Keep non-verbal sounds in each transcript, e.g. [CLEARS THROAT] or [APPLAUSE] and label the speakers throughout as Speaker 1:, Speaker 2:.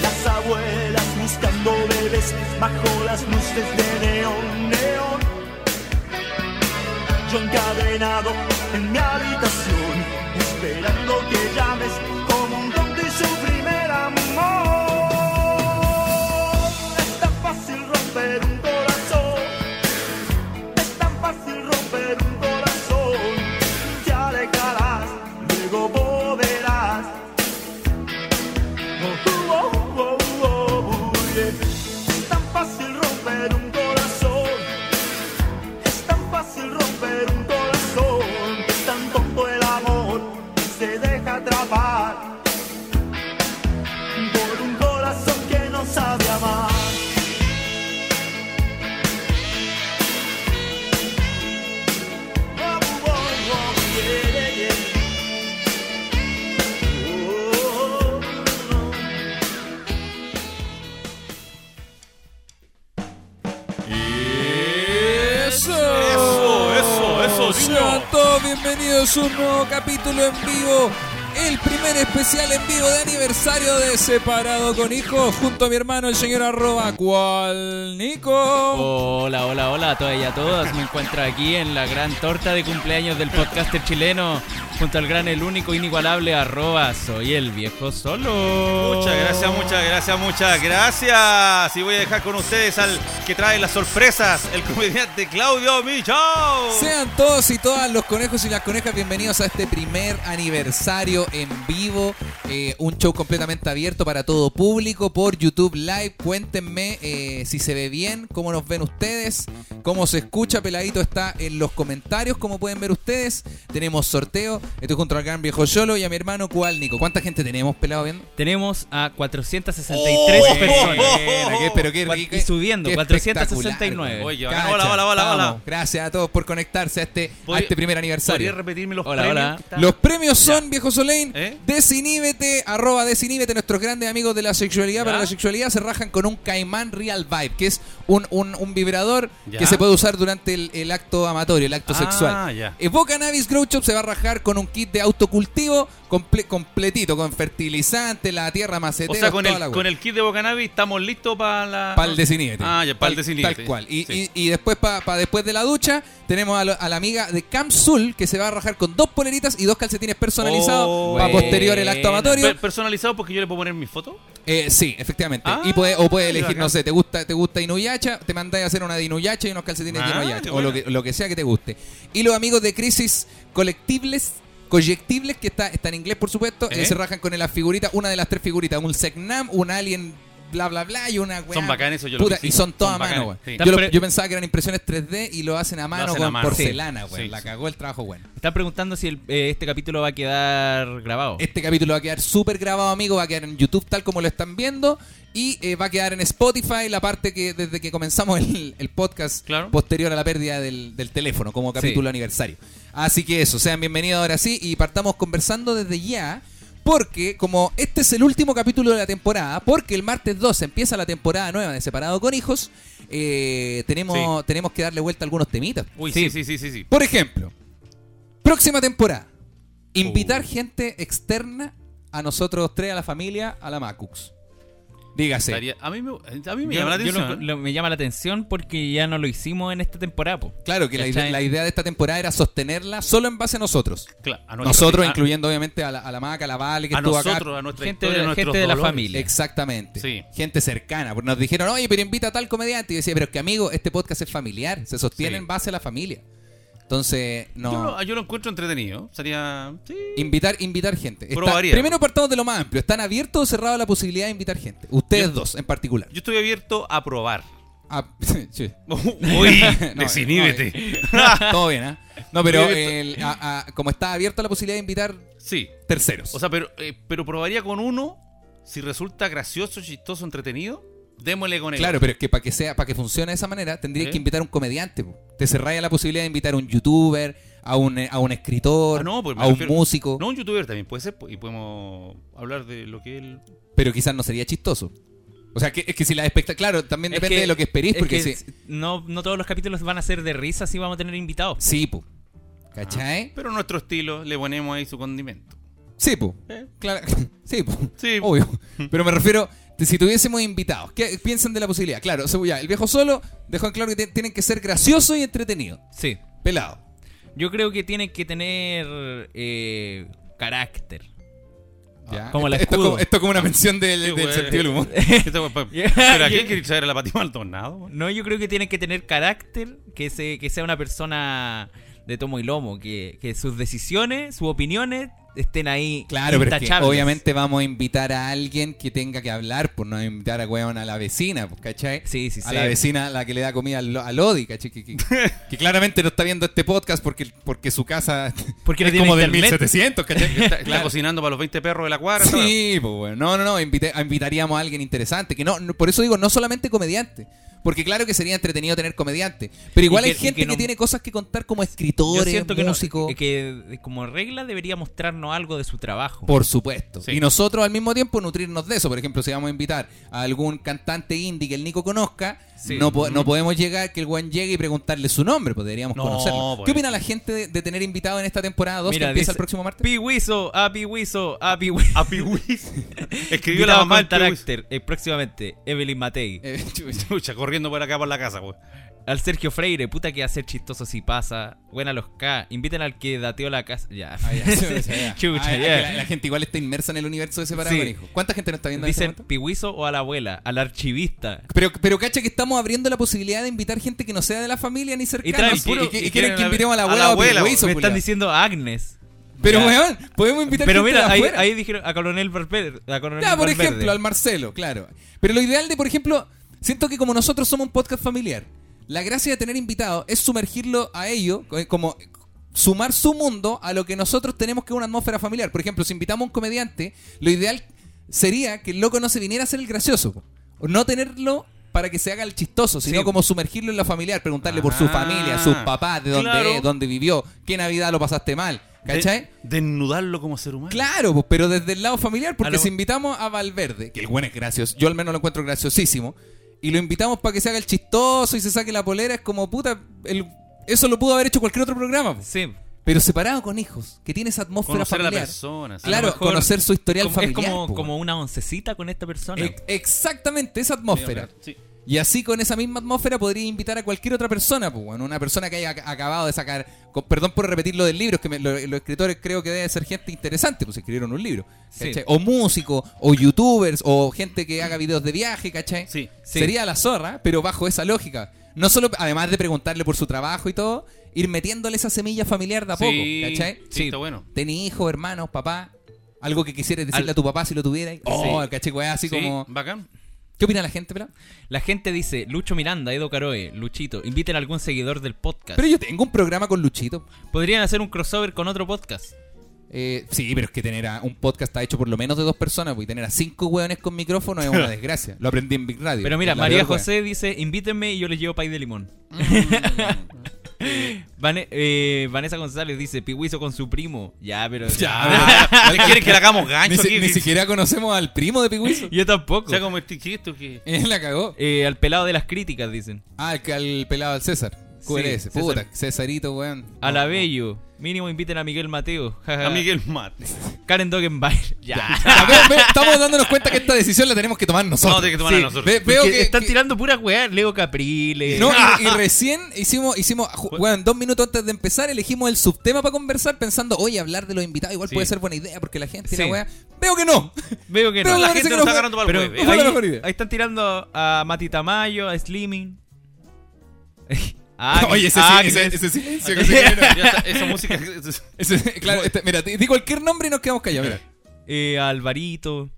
Speaker 1: Las abuelas buscando bebés bajo las luces de neón, neón. Yo encadenado en mi habitación, esperando que llames como un don de su primer amor. Es tan fácil romper un corazón, es tan fácil romper un corazón. Te alejarás, luego volverás. Oh, oh, oh, oh, yeah. Es tan fácil romper un corazón. Es tan fácil romper un corazón, es tan tonto el amor que se deja atrapar por un corazón que no sabe amar. Oh, oh, oh, yeah, yeah, yeah. Oh, oh, oh.
Speaker 2: ¡Eso!
Speaker 3: Eso, eso, eso, niño.
Speaker 2: Sean todos bienvenidos a un nuevo capítulo en vivo. El primer especial en vivo de aniversario de Separado con Hijos junto a mi hermano el señor arroba cual Nico.
Speaker 4: Hola, hola, hola a todas y a todos. Me encuentro aquí en la gran torta de cumpleaños del podcaster chileno, junto al gran, el único, inigualable, arroba, soy el viejo solo.
Speaker 3: Muchas gracias, muchas gracias, muchas gracias. Y voy a dejar con ustedes al que trae las sorpresas, el [LAUGHS] comediante Claudio Michao.
Speaker 2: Sean todos y todas los conejos y las conejas bienvenidos a este primer aniversario en vivo. Eh, un show completamente abierto para todo público por YouTube Live. Cuéntenme eh, si se ve bien, cómo nos ven ustedes, cómo se escucha. Peladito está en los comentarios, como pueden ver ustedes. Tenemos sorteo. Estoy junto al gran viejo Yolo y a mi hermano Cual Nico. ¿Cuánta gente tenemos, pelado bien?
Speaker 4: Tenemos a 463
Speaker 3: Oh,
Speaker 4: personas.
Speaker 3: oh,
Speaker 2: Buena, qué- pero
Speaker 3: [LAUGHS]
Speaker 2: qué
Speaker 4: Cua-
Speaker 2: rico.
Speaker 4: y subiendo,
Speaker 2: Qué
Speaker 4: 469.
Speaker 2: espectacular.
Speaker 3: Oye,
Speaker 2: Cacha,
Speaker 3: hola, hola, hola, hola.
Speaker 2: vamos. Gracias a todos por conectarse a este, a
Speaker 3: Podría-
Speaker 2: este primer aniversario.
Speaker 3: ¿Podrías repetirme los
Speaker 4: Hola,
Speaker 3: premios?
Speaker 4: hola.
Speaker 3: que está-
Speaker 2: Los premios son, viejo Solein,
Speaker 3: ¿Eh?
Speaker 2: desiníbete, arroba desiníbete, nuestros grandes amigos de la sexualidad. Para
Speaker 3: ¿Ya?
Speaker 2: la sexualidad se rajan con un Caimán Real Vibe, que es un, un- un vibrador
Speaker 3: ¿Ya?
Speaker 2: que se puede usar durante el, el acto amatorio, el acto
Speaker 3: Ah,
Speaker 2: sexual.
Speaker 3: ya.
Speaker 2: Evoca Navis Grow Shop se va a rajar con un kit de autocultivo comple- completito, con fertilizante, la tierra macetera,
Speaker 3: O sea, con
Speaker 2: toda la
Speaker 3: el,
Speaker 2: wea.
Speaker 3: con el kit de Bocanavi estamos listos para la.
Speaker 2: Pal de ciníbete.
Speaker 3: Ah, ya, pal de ciníbete.
Speaker 2: Tal cual. Y,
Speaker 3: Sí.
Speaker 2: y- y después, para después de la ducha, tenemos a, lo- a la amiga de Camp Sul, que se va a rajar con dos poleritas y dos calcetines personalizados
Speaker 3: Oh,
Speaker 2: para
Speaker 4: buena.
Speaker 2: posterior el acto amatorio.
Speaker 3: Pe- personalizado porque yo le puedo poner mi foto.
Speaker 2: Eh, sí, efectivamente.
Speaker 3: Ah,
Speaker 2: y puede, o puede
Speaker 3: qué
Speaker 2: elegir,
Speaker 3: bacán.
Speaker 2: no sé, te gusta, te gusta Inuyacha, te mandáis a hacer una de Inuyacha y unos calcetines de
Speaker 3: Ah,
Speaker 2: Inuyacha,
Speaker 3: qué
Speaker 2: o lo
Speaker 3: buena.
Speaker 2: que, lo que sea que te guste. Y los amigos de Crisis Colectibles. Coyectibles, que está, está en inglés, por supuesto, eh,
Speaker 3: ¿Eh?
Speaker 2: se rajan con las figuritas, una de las tres figuritas, un Segnam, un alien, bla, bla, bla, y una weá.
Speaker 3: Son bacanes esos, yo los
Speaker 2: Puta,
Speaker 3: hice.
Speaker 2: Y son todas a
Speaker 3: Son
Speaker 2: mano,
Speaker 3: bacanes, sí.
Speaker 2: weón. Yo, lo-
Speaker 4: Están pre-
Speaker 2: yo pensaba que eran impresiones 3D y lo hacen a mano
Speaker 3: hacen a
Speaker 2: con
Speaker 3: mano.
Speaker 2: porcelana,
Speaker 3: Sí,
Speaker 2: weón.
Speaker 3: sí,
Speaker 2: La
Speaker 3: sí.
Speaker 2: cagó el trabajo, bueno.
Speaker 4: Están preguntando si el- eh, este capítulo va a quedar grabado.
Speaker 2: Este capítulo va a quedar súper grabado, amigo. Va a quedar en YouTube tal como lo están viendo. Y eh, va a quedar en Spotify la parte que desde que comenzamos el, el podcast
Speaker 3: Claro.
Speaker 2: posterior a la pérdida del, del teléfono como capítulo aniversario. Así que eso, sean bienvenidos ahora sí y partamos conversando desde ya. Porque como este es el último capítulo de la temporada, porque el martes 2 empieza la temporada nueva de Separado con Hijos, eh, tenemos, tenemos que darle vuelta a algunos temitas.
Speaker 3: Uy,
Speaker 4: Sí.
Speaker 3: sí, sí, sí, sí. sí.
Speaker 2: Por ejemplo, próxima temporada.
Speaker 3: Oh.
Speaker 2: Invitar gente externa a nosotros tres, a la familia, a la Macux. Dígase.
Speaker 3: Estaría- A mí me, a mí me
Speaker 4: Yo-
Speaker 3: llama la
Speaker 4: yo lo-
Speaker 3: atención. ¿eh?
Speaker 4: lo- me llama la atención porque ya no lo hicimos en esta temporada. po.
Speaker 2: Claro que la
Speaker 4: ¿Cachai?
Speaker 2: idea, la idea de esta temporada era sostenerla solo en base a nosotros.
Speaker 3: Claro, ¿eh? a nuestra-
Speaker 2: Nosotros,
Speaker 3: a-
Speaker 2: incluyendo obviamente a la, a la Maca, a la Vale, que
Speaker 3: a
Speaker 2: estuvo
Speaker 3: nosotros,
Speaker 2: acá.
Speaker 3: a nuestra
Speaker 4: Gente
Speaker 3: historia,
Speaker 4: de-
Speaker 3: a nuestros
Speaker 4: gente de la
Speaker 3: dolores.
Speaker 4: familia.
Speaker 2: Exactamente.
Speaker 3: Sí.
Speaker 2: Gente cercana. Porque Nos dijeron, oye, pero invita a tal comediante. Y yo decía, pero es que amigo, este podcast es familiar. Se
Speaker 3: Sí.
Speaker 2: sostiene en base a la familia. Entonces, no.
Speaker 3: Yo, lo, yo lo encuentro entretenido. Sería. Sí.
Speaker 2: Invitar, invitar gente. Está-
Speaker 3: Probaría.
Speaker 2: primero partamos de lo más amplio. ¿Están abiertos o cerrados a la posibilidad de invitar gente? Ustedes
Speaker 3: Yo-
Speaker 2: dos en particular.
Speaker 3: Yo estoy abierto a probar.
Speaker 2: Ah, [LAUGHS] sí.
Speaker 3: [LAUGHS] Uy,
Speaker 2: [LAUGHS] No,
Speaker 3: desiníbete. [LAUGHS]
Speaker 2: Todo bien, ¿ah? No, pero
Speaker 3: Estoy
Speaker 2: el- a- a- como está abierta la posibilidad de invitar
Speaker 3: eh, Sí.
Speaker 2: terceros.
Speaker 3: O sea, pero, eh, pero probaría con uno. Si resulta gracioso, chistoso, entretenido, démosle con él.
Speaker 2: claro, pero es que para que sea, para que funcione de esa manera, tendrías
Speaker 3: ¿Eh?
Speaker 2: que invitar a un comediante. po. Te cerráis a la posibilidad de invitar a un youtuber, a un, eh, a un escritor,
Speaker 3: Ah, no, pues me
Speaker 2: a un
Speaker 3: refiero-
Speaker 2: músico.
Speaker 3: No, un youtuber también puede ser. po, Y podemos hablar de lo que él.
Speaker 2: Pero quizás no sería chistoso. O sea, que, es que si la expecta, claro, también
Speaker 4: Es
Speaker 2: depende
Speaker 4: que-
Speaker 2: de lo que esperéis,
Speaker 4: es
Speaker 2: porque
Speaker 4: que
Speaker 2: si,
Speaker 4: no, no todos los capítulos van a ser de risa si vamos a tener invitados. po.
Speaker 2: sí, po. ¿cachai?
Speaker 3: Pero nuestro estilo, le ponemos ahí su condimento.
Speaker 2: Sí, po.
Speaker 3: ¿Eh?
Speaker 2: Claro. [LAUGHS] Sí, po.
Speaker 3: Sí.
Speaker 4: [LAUGHS]
Speaker 2: Obvio. Pero me refiero, Si tuviésemos invitados, ¿qué piensan de la posibilidad? Claro, o sea, ya, el viejo solo dejó en claro que te- tienen que ser graciosos y entretenidos.
Speaker 4: Sí.
Speaker 2: Pelado.
Speaker 4: Yo creo que tienen que tener eh, carácter.
Speaker 2: Ya.
Speaker 4: Ah, Como el
Speaker 2: esto, esto es
Speaker 4: escudo.
Speaker 2: como- esto es como una mención del,
Speaker 3: Qué
Speaker 2: del
Speaker 3: bueno.
Speaker 2: sentido del
Speaker 4: [LAUGHS]
Speaker 2: [LAUGHS] humor.
Speaker 3: Esto, pa- pa-
Speaker 4: Yeah.
Speaker 3: Este pues, ¿Pero aquí quieres saber a la Pati Maldonado? güey?
Speaker 4: No, yo creo que tienen que tener carácter, que, se, que sea una persona de tomo y lomo, que, que sus decisiones, sus opiniones estén ahí.
Speaker 2: Claro, pero es que
Speaker 4: intachables.
Speaker 2: obviamente vamos a invitar a alguien que tenga que hablar, por no invitar a weón a la vecina, pues, ¿cachai?
Speaker 4: Sí, sí,
Speaker 2: a
Speaker 4: sí.
Speaker 2: la vecina, la que le da comida al, al Odi, ¿cachai? Que,
Speaker 4: [LAUGHS]
Speaker 2: que- que claramente no está viendo este podcast porque, porque su casa
Speaker 4: Porque no
Speaker 2: es
Speaker 4: tiene
Speaker 2: como del
Speaker 4: internet.
Speaker 2: 1700, ¿cachai?
Speaker 4: [LAUGHS]
Speaker 3: Está, está
Speaker 2: Claro.
Speaker 3: cocinando para los 20 perros de la cuadra. esa
Speaker 2: [LAUGHS]
Speaker 3: weá.
Speaker 2: Sí, pues bueno. No, no, no. invité- invitaríamos a alguien interesante. Que no, no- por eso digo, no solamente comediante. Porque claro que sería entretenido tener comediante. Pero igual
Speaker 4: Y que-
Speaker 2: hay
Speaker 4: y
Speaker 2: gente
Speaker 4: que
Speaker 2: que,
Speaker 4: no-
Speaker 2: tiene cosas que contar como
Speaker 4: Yo
Speaker 2: escritores,
Speaker 4: siento que, no- eh,
Speaker 2: músicos.
Speaker 4: que como regla debería mostrarnos algo de su trabajo.
Speaker 2: Por supuesto.
Speaker 3: Sí.
Speaker 2: Y nosotros al mismo tiempo nutrirnos de eso. Por ejemplo, si vamos a invitar a algún cantante indie que el Nico conozca,
Speaker 4: Sí.
Speaker 2: no, po- no podemos llegar que el Juan llegue y preguntarle su nombre, pues deberíamos
Speaker 3: No,
Speaker 2: conocerlo.
Speaker 3: pues.
Speaker 2: ¿Qué opina la gente de, de tener invitado en esta temporada 2 que
Speaker 4: Mira,
Speaker 2: empieza
Speaker 4: dice,
Speaker 2: el próximo martes?
Speaker 4: Piwiso, a Piwiso, a Piwiso. [LAUGHS]
Speaker 3: A Piwis. Escribió la mamá
Speaker 4: con
Speaker 3: del Piwis.
Speaker 4: carácter. eh, próximamente, Evelyn Matei.
Speaker 2: Eh, [LAUGHS] chucha.
Speaker 3: Chucha, corriendo por acá por la casa, güey.
Speaker 4: Al Sergio Freire, puta que va a ser chistoso si pasa. Buena los K. Inviten al que dateó la casa. Ya.
Speaker 2: Ah,
Speaker 4: [LAUGHS]
Speaker 2: ya, sí, sí, ya.
Speaker 4: Chucha,
Speaker 2: Ah, es que
Speaker 4: ya.
Speaker 2: la, la gente igual está inmersa en el universo de separado
Speaker 4: Sí.
Speaker 2: con hijo. ¿Cuánta gente nos está viendo en este
Speaker 4: Dicen
Speaker 2: momento?
Speaker 4: Piwiso o a la abuela, al archivista.
Speaker 2: Pero, pero cacha que estamos abriendo la posibilidad de invitar gente que no sea de la familia ni cercana.
Speaker 4: traen
Speaker 2: Y que-
Speaker 4: puro-
Speaker 2: y que- y
Speaker 3: y
Speaker 2: quieren
Speaker 3: quieren
Speaker 2: que
Speaker 3: a-
Speaker 2: invitemos a la
Speaker 3: a la
Speaker 2: abuela, o
Speaker 3: abuela,
Speaker 2: Piruizo,
Speaker 3: Eso,
Speaker 4: Me están
Speaker 2: culiao.
Speaker 4: diciendo Agnes.
Speaker 2: Pero
Speaker 4: Ya.
Speaker 2: weón, podemos invitar
Speaker 4: Pero
Speaker 2: gente
Speaker 4: mira,
Speaker 2: de
Speaker 4: ahí,
Speaker 2: afuera.
Speaker 4: ahí dijeron a Coronel Valverde. A Coronel
Speaker 2: Ya, por
Speaker 4: Valverde.
Speaker 2: ejemplo, al Marcelo, claro. Pero lo ideal de, por ejemplo, siento que como nosotros somos un podcast familiar, la gracia de tener invitados es sumergirlo a ellos, co- eh, como sumar su mundo a lo que nosotros tenemos que es una atmósfera familiar. Por ejemplo, si invitamos a un comediante, lo ideal sería que el loco no se viniera a ser el gracioso. po. O No tenerlo para que se haga el chistoso, sino
Speaker 4: Sí.
Speaker 2: como sumergirlo en la familiar, preguntarle por su
Speaker 3: Ah,
Speaker 2: familia, sus papás, de dónde
Speaker 3: claro.
Speaker 2: es, dónde vivió, qué Navidad lo pasaste mal. ¿Cachai?
Speaker 3: De- desnudarlo como ser humano.
Speaker 2: Claro, pues, pero desde el lado familiar, porque
Speaker 4: A lo-
Speaker 2: si invitamos a Valverde, que el buen es gracioso, yo al menos lo encuentro graciosísimo, y lo invitamos para que se haga el chistoso y se saque la polera, es como puta, el- eso lo pudo haber hecho cualquier otro programa. pues.
Speaker 4: Sí.
Speaker 2: Pero separado con hijos, que tiene esa atmósfera
Speaker 3: Conocer a la
Speaker 2: familiar.
Speaker 3: persona, sí.
Speaker 2: Claro,
Speaker 4: A lo mejor
Speaker 2: conocer su historial
Speaker 4: como-
Speaker 2: familiar.
Speaker 4: Es como,
Speaker 2: pues.
Speaker 4: como una oncecita con esta persona.
Speaker 2: Ex- Exactamente, esa atmósfera.
Speaker 3: Sí.
Speaker 2: Y así con esa misma atmósfera podría invitar a cualquier otra persona, pues, bueno, una persona que haya ac- acabado de sacar, con- perdón por repetir lo del libro, es que me- lo- los escritores creo que debe ser gente interesante, pues escribieron un libro,
Speaker 4: Sí.
Speaker 2: ¿cachai? o músicos, o youtubers, o gente que haga videos de viaje, ¿cachai?
Speaker 3: Sí,
Speaker 4: sí.
Speaker 2: Sería la zorra, pero bajo esa lógica. No solo, además de preguntarle por su trabajo y todo, ir metiéndole esa semilla familiar de a poco,
Speaker 3: Sí,
Speaker 2: ¿cachai?
Speaker 3: sí, está bueno.
Speaker 2: Tení hijos, hermanos, papá, algo que quisieras decirle
Speaker 4: Al-
Speaker 2: a tu papá si lo tuvieras. Oh, ¿cachai? Weá, Así
Speaker 3: Sí,
Speaker 2: como... [LAUGHS]
Speaker 3: Bacán.
Speaker 2: ¿Qué opina la gente, Pela?
Speaker 4: La gente dice, Lucho Miranda, Edo Caroe, Luchito, inviten a algún seguidor del podcast.
Speaker 2: Pero yo tengo un programa con Luchito.
Speaker 4: Podrían hacer un crossover con otro podcast.
Speaker 2: Eh, sí, pero es que tener a un podcast está hecho por lo menos de dos personas, pues, y tener a cinco hueones con micrófono es una desgracia. Lo aprendí en Big Radio.
Speaker 4: Pero mira,
Speaker 2: La
Speaker 4: María
Speaker 2: peor wea.
Speaker 4: José dice, invítenme y yo les llevo pay de limón. [LAUGHS] Vane- eh, Vanessa González dice, Pihuizo con su primo. Ya, pero...
Speaker 2: [LAUGHS]
Speaker 4: Ah,
Speaker 2: Ya,
Speaker 3: ¿Le quieren que le hagamos
Speaker 2: Ah, ni,
Speaker 4: [LAUGHS]
Speaker 3: gancho
Speaker 2: si-
Speaker 3: aquí?
Speaker 2: ni siquiera conocemos al primo de Pigüizo.
Speaker 4: Yo tampoco.
Speaker 3: Se ha convertido en esto que.
Speaker 2: [LAUGHS] Él la cagó.
Speaker 4: Eh, al pelado de las críticas, dicen.
Speaker 2: Ah, al, al pelado al César. QLS.
Speaker 4: Sí, César.
Speaker 2: Puta, Cesarito, weón.
Speaker 4: A la Bello. Mínimo inviten a Miguel Mateo. [LAUGHS] jaja.
Speaker 3: A Miguel
Speaker 2: [LAUGHS]
Speaker 3: Mate.
Speaker 4: Karen Dogenbaer. [LAUGHS] Ya.
Speaker 2: Ah, ve- ve, estamos dándonos cuenta que esta decisión la tenemos que tomar
Speaker 3: No,
Speaker 2: nosotros.
Speaker 3: tiene que tomar a
Speaker 4: Sí.
Speaker 3: nosotros.
Speaker 2: Ve- veo
Speaker 4: Porque
Speaker 2: que,
Speaker 4: están
Speaker 2: que-
Speaker 4: tirando pura weá. Leo Capriles.
Speaker 2: No,
Speaker 4: [LAUGHS]
Speaker 2: y, y recién hicimos, hicimos ju- weón, dos minutos antes de empezar, elegimos el subtema para conversar, pensando, oye, hablar de los invitados igual
Speaker 4: Sí.
Speaker 2: puede ser buena idea, porque la gente y la
Speaker 4: Sí.
Speaker 2: weá. Veo que no. [LAUGHS]
Speaker 4: Veo que
Speaker 2: Pero
Speaker 4: no.
Speaker 2: la
Speaker 3: La gente
Speaker 2: parece que
Speaker 3: nos está
Speaker 2: no fue-
Speaker 3: agarrando para el
Speaker 4: Pero
Speaker 3: jueves.
Speaker 2: fue
Speaker 4: ahí,
Speaker 2: la mejor idea.
Speaker 4: ahí están tirando a Mati Tamayo,
Speaker 2: [LAUGHS]
Speaker 4: a Slimming. Ah,
Speaker 2: oye, ese,
Speaker 4: ah,
Speaker 2: sí- ese-
Speaker 4: que-
Speaker 2: ese silencio que se genera.
Speaker 3: [LAUGHS] Ya está,
Speaker 2: [LAUGHS]
Speaker 3: Esa música.
Speaker 2: Ese- claro, este- mira, te- di cualquier nombre y nos quedamos callados.
Speaker 4: [LAUGHS]
Speaker 2: mira.
Speaker 4: Eh, a Alvarito.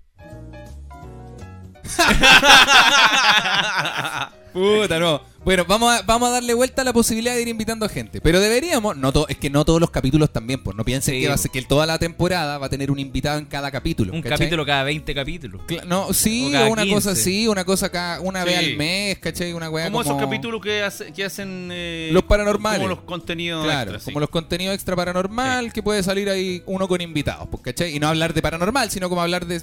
Speaker 2: Puta, no. Bueno, vamos a, vamos a darle vuelta a la posibilidad de ir invitando a gente. Pero deberíamos, no to- es que no todos los capítulos también, pues no piensen
Speaker 4: Sí.
Speaker 2: que, va a ser- que toda la temporada va a tener un invitado en cada capítulo.
Speaker 4: Un
Speaker 2: ¿cachai?
Speaker 4: capítulo cada 20 capítulos.
Speaker 2: Cla- No, sí,
Speaker 4: O cada
Speaker 2: o una cosa
Speaker 4: 15.
Speaker 2: así, una cosa cada, una vez
Speaker 3: Sí.
Speaker 2: al mes, ¿cachai? Una weá
Speaker 3: Como esos capítulos que, hace- que hacen. eh,
Speaker 2: Los paranormales.
Speaker 3: Como los contenidos.
Speaker 2: Claro,
Speaker 3: extras, sí.
Speaker 2: como los contenidos extra paranormal que puede salir ahí uno con invitados, pues, ¿cachai? Y no hablar de paranormal, sino como hablar de...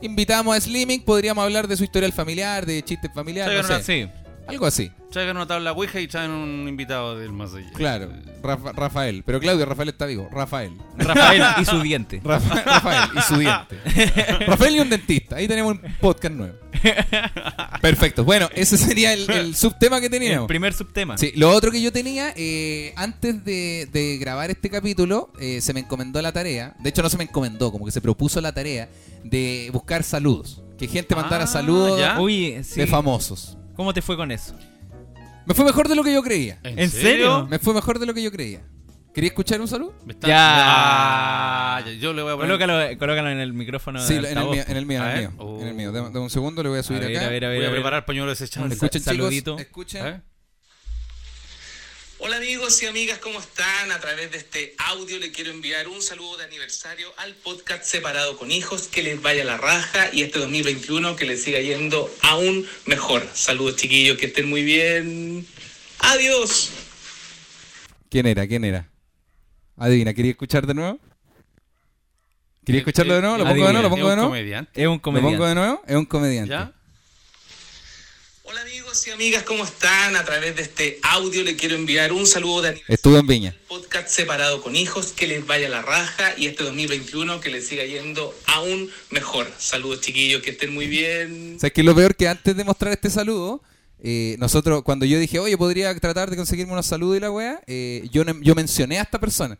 Speaker 2: Invitamos a Slimming, podríamos hablar de su historial familiar, de chistes familiares,
Speaker 3: Sí,
Speaker 2: no
Speaker 3: bueno,
Speaker 2: sé.
Speaker 4: Ah, Sí.
Speaker 2: Algo así.
Speaker 3: Traigan una tabla Ouija y traigan un invitado del más allá.
Speaker 2: Claro, Rafa- Rafael. Pero Claudio, Rafael está vivo. Rafael. [LAUGHS]
Speaker 4: Rafael y su diente.
Speaker 2: Rafa- [LAUGHS] Rafael y su diente.
Speaker 3: [LAUGHS]
Speaker 2: Rafael y un dentista. Ahí tenemos un podcast nuevo. Perfecto. Bueno, ese sería el, el subtema que
Speaker 4: El
Speaker 2: teníamos.
Speaker 4: primer subtema.
Speaker 2: Sí, lo otro que yo tenía, eh, antes de, de grabar este capítulo, eh, se me encomendó la tarea, de hecho no se me encomendó, como que se propuso la tarea de buscar saludos, que gente mandara
Speaker 3: Ah,
Speaker 2: saludos
Speaker 3: ya.
Speaker 4: Uy, sí.
Speaker 2: de famosos.
Speaker 4: ¿Cómo te fue con eso?
Speaker 2: Me fue mejor de lo que yo creía.
Speaker 4: ¿En serio?
Speaker 2: Me fue mejor de lo que yo creía. ¿Quería escuchar un saludo?
Speaker 3: Me están-
Speaker 4: Ya.
Speaker 3: Ah, ya, yo le voy a poner.
Speaker 4: Colócalo, colócalo en el micrófono.
Speaker 2: Sí,
Speaker 4: del
Speaker 2: en el
Speaker 4: altavoz.
Speaker 2: mío, en el mío,
Speaker 3: A
Speaker 2: en el
Speaker 3: ver.
Speaker 2: mío. En el mío. Dame- dame un segundo, le voy a subir
Speaker 4: ver,
Speaker 2: acá.
Speaker 4: Uh. a ver, a ver.
Speaker 3: Voy a preparar pañuelos de ese chaval.
Speaker 4: Un
Speaker 2: Escuchen,
Speaker 4: Sa- saludito.
Speaker 2: chicos. Escuchen.
Speaker 3: ¿Eh?
Speaker 5: Hola amigos y amigas, ¿cómo están? A través de este audio le quiero enviar un saludo de aniversario al podcast Separado con Hijos, que les vaya la raja y este 2021 que les siga yendo aún mejor. Saludos chiquillos, que estén muy bien. Adiós.
Speaker 2: ¿Quién era? ¿Quién era? Adivina, ¿quería escuchar de nuevo? ¿Quería escucharlo de nuevo? ¿Lo pongo de
Speaker 4: Eh, Adivina,
Speaker 2: nuevo? ¿Lo pongo
Speaker 3: Es
Speaker 2: de
Speaker 3: un
Speaker 2: nuevo?
Speaker 3: comediante.
Speaker 4: Es un
Speaker 2: ¿Lo
Speaker 4: comediante.
Speaker 2: pongo de nuevo? Es un comediante.
Speaker 3: ¿Ya?
Speaker 5: Hola amigos y amigas, ¿cómo están? A través de este audio le quiero enviar un saludo de aniversario.
Speaker 2: Estuvo en Viña.
Speaker 5: Podcast separado con hijos, que les vaya la raja y este 2021 que les siga yendo aún mejor. Saludos chiquillos, que estén muy bien.
Speaker 2: O sea, que lo peor que antes de mostrar este saludo, eh, nosotros, cuando yo dije, oye, podría tratar de conseguirme unos saludos y la weá, eh, yo, ne- yo mencioné a esta persona.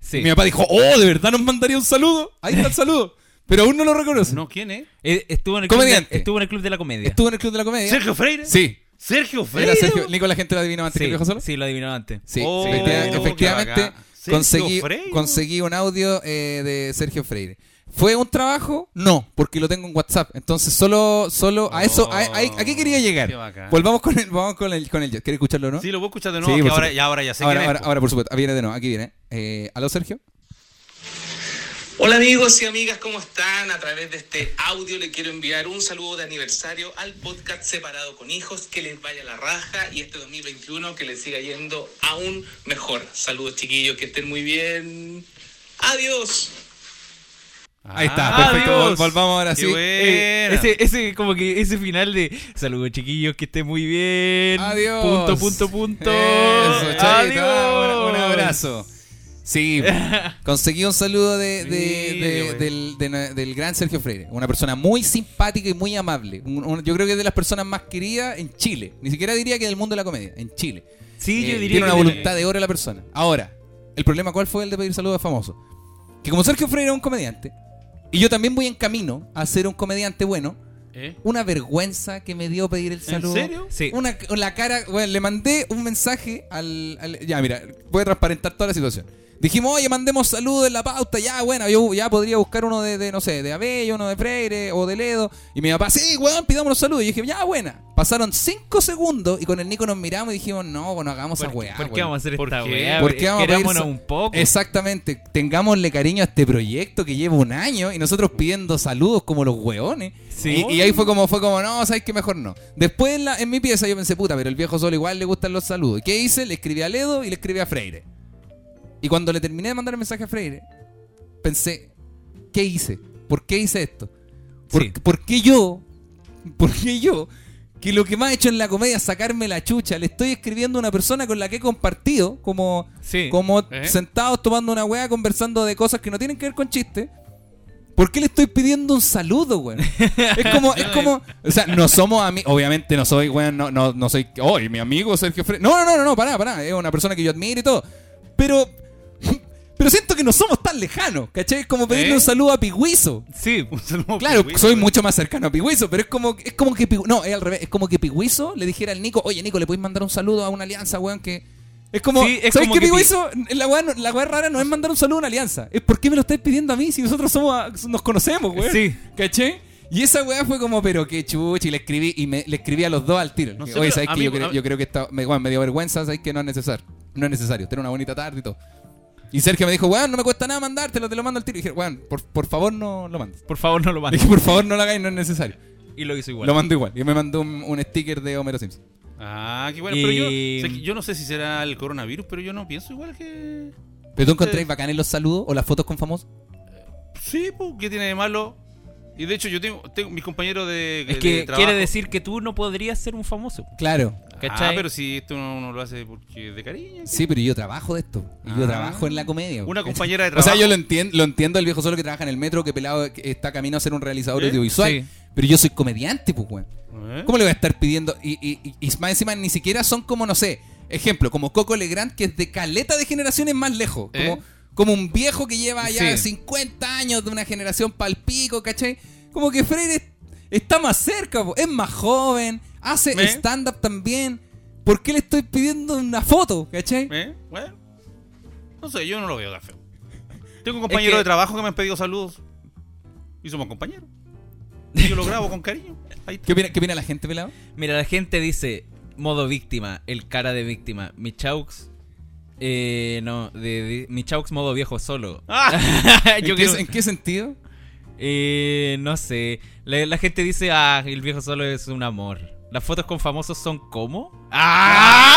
Speaker 4: Sí.
Speaker 2: Y mi papá dijo, oh, ¿de verdad nos mandaría un saludo? Ahí está el saludo. Pero aún no lo reconoce.
Speaker 3: No, ¿quién es?
Speaker 4: Eh, Estuvo en el club de,
Speaker 2: Comediante.
Speaker 4: estuvo en el club de la comedia.
Speaker 2: ¿Estuvo en el Club de la Comedia?
Speaker 3: ¿Sergio Freire?
Speaker 2: Sí.
Speaker 3: ¿Sergio Freire?
Speaker 2: Era Sergio. Nico, la gente lo adivinó antes que
Speaker 4: sí,
Speaker 2: el viejo solo.
Speaker 4: sí, lo adivinó antes.
Speaker 2: Sí,
Speaker 3: Oh,
Speaker 2: efectiva-
Speaker 3: qué
Speaker 2: efectivamente
Speaker 3: bacán. Sergio
Speaker 2: conseguí,
Speaker 3: Freire.
Speaker 2: conseguí un audio eh, de Sergio Freire. ¿Fue un trabajo? No, porque lo tengo en WhatsApp. Entonces, solo, solo a eso, a, a- a qué quería llegar?
Speaker 3: Oh, Qué bacán.
Speaker 2: Volvamos con el, vamos con el, con el, ¿quieres escucharlo, no?
Speaker 3: Sí, lo voy a escuchar de nuevo.
Speaker 2: Sí,
Speaker 3: que
Speaker 2: por
Speaker 3: ahora,
Speaker 2: supuesto.
Speaker 3: ya, ahora ya sé
Speaker 2: ahora,
Speaker 3: quién es.
Speaker 2: ahora, ahora, por supuesto, Ah, viene de nuevo, aquí viene. Eh, ¿Aló, Sergio?
Speaker 5: Hola amigos y amigas, ¿cómo están? A través de este audio le quiero enviar un saludo de aniversario al podcast Separado con Hijos, que les vaya la raja y este 2021 que les siga yendo aún mejor. Saludos chiquillos, que estén muy bien. Adiós.
Speaker 2: Ahí está,
Speaker 3: Ah,
Speaker 2: perfecto.
Speaker 3: Dios.
Speaker 2: Vol- volvamos ahora
Speaker 3: Qué
Speaker 2: sí.
Speaker 4: Eh,
Speaker 3: buena.
Speaker 4: ese, ese, como que ese final de saludos chiquillos, que esté muy bien.
Speaker 2: Adiós.
Speaker 4: Punto, punto, punto.
Speaker 2: Eso, Charito. Ah,
Speaker 4: Adiós.
Speaker 2: bueno, un abrazo.
Speaker 3: [LAUGHS]
Speaker 2: Sí, conseguí un saludo de, de-
Speaker 3: Sí,
Speaker 2: de-
Speaker 3: güey.
Speaker 2: del, de- del gran Sergio Freire. Una persona muy simpática y muy amable. Un- un- yo creo que es de las personas más queridas en Chile. Ni siquiera diría que del mundo de la comedia, en Chile.
Speaker 4: Sí,
Speaker 2: Eh,
Speaker 4: yo diría
Speaker 2: tiene una
Speaker 4: que-
Speaker 2: voluntad de oro la persona. Ahora, el problema cuál fue el de pedir saludos a famosos. Que como Sergio Freire es un comediante, y yo también voy en camino a ser un comediante bueno,
Speaker 3: ¿Eh?
Speaker 2: una vergüenza que me dio pedir el saludo.
Speaker 3: serio?
Speaker 4: Sí.
Speaker 2: Una, la cara, bueno, le mandé un mensaje al, al- Ya, mira, voy a transparentar toda la situación. Dijimos, oye, mandemos saludos en la pauta. Ya, bueno, yo ya podría buscar uno de, de, no sé, de Abello, uno de Freire o de Ledo. Y mi papá, sí, weón, pidamos los saludos. Y yo dije, ya, buena. Pasaron cinco segundos y con el Nico nos miramos y dijimos, no, bueno, hagamos esa
Speaker 4: ¿Por,
Speaker 2: weá.
Speaker 4: ¿por qué
Speaker 2: weón.
Speaker 4: vamos a hacer
Speaker 3: ¿Por
Speaker 4: esta
Speaker 3: qué?
Speaker 4: weá?
Speaker 2: ¿Por qué vamos a pedir
Speaker 4: Querámonos
Speaker 2: sa-
Speaker 4: un poco.
Speaker 2: Exactamente, tengámosle cariño a este proyecto que lleva un año y nosotros pidiendo saludos como los hueones.
Speaker 4: Sí.
Speaker 2: Y, y ahí fue como, fue como, no, sabes que mejor no. Después en, la- en mi pieza yo pensé, puta, pero el viejo solo igual le gustan los saludos. ¿Y ¿Qué hice? Le escribí a Ledo y le escribí a Freire. Y cuando le terminé de mandar el mensaje a Freire, pensé, ¿qué hice? ¿Por qué hice esto? ¿Por,
Speaker 4: Sí.
Speaker 2: por qué yo? [LAUGHS] ¿Por qué yo? Que lo que más he hecho en la comedia es sacarme la chucha. Le estoy escribiendo a una persona con la que he compartido, como,
Speaker 4: Sí.
Speaker 2: como
Speaker 3: ¿Eh?
Speaker 2: sentados tomando una weá, conversando de cosas que no tienen que ver con chistes. ¿Por qué le estoy pidiendo un saludo, weón? Es como, es como, o sea, no somos amigos, obviamente no soy, weón, no, no, no soy, oh, y mi amigo Sergio Fre No, no, no, no, no, pará, pará, es una persona que yo admiro y todo. Pero, [LAUGHS] pero siento que no somos tan lejanos, ¿cachai? Es como pedirle
Speaker 3: ¿Eh?
Speaker 2: un saludo a Pigüizo.
Speaker 4: Sí. [LAUGHS]
Speaker 3: Un saludo
Speaker 2: Claro,
Speaker 3: para Luis,
Speaker 2: soy
Speaker 3: güey.
Speaker 2: mucho más cercano a Pigüizo, pero es como, es como que Pigü- no, es al revés, es como que Pigüizo le dijera al Nico, oye Nico, le podéis mandar un saludo a una alianza, weón, que es como,
Speaker 4: Sí, es
Speaker 2: ¿sabes
Speaker 4: como
Speaker 2: qué
Speaker 4: que Pi-
Speaker 2: Pigüizo? La weá, no- la weá rara no es mandar un saludo a una alianza, es por qué me lo estáis pidiendo a mí si nosotros somos a- nos conocemos, weón.
Speaker 4: Sí.
Speaker 2: ¿Caché? Y esa weá fue como, pero qué chucha, y le escribí, y me, le escribí a los dos al tiro.
Speaker 3: No sé,
Speaker 2: Oye,
Speaker 3: pero
Speaker 2: ¿sabes
Speaker 3: a
Speaker 2: que
Speaker 3: mí-
Speaker 2: yo, creo-
Speaker 3: a-
Speaker 2: yo creo que está, me, weón, me dio vergüenza, ¿sabes que no es necesario? No es necesario, tener una bonita tarde y todo. Y Sergio me dijo, weón, no me cuesta nada mandártelo, te lo mando al tiro. Y dije, weón, por, por favor no lo mandes.
Speaker 4: Por favor,
Speaker 2: [LAUGHS]
Speaker 4: no lo
Speaker 2: Le
Speaker 4: mandes.
Speaker 2: dije, por favor, no lo hagáis, no es necesario.
Speaker 4: Y lo hizo igual.
Speaker 2: Lo mando igual. Y me mandó un, un sticker de Homero Simpson.
Speaker 3: Ah, qué bueno. Pero yo,
Speaker 4: Y-
Speaker 3: sé que- yo no sé si será el coronavirus, pero yo no pienso igual que.
Speaker 2: ¿Pero tú encontráis bacanes los saludos o las fotos con famosos?
Speaker 3: Sí, pues, ¿qué tiene de malo? Y de hecho, yo tengo, tengo mis compañeros de,
Speaker 4: Es
Speaker 3: de
Speaker 4: que
Speaker 3: trabajo.
Speaker 4: quiere decir que tú no podrías ser un famoso.
Speaker 2: Claro.
Speaker 4: ¿Cachai?
Speaker 3: Ah, pero si esto uno, uno lo hace porque de cariño.
Speaker 2: Sí, pero yo trabajo de esto. Y Yo
Speaker 3: Ah.
Speaker 2: trabajo en la comedia.
Speaker 3: Una
Speaker 2: ¿cachai?
Speaker 3: compañera de
Speaker 2: O sea,
Speaker 3: trabajo.
Speaker 2: yo lo entiendo, lo entiendo el viejo solo que trabaja en el metro, que pelado que está camino a ser un realizador
Speaker 3: ¿Eh?
Speaker 2: audiovisual.
Speaker 4: Sí.
Speaker 2: Pero yo soy comediante, pues, weón.
Speaker 3: ¿Eh?
Speaker 2: ¿Cómo le voy a estar pidiendo? Y, y, y- y más encima ni siquiera son como, no sé, ejemplo, como Coco Legrand, que es de caleta de generaciones más lejos. Como,
Speaker 3: ¿Eh?
Speaker 2: como un viejo que lleva ya
Speaker 4: Sí.
Speaker 2: 50 años de una generación pal pico, ¿cachai? Como que Freire es- está más cerca, po, es más joven, hace
Speaker 3: ¿Eh?
Speaker 2: stand-up también. ¿Por qué le estoy pidiendo una foto, cachai?
Speaker 3: ¿Eh? Bueno. No sé, yo no lo veo tan feo. Tengo un compañero
Speaker 4: que-
Speaker 3: de trabajo que me han pedido saludos. Y somos compañeros. Y yo lo grabo con cariño. Ahí está.
Speaker 2: ¿Qué opina, qué opina la gente, pelado?
Speaker 4: Mira, la gente dice, modo víctima, el cara de víctima. Michaux. Eh, no, de, de- Michaux modo viejo [LAUGHS] solo.
Speaker 3: ¡Ah!
Speaker 2: ¿En,
Speaker 4: Yo
Speaker 2: qué,
Speaker 4: creo-
Speaker 2: en qué sentido?
Speaker 4: Eh, no sé. La, la gente dice, ah, el viejo solo es un amor. Las fotos con famosos son como. ¡Ah!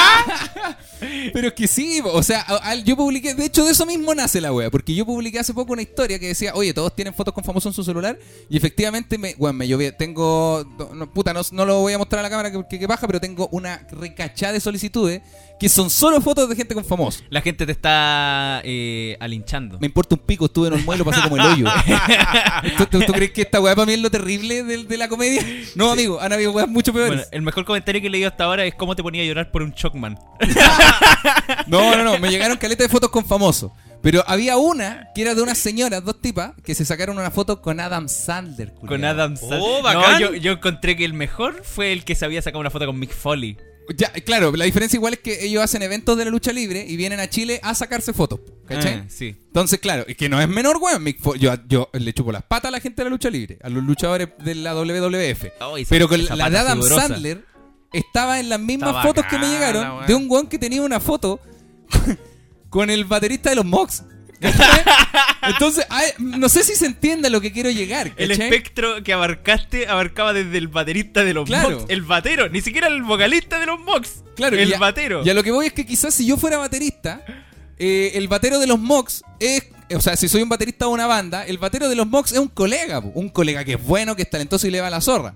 Speaker 2: Pero es que sí, po, o sea, a- al- yo publiqué, de hecho de eso mismo nace la wea, porque yo publiqué hace poco una historia que decía, oye, todos tienen fotos con famosos en su celular, y efectivamente, me, bueno, me lloví, tengo, no, no, puta, no, no lo voy a mostrar a la cámara que, que, que baja, pero tengo una recachada de solicitudes que son solo fotos de gente con famosos.
Speaker 4: [LAUGHS] La gente te está eh, alinchando.
Speaker 2: Me importa un pico, estuve en un muelo, pasé como el hoyo. [LAUGHS] ¿Tú, tú, tú crees que esta weá para mí es lo terrible de, de la comedia? No, amigo, han habido weas mucho peores.
Speaker 4: Bueno, el mejor comentario que he leído hasta ahora es cómo te ponía a llorar por un Chocman.
Speaker 2: No, no, no, me llegaron caletas de fotos con famosos. Pero había una que era de unas señoras, dos tipas, que se sacaron una foto con Adam Sandler.
Speaker 4: Con
Speaker 2: culiao.
Speaker 4: Adam Sandler.
Speaker 3: Oh,
Speaker 4: no,
Speaker 3: bacán.
Speaker 4: yo, yo encontré que el mejor fue el que se había sacado una foto con Mick Foley.
Speaker 2: Ya, claro, la diferencia igual es que ellos hacen eventos de la lucha libre y vienen a Chile a sacarse fotos. ¿Cachai?
Speaker 4: Ah, sí.
Speaker 2: Entonces, claro, es que no es menor, weón. Mick Fo- Yo, yo le chupo las patas a la gente de la lucha libre, a los luchadores de la WWF.
Speaker 4: Oh, esa-
Speaker 2: Pero con
Speaker 4: esa
Speaker 2: la
Speaker 4: pata
Speaker 2: de Adam
Speaker 4: sudorosa.
Speaker 2: Sandler estaba en las mismas
Speaker 3: Está
Speaker 2: fotos que
Speaker 3: bacana,
Speaker 2: me llegaron
Speaker 3: weón.
Speaker 2: de un weón que tenía una foto [LAUGHS] con el baterista de los Mox.
Speaker 4: [LAUGHS]
Speaker 2: Entonces, ay, no sé si se entiende a lo que quiero llegar.
Speaker 4: El
Speaker 2: ¿cachai?
Speaker 4: espectro que abarcaste abarcaba desde el baterista de los
Speaker 2: Claro.
Speaker 4: Mox, el batero, ni siquiera el vocalista de los Mox,
Speaker 2: Claro,
Speaker 4: el
Speaker 2: y a-
Speaker 4: batero.
Speaker 2: Y a lo que voy es que quizás si yo fuera baterista, eh, el batero de los Mox es. O sea, si soy un baterista de una banda, el batero de los Mox es un colega, po. un colega que es bueno, que es talentoso y le va a la zorra.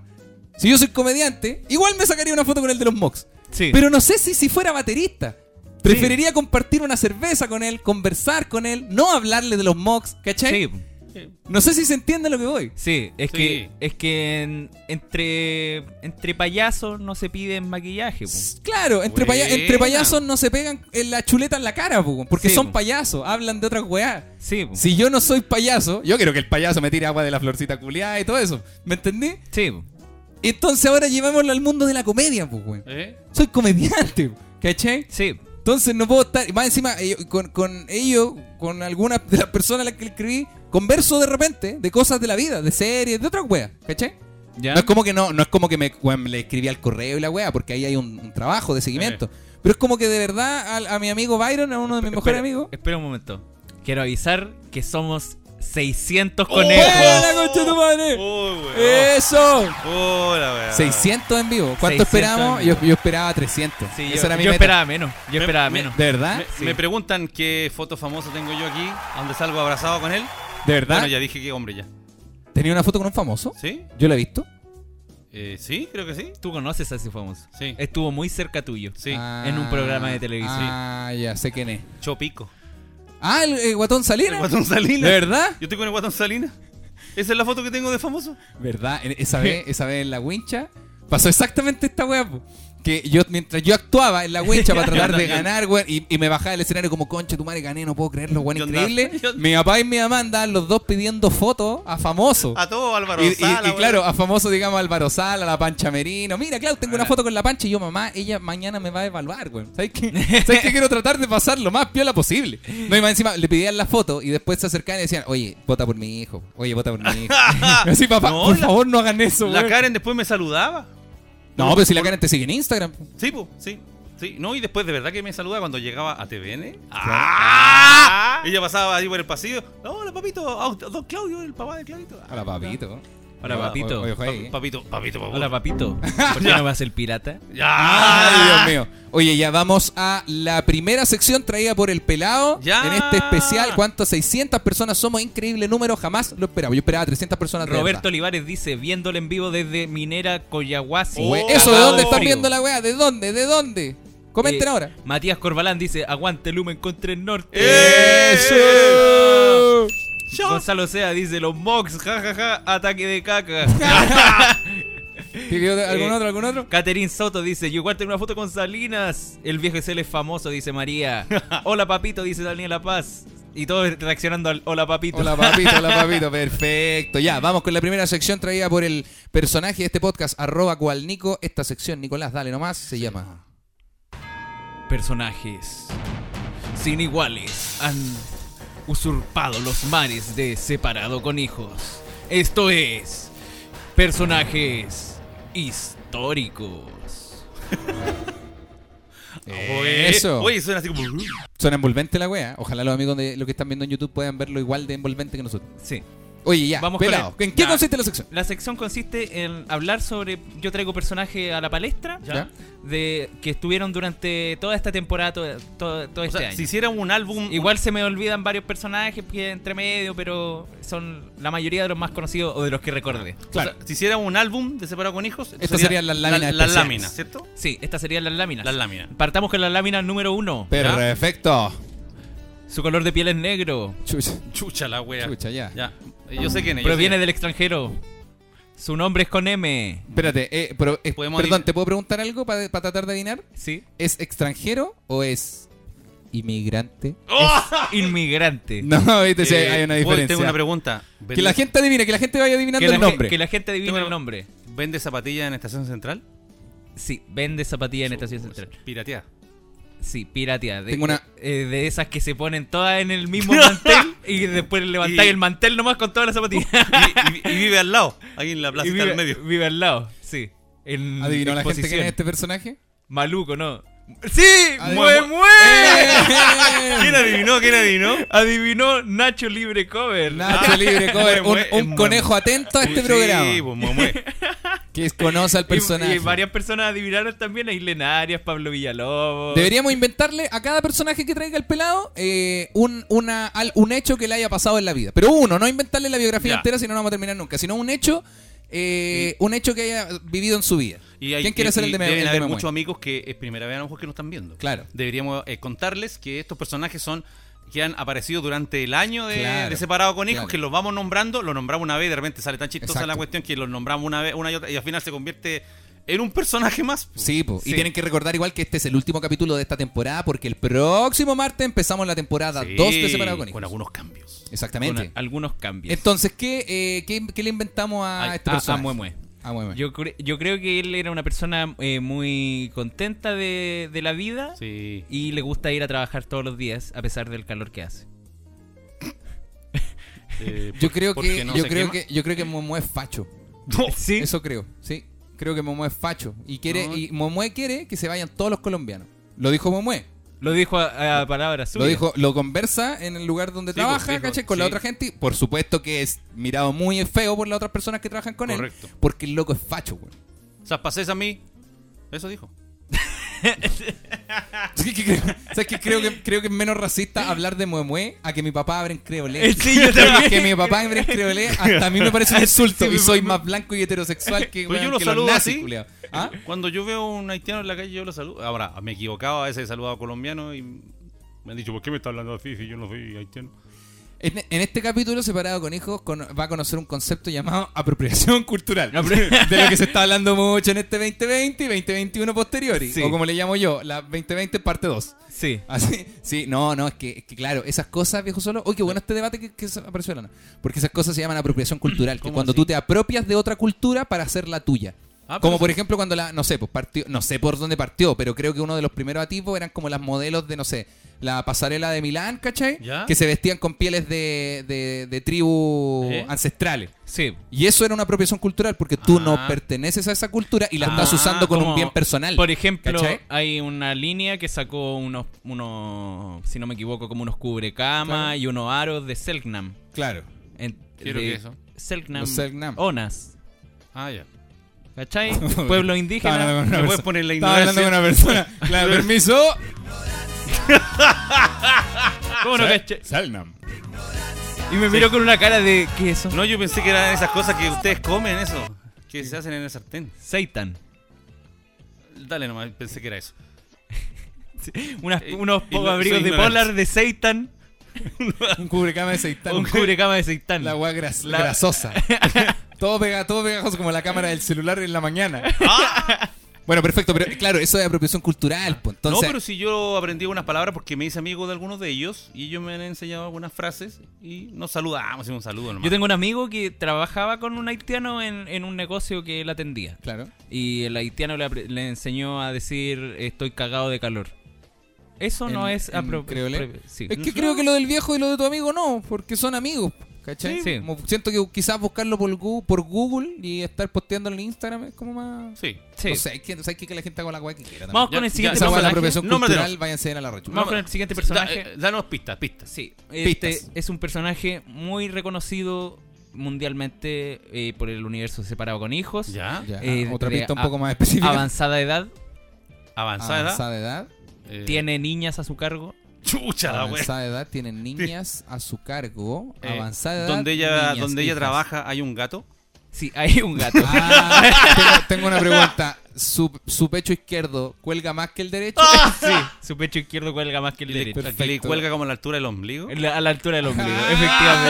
Speaker 2: Si yo soy comediante, igual me sacaría una foto con el de los Mox.
Speaker 4: Sí.
Speaker 2: Pero no sé si, si fuera baterista. Preferiría compartir una cerveza con él, conversar con él, no hablarle de los Mox, ¿cachai?
Speaker 4: sí,
Speaker 2: No sé si se entiende a lo que voy.
Speaker 4: sí, es
Speaker 3: Sí.
Speaker 4: que es que en- entre entre payasos no se piden maquillaje. po.
Speaker 2: Claro, entre, paya-
Speaker 3: Buena.
Speaker 2: entre payasos no se pegan en la chuleta en la cara, po, porque
Speaker 4: Sí,
Speaker 2: son
Speaker 4: po.
Speaker 2: payasos, hablan de otras weas.
Speaker 4: Sí, po.
Speaker 2: Si yo no soy payaso, yo quiero que el payaso me tire agua de la florcita culiada y todo eso. ¿Me entendí?
Speaker 4: sí, po.
Speaker 2: Entonces ahora llevémoslo al mundo de la comedia, pues, güey.
Speaker 3: ¿Eh?
Speaker 2: Soy comediante, ¿cachai?
Speaker 4: sí.
Speaker 2: Entonces no puedo estar. y Más encima, eh, con, con ellos, con algunas de las personas a las que escribí, converso de repente de cosas de la vida, de series, de otras weas, ¿cachai?
Speaker 4: ¿Ya?
Speaker 2: No es como que no, no es como que me, weón, le escribí al correo y la wea, porque ahí hay un, un trabajo de seguimiento. Pero es como que de verdad al- a, mi amigo Byron, a uno de mis mejores
Speaker 4: Eh. Espera,
Speaker 2: amigos.
Speaker 4: Espera un momento. Quiero avisar que somos 600
Speaker 2: ¡Buena,
Speaker 4: conejos.
Speaker 2: concha de tu madre!
Speaker 4: Oh,
Speaker 3: Uy, weón.
Speaker 2: Eh. ¡Eso!
Speaker 3: Hola, weón.
Speaker 2: 600 en vivo. ¿Cuánto
Speaker 4: 600
Speaker 2: esperábamos?
Speaker 4: en vivo.
Speaker 2: Yo, yo esperaba 300.
Speaker 4: Sí,
Speaker 2: Esa
Speaker 4: yo,
Speaker 2: era mi
Speaker 4: yo
Speaker 2: meta.
Speaker 4: esperaba menos. Yo esperaba
Speaker 3: me-
Speaker 4: menos.
Speaker 2: ¿De verdad?
Speaker 3: Me,
Speaker 4: Sí.
Speaker 3: me preguntan qué foto famosa tengo yo aquí, a donde salgo abrazado con él.
Speaker 2: ¿De verdad?
Speaker 3: Bueno, ya dije que hombre ya.
Speaker 2: ¿Tenía una foto con un famoso?
Speaker 3: ¿Sí?
Speaker 2: ¿Yo la he visto?
Speaker 3: Eh, sí, creo que sí.
Speaker 4: Tú conoces a ese famoso.
Speaker 3: Sí.
Speaker 4: Estuvo muy cerca tuyo.
Speaker 3: Sí.
Speaker 2: Ah,
Speaker 4: en un programa de televisión.
Speaker 2: Ah, ya sé quién es.
Speaker 3: Chopico.
Speaker 2: Ah, el, el guatón Salinas.
Speaker 3: El guatón Salinas.
Speaker 2: ¿De verdad?
Speaker 3: Yo estoy con el guatón Salinas. Esa es la foto que tengo de famoso.
Speaker 2: ¿Verdad? En- Esa
Speaker 4: [LAUGHS]
Speaker 2: vez, esa vez en la wincha pasó exactamente esta weá. po. Que yo, mientras yo actuaba en la wincha
Speaker 4: [LAUGHS]
Speaker 2: para tratar de ganar, weón, y, y me bajaba del escenario como, concha, tu madre, gané, no puedo creerlo, weón,
Speaker 3: Yo
Speaker 2: increíble.
Speaker 4: [LAUGHS]
Speaker 3: andaba- yo andaba-
Speaker 2: Mi papá y mi mamá andaban los dos pidiendo fotos a famosos.
Speaker 3: A todo Álvaro
Speaker 2: Y, y-
Speaker 3: Sala,
Speaker 2: y
Speaker 3: weón.
Speaker 2: claro, a famoso, digamos, Álvaro Sala, la Pancha Merino. Mira, claro, tengo una foto con la Pancha y yo, mamá, ella mañana me va a evaluar, güey. ¿Sabes qué? [LAUGHS] ¿Sabes qué? Quiero tratar de pasar lo más piola posible. No, y más encima le pedían la foto y después se acercaban y decían, oye, vota por mi hijo, oye, vota por mi
Speaker 3: [LAUGHS]
Speaker 2: hijo. Y así, papá,
Speaker 3: No,
Speaker 2: por
Speaker 3: la-
Speaker 2: favor, no hagan eso,
Speaker 3: La
Speaker 2: güey".
Speaker 3: Karen después me saludaba.
Speaker 2: No, pero si la Karen te sigue en Instagram.
Speaker 3: Sí, po, sí. Sí, no, y después de verdad que me saludaba cuando llegaba a TVN. Ella pasaba ahí por el pasillo. Hola, papito. Ah, don Claudio, el papá de Claudito.
Speaker 2: A la papito.
Speaker 4: Hola,
Speaker 2: Ah,
Speaker 4: papito.
Speaker 2: oye, ojo ahí, eh.
Speaker 3: Papito, papito, papito. [LAUGHS]
Speaker 4: Hola, papito. ¿Por qué no vas el pirata?
Speaker 3: Ya. Ah. [LAUGHS]
Speaker 2: Ay, Dios mío. Oye, ya vamos a la primera sección traída por el pelado.
Speaker 3: Ya.
Speaker 2: En este especial, ¿cuántas? 600 personas somos. Increíble número, jamás lo esperaba. Yo esperaba 300 personas. de
Speaker 4: Roberto
Speaker 2: verdad.
Speaker 4: Olivares dice, viéndole en vivo desde Minera Coyahuasi.
Speaker 2: Güey,
Speaker 3: Oh,
Speaker 2: Eso, ¿de
Speaker 4: Cagado
Speaker 2: dónde están
Speaker 4: frío.
Speaker 2: viendo la weá? ¿De dónde? ¿De dónde? Comenten
Speaker 4: Eh,
Speaker 2: ahora.
Speaker 4: Matías Corbalán dice, aguante Lumen contra el norte.
Speaker 3: ¡Eh! ¡Eso!
Speaker 4: Gonzalo Sea dice, los Mox, jajaja, ataque de caca.
Speaker 2: ¿Pidió de- ¿Algún
Speaker 4: eh,
Speaker 2: otro? ¿Algún otro?
Speaker 4: [LAUGHS] Caterín Soto dice, yo igual tengo una foto con Salinas. El viejo Excel es famoso,
Speaker 3: [LAUGHS]
Speaker 4: dice María. Hola papito, dice Daniela Paz. Y todos reaccionando al hola papito.
Speaker 2: Hola papito, hola papito, perfecto. Ya, vamos con la primera sección traída por el personaje de este podcast, arroba cual Nico. Esta sección, Nicolás, dale nomás, se llama.
Speaker 4: personajes sin iguales han usurpado los mares de separado con hijos. Esto es personajes históricos.
Speaker 3: Oye,
Speaker 2: Eso. Este
Speaker 3: Oye, suena así como.
Speaker 2: Suena envolvente la wea. Ojalá los amigos de los que están viendo en YouTube puedan verlo igual de envolvente que nosotros.
Speaker 4: Sí.
Speaker 2: Oye, ya,
Speaker 4: Vamos
Speaker 2: pelado.
Speaker 4: con el-
Speaker 2: ¿En qué
Speaker 4: Ya.
Speaker 2: consiste la sección?
Speaker 4: La sección consiste en hablar sobre yo traigo personajes a la palestra
Speaker 2: Ya.
Speaker 4: de que estuvieron durante toda esta temporada todo, todo- todo
Speaker 3: O
Speaker 4: este
Speaker 3: sea,
Speaker 4: año.
Speaker 3: si hicieran un álbum.
Speaker 4: Igual se me olvidan varios personajes que entre medio, pero son la mayoría de los más conocidos o de los que recordé.
Speaker 3: o sea,
Speaker 2: Claro.
Speaker 3: si hicieran un álbum de separado con hijos.
Speaker 2: Estas serían las láminas
Speaker 3: la- Las
Speaker 2: especiales.
Speaker 3: láminas, ¿cierto?
Speaker 4: Sí, estas serían las láminas.
Speaker 3: Las láminas.
Speaker 4: Partamos con la lámina número uno.
Speaker 2: Perfecto.
Speaker 4: Su color de piel es negro.
Speaker 2: Chucha,
Speaker 3: Chucha la wea.
Speaker 2: chucha, ya.
Speaker 3: Ya. Yo sé quién es. yo
Speaker 4: Proviene
Speaker 3: sé
Speaker 4: del extranjero. Su nombre es con M.
Speaker 2: Espérate, eh, pero, eh,
Speaker 3: Podemos
Speaker 2: perdón,
Speaker 3: adiv-
Speaker 2: ¿te puedo preguntar algo para tratar de adivinar?
Speaker 4: ¿Sí?
Speaker 2: ¿Es extranjero o es inmigrante?
Speaker 3: quién es. ¡Oh!
Speaker 4: Inmigrante.
Speaker 2: No, viste, sí,
Speaker 3: Eh,
Speaker 2: hay una
Speaker 3: voy,
Speaker 2: diferencia.
Speaker 3: Tengo una pregunta.
Speaker 2: Que la gente adivine, que la gente vaya adivinando
Speaker 4: Que la,
Speaker 2: el
Speaker 4: ge-
Speaker 2: nombre.
Speaker 4: que la gente
Speaker 3: Tengo
Speaker 4: adivine
Speaker 3: una-
Speaker 4: el nombre.
Speaker 3: ¿Vende zapatillas en Estación Central?
Speaker 4: Sí, vende zapatillas en Estación Central.
Speaker 3: Piratea.
Speaker 4: Sí, piratea. De,
Speaker 2: Tengo una-
Speaker 4: eh, de esas que se ponen todas en el mismo mantel y después levantáis
Speaker 3: Y-
Speaker 4: el mantel nomás con todas las zapatillas.
Speaker 3: Y, y- y vive al lado, ahí en la plaza
Speaker 4: Y
Speaker 3: está
Speaker 4: vive,
Speaker 3: al medio.
Speaker 4: vive al lado, sí. En
Speaker 2: ¿Adivinó la gente
Speaker 4: exposición.
Speaker 2: quién es este personaje?
Speaker 4: Maluco, ¿no? ¡Sí!
Speaker 2: Adiv-
Speaker 4: ¡Mue, mue!
Speaker 2: ¡Eh!
Speaker 3: ¿Quién adivinó? ¿Quién adivinó?
Speaker 4: Adivinó Nacho Libre Cover.
Speaker 2: Nacho
Speaker 3: [LAUGHS]
Speaker 2: Libre Cover,
Speaker 3: Mue,
Speaker 2: un,
Speaker 3: mue,
Speaker 2: un
Speaker 3: es mue,
Speaker 2: conejo atento a este programa.
Speaker 3: Sí, pues, mue, mue.
Speaker 2: Que conoce al
Speaker 4: Ah, Y-
Speaker 2: personaje.
Speaker 4: Y, varias personas adivinaron también a Islena Arias, Pablo Villalobos.
Speaker 2: Deberíamos inventarle a cada personaje que traiga el pelado eh, un, una, al- un hecho que le haya pasado en la vida. Pero uno, no inventarle la biografía
Speaker 3: Ya.
Speaker 2: entera si no no vamos a terminar nunca, sino un hecho eh, un hecho que haya vivido en su vida.
Speaker 3: Y hay-
Speaker 2: ¿Quién quiere
Speaker 3: y-
Speaker 2: ser
Speaker 3: y
Speaker 2: el de me- el
Speaker 3: Deben
Speaker 2: de
Speaker 3: haber
Speaker 2: Memue?
Speaker 3: muchos amigos que es primera vez a lo mejor que nos están viendo.
Speaker 2: Claro.
Speaker 3: Deberíamos eh, contarles que estos personajes son que han aparecido durante el año de,
Speaker 2: Claro,
Speaker 3: de Separado con Hijos,
Speaker 2: claro.
Speaker 3: que los vamos nombrando, los nombramos una vez y de repente sale tan chistosa
Speaker 2: Exacto.
Speaker 3: la cuestión que los nombramos una vez, una y otra, y al final se convierte en un personaje más. pues.
Speaker 2: Sí, po. y
Speaker 3: Sí.
Speaker 2: tienen que recordar igual que este es el último capítulo de esta temporada porque el próximo martes empezamos la temporada 2 de Separado con Hijos.
Speaker 3: Con algunos cambios.
Speaker 4: con
Speaker 2: Exactamente.
Speaker 4: a- algunos cambios.
Speaker 2: Entonces, ¿qué, eh, qué, qué le inventamos a
Speaker 4: Ay,
Speaker 2: este
Speaker 4: a- a
Speaker 2: personaje?
Speaker 4: Mue Mue.
Speaker 2: A Mue Mue.
Speaker 4: Yo, cre- yo creo que él era una persona eh, muy contenta de, de la vida
Speaker 3: Sí.
Speaker 4: y le gusta ir a trabajar todos los días a pesar del calor que
Speaker 3: [LAUGHS]
Speaker 4: hace.
Speaker 3: eh,
Speaker 2: Yo creo
Speaker 3: porque
Speaker 2: que,
Speaker 3: no
Speaker 2: yo
Speaker 3: se
Speaker 2: creo
Speaker 3: quema.
Speaker 2: que, yo creo que Momo es facho.
Speaker 4: ¿Sí?
Speaker 2: Eso creo, sí. Creo que Momo es facho. Y quiere,
Speaker 3: No.
Speaker 2: y Momue quiere que se vayan todos los colombianos. Lo dijo Momue.
Speaker 4: Lo dijo a, a palabras
Speaker 2: Lo
Speaker 4: suyas.
Speaker 2: digo. dijo, lo conversa en el lugar donde
Speaker 3: Sí,
Speaker 2: trabaja,
Speaker 3: pues, dijo,
Speaker 2: ¿cachai? Con la
Speaker 3: sí.
Speaker 2: otra gente. y Por supuesto que es mirado muy feo por las otras personas que trabajan con
Speaker 3: Correcto.
Speaker 2: él. Porque el loco es facho, [LAUGHS] güey.
Speaker 3: O sea, paséis a mí. Eso dijo.
Speaker 2: ¿Sabes qué creo? ¿Sabes qué? Creo que, creo que es menos racista hablar de Momue a que mi papá abre en creolé.
Speaker 3: [LAUGHS]
Speaker 4: Eh, sí, yo también.
Speaker 2: que mi papá abre en creolé hasta a mí me parece un insulto.
Speaker 4: Sí,
Speaker 2: y
Speaker 4: mi
Speaker 2: soy
Speaker 4: papá-
Speaker 2: más blanco y heterosexual que,
Speaker 3: Pues yo
Speaker 2: weón,
Speaker 3: lo
Speaker 2: que
Speaker 3: saludo
Speaker 2: los nazis,
Speaker 3: así.
Speaker 2: culiao. ¿Ah?
Speaker 3: Cuando yo veo a un haitiano en la calle, yo lo saludo. Ahora, me he equivocado, a veces he saludado a colombianos y me han dicho, ¿por qué me está hablando así si yo no soy haitiano?
Speaker 2: En, en este capítulo, separado con hijos, con- va a conocer un concepto llamado apropiación [LAUGHS] cultural. de lo que se está hablando mucho en este 2020 y 2021 posteriori.
Speaker 4: Sí.
Speaker 2: O como le llamo yo, la 2020 parte 2.
Speaker 4: Sí.
Speaker 2: Así, Ah, sí, no, no, es que, es que claro, esas cosas, viejo solo. Oye, qué bueno este debate que, que se apareció, Lana. Porque esas cosas se
Speaker 3: [CLEARS THROAT]
Speaker 2: llaman apropiación cultural, que
Speaker 3: ¿Cómo
Speaker 2: cuando
Speaker 3: así?
Speaker 2: tú te apropias de otra cultura para hacerla tuya.
Speaker 3: Ah, pero
Speaker 2: como
Speaker 3: eso-
Speaker 2: por ejemplo cuando la, no sé, pues partió, no sé por dónde partió, pero creo que uno de los primeros atisbos eran como las modelos de, no sé, la pasarela de Milán, ¿cachai?
Speaker 3: ¿Ya?
Speaker 2: Que se vestían con pieles de, de, de tribus
Speaker 3: ¿Eh?
Speaker 2: ancestrales.
Speaker 4: Sí.
Speaker 2: Y eso era una apropiación cultural porque tú no
Speaker 3: Ah.
Speaker 2: perteneces a esa cultura y la
Speaker 3: Ah,
Speaker 2: estás usando con un
Speaker 4: como,
Speaker 2: bien personal.
Speaker 4: Por ejemplo,
Speaker 2: ¿Cachai?
Speaker 4: hay una línea que sacó unos, unos, si no me equivoco, como unos cubrecamas
Speaker 2: Claro.
Speaker 4: y unos aros de Selknam.
Speaker 2: Claro.
Speaker 4: En-
Speaker 3: Quiero
Speaker 2: Eh,
Speaker 4: de-
Speaker 3: que eso.
Speaker 4: Selknam.
Speaker 2: Los Selknam.
Speaker 4: Onas.
Speaker 3: Ah, ya.
Speaker 4: [LAUGHS] ¿Cachai? Pueblo
Speaker 2: Estaba hablando
Speaker 4: indígena.
Speaker 2: con una
Speaker 3: Me puedes
Speaker 2: persona.
Speaker 3: poner la
Speaker 2: Estaba hablando con
Speaker 3: ignorancia.
Speaker 2: una persona.
Speaker 4: [LAUGHS]
Speaker 2: Claro, permiso.
Speaker 4: ¿Cómo no cachai?
Speaker 2: Salnam.
Speaker 4: Y me miró con una cara de. ¿Qué es eso?
Speaker 3: No, yo pensé que eran esas cosas que ustedes comen, eso. Que se hacen en el sartén.
Speaker 4: [LAUGHS] Seitan.
Speaker 3: Dale nomás, pensé que era eso.
Speaker 4: Unas-
Speaker 3: Eh,
Speaker 4: unos
Speaker 3: y
Speaker 4: pocos
Speaker 3: no-
Speaker 4: abrigos
Speaker 3: soy
Speaker 4: de
Speaker 3: ignorante.
Speaker 4: polar de seitan.
Speaker 2: Un cubrecama de seitan.
Speaker 4: Un cubrecama de seitan.
Speaker 2: La agua gras-
Speaker 4: La- [LAUGHS]
Speaker 2: grasosa. todo, pega, todo pegajoso como la cámara del celular en la mañana.
Speaker 4: Ah.
Speaker 2: bueno, perfecto, pero claro, eso es apropiación cultural. pues,
Speaker 3: no,
Speaker 2: entonces,
Speaker 3: pero si yo aprendí algunas palabras porque me hice amigo de algunos de ellos y ellos me han enseñado algunas frases y nos saludamos, hicimos un saludo nomás.
Speaker 4: Yo tengo un amigo que trabajaba con un haitiano en, en un negocio que él atendía.
Speaker 2: Claro.
Speaker 4: Y el haitiano le, apre- le enseñó a decir estoy cagado de calor. Eso no
Speaker 2: En-
Speaker 4: es
Speaker 2: en creole.
Speaker 4: apropiado. Sí.
Speaker 2: Es que creo que lo del viejo y lo de tu amigo no, porque son amigos. ¿Cachai?
Speaker 4: Sí.
Speaker 2: Como siento que quizás buscarlo por Google, por Google y estar posteando en Instagram es como más.
Speaker 3: Sí.
Speaker 4: Sí.
Speaker 2: No sé, es que, sabes que, que la gente haga la guay que quiera.
Speaker 4: Vamos
Speaker 2: también.
Speaker 4: con
Speaker 3: Ya-
Speaker 4: el
Speaker 3: ya
Speaker 4: siguiente
Speaker 2: Esa guay de la
Speaker 4: personaje.
Speaker 2: apropiación
Speaker 3: No,
Speaker 2: cultural,
Speaker 3: Número-
Speaker 2: váyanse a la rechucha.
Speaker 4: Vamos con el siguiente personaje.
Speaker 3: Da- eh, danos pistas, pistas.
Speaker 4: Sí,
Speaker 2: Pistas.
Speaker 4: este es un personaje muy reconocido mundialmente eh, por el universo separado con hijos.
Speaker 3: Ya.
Speaker 2: Ya, ah,
Speaker 4: Eh,
Speaker 2: otra
Speaker 4: de-
Speaker 2: pista un
Speaker 4: a-
Speaker 2: poco más específica.
Speaker 3: [LAUGHS]
Speaker 4: Avanzada edad,
Speaker 3: Avanzada.
Speaker 2: Avanzada edad.
Speaker 3: eh,
Speaker 4: tiene niñas a su cargo.
Speaker 3: Chucha, la wea.
Speaker 2: avanzada edad tienen niñas a su cargo.
Speaker 3: Eh,
Speaker 2: avanzada edad.
Speaker 3: Donde ella,
Speaker 2: niñas,
Speaker 3: donde ella
Speaker 2: hijas.
Speaker 3: trabaja hay un gato.
Speaker 4: Sí, hay un gato.
Speaker 2: [LAUGHS] Ah,
Speaker 3: [LAUGHS]
Speaker 2: tengo, tengo una pregunta. ¿Su, su pecho izquierdo cuelga más que el derecho?
Speaker 3: Ah.
Speaker 2: [LAUGHS]
Speaker 4: Sí, su pecho izquierdo cuelga más que el
Speaker 3: Que le,
Speaker 4: derecho.
Speaker 3: que le cuelga como a la altura del ombligo.
Speaker 4: En la- A la altura del ombligo, efectivamente.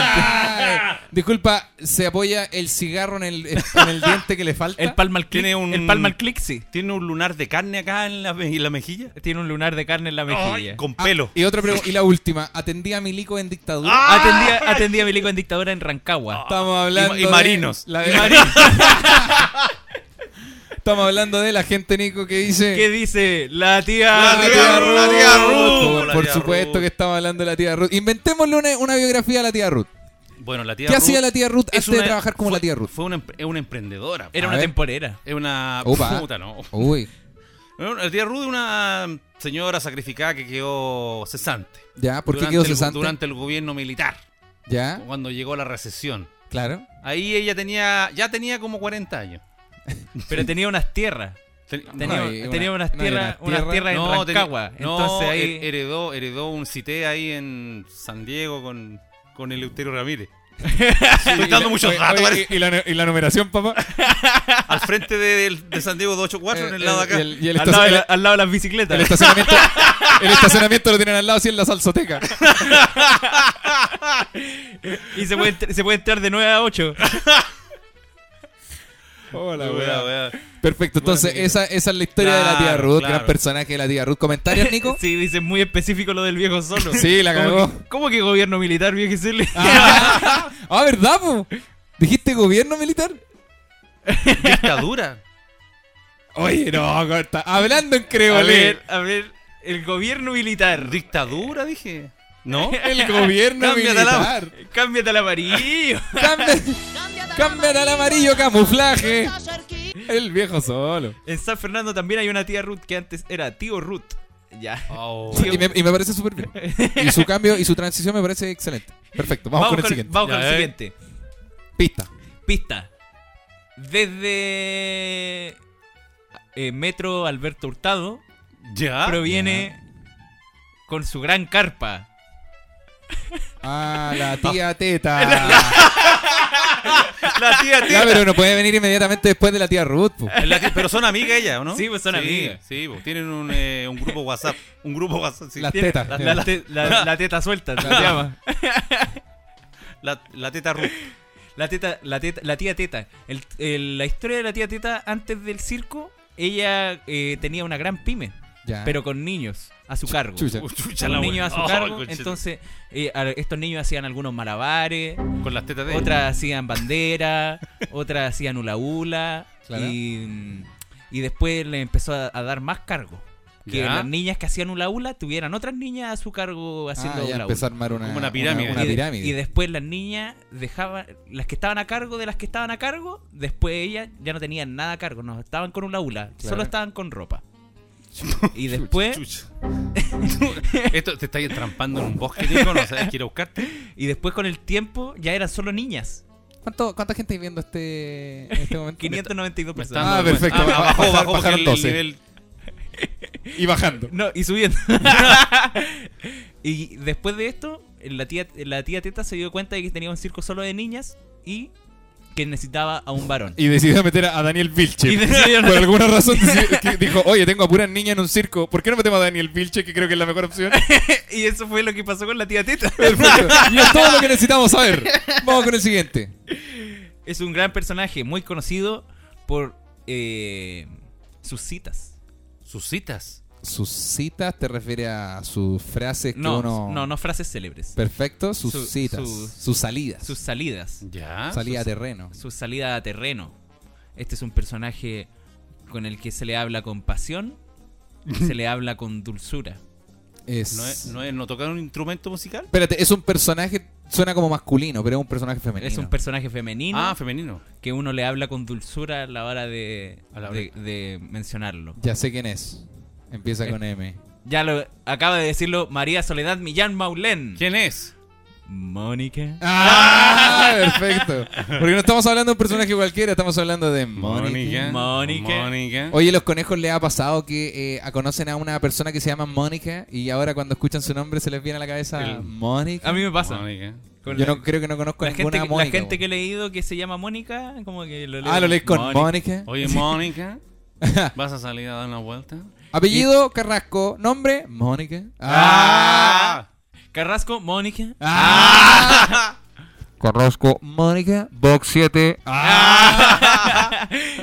Speaker 2: [LAUGHS]
Speaker 3: Ah.
Speaker 2: Ay, disculpa, ¿se apoya el cigarro en el, en el diente que le falta?
Speaker 4: El palmal click,
Speaker 3: Tiene un-
Speaker 4: el palmal click, sí.
Speaker 3: Tiene un lunar de carne acá en la, me- en la mejilla.
Speaker 4: Tiene un lunar de carne en la mejilla.
Speaker 3: Ay, con
Speaker 2: Ah,
Speaker 3: pelo. Ah.
Speaker 2: y otra pregunta, y la última. ¿Atendía a Milico en dictadura?
Speaker 4: Atendía, atendía a Milico en dictadura en Rancagua.
Speaker 2: Estamos hablando.
Speaker 3: Y- y
Speaker 2: de
Speaker 3: marinos.
Speaker 2: Ah. la de- Estamos hablando de la gente, Nico, que dice.
Speaker 4: ¿Qué dice la tía?
Speaker 3: La tía Ruth, la tía Ruth.
Speaker 2: Por,
Speaker 3: la
Speaker 2: por
Speaker 3: tía
Speaker 2: supuesto
Speaker 3: Ruth.
Speaker 2: que estamos hablando de la tía Ruth. Inventémosle una, una biografía a la tía Ruth.
Speaker 3: Bueno, la tía
Speaker 2: ¿Qué
Speaker 3: Ruth
Speaker 2: hacía la tía Ruth
Speaker 3: es
Speaker 2: antes de
Speaker 3: una-
Speaker 2: trabajar como
Speaker 3: fue-
Speaker 2: la tía Ruth?
Speaker 3: Fue una, empre- es una emprendedora.
Speaker 4: Era
Speaker 2: A
Speaker 4: una
Speaker 2: ver.
Speaker 4: temporera.
Speaker 3: Es una
Speaker 2: Opa.
Speaker 3: puta, ¿no?
Speaker 2: Uy,
Speaker 3: Bueno, La tía Ruth es una señora sacrificada que quedó cesante.
Speaker 2: ya, ¿por qué
Speaker 3: Durante
Speaker 2: quedó
Speaker 3: el-
Speaker 2: cesante? Ah.
Speaker 3: Durante el gobierno militar,
Speaker 2: Ya,
Speaker 3: cuando llegó la recesión.
Speaker 2: claro.
Speaker 3: Ahí ella tenía, ya tenía como 40 años.
Speaker 4: Pero tenía unas tierras.
Speaker 3: Ten-
Speaker 4: Tenía,
Speaker 2: No, y
Speaker 4: tenía
Speaker 2: una-
Speaker 4: unas
Speaker 2: no, y
Speaker 4: tierras,
Speaker 2: una
Speaker 4: unas
Speaker 2: tierra-
Speaker 4: tierras en
Speaker 3: tenía-
Speaker 4: Rancagua.
Speaker 3: no,
Speaker 4: Entonces ahí.
Speaker 3: her- heredó, heredó un cité ahí en San Diego con, con Eleuterio Ramírez. Estoy dando muchos datos, parece.
Speaker 2: y, la, numeración, papá?
Speaker 3: eh, Al frente de, de San Diego 284, en el lado de acá.
Speaker 2: Y Eh, el, y el
Speaker 4: al, lado de la-
Speaker 2: estacion-
Speaker 4: al lado de las
Speaker 2: el
Speaker 4: bicicletas.
Speaker 3: [LAUGHS]
Speaker 2: estacionamiento, el estacionamiento lo tienen al lado, así en la salsoteca.
Speaker 4: Y se puede, entr- se puede entrar de 9 a 8.
Speaker 2: [LAUGHS] Hola,
Speaker 3: Wea,
Speaker 2: weá.
Speaker 3: wea.
Speaker 2: Perfecto, entonces
Speaker 3: Buena
Speaker 2: esa, esa es la historia de la tía
Speaker 3: Claro,
Speaker 2: Ruth,
Speaker 3: claro.
Speaker 2: gran personaje de la tía Ruth. ¿Comentarios,
Speaker 3: [LAUGHS]
Speaker 2: Nico?
Speaker 4: [LAUGHS] Sí, dice muy específico lo del viejo solo.
Speaker 2: Sí, la
Speaker 4: ¿Cómo
Speaker 2: cagó.
Speaker 4: que, cómo que gobierno militar, viejo solo?
Speaker 2: Ah, ah, ¿verdad, po? ¿Dijiste gobierno militar?
Speaker 3: Dictadura.
Speaker 2: Oye, no, corta. Hablando en
Speaker 4: [LAUGHS] A
Speaker 2: creole.
Speaker 4: ver, a ver. El gobierno militar.
Speaker 3: Dictadura, dije. ¿No?
Speaker 2: El gobierno
Speaker 3: Cámbiate la-
Speaker 2: militar.
Speaker 4: Cámbiate al amarillo.
Speaker 2: Cambia- Cámbiate al amarillo camuflaje. El viejo solo.
Speaker 4: En San Fernando también hay una tía Ruth que antes era tío Ruth. Ya. [LAUGHS]
Speaker 3: Oh.
Speaker 4: Sí,
Speaker 2: Y me, y me parece súper bien. Y su cambio y su transición me parece excelente. Perfecto, vamos, con el siguiente.
Speaker 4: vamos con
Speaker 3: Ya,
Speaker 4: el
Speaker 3: eh.
Speaker 4: siguiente.
Speaker 2: Pista.
Speaker 4: Pista. Desde eh, Metro Alberto Hurtado [LAUGHS]
Speaker 3: Ya.
Speaker 4: proviene con su gran carpa.
Speaker 2: Ah, la [LAUGHS] tía Teta.
Speaker 3: La tía,
Speaker 2: Ya,
Speaker 3: tía.
Speaker 2: pero no puede venir inmediatamente después de la tía Ruth. po.
Speaker 3: La tía- pero son amigas ellas, ¿o no?
Speaker 4: Sí, pues son amigas.
Speaker 3: Sí, pues tienen un, eh, un grupo WhatsApp. Un grupo WhatsApp, sí.
Speaker 2: Las
Speaker 3: La,
Speaker 2: tetas.
Speaker 4: La,
Speaker 2: ya.
Speaker 4: la te-
Speaker 3: [LAUGHS]
Speaker 4: la- la teta suelta, se llama.
Speaker 3: la teta Ruth.
Speaker 4: La teta, la teta, la tía teta. El- el- la historia de la tía teta antes del circo, ella eh, tenía una gran pyme,
Speaker 2: Ya.
Speaker 4: [LAUGHS] pero con niños a su cargo.
Speaker 2: Chucha.
Speaker 3: Uy, chucha,
Speaker 4: Con
Speaker 3: la
Speaker 4: niños a
Speaker 3: wea.
Speaker 4: su
Speaker 3: [LAUGHS] Oh,
Speaker 4: cargo,
Speaker 3: conchete.
Speaker 4: entonces eh, a- estos niños hacían algunos malabares,
Speaker 3: Con las tetas de ella.
Speaker 4: otras hacían bandera, otras hacían hula hula.
Speaker 2: Claro.
Speaker 4: Y, y después le empezó a, a dar más cargo. Que
Speaker 3: Ya.
Speaker 4: las niñas que hacían hula hula tuvieran otras niñas a su cargo haciendo
Speaker 2: Ah, ya
Speaker 4: hula
Speaker 2: empezó a
Speaker 4: hula.
Speaker 2: armar una,
Speaker 3: Como una pirámide.
Speaker 2: Una,
Speaker 4: Y, de-
Speaker 2: pirámide.
Speaker 4: y después las niñas dejaban, las que estaban a cargo de las que estaban a cargo, después ellas ya no tenían nada a cargo, no estaban con hula hula, solo estaban con ropa. Y después
Speaker 3: Chucha. [LAUGHS] Esto te estáis entrampando en un bosque, Nico, no sabes, quiero buscarte.
Speaker 4: Y después con el tiempo ya eran solo niñas.
Speaker 2: ¿Cuánto, ¿Cuánta gente hay viendo este, en este
Speaker 4: [LAUGHS]
Speaker 2: momento?
Speaker 4: 592
Speaker 2: está
Speaker 4: personas.
Speaker 2: dando
Speaker 6: Ah,
Speaker 2: vergüenza.
Speaker 6: perfecto.
Speaker 3: Ah,
Speaker 6: Ba-
Speaker 3: bajó,
Speaker 6: bajar-
Speaker 3: bajó porque
Speaker 6: bajaron
Speaker 3: el
Speaker 6: 12.
Speaker 3: nivel.
Speaker 6: Y bajando.
Speaker 4: Ah, No, y subiendo. [LAUGHS] y después de esto, la tía, la tía Teta se dio cuenta de que tenía un circo solo de niñas y que necesitaba a un varón.
Speaker 6: Y decidió meter a a Daniel Vilche.
Speaker 3: [LAUGHS]
Speaker 4: Y decidieron-
Speaker 6: Por alguna
Speaker 4: [LAUGHS]
Speaker 6: razón decidió- que dijo, oye, tengo a puras niñas en un circo. ¿Por qué no metemos a Daniel Vilche, que creo que es la mejor opción?
Speaker 4: [LAUGHS] y eso fue lo que pasó con la tía Teta. [LAUGHS]
Speaker 2: Perfecto. Y es todo lo que necesitamos saber. Vamos con el siguiente.
Speaker 4: es un gran personaje, muy conocido por eh, sus citas.
Speaker 3: Sus citas.
Speaker 2: Sus citas te refiere a sus frases que
Speaker 4: No,
Speaker 2: uno.
Speaker 4: no, no frases célebres.
Speaker 2: Perfecto, sus
Speaker 4: Su-
Speaker 2: citas,
Speaker 4: sus-
Speaker 2: sus salidas,
Speaker 4: Sus salidas.
Speaker 3: Ya.
Speaker 2: salida a terreno.
Speaker 4: Su salida a terreno. Este es un personaje con el que se le habla con
Speaker 2: [LAUGHS]
Speaker 4: pasión, se le habla con dulzura.
Speaker 2: Es,
Speaker 3: ¿No, es- no, es- no tocaron un instrumento musical?
Speaker 2: Espérate, es un personaje, suena como masculino, pero es un personaje femenino.
Speaker 4: Es un personaje femenino
Speaker 3: Ah, femenino.
Speaker 4: que uno le habla con dulzura a la hora de,
Speaker 3: A la hora.
Speaker 4: de, de mencionarlo.
Speaker 2: ya sé quién es. Empieza con
Speaker 4: [LAUGHS]
Speaker 2: M.
Speaker 4: Ya lo acaba de decirlo María Soledad Millán Maulén.
Speaker 3: ¿Quién es?
Speaker 4: Mónica.
Speaker 2: ¡Ah! Perfecto. Porque no estamos hablando de un personaje cualquiera, estamos hablando de Mónica.
Speaker 4: Mónica.
Speaker 3: Mónica.
Speaker 2: Oye, los conejos les ha pasado que eh, a- conocen a una persona que se llama Mónica y ahora cuando escuchan su nombre se les viene a la cabeza
Speaker 3: El-
Speaker 2: Mónica.
Speaker 4: A mí me pasa.
Speaker 3: Mónica.
Speaker 4: Ah, Con
Speaker 2: Yo
Speaker 4: la-
Speaker 2: no creo que no conozco
Speaker 4: la,
Speaker 2: a ninguna
Speaker 4: gente, que-
Speaker 2: Mónica.
Speaker 4: la gente
Speaker 2: weón.
Speaker 4: que he leído que se llama Mónica, como que lo leo.
Speaker 2: Ah, lo lees con Mónica.
Speaker 3: Oye, Mónica. ¿Vas a salir a dar una vuelta?
Speaker 2: Apellido Carrasco, nombre Mónica.
Speaker 3: ¡Ah!
Speaker 4: Carrasco, Mónica.
Speaker 2: Ah.
Speaker 4: Ah.
Speaker 2: Carrasco, Mónica, Ah. box 7.
Speaker 4: Ah.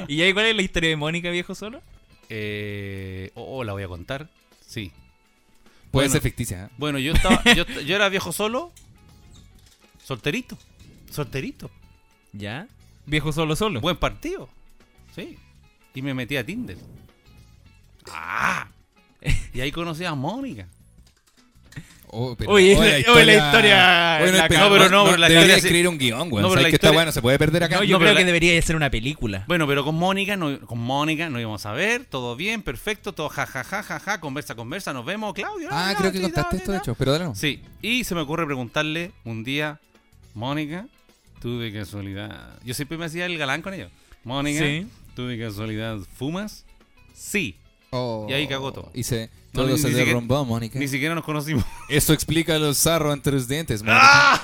Speaker 4: ¿Y ahí cuál es la historia de Mónica, viejo solo?
Speaker 3: Eh, oh, oh, la voy a contar. Sí.
Speaker 2: Puede
Speaker 3: Bueno.
Speaker 2: ser ficticia. ¿eh?
Speaker 3: Bueno, yo estaba. yo, yo era viejo solo. Solterito. Solterito.
Speaker 4: ¿Ya? Viejo solo
Speaker 3: [LAUGHS]
Speaker 4: solo.
Speaker 3: Buen partido. Sí. Y me metí a Tinder. ¡Ah! Y ahí conocí a Mónica.
Speaker 2: Oh, pero-
Speaker 4: Oye,
Speaker 2: oh,
Speaker 4: la- oye, la historia-
Speaker 2: Oye, no,
Speaker 4: la-
Speaker 2: pero,
Speaker 3: no, pero no, pero la
Speaker 2: debería
Speaker 3: historia sí-
Speaker 2: escribir un guión, güey.
Speaker 3: No, pero la
Speaker 2: Sabes que está
Speaker 3: historia-
Speaker 2: bueno, se puede perder acá.
Speaker 4: no, yo
Speaker 3: no, pero
Speaker 4: creo
Speaker 3: la-
Speaker 4: que debería ser una película.
Speaker 3: Bueno, pero con Mónica, no, con Mónica no íbamos a ver, todo bien, perfecto, todo jajaja, ja, ja, ja, conversa, conversa, nos vemos, Claudio.
Speaker 2: ah,
Speaker 3: ah,
Speaker 2: creo que
Speaker 3: sí,
Speaker 2: contaste
Speaker 3: da,
Speaker 2: esto,
Speaker 3: da.
Speaker 2: de hecho, pero dale. no.
Speaker 3: Sí, y se me ocurre preguntarle un día, Mónica, tú de casualidad. Yo siempre me hacía el galán con ella. Mónica,
Speaker 4: Sí.
Speaker 3: tú de casualidad fumas. Sí,
Speaker 2: Oh.
Speaker 3: Y ahí cagó todo.
Speaker 2: Y se,
Speaker 3: No,
Speaker 2: todo
Speaker 3: ni-
Speaker 2: se
Speaker 3: ni siquiera-
Speaker 2: derrumbó, Mónica.
Speaker 3: ni siquiera nos conocimos. [LAUGHS]
Speaker 2: Eso explica los zarros entre los dientes, Mónica.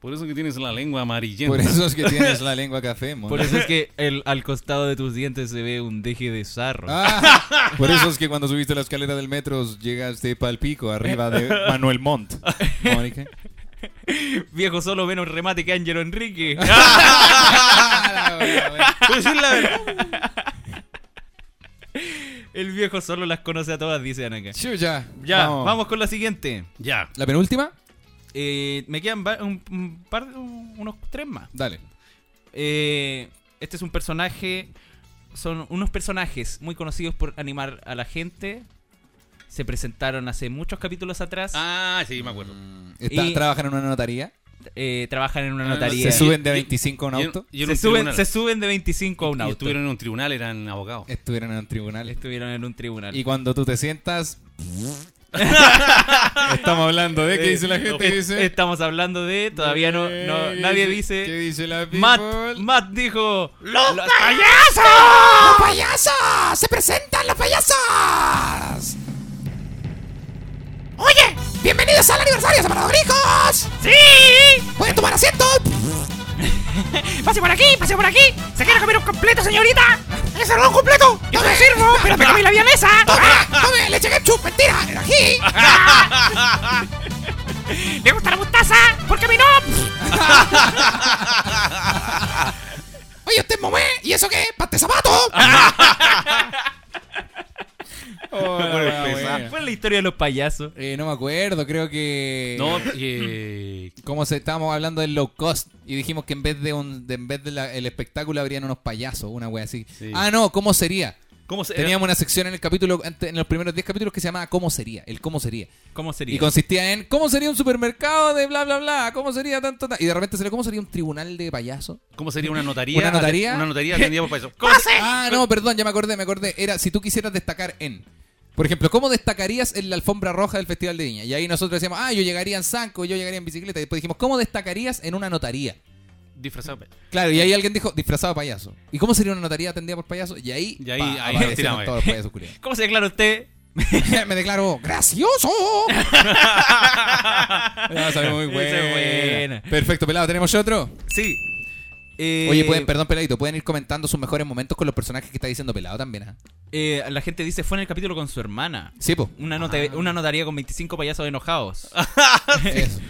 Speaker 3: Por eso que tienes la lengua amarillenta. [LAUGHS]
Speaker 2: Por eso es que tienes la lengua café, Mónica.
Speaker 4: Por eso es que el- al costado de tus dientes se ve un deje de sarro.
Speaker 2: Ah, por eso es que cuando subiste la escalera del metro llegaste pal pico arriba de Manuel Montt. Mónica.
Speaker 4: Viejo solo menos remate que Ángelo Enrique.
Speaker 2: [LAUGHS] Ah, la wea, wea.
Speaker 3: Pues es la verdad.
Speaker 4: el viejo solo las conoce a todas, dicen acá.
Speaker 2: Chuya.
Speaker 4: Ya, vamos con la siguiente.
Speaker 3: Ya.
Speaker 2: ¿La penúltima?
Speaker 4: Eh, me quedan va- un, un par, un- unos tres más.
Speaker 2: Dale.
Speaker 4: Eh, este es un personaje. Son unos personajes muy conocidos por animar a la gente. Se presentaron hace muchos capítulos atrás.
Speaker 3: Ah, sí, me acuerdo.
Speaker 2: Está-
Speaker 4: Y-
Speaker 2: ¿Trabajan en una notaría?
Speaker 4: Eh, trabajan en una
Speaker 3: Ah,
Speaker 4: notaría.
Speaker 2: ¿Se
Speaker 3: sí.
Speaker 2: suben de
Speaker 3: Y-
Speaker 2: 25 a un
Speaker 3: Y-
Speaker 2: auto?
Speaker 3: y en
Speaker 4: se,
Speaker 3: un
Speaker 4: suben,
Speaker 3: tribunal.
Speaker 4: se suben de 25 a un
Speaker 3: Y
Speaker 4: auto.
Speaker 3: estuvieron en un tribunal, eran abogados.
Speaker 2: Estuvieron en un tribunal.
Speaker 4: Estuvieron en un tribunal.
Speaker 2: Y cuando tú te [LAUGHS] sientas... Estamos hablando de qué dice la gente. ¿Qué dice?
Speaker 4: Estamos hablando de. Todavía no. no-
Speaker 2: ¿Qué
Speaker 4: nadie
Speaker 2: ¿Qué
Speaker 4: dice.
Speaker 2: dice la people?
Speaker 4: Matt, Matt dijo.
Speaker 3: ¡Los
Speaker 4: "Los
Speaker 2: ¡Los payasos! ¡Se presentan los payasos! ¡Oye! ¡Bienvenidos al aniversario, separados grijos!
Speaker 7: ¡Sí!
Speaker 2: ¡Pueden tomar asiento!
Speaker 7: [LAUGHS] ¡Pase por aquí! ¡Pase por aquí! ¿Se quiere comer un completo, señorita? ¡Es un completo! ¡Yo me sirvo! ¡Pero me comí la vianesa! Ah.
Speaker 2: ¡Tome leche ketchup! ¡Mentira! ¡Era ají!
Speaker 7: ¿Le gusta la mostaza? ¿Por qué a mí no?
Speaker 2: ¡Oye, usted momé! ¿Y eso qué? ¡Pate zapato!
Speaker 4: Ah, [LAUGHS] ¿Cuál es la historia de los payasos?
Speaker 2: Ah, eh, no me acuerdo, creo que...
Speaker 3: No, eh,
Speaker 2: Como se, estábamos hablando del low cost y dijimos que en vez de un de- en vez del espectáculo habrían unos payasos, una wea así.
Speaker 3: Sí.
Speaker 2: Ah, no, ¿cómo sería?
Speaker 3: ¿cómo
Speaker 4: Eh,
Speaker 3: se
Speaker 2: Teníamos una sección en el capítulo ante- en los primeros 10 capítulos que se llamaba ¿Cómo sería? El cómo sería.
Speaker 4: ¿Cómo sería?
Speaker 2: Y consistía en ¿Cómo sería un supermercado de bla bla bla? ¿Cómo sería tanto? ta-? Y de repente sería ¿Cómo sería un tribunal de payasos?
Speaker 3: ¿Cómo sería una notaría?
Speaker 2: ¿Una notaría?
Speaker 3: Una notaría atendida por payaso.
Speaker 2: Ah, no, perdón, ya me acordé, me acordé. Era si tú quisieras destacar en. Por ejemplo, ¿cómo destacarías en la alfombra roja del Festival de Viña? Y ahí nosotros decíamos, ah, yo llegaría en Sanco, yo llegaría en bicicleta. Y después dijimos, ¿cómo destacarías en una notaría?
Speaker 3: disfrazado. de payaso.
Speaker 2: Claro, y ahí alguien dijo disfrazado de payaso. ¿Y cómo sería una notaría atendida por payaso? Y ahí,
Speaker 3: Y ahí-
Speaker 2: pa,
Speaker 3: ahí nos
Speaker 2: aparecieron
Speaker 3: tiramos,
Speaker 2: todos los payasos
Speaker 3: [LAUGHS]
Speaker 2: culiados. [LAUGHS]
Speaker 4: ¿Cómo se declara usted?
Speaker 2: Me declaro gracioso. No, esa es muy
Speaker 4: Esa
Speaker 2: buena.
Speaker 4: es buena.
Speaker 2: Perfecto, pelado. ¿Tenemos otro?
Speaker 4: Sí. Eh,
Speaker 2: Oye, pueden, perdón, peladito, pueden ir comentando sus mejores momentos con los personajes que está diciendo pelado también. ah?
Speaker 4: eh, la gente dice, fue en el capítulo con su hermana.
Speaker 2: Sí, po.
Speaker 4: Una, nota-
Speaker 2: Ah.
Speaker 4: una notaría con 25 payasos
Speaker 2: [LAUGHS]
Speaker 4: enojados.
Speaker 2: Eso.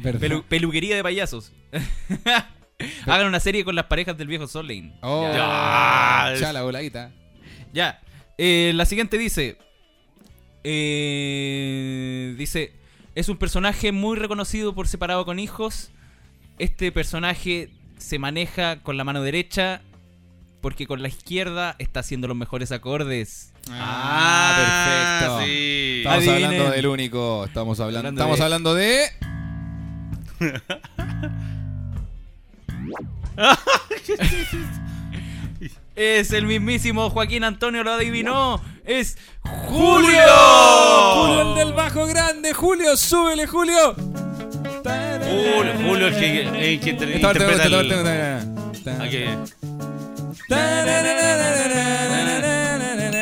Speaker 2: Verdad.
Speaker 4: Pelu- peluquería de payasos. [LAUGHS] Hagan una serie con las parejas del viejo Solein.
Speaker 2: Oh,
Speaker 3: Ya.
Speaker 2: chala, voladita.
Speaker 4: Ya. Eh, la siguiente dice. eh, dice. Es un personaje muy reconocido por separado con hijos. Este personaje se maneja con la mano derecha. Porque con la izquierda está haciendo los mejores acordes.
Speaker 2: Ah, perfecto.
Speaker 3: Ah, Sí.
Speaker 2: Estamos
Speaker 4: Adivinen.
Speaker 2: hablando del único. Estamos hablando,
Speaker 4: Hablando
Speaker 2: estamos
Speaker 4: de-
Speaker 2: hablando de.
Speaker 4: Es el mismísimo Joaquín Antonio lo adivinó. Es Julio.
Speaker 2: Julio el del bajo grande. Julio, súbele, Julio.
Speaker 3: Julio, Julio el que, el que inter-
Speaker 2: Esta parte me
Speaker 3: interpreta
Speaker 2: gusta,
Speaker 3: el- Ah,
Speaker 2: esta parte me gusta.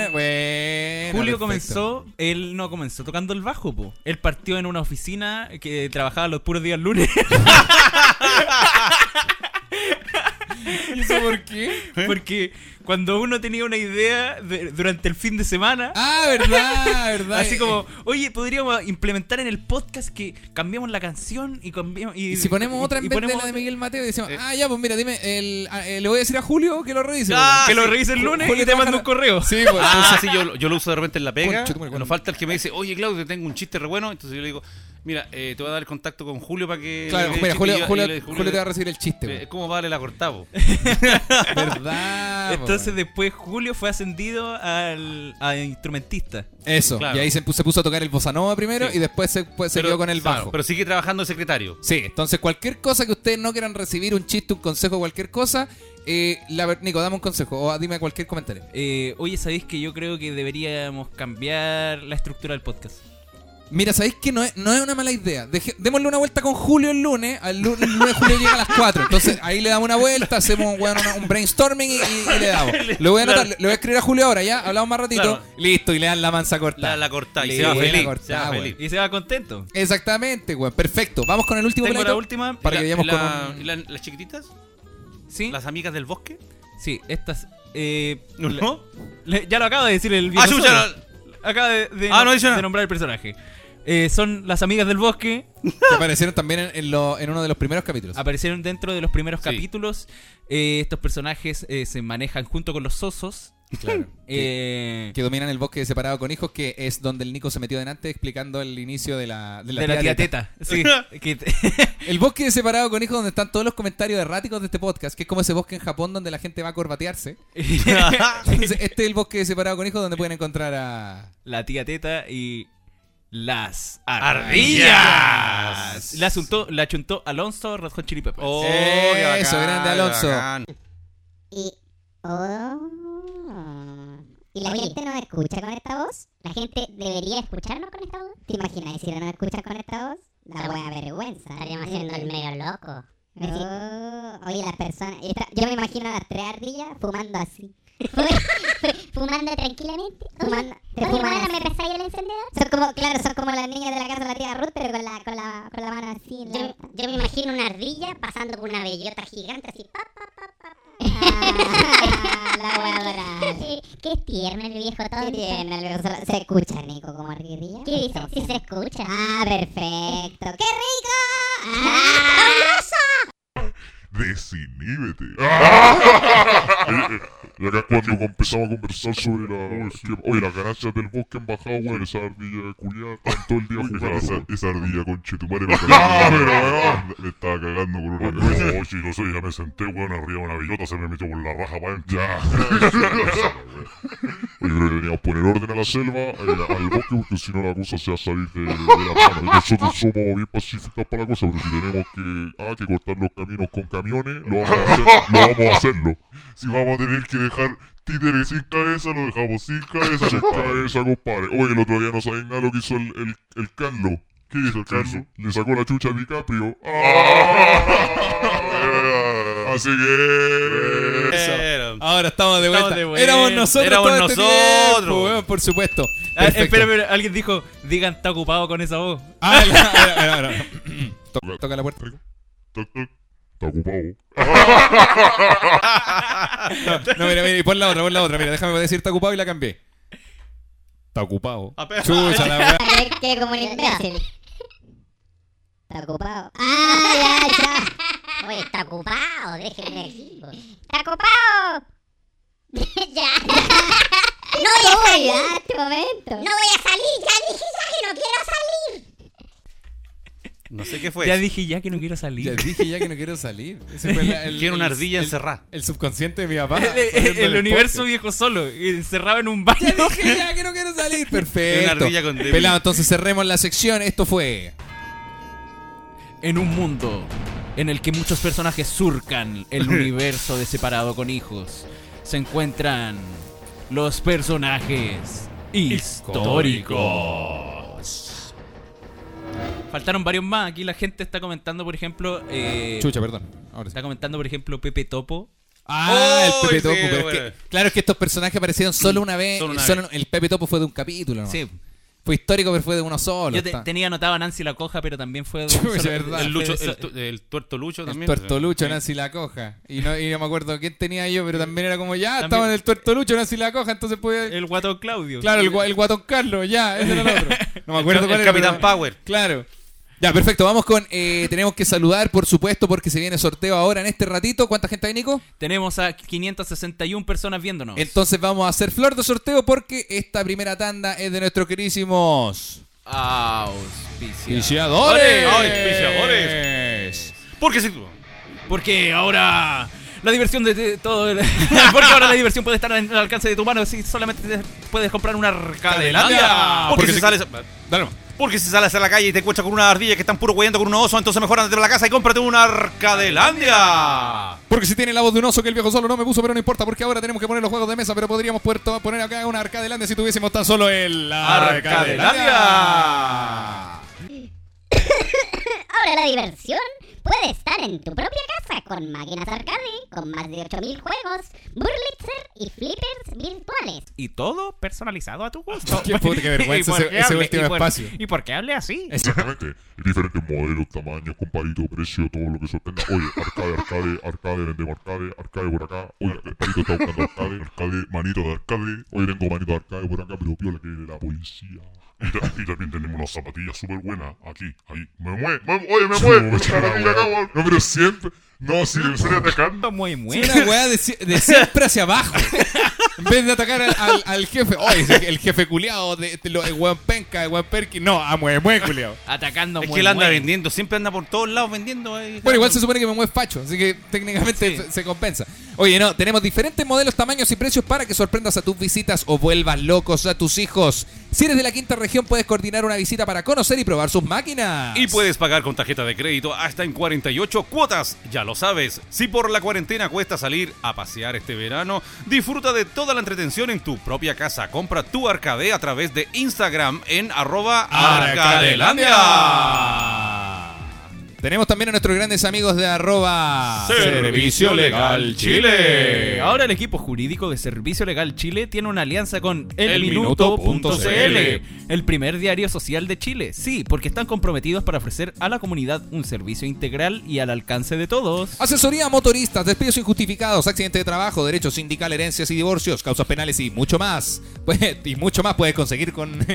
Speaker 3: Ok.
Speaker 2: Bueno, perfecto.
Speaker 4: Julio
Speaker 2: [LAUGHS]
Speaker 4: comenzó, él no comenzó tocando el bajo, po. Él partió en una oficina que trabajaba los puros días lunes. [LAUGHS]
Speaker 2: ¿Y eso por qué?
Speaker 4: Porque cuando uno tenía una idea de- durante el fin de semana,
Speaker 2: Ah, verdad, verdad. eh,
Speaker 4: así como, oye, podríamos implementar en el podcast que cambiamos la canción y cambiamos. Y,
Speaker 2: Y si ponemos
Speaker 4: y-
Speaker 2: otra en
Speaker 4: y
Speaker 2: vez de
Speaker 4: ponemos
Speaker 2: la de
Speaker 4: otra-
Speaker 2: Miguel Mateo y decimos, ah, ya, pues mira, dime, el, ah, eh, le voy a decir a Julio que lo revise.
Speaker 3: Ah,
Speaker 4: Que lo
Speaker 3: sí.
Speaker 4: revise el lunes
Speaker 2: Julio
Speaker 4: y te mando
Speaker 2: trabaja-
Speaker 4: un correo.
Speaker 2: Sí, pues.
Speaker 3: Ah, sí, yo, lo- yo lo uso de repente en la pega.
Speaker 2: Concha tu madre,
Speaker 3: Nos falta el que me dice, oye, Claudio, tengo un chiste re bueno. Entonces yo le digo, mira, eh, te voy a dar el contacto con Julio para que...
Speaker 2: Claro,
Speaker 3: le dé el
Speaker 2: mira,
Speaker 3: chiste".
Speaker 2: Julio,
Speaker 3: Y yo- y
Speaker 2: Julio-
Speaker 3: yo le digo,
Speaker 2: Julio te va a recibir el chiste,
Speaker 3: eh, ¿Cómo vale la cortavo?
Speaker 2: pues. ¿Verdad? pues,
Speaker 4: Entonces
Speaker 2: bueno.
Speaker 4: después Julio fue ascendido al, a instrumentista.
Speaker 2: Eso,
Speaker 3: Claro.
Speaker 2: y ahí se, pu- se puso a tocar el bossa nova primero
Speaker 3: Sí.
Speaker 2: y después se, pues, se quedó con el
Speaker 3: claro,
Speaker 2: bajo.
Speaker 3: pero sigue trabajando de secretario.
Speaker 2: Sí, entonces cualquier cosa que ustedes no quieran recibir, un chiste, un consejo, cualquier cosa, eh, la, ver- Nico, dame un consejo o dime cualquier comentario.
Speaker 4: Eh, oye, ¿sabéis que yo creo que deberíamos cambiar la estructura del podcast?
Speaker 2: Mira, ¿sabéis que no es, no es una mala idea? Deje- démosle una vuelta con Julio el lunes. Al lu- el lunes Julio llega a las 4. Entonces ahí le damos una vuelta, hacemos un, weón, una- un brainstorming y, y- y le
Speaker 3: [LAUGHS]
Speaker 2: damos. Lo voy a anotar, le voy a escribir a Julio ahora, ya. Hablamos más ratito.
Speaker 3: Claro.
Speaker 2: Listo, y le dan la mansa corta.
Speaker 3: La, la corta y
Speaker 2: Le
Speaker 3: se va
Speaker 2: voy a
Speaker 3: feliz.
Speaker 2: cortar,
Speaker 3: se va
Speaker 2: weón.
Speaker 3: feliz.
Speaker 4: Y se va contento.
Speaker 2: Exactamente, weón. Perfecto. Vamos con el último
Speaker 4: Tengo la
Speaker 2: peladito.
Speaker 4: última.
Speaker 2: Para que
Speaker 3: ¿Y la-
Speaker 2: vayamos
Speaker 3: y la-
Speaker 2: con un-
Speaker 3: y la- ¿Las chiquititas?
Speaker 4: Sí,
Speaker 3: ¿Las amigas del bosque?
Speaker 4: sí, estas. eh,
Speaker 3: ¿No?
Speaker 4: Le- ya lo acaba de decir el
Speaker 3: ¡Ah,
Speaker 4: viejo
Speaker 3: chucha!
Speaker 4: Solo. Acaba de, de-
Speaker 3: Ah, no dice nada.
Speaker 4: de nombrar el personaje. Eh, son las amigas del bosque.
Speaker 2: Que aparecieron también en, en lo- en uno de los primeros capítulos.
Speaker 4: Aparecieron dentro de los primeros
Speaker 3: Sí.
Speaker 4: capítulos. Eh, estos personajes eh, se manejan junto con los osos.
Speaker 2: Claro.
Speaker 4: eh,
Speaker 2: que dominan el bosque separado con hijos, que es donde el Nico se metió delante explicando el inicio de la, de la
Speaker 4: de la tía
Speaker 2: Leta.
Speaker 4: Teta. Sí.
Speaker 3: [LAUGHS]
Speaker 4: [LAUGHS] que te-
Speaker 2: El bosque separado con hijos donde están todos los comentarios erráticos de este podcast, que es como ese bosque en Japón donde la gente va a corbatearse. Entonces, este es el bosque separado con hijos donde pueden encontrar a...
Speaker 4: la tía Teta y las
Speaker 3: ¡Ardillas!
Speaker 4: ardillas. La, asuntó- la chuntó Alonso Red Hot Chili Peppers.
Speaker 3: Oh, qué
Speaker 2: Eso, grande,
Speaker 3: qué
Speaker 2: Alonso.
Speaker 3: bacán.
Speaker 8: Y. Oh. ¿Y la gente no escucha con esta voz? ¿La gente debería escucharnos con esta voz? ¿Te imaginas si no nos escuchas con esta voz? La buena vergüenza. Estaríamos haciendo el medio loco. oye, las personas. esta- Yo me imagino a las tres ardillas fumando
Speaker 9: [LAUGHS]
Speaker 8: así.
Speaker 9: fumando tranquilamente.
Speaker 8: Fumando. te
Speaker 9: Oye,
Speaker 8: fuman
Speaker 9: hermana,
Speaker 8: así.
Speaker 9: ¿me prestáis el encendedor?
Speaker 8: Son como, claro, son como las niñas de la casa de la tía Ruth, pero con la, con la, con la mano así. en la-
Speaker 9: Yo, yo me imagino una ardilla pasando por una bellota gigante así. pa, pa, pa, pa.
Speaker 8: Ah, [LAUGHS] la voy a adorar.
Speaker 9: Eh, Qué tierno el viejo
Speaker 8: Qué
Speaker 9: tonto.
Speaker 8: bien, Alberto Sola- Se escucha, Nico, como ardilla.
Speaker 9: ¿Qué dice? Si se escucha.
Speaker 8: Ah, perfecto. ¡Qué rico!
Speaker 9: Ah.
Speaker 8: ¡Ah! [LAUGHS]
Speaker 10: Desiníbete. Eh, eh, acá cuando empezamos a conversar sobre la. que- oye, las ganancias del bosque han bajado, weón. Esa ardilla culiada está todo el día jugando. Esa, ardilla con chetumare [LAUGHS] me Me estaba cagando con una cabeza. Oye, no sé, ya me senté, weón, arriba de una bellota, se me metió por la raja para adentro. [LAUGHS] Oye, creo que teníamos que poner orden a la selva, eh, al bosque, porque si no la cosa se va a salir de, de la mano. Y Nosotros somos bien pacíficas para la cosa, pero si tenemos que, ah, que cortar los caminos con camiones, lo vamos a, hacer, lo vamos a hacerlo. [LAUGHS] Si vamos a tener que dejar títeres sin cabeza, lo dejamos sin cabeza. Sin cabeza, compadre. Oye, el otro día no saben nada lo que hizo el, el, el Carlos. [LAUGHS] ¿Qué hizo el Carlos? Le sacó la chucha a DiCaprio. ¡Ah! Así que. eh.
Speaker 3: Pero-
Speaker 2: Ahora estamos de vuelta.
Speaker 4: Estamos de vuelta.
Speaker 2: Éramos nosotros.
Speaker 4: Éramos
Speaker 2: todo este
Speaker 4: nosotros.
Speaker 2: tiempo, weón, por supuesto.
Speaker 4: Ah,
Speaker 2: Perfecto.
Speaker 4: espera, espera, alguien dijo, digan, está ocupado con esa voz.
Speaker 2: Ah, el- ah, ah, ah, ah. [COUGHS] To- Toca la puerta.
Speaker 10: Toc, toc. Está ocupado.
Speaker 2: No, mira, mira, y pon la otra, pon la otra. Mira, déjame decir, está ocupado y la cambié. Está ocupado.
Speaker 3: Apenas-
Speaker 2: Chucha, la weá.
Speaker 8: Que como un imbécil. Está ocupado. Ah, ya, ya. Oye, está ocupado. Déjenme decirlo.
Speaker 9: ¡Está
Speaker 8: [LAUGHS]
Speaker 9: ocupado! ya. No voy a
Speaker 8: Oye,
Speaker 9: salir.
Speaker 8: ya, este momento.
Speaker 9: No voy a salir. Ya dije ya que no quiero salir.
Speaker 3: No sé
Speaker 2: Pues.
Speaker 3: qué fue.
Speaker 4: ya
Speaker 3: eso.
Speaker 4: dije ya que no quiero salir.
Speaker 2: Ya dije ya que no quiero salir. Ese fue la- el-
Speaker 3: Quiero una
Speaker 2: el-
Speaker 3: ardilla
Speaker 2: el-
Speaker 3: encerrada.
Speaker 2: El subconsciente de mi papá.
Speaker 4: El- [LAUGHS] el, el
Speaker 2: saliendo del
Speaker 4: universo
Speaker 2: podcast.
Speaker 4: viejo solo, encerrado en un baño.
Speaker 2: Ya dije ya que no
Speaker 3: [LAUGHS]
Speaker 2: quiero salir. Perfecto.
Speaker 3: Una ardilla con débil.
Speaker 2: Pelado, entonces cerremos la sección. Esto fue.
Speaker 4: En un mundo en el que muchos personajes surcan
Speaker 2: [LAUGHS]
Speaker 4: el universo de Separado con Hijos, se encuentran los personajes históricos. Faltaron varios más. Aquí la gente está comentando, por ejemplo, eh,
Speaker 2: Chucha, perdón. Ahora sí.
Speaker 4: está comentando, por ejemplo, Pepe Topo.
Speaker 2: Ah,
Speaker 3: Oh,
Speaker 2: el Pepe
Speaker 3: sí,
Speaker 2: Topo. pero es
Speaker 3: bueno. Mm,
Speaker 2: que- claro, es que estos personajes aparecieron solo una vez.
Speaker 3: Solo una
Speaker 2: solo- el Pepe Topo fue de un capítulo. nomás.
Speaker 4: Sí.
Speaker 2: Fue histórico, pero fue de uno solo.
Speaker 4: Yo te-
Speaker 2: está.
Speaker 4: tenía anotado a Nancy la coja, pero
Speaker 2: [LAUGHS]
Speaker 4: también fue de
Speaker 2: Chucha,
Speaker 4: solo-
Speaker 2: verdad.
Speaker 3: El, lucho,
Speaker 4: fue de-
Speaker 3: el, tu- el tuerto lucho
Speaker 2: El
Speaker 3: también.
Speaker 2: tuertolucho, Nancy la coja. Y no, y no me acuerdo quién tenía yo, pero también era como, ya,
Speaker 4: También-
Speaker 2: estaba en el tuertolucho, Nancy la coja, entonces podía...
Speaker 4: el guatón Claudio.
Speaker 2: Claro, el, gua- el guatón Carlos, ya, ese era el otro. [LAUGHS] No me acuerdo
Speaker 3: El
Speaker 2: cuál era,
Speaker 3: Capitán
Speaker 2: pero-
Speaker 3: Power.
Speaker 2: Claro. Ya, perfecto, vamos con... eh, tenemos que saludar, por supuesto, porque se viene sorteo ahora en este ratito. ¿Cuánta gente hay, Nico?
Speaker 4: Tenemos a 561 personas viéndonos.
Speaker 2: Entonces vamos a hacer flor de sorteo porque esta primera tanda es de nuestros queridísimos...
Speaker 4: Auspicia.
Speaker 2: ¡Viciadores!
Speaker 3: Auspiciadores. Porque si tú.
Speaker 4: Porque ahora la diversión de, de todo. el- [LAUGHS] porque ahora la diversión puede estar en- al alcance de tu mano si solamente te- puedes comprar una
Speaker 3: Adelante.
Speaker 4: arcadelandia.
Speaker 3: Porque,
Speaker 2: Porque
Speaker 3: si
Speaker 2: si-
Speaker 3: sales.
Speaker 2: Dale nomás.
Speaker 3: Porque si sales a la calle y te encuentras con una ardilla que están puro hueando con un oso, entonces mejor andate a la casa y cómprate una arcadelandia.
Speaker 2: Porque si tiene la voz de un oso que el viejo solo no me puso, pero no importa, porque ahora tenemos que poner los juegos de mesa, pero podríamos poder to- poner acá una arcadelandia si tuviésemos tan solo el
Speaker 3: Arcadelandia.
Speaker 9: Ahora la diversión puede estar en tu propia casa con máquinas arcade, con más de 8000 juegos, burlitzer y flippers virtuales.
Speaker 7: Y todo personalizado a tu gusto.
Speaker 2: [LAUGHS] Qué puta, qué
Speaker 4: [LAUGHS]
Speaker 2: vergüenza
Speaker 7: ¿Y por
Speaker 2: ese-
Speaker 7: qué
Speaker 2: ese
Speaker 7: hable-
Speaker 2: último
Speaker 7: y por-
Speaker 2: espacio.
Speaker 7: ¿Y por qué hable así?
Speaker 10: Exactamente. Diferentes modelos, tamaños, compadito, precio, todo lo que sorprenda. Oye, arcade, arcade, arcade, vendemos arcade, arcade por acá. Oye, el palito está buscando arcade, arcade, manito de arcade. Oye, tengo manito de arcade por acá, pero piola que es de la policía. Y, ta- y también tenemos unas zapatillas súper buenas. Aquí, ahí. Me mueve, me- oye, me [LAUGHS] mueve. No, pero siempre. No, si me estoy atacando.
Speaker 4: Muy, muy.
Speaker 2: Es una weá de, si- de siempre hacia abajo. en vez de atacar al, al- al jefe, oye, ese- el jefe culiado, de, de lo- el weón penca, el weón perky. No, a mueve, mueve culiado.
Speaker 4: Atacando
Speaker 3: Es
Speaker 4: muy,
Speaker 3: que él anda
Speaker 4: muy.
Speaker 3: vendiendo, siempre anda por todos lados vendiendo. eh. ahí.
Speaker 2: Bueno, igual se supone que me mueve facho, así que [LAUGHS] técnicamente se, se compensa. Oye, no, tenemos diferentes modelos, tamaños y precios para que sorprendas a tus visitas o vuelvas locos a tus hijos. Si eres de la quinta región, puedes coordinar una visita para conocer y probar sus máquinas.
Speaker 3: Y pues, puedes pagar con tarjeta de crédito hasta en 48 cuotas. Ya lo sabes, si por la cuarentena cuesta salir a pasear este verano, disfruta de toda la entretención en tu propia casa. Compra tu arcade a través de Instagram en arroba arcadelandia.
Speaker 2: Tenemos también a nuestros grandes amigos de arroba
Speaker 3: Servicio Legal Chile.
Speaker 4: Eh, Ahora el equipo jurídico de Servicio Legal Chile tiene una alianza con
Speaker 3: Elminuto.cl,
Speaker 4: elminuto.cl, el primer diario social de Chile. Sí, porque están comprometidos para ofrecer a la comunidad un servicio integral y al alcance de todos.
Speaker 2: Asesoría a motoristas, despidos injustificados, accidente de trabajo, derecho sindical, herencias y divorcios, causas penales y mucho más. [LAUGHS] Pues- y mucho más puedes conseguir con, [LAUGHS] con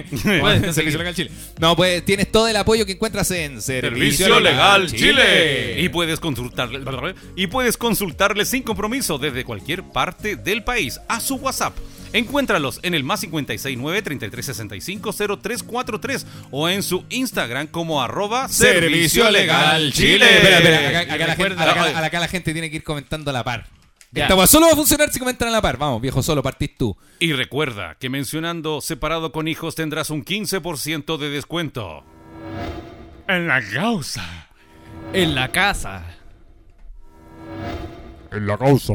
Speaker 4: conseguir.
Speaker 2: Servicio Legal Chile. No, pues tienes todo el apoyo que encuentras en
Speaker 3: Servicio Legal Chile. Y puedes consultarle y puedes consultarle sin compromiso desde cualquier parte del país a su WhatsApp. Encuéntralos en el más 569 3365 0343 o en su Instagram como arroba Servicio Legal Chile.
Speaker 2: Espera, espera, acá, acá la gente,
Speaker 3: Recuerda-
Speaker 2: acá- acá- acá la gente tiene que ir comentando a la par.
Speaker 4: Ya.
Speaker 2: Esta weá solo va a funcionar si comentan a la par. Vamos, viejo, solo partís tú.
Speaker 3: Y recuerda que mencionando separado con hijos tendrás un 15% de descuento.
Speaker 7: En la causa.
Speaker 4: En la casa.
Speaker 10: En la causa.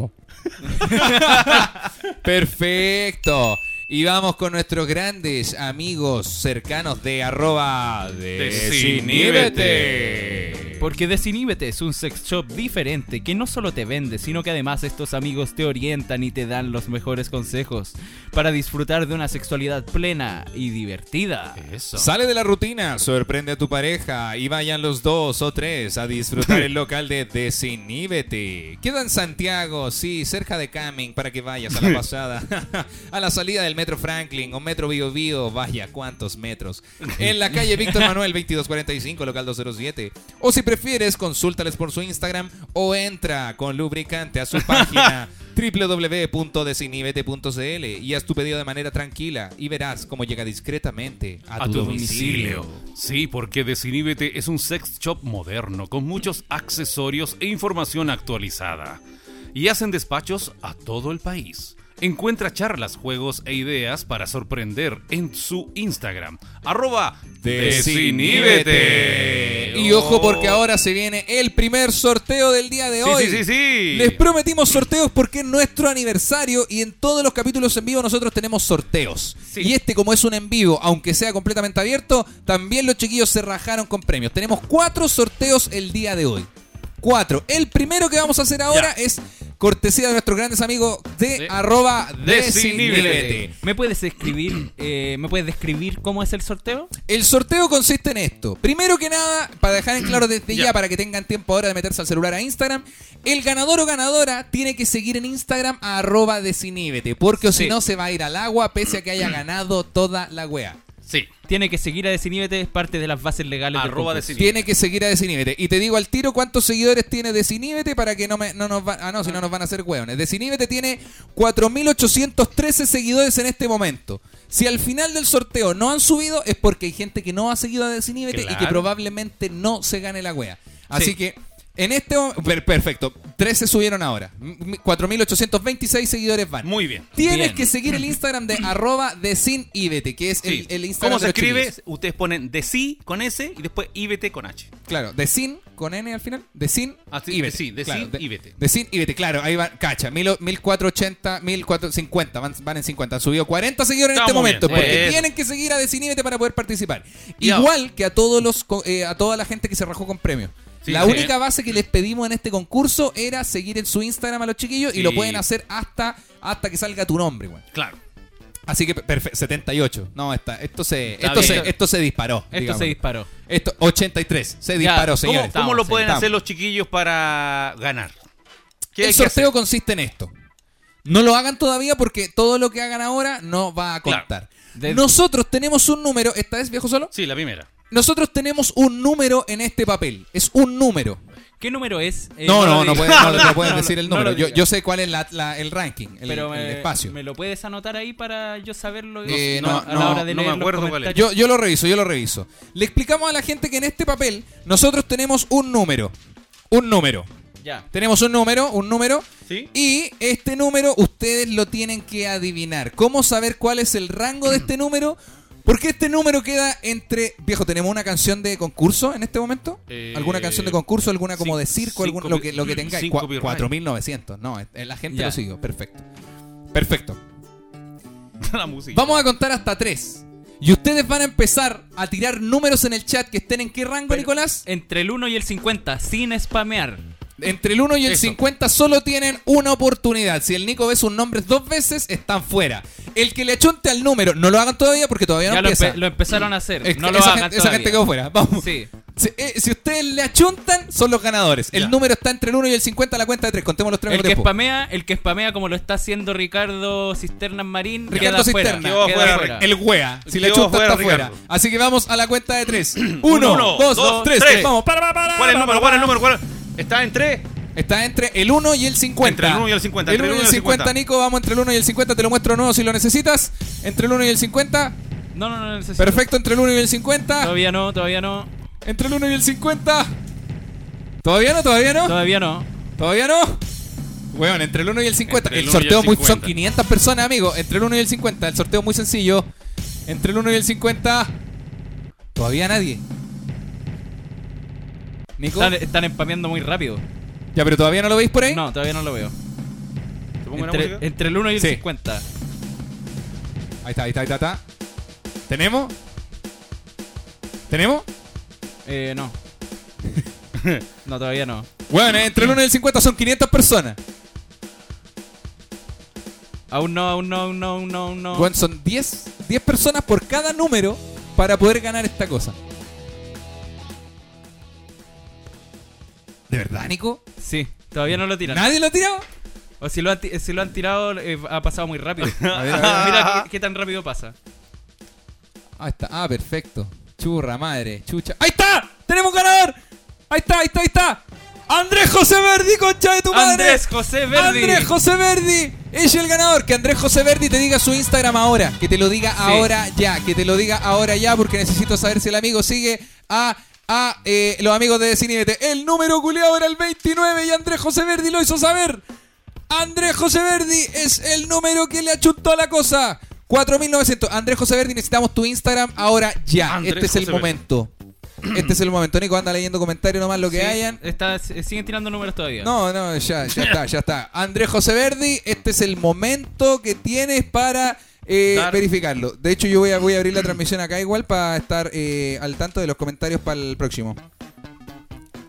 Speaker 2: Perfecto. Y vamos con nuestros grandes amigos cercanos de arroba
Speaker 3: Desiníbete.
Speaker 4: Porque Desinhíbete es un sex shop diferente que no solo te vende, sino que además estos amigos te orientan y te dan los mejores consejos para disfrutar de una sexualidad plena y divertida.
Speaker 3: Eso.
Speaker 6: Sale de la rutina, sorprende a tu pareja y vayan los dos o tres a disfrutar el local de Desinhíbete. Queda en Santiago, sí, cerca de Camming, para que vayas a la pasada. [LAUGHS] a la salida del Metro Franklin o Metro Bio Bio, vaya, cuántos metros. En la calle Víctor Manuel 2245, local 207. O si prefieres, consúltales por su Instagram o entra con lubricante a su página www.desinhibete.cl y haz tu pedido de manera tranquila y verás cómo llega discretamente a, tu, domicilio.
Speaker 3: Sí, porque Desinhíbete es un sex shop moderno con muchos accesorios e información actualizada. Y hacen despachos a todo el país. Encuentra charlas, juegos e ideas para sorprender en su Instagram. Arroba Desinhíbete.
Speaker 2: Y ojo porque ahora se viene el primer sorteo del día de
Speaker 3: Sí,
Speaker 2: hoy.
Speaker 3: sí, sí, sí.
Speaker 2: Les prometimos sorteos porque es nuestro aniversario y en todos los capítulos en vivo nosotros tenemos sorteos.
Speaker 4: Sí.
Speaker 2: Y este, como es un en vivo, aunque sea completamente abierto, también los chiquillos se rajaron con premios. Tenemos cuatro sorteos el día de hoy. Cuatro. El primero que vamos a hacer ahora es cortesía de nuestros grandes amigos de
Speaker 3: Sí.
Speaker 2: arroba
Speaker 3: Desinhibete.
Speaker 2: Desinhibete.
Speaker 4: ¿Me puedes escribir, eh, me puedes describir cómo es el sorteo?
Speaker 2: El sorteo consiste en esto. Primero que nada, para dejar en claro desde
Speaker 3: Ya.
Speaker 2: ya, para que tengan tiempo ahora de meterse al celular a Instagram, el ganador o ganadora tiene que seguir en Instagram a arroba desinhíbete, porque o
Speaker 4: Sí.
Speaker 2: si no se va a ir al agua pese a que haya ganado toda la wea.
Speaker 3: Sí.
Speaker 4: Tiene que seguir a Desinhíbete, es parte de las bases legales del
Speaker 3: Arroba
Speaker 4: concurso.
Speaker 3: Desinhíbete.
Speaker 2: Tiene que seguir a Desinhíbete. Y te digo al tiro cuántos seguidores tiene Desinhíbete para que no, me, no nos va- ah, no, si no nos van a hacer hueones. Desinhíbete tiene 4.813 seguidores en este momento. Si al final del sorteo no han subido es porque hay gente que no ha seguido a Desinhíbete y
Speaker 3: Claro.
Speaker 2: que probablemente no se gane la wea. Así
Speaker 4: Sí.
Speaker 2: que en este momento... Perfecto. 13 subieron ahora. M- 4.826 seguidores van.
Speaker 3: Muy bien.
Speaker 2: Tienes
Speaker 4: Bien.
Speaker 2: que seguir el
Speaker 3: [CLEARS THROAT]
Speaker 2: Instagram de arroba desinhíbete, que es
Speaker 3: Sí.
Speaker 2: el, el
Speaker 3: ¿Cómo
Speaker 2: Instagram de
Speaker 3: se
Speaker 2: los
Speaker 3: escribe?
Speaker 2: chiquillos.
Speaker 3: Ustedes ponen de sí con S y después IBT con H.
Speaker 2: Claro, de sin con N al final. De sin
Speaker 3: Ah, sí,
Speaker 2: y vete.
Speaker 3: de sin, de
Speaker 2: Claro,
Speaker 3: sin y vete.
Speaker 2: De sin y vete, claro. Ahí van, cacha. mil o- 1480, 1450. Van, van en 50. Han subido 40 seguidores en
Speaker 3: Estamos
Speaker 2: este momento.
Speaker 3: bien,
Speaker 2: porque
Speaker 3: eso.
Speaker 2: tienen que seguir a de sin y vete para poder participar.
Speaker 3: Ya.
Speaker 2: Igual que a todos los co- eh, a toda la gente que se rajó con premios.
Speaker 3: Sí,
Speaker 2: la
Speaker 3: sí.
Speaker 2: única base que les pedimos en este concurso era seguir en su Instagram a los chiquillos
Speaker 3: Sí.
Speaker 2: y lo pueden hacer hasta, hasta que salga tu nombre, güey.
Speaker 3: Claro.
Speaker 2: Así que perfecto, 78. No, está, esto se,
Speaker 4: Está
Speaker 2: esto
Speaker 4: bien.
Speaker 2: se, esto se disparó.
Speaker 4: Esto
Speaker 2: digámoslo.
Speaker 4: se disparó.
Speaker 2: Esto, 83. Se disparó,
Speaker 4: ¿cómo-
Speaker 2: señores.
Speaker 3: ¿Cómo, cómo lo
Speaker 4: Estamos,
Speaker 3: pueden
Speaker 2: estamos.
Speaker 3: hacer los chiquillos para ganar? ¿Qué hay
Speaker 2: El
Speaker 3: que
Speaker 2: sorteo
Speaker 3: hacer?
Speaker 2: consiste en esto. No lo hagan todavía porque todo lo que hagan ahora no va a contar.
Speaker 4: De-
Speaker 2: Nosotros tenemos un número, esta vez viejo solo,
Speaker 3: Sí, la primera.
Speaker 2: nosotros tenemos un número en este papel. Es un número.
Speaker 4: ¿Qué número es? Eh,
Speaker 2: no, no,
Speaker 4: lo
Speaker 2: no,
Speaker 4: digas.
Speaker 2: pueden, no,
Speaker 4: [LAUGHS]
Speaker 2: no pueden
Speaker 4: no,
Speaker 2: decir el
Speaker 4: no
Speaker 2: número.
Speaker 4: lo
Speaker 2: yo,
Speaker 4: digas.
Speaker 2: yo sé cuál es la- la- el ranking, el,
Speaker 4: Pero me,
Speaker 2: el espacio.
Speaker 4: ¿Me lo puedes anotar ahí para yo saberlo
Speaker 2: Eh,
Speaker 4: no,
Speaker 2: no,
Speaker 4: a la
Speaker 2: no,
Speaker 4: hora de
Speaker 3: no me
Speaker 4: leer los
Speaker 3: acuerdo cuál es.
Speaker 4: comentarios?
Speaker 2: Yo, yo lo reviso, yo lo reviso. Le explicamos a la gente que en este papel nosotros tenemos un número. Un número.
Speaker 4: Ya.
Speaker 2: Tenemos un número, un número.
Speaker 3: Sí.
Speaker 2: Y este número ustedes lo tienen que adivinar. ¿Cómo saber cuál es el rango de este número? Porque este número queda entre. Viejo, ¿tenemos una canción de concurso en este momento?
Speaker 3: Eh,
Speaker 2: ¿Alguna canción de concurso? ¿Alguna como de
Speaker 3: cinco-
Speaker 2: circo? algún-
Speaker 3: cinco
Speaker 2: lo,
Speaker 3: pi-
Speaker 2: que, lo que tengáis.
Speaker 3: cinco
Speaker 2: Cua-
Speaker 3: pi-
Speaker 2: 4.900. No, eh, la gente
Speaker 4: Ya.
Speaker 2: lo siguió. Perfecto. Perfecto.
Speaker 3: [LAUGHS] la música.
Speaker 2: Vamos a contar hasta tres. Y ustedes van a empezar a tirar números en el chat que estén en qué rango,
Speaker 4: Pero-
Speaker 2: Nicolás.
Speaker 4: Entre el 1 y el 50, sin spamear.
Speaker 2: Entre el 1 y el
Speaker 3: Eso.
Speaker 2: 50 solo tienen una oportunidad. Si el Nico ve sus nombres dos veces, están fuera. El que le achunte al número, no lo hagan todavía porque todavía no
Speaker 4: Ya lo,
Speaker 2: empieza.
Speaker 4: empe- lo empezaron a hacer.
Speaker 2: Es-
Speaker 4: no lo
Speaker 2: esa,
Speaker 4: hagan
Speaker 2: gente, esa gente
Speaker 4: todavía.
Speaker 2: quedó fuera. Vamos.
Speaker 4: [LAUGHS] Sí.
Speaker 2: Si, eh, si ustedes le achuntan, son los ganadores. El
Speaker 3: Ya.
Speaker 2: número está entre el 1 y el 50 a la cuenta de 3. Contemos los tres
Speaker 4: El
Speaker 2: al
Speaker 4: que
Speaker 2: tiempo.
Speaker 4: spamea, el que spamea como lo está haciendo Ricardo Cisternas Marín,
Speaker 2: Ricardo
Speaker 4: queda fuera,
Speaker 2: Cisterna.
Speaker 4: queda
Speaker 3: Quedó fuera,
Speaker 4: fuera.
Speaker 2: El wea. Si le
Speaker 3: Quedó
Speaker 2: achunta,
Speaker 3: fuera
Speaker 2: está fuera.
Speaker 3: Ricardo.
Speaker 2: Así que vamos a la cuenta de
Speaker 4: [CLEARS THROAT]
Speaker 2: 3.
Speaker 3: Uno,
Speaker 2: 1, 2,
Speaker 3: dos,
Speaker 2: 2, 3.
Speaker 3: tres.
Speaker 2: Vamos. Para, para, para,
Speaker 3: ¿Cuál es el
Speaker 2: para,
Speaker 3: número?
Speaker 2: para.
Speaker 3: ¿Cuál es el número? ¿Cuál es- Está en tres.
Speaker 2: Está entre el 1 y el 50.
Speaker 3: Entre el 1 y el 50,
Speaker 2: El 1 y el 50, Nico, vamos entre el 1 y el 50. Te lo muestro de nuevo si lo necesitas. Entre el 1 y el 50.
Speaker 4: No, no, no necesito.
Speaker 2: Perfecto, entre el 1 y el 50.
Speaker 4: Todavía no, todavía no,
Speaker 2: Entre el 1 y el 50. ¿Todavía no? ¿Todavía no?
Speaker 4: todavía no.
Speaker 2: ¿Todavía no? Weón, entre el 1 y el 50.
Speaker 3: Entre el
Speaker 2: el,
Speaker 3: 1 y
Speaker 2: sorteo
Speaker 3: el
Speaker 2: muy,
Speaker 3: 50.
Speaker 2: son 500 personas, amigo. Entre el 1 y el 50. El sorteo muy sencillo. Entre el 1 y el 50. Todavía nadie. Nico.
Speaker 4: Están, están empameando muy rápido.
Speaker 2: Ya, pero todavía no lo veis por ahí.
Speaker 4: No, todavía no lo veo.
Speaker 3: ¿Te pongo la
Speaker 4: Entre,
Speaker 3: música?
Speaker 4: entre el 1 y el
Speaker 2: Sí.
Speaker 4: 50.
Speaker 2: Ahí está, ahí está, ahí está, ahí está. ¿Tenemos? ¿Tenemos? [LAUGHS]
Speaker 4: Eh, no. No, todavía no.
Speaker 2: Bueno, eh, entre el 1 y el 50 son 500 personas.
Speaker 4: Aún no, aún no, aún no, aún no, aún no.
Speaker 2: Bueno, son 10, 10 personas por cada número para poder ganar esta cosa. ¿De verdad, Nico?
Speaker 4: Sí, todavía no lo tiran.
Speaker 2: ¿Nadie lo ha tirado?
Speaker 4: O si lo, han ti- si lo han tirado, eh, ha pasado muy rápido.
Speaker 2: ver, [LAUGHS] a ver.
Speaker 4: Mira qué, qué tan rápido pasa.
Speaker 2: Ahí está. Ah, perfecto. Churra, madre. Chucha. ¡Ahí está! ¡Tenemos ganador! ¡Ahí está, ahí está, ahí está! ¡Andrés José Verdi, concha de tu madre!
Speaker 4: Andrés José Verdi.
Speaker 2: Andrés José Verdi es el ganador. Que Andrés José Verdi te diga su Instagram ahora. Que te lo diga ahora ya. Que te lo diga ahora ya. Porque necesito saber si el amigo sigue a, a eh, los amigos de Cinebete. El número culiado era el 29 y Andrés José Verdi lo hizo saber. Andrés José Verdi es el número que le achuntó a la cosa. 4900. Andrés José Verdi, necesitamos tu Instagram ahora ya.
Speaker 3: Andrés
Speaker 2: este es el
Speaker 3: José Verdi.
Speaker 2: momento. Este es el momento. Nico, anda leyendo comentarios nomás lo que
Speaker 4: Sí,
Speaker 2: hayan.
Speaker 4: está- s- siguen tirando números todavía.
Speaker 2: No, no, ya, ya está, ya está. Andrés José Verdi, este es el momento que tienes para eh,
Speaker 4: Dar-
Speaker 2: verificarlo. De hecho, yo voy a, voy a abrir la transmisión acá igual para estar eh, al tanto de los comentarios para el próximo.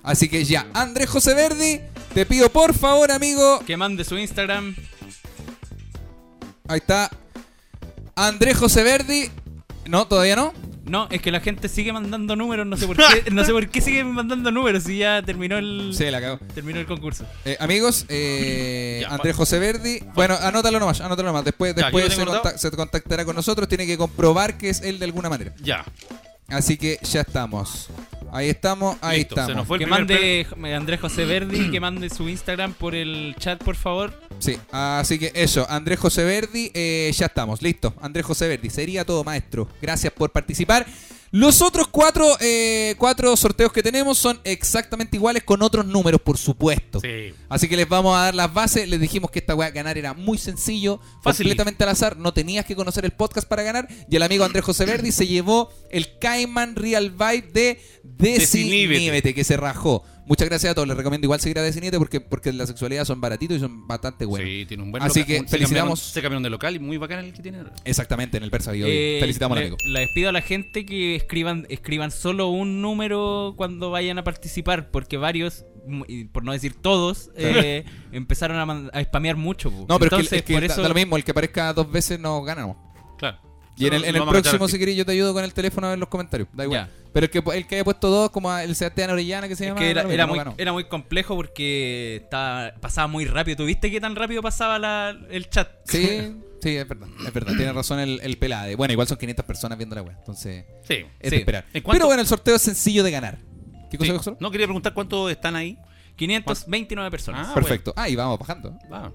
Speaker 2: Así que ya, Andrés José Verdi, te pido por favor, amigo.
Speaker 4: Que mande su Instagram.
Speaker 2: Ahí está. Andrés José Verdi. No, todavía no.
Speaker 4: No, es que la gente sigue mandando números, no sé por qué, no sé por qué siguen mandando números si ya terminó el
Speaker 2: Sí, la cagó.
Speaker 4: terminó el concurso.
Speaker 2: Eh, amigos, eh,
Speaker 3: Ya,
Speaker 2: Andrés José Verdi. Bueno, anótalo nomás, anótalo nomás. Después,
Speaker 3: Ya,
Speaker 2: después
Speaker 3: aquí
Speaker 2: se,
Speaker 3: lo tengo
Speaker 2: conta- se contactará con nosotros. Tiene que comprobar que es él de alguna manera.
Speaker 3: Ya.
Speaker 2: Así que ya estamos. Ahí estamos, ahí
Speaker 3: Listo,
Speaker 2: estamos.
Speaker 3: Se nos fue el
Speaker 4: Que
Speaker 3: primer
Speaker 4: mande eh, Andrés José Verdi, que mande su Instagram por el chat, por favor.
Speaker 2: Sí, así que eso, Andrés José Verdi, eh, ya estamos, listo. Andrés José Verdi, sería todo, maestro. Gracias por participar. Los otros cuatro, eh, cuatro sorteos que tenemos son exactamente iguales con otros números, por supuesto.
Speaker 3: Sí.
Speaker 2: Así que les vamos a dar las bases. Les dijimos que esta weá ganar era muy sencillo,
Speaker 3: Fácil.
Speaker 2: completamente al azar. No tenías que conocer el podcast para ganar. Y el amigo Andrés José Verdi se llevó el Cayman Real Vibe de
Speaker 3: Desiníbete.
Speaker 2: Desiníbete, que se rajó. Muchas gracias a todos. Les recomiendo igual seguir a Desiníbete porque, porque la sexualidad son baratitos y son bastante buenos.
Speaker 3: Sí, tiene un buen
Speaker 2: Así
Speaker 3: local.
Speaker 2: que
Speaker 3: Un- se
Speaker 2: felicitamos.
Speaker 3: cambiaron- Se cambiaron de local y muy bacán el que tiene ahora.
Speaker 2: Exactamente, en el Persa Bio.
Speaker 4: Eh,
Speaker 2: Felicitamos al
Speaker 4: le-
Speaker 2: amigo.
Speaker 4: Les pido a la gente que escriban, escriban solo un número cuando vayan a participar, porque varios, m- y por no decir todos, eh, [LAUGHS] empezaron a, man- a spamear mucho. po.
Speaker 2: No, pero es
Speaker 4: Entonces,
Speaker 2: que, es que
Speaker 4: por
Speaker 2: da-
Speaker 4: eso
Speaker 2: da lo mismo. El que aparezca dos veces no ganamos.
Speaker 3: Claro.
Speaker 2: Y en el, en el
Speaker 3: Vamos a
Speaker 2: próximo,
Speaker 3: cachar
Speaker 2: si
Speaker 3: al
Speaker 2: querés, yo te ayudo con el teléfono a ver los comentarios. Da igual. Pero el que, el que haya puesto dos, como el Sebastián Orellana, que se
Speaker 4: Es
Speaker 2: llama.
Speaker 4: que era,
Speaker 2: da lo
Speaker 4: era
Speaker 2: mismo,
Speaker 4: muy,
Speaker 2: no ganó.
Speaker 4: era muy complejo porque estaba, pasaba muy rápido. ¿Tuviste qué tan rápido pasaba la- el chat? [LAUGHS]
Speaker 2: Sí, sí, es verdad. Es verdad. Tiene razón el, el pelade. Bueno, igual son 500 personas viendo la web. Entonces,
Speaker 3: tiro. Sí.
Speaker 2: es
Speaker 4: Sí.
Speaker 2: de esperar.
Speaker 3: ¿En cuánto-
Speaker 2: Pero bueno, el sorteo es sencillo de ganar. ¿Qué cosa
Speaker 3: Sí.
Speaker 2: Gonzalo?
Speaker 3: No quería preguntar cuántos están ahí.
Speaker 4: 529 personas.
Speaker 3: Ah,
Speaker 2: Perfecto. Ahí vamos bajando.
Speaker 3: bueno.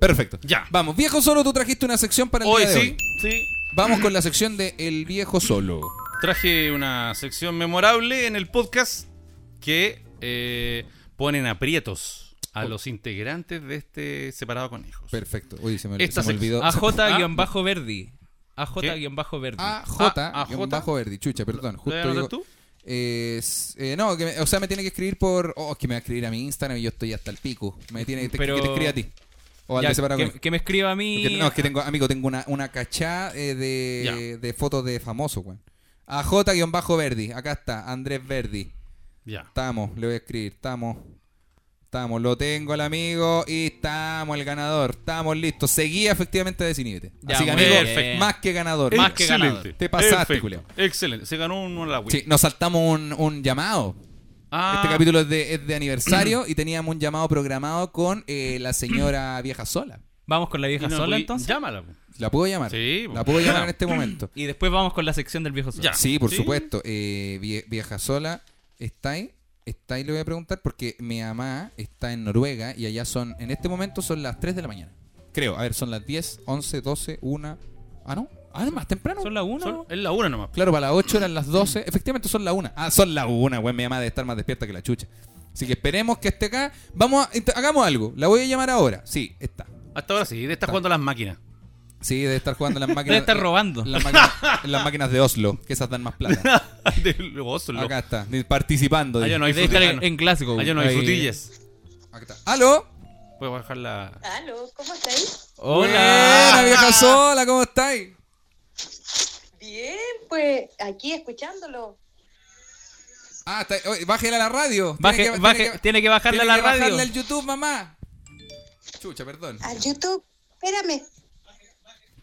Speaker 2: Perfecto.
Speaker 3: Ya.
Speaker 2: Vamos, viejo solo, tú trajiste una sección para el
Speaker 3: Hoy
Speaker 2: día de
Speaker 3: sí,
Speaker 2: hoy.
Speaker 3: sí.
Speaker 2: Vamos con la sección de El viejo solo.
Speaker 3: Traje una sección memorable en el podcast que eh, ponen aprietos a los integrantes de este separado con hijos.
Speaker 2: Perfecto. Uy, se me,
Speaker 3: Esta
Speaker 2: se me
Speaker 3: sec-
Speaker 2: olvidó.
Speaker 3: Ah,
Speaker 4: AJ-Verdi. AJ-Verdi.
Speaker 3: A-
Speaker 2: AJ,
Speaker 3: AJ.
Speaker 2: guión bajo verde. Chucha, perdón.
Speaker 3: ¿Lo voy a
Speaker 2: Justo
Speaker 3: anotar
Speaker 2: digo-
Speaker 3: tú?
Speaker 2: Eh, s- eh, no, que me- o sea, me tiene que escribir por. Oh, es que me va a escribir a mi Instagram y yo estoy hasta el pico. Me tiene que, te-
Speaker 4: Pero-
Speaker 2: que te escriba a ti. O al
Speaker 4: Ya,
Speaker 2: de Separado
Speaker 4: que,
Speaker 2: Conmigo.
Speaker 4: que me escriba a mí.
Speaker 2: Porque- no, es que tengo, amigo, tengo una, una cachá eh, de,
Speaker 3: Ya.
Speaker 2: de fotos de famosos, weón. AJ-Verdi, acá está, Andrés Verdi.
Speaker 3: Ya.
Speaker 2: Estamos, le voy a escribir, estamos. Estamos, lo tengo el amigo y estamos el ganador. Estamos listos. Seguía efectivamente de Desinhibite.
Speaker 4: Ya,
Speaker 2: Así que,
Speaker 4: muy
Speaker 2: amigo,
Speaker 4: bien.
Speaker 2: más que ganador.
Speaker 4: Más que ganador.
Speaker 3: Excelente.
Speaker 2: Te pasaste,
Speaker 3: Perfecto.
Speaker 2: culiao.
Speaker 3: Excelente. Se ganó uno a la Wii.
Speaker 2: Sí, nos saltamos un, un llamado.
Speaker 3: Ah,
Speaker 2: Este capítulo es de, es de aniversario y teníamos un llamado programado con eh, la señora vieja sola.
Speaker 4: Vamos con la
Speaker 3: y
Speaker 4: vieja
Speaker 3: no
Speaker 4: sola
Speaker 3: Wii,
Speaker 4: entonces.
Speaker 3: Llámala. po.
Speaker 2: ¿La puedo llamar?
Speaker 3: Sí,
Speaker 2: La puedo llamar
Speaker 3: ya.
Speaker 2: en este momento.
Speaker 4: Y después vamos con la sección del viejo sola.
Speaker 3: Ya.
Speaker 2: Sí, por
Speaker 3: Sí.
Speaker 2: supuesto. Eh, vie- vieja sola, está ahí. Está ahí, le voy a preguntar porque mi mamá está en Noruega y allá son, en este momento son las 3 de la mañana. Creo, a ver, son las 10, 11, 12, 1. Ah, no. Ah, es más temprano.
Speaker 4: ¿Son Ah, la 1?
Speaker 3: Son- es la una nomás.
Speaker 2: Claro, para las 8 eran las 12. Efectivamente son las 1. Ah, son las 1, güey. Mi mamá debe estar más despierta que la chucha. Así que esperemos que esté acá. Vamos a, int- hagamos algo. La voy a llamar ahora. Sí, está.
Speaker 3: Hasta ahora sí. De estas jugando a las [LAUGHS] máquinas.
Speaker 2: Sí, debe estar jugando
Speaker 4: [LAUGHS]
Speaker 2: en las máquinas.
Speaker 4: Debe estar robando.
Speaker 2: en Las máquinas, en las máquinas de Oslo, que esas dan más
Speaker 4: [LAUGHS]
Speaker 2: plata.
Speaker 3: de los osos,
Speaker 2: Acá está, participando.
Speaker 3: Allá no
Speaker 4: Debe
Speaker 3: hay
Speaker 4: estar
Speaker 3: frutillas.
Speaker 4: en, en Glasgow.
Speaker 3: Allá no hay
Speaker 4: Ahí.
Speaker 3: frutillas.
Speaker 2: Acá está. ¡Aló!
Speaker 3: Puedo bajar la.
Speaker 9: Aló, ¿cómo estáis?
Speaker 4: Hola.
Speaker 2: Buena, vieja sola, ¿cómo estáis?
Speaker 9: Bien, pues aquí escuchándolo.
Speaker 2: Ah, está, oye, bájela a la radio.
Speaker 4: Baje-
Speaker 2: tiene que,
Speaker 4: baje-
Speaker 2: tiene que-
Speaker 4: tiene que bajarle
Speaker 2: tiene
Speaker 4: a la
Speaker 2: que
Speaker 4: radio.
Speaker 2: bajarle al YouTube, mamá. Chucha, perdón.
Speaker 11: A YouTube, espérame.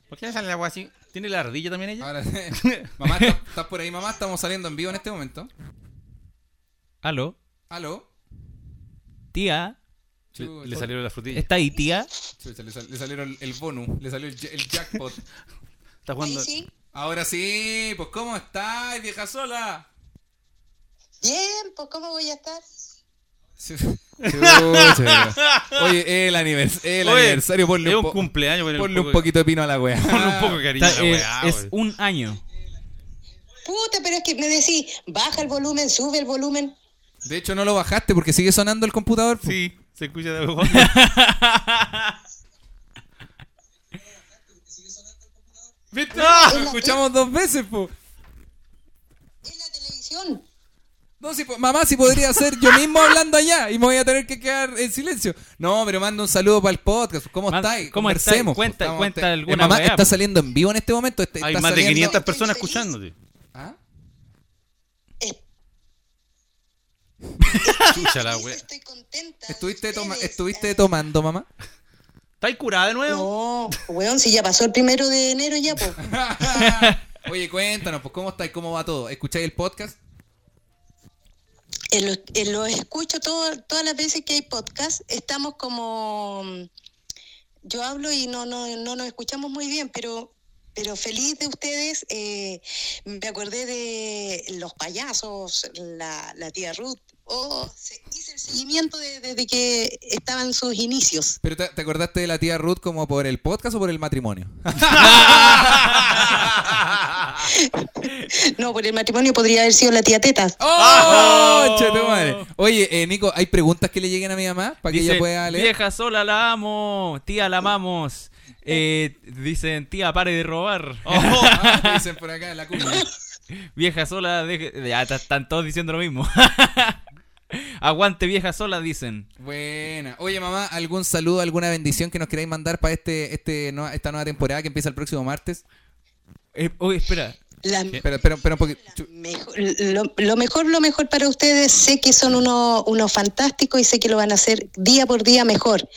Speaker 3: ¿Por qué le sale el agua así? ¿Tiene la ardilla también ella?
Speaker 2: Ahora, [LAUGHS] mamá, ¿estás estás por ahí, mamá? Estamos saliendo en vivo en este momento.
Speaker 4: Aló,
Speaker 2: ¿Aló?
Speaker 4: tía.
Speaker 3: Le,
Speaker 2: Chucha.
Speaker 3: le salieron las frutillas.
Speaker 4: ¿Está ahí, tía?
Speaker 2: Chucha, le, sal- le salieron el bonus, le salió el, ja- el jackpot.
Speaker 3: Está
Speaker 11: Ahí
Speaker 3: jugando.
Speaker 11: sí.
Speaker 2: Ahora sí, pues ¿cómo estás, vieja
Speaker 4: [LAUGHS]
Speaker 2: sola?
Speaker 11: Bien, pues ¿cómo voy a estar?
Speaker 2: Oye, el, anivers- el
Speaker 3: Oye,
Speaker 2: aniversario, ponle
Speaker 3: es
Speaker 2: un,
Speaker 3: un
Speaker 2: po-
Speaker 3: cumpleaños. ponle
Speaker 2: ponle un
Speaker 3: poco de-
Speaker 2: poquito de pino a la wea.
Speaker 3: [LAUGHS] Ponle un poco de cariño.
Speaker 4: Está-
Speaker 3: a la
Speaker 4: es,
Speaker 3: weá,
Speaker 4: es
Speaker 3: weón.
Speaker 4: un año.
Speaker 11: Puta, pero es que me decís, baja el volumen, sube el volumen.
Speaker 2: [LAUGHS] De hecho, no lo bajaste porque sigue sonando el computador. po.
Speaker 3: Sí, se escucha de abajo. ¿Viste?
Speaker 2: Lo escuchamos dos veces, po.
Speaker 11: Es la televisión.
Speaker 2: No, si po- mamá, si podría ser yo
Speaker 11: [LAUGHS]
Speaker 2: mismo hablando allá y me voy a tener que quedar en silencio. No, pero mando un saludo para el podcast. ¿Cómo
Speaker 4: Manda-
Speaker 2: estáis?
Speaker 4: ¿cómo estáis?
Speaker 2: Conversemos, po.
Speaker 4: Cuenta-
Speaker 2: Estamos-
Speaker 4: cuenta
Speaker 2: Eh,
Speaker 4: alguna
Speaker 2: Mamá,
Speaker 4: weá,
Speaker 2: está
Speaker 4: po.
Speaker 2: saliendo en vivo en este momento. Este-
Speaker 3: Hay
Speaker 2: está
Speaker 3: más de
Speaker 2: saliendo-
Speaker 3: 500
Speaker 11: estoy
Speaker 3: personas
Speaker 11: feliz.
Speaker 3: escuchándote.
Speaker 2: ¿Ah?
Speaker 3: Chucha la wea.
Speaker 11: Estoy contenta. de
Speaker 2: ¿Estuviste, toma-
Speaker 11: ustedes.
Speaker 2: ¿Estuviste tomando, mamá?
Speaker 3: ¿Estáis curada de nuevo?
Speaker 11: No, weón, si ya pasó el primero de enero ya, pues.
Speaker 2: [LAUGHS] Oye, cuéntanos, pues, ¿cómo estáis? ¿Cómo va todo? ¿Escucháis el podcast?
Speaker 11: Eh, lo, eh, lo escucho todo, todas las veces que hay podcast. Estamos como. mm, Yo hablo y no, no, no nos escuchamos muy bien, pero, pero feliz de ustedes. eh, me acordé de los payasos, la, la tía Ruth. Oh, se- hice el seguimiento de- desde que estaban sus inicios.
Speaker 2: ¿Pero te, te acordaste de la tía Ruth como por el podcast o por el matrimonio? [LAUGHS]
Speaker 11: No, por el matrimonio podría haber sido la tía Teta.
Speaker 2: ¡Oh! Che, tu madre. Oye, eh, Nico, ¿hay preguntas que le lleguen a mi mamá
Speaker 4: [LAUGHS]
Speaker 2: para que
Speaker 4: Dice,
Speaker 2: ella pueda leer?
Speaker 4: vieja sola la amo, tía la amamos. Eh, dicen, tía, pare de robar.
Speaker 2: [LAUGHS] Ah, dicen por acá en la cuña.
Speaker 4: Vieja sola, deje- ya ta- están todos diciendo lo mismo. [LAUGHS] Aguante vieja sola, dicen.
Speaker 2: Buena. Oye, mamá, ¿algún saludo, alguna bendición que nos queráis mandar para este, este, no- esta nueva temporada que empieza el próximo martes?
Speaker 4: Eh, oye, espera.
Speaker 11: La,
Speaker 2: Pero, pero, pero, un poqui- chu-
Speaker 11: Mejor- lo, lo mejor, lo mejor para ustedes. Sé que son unos uno fantásticos y sé que lo van a hacer día por día mejor.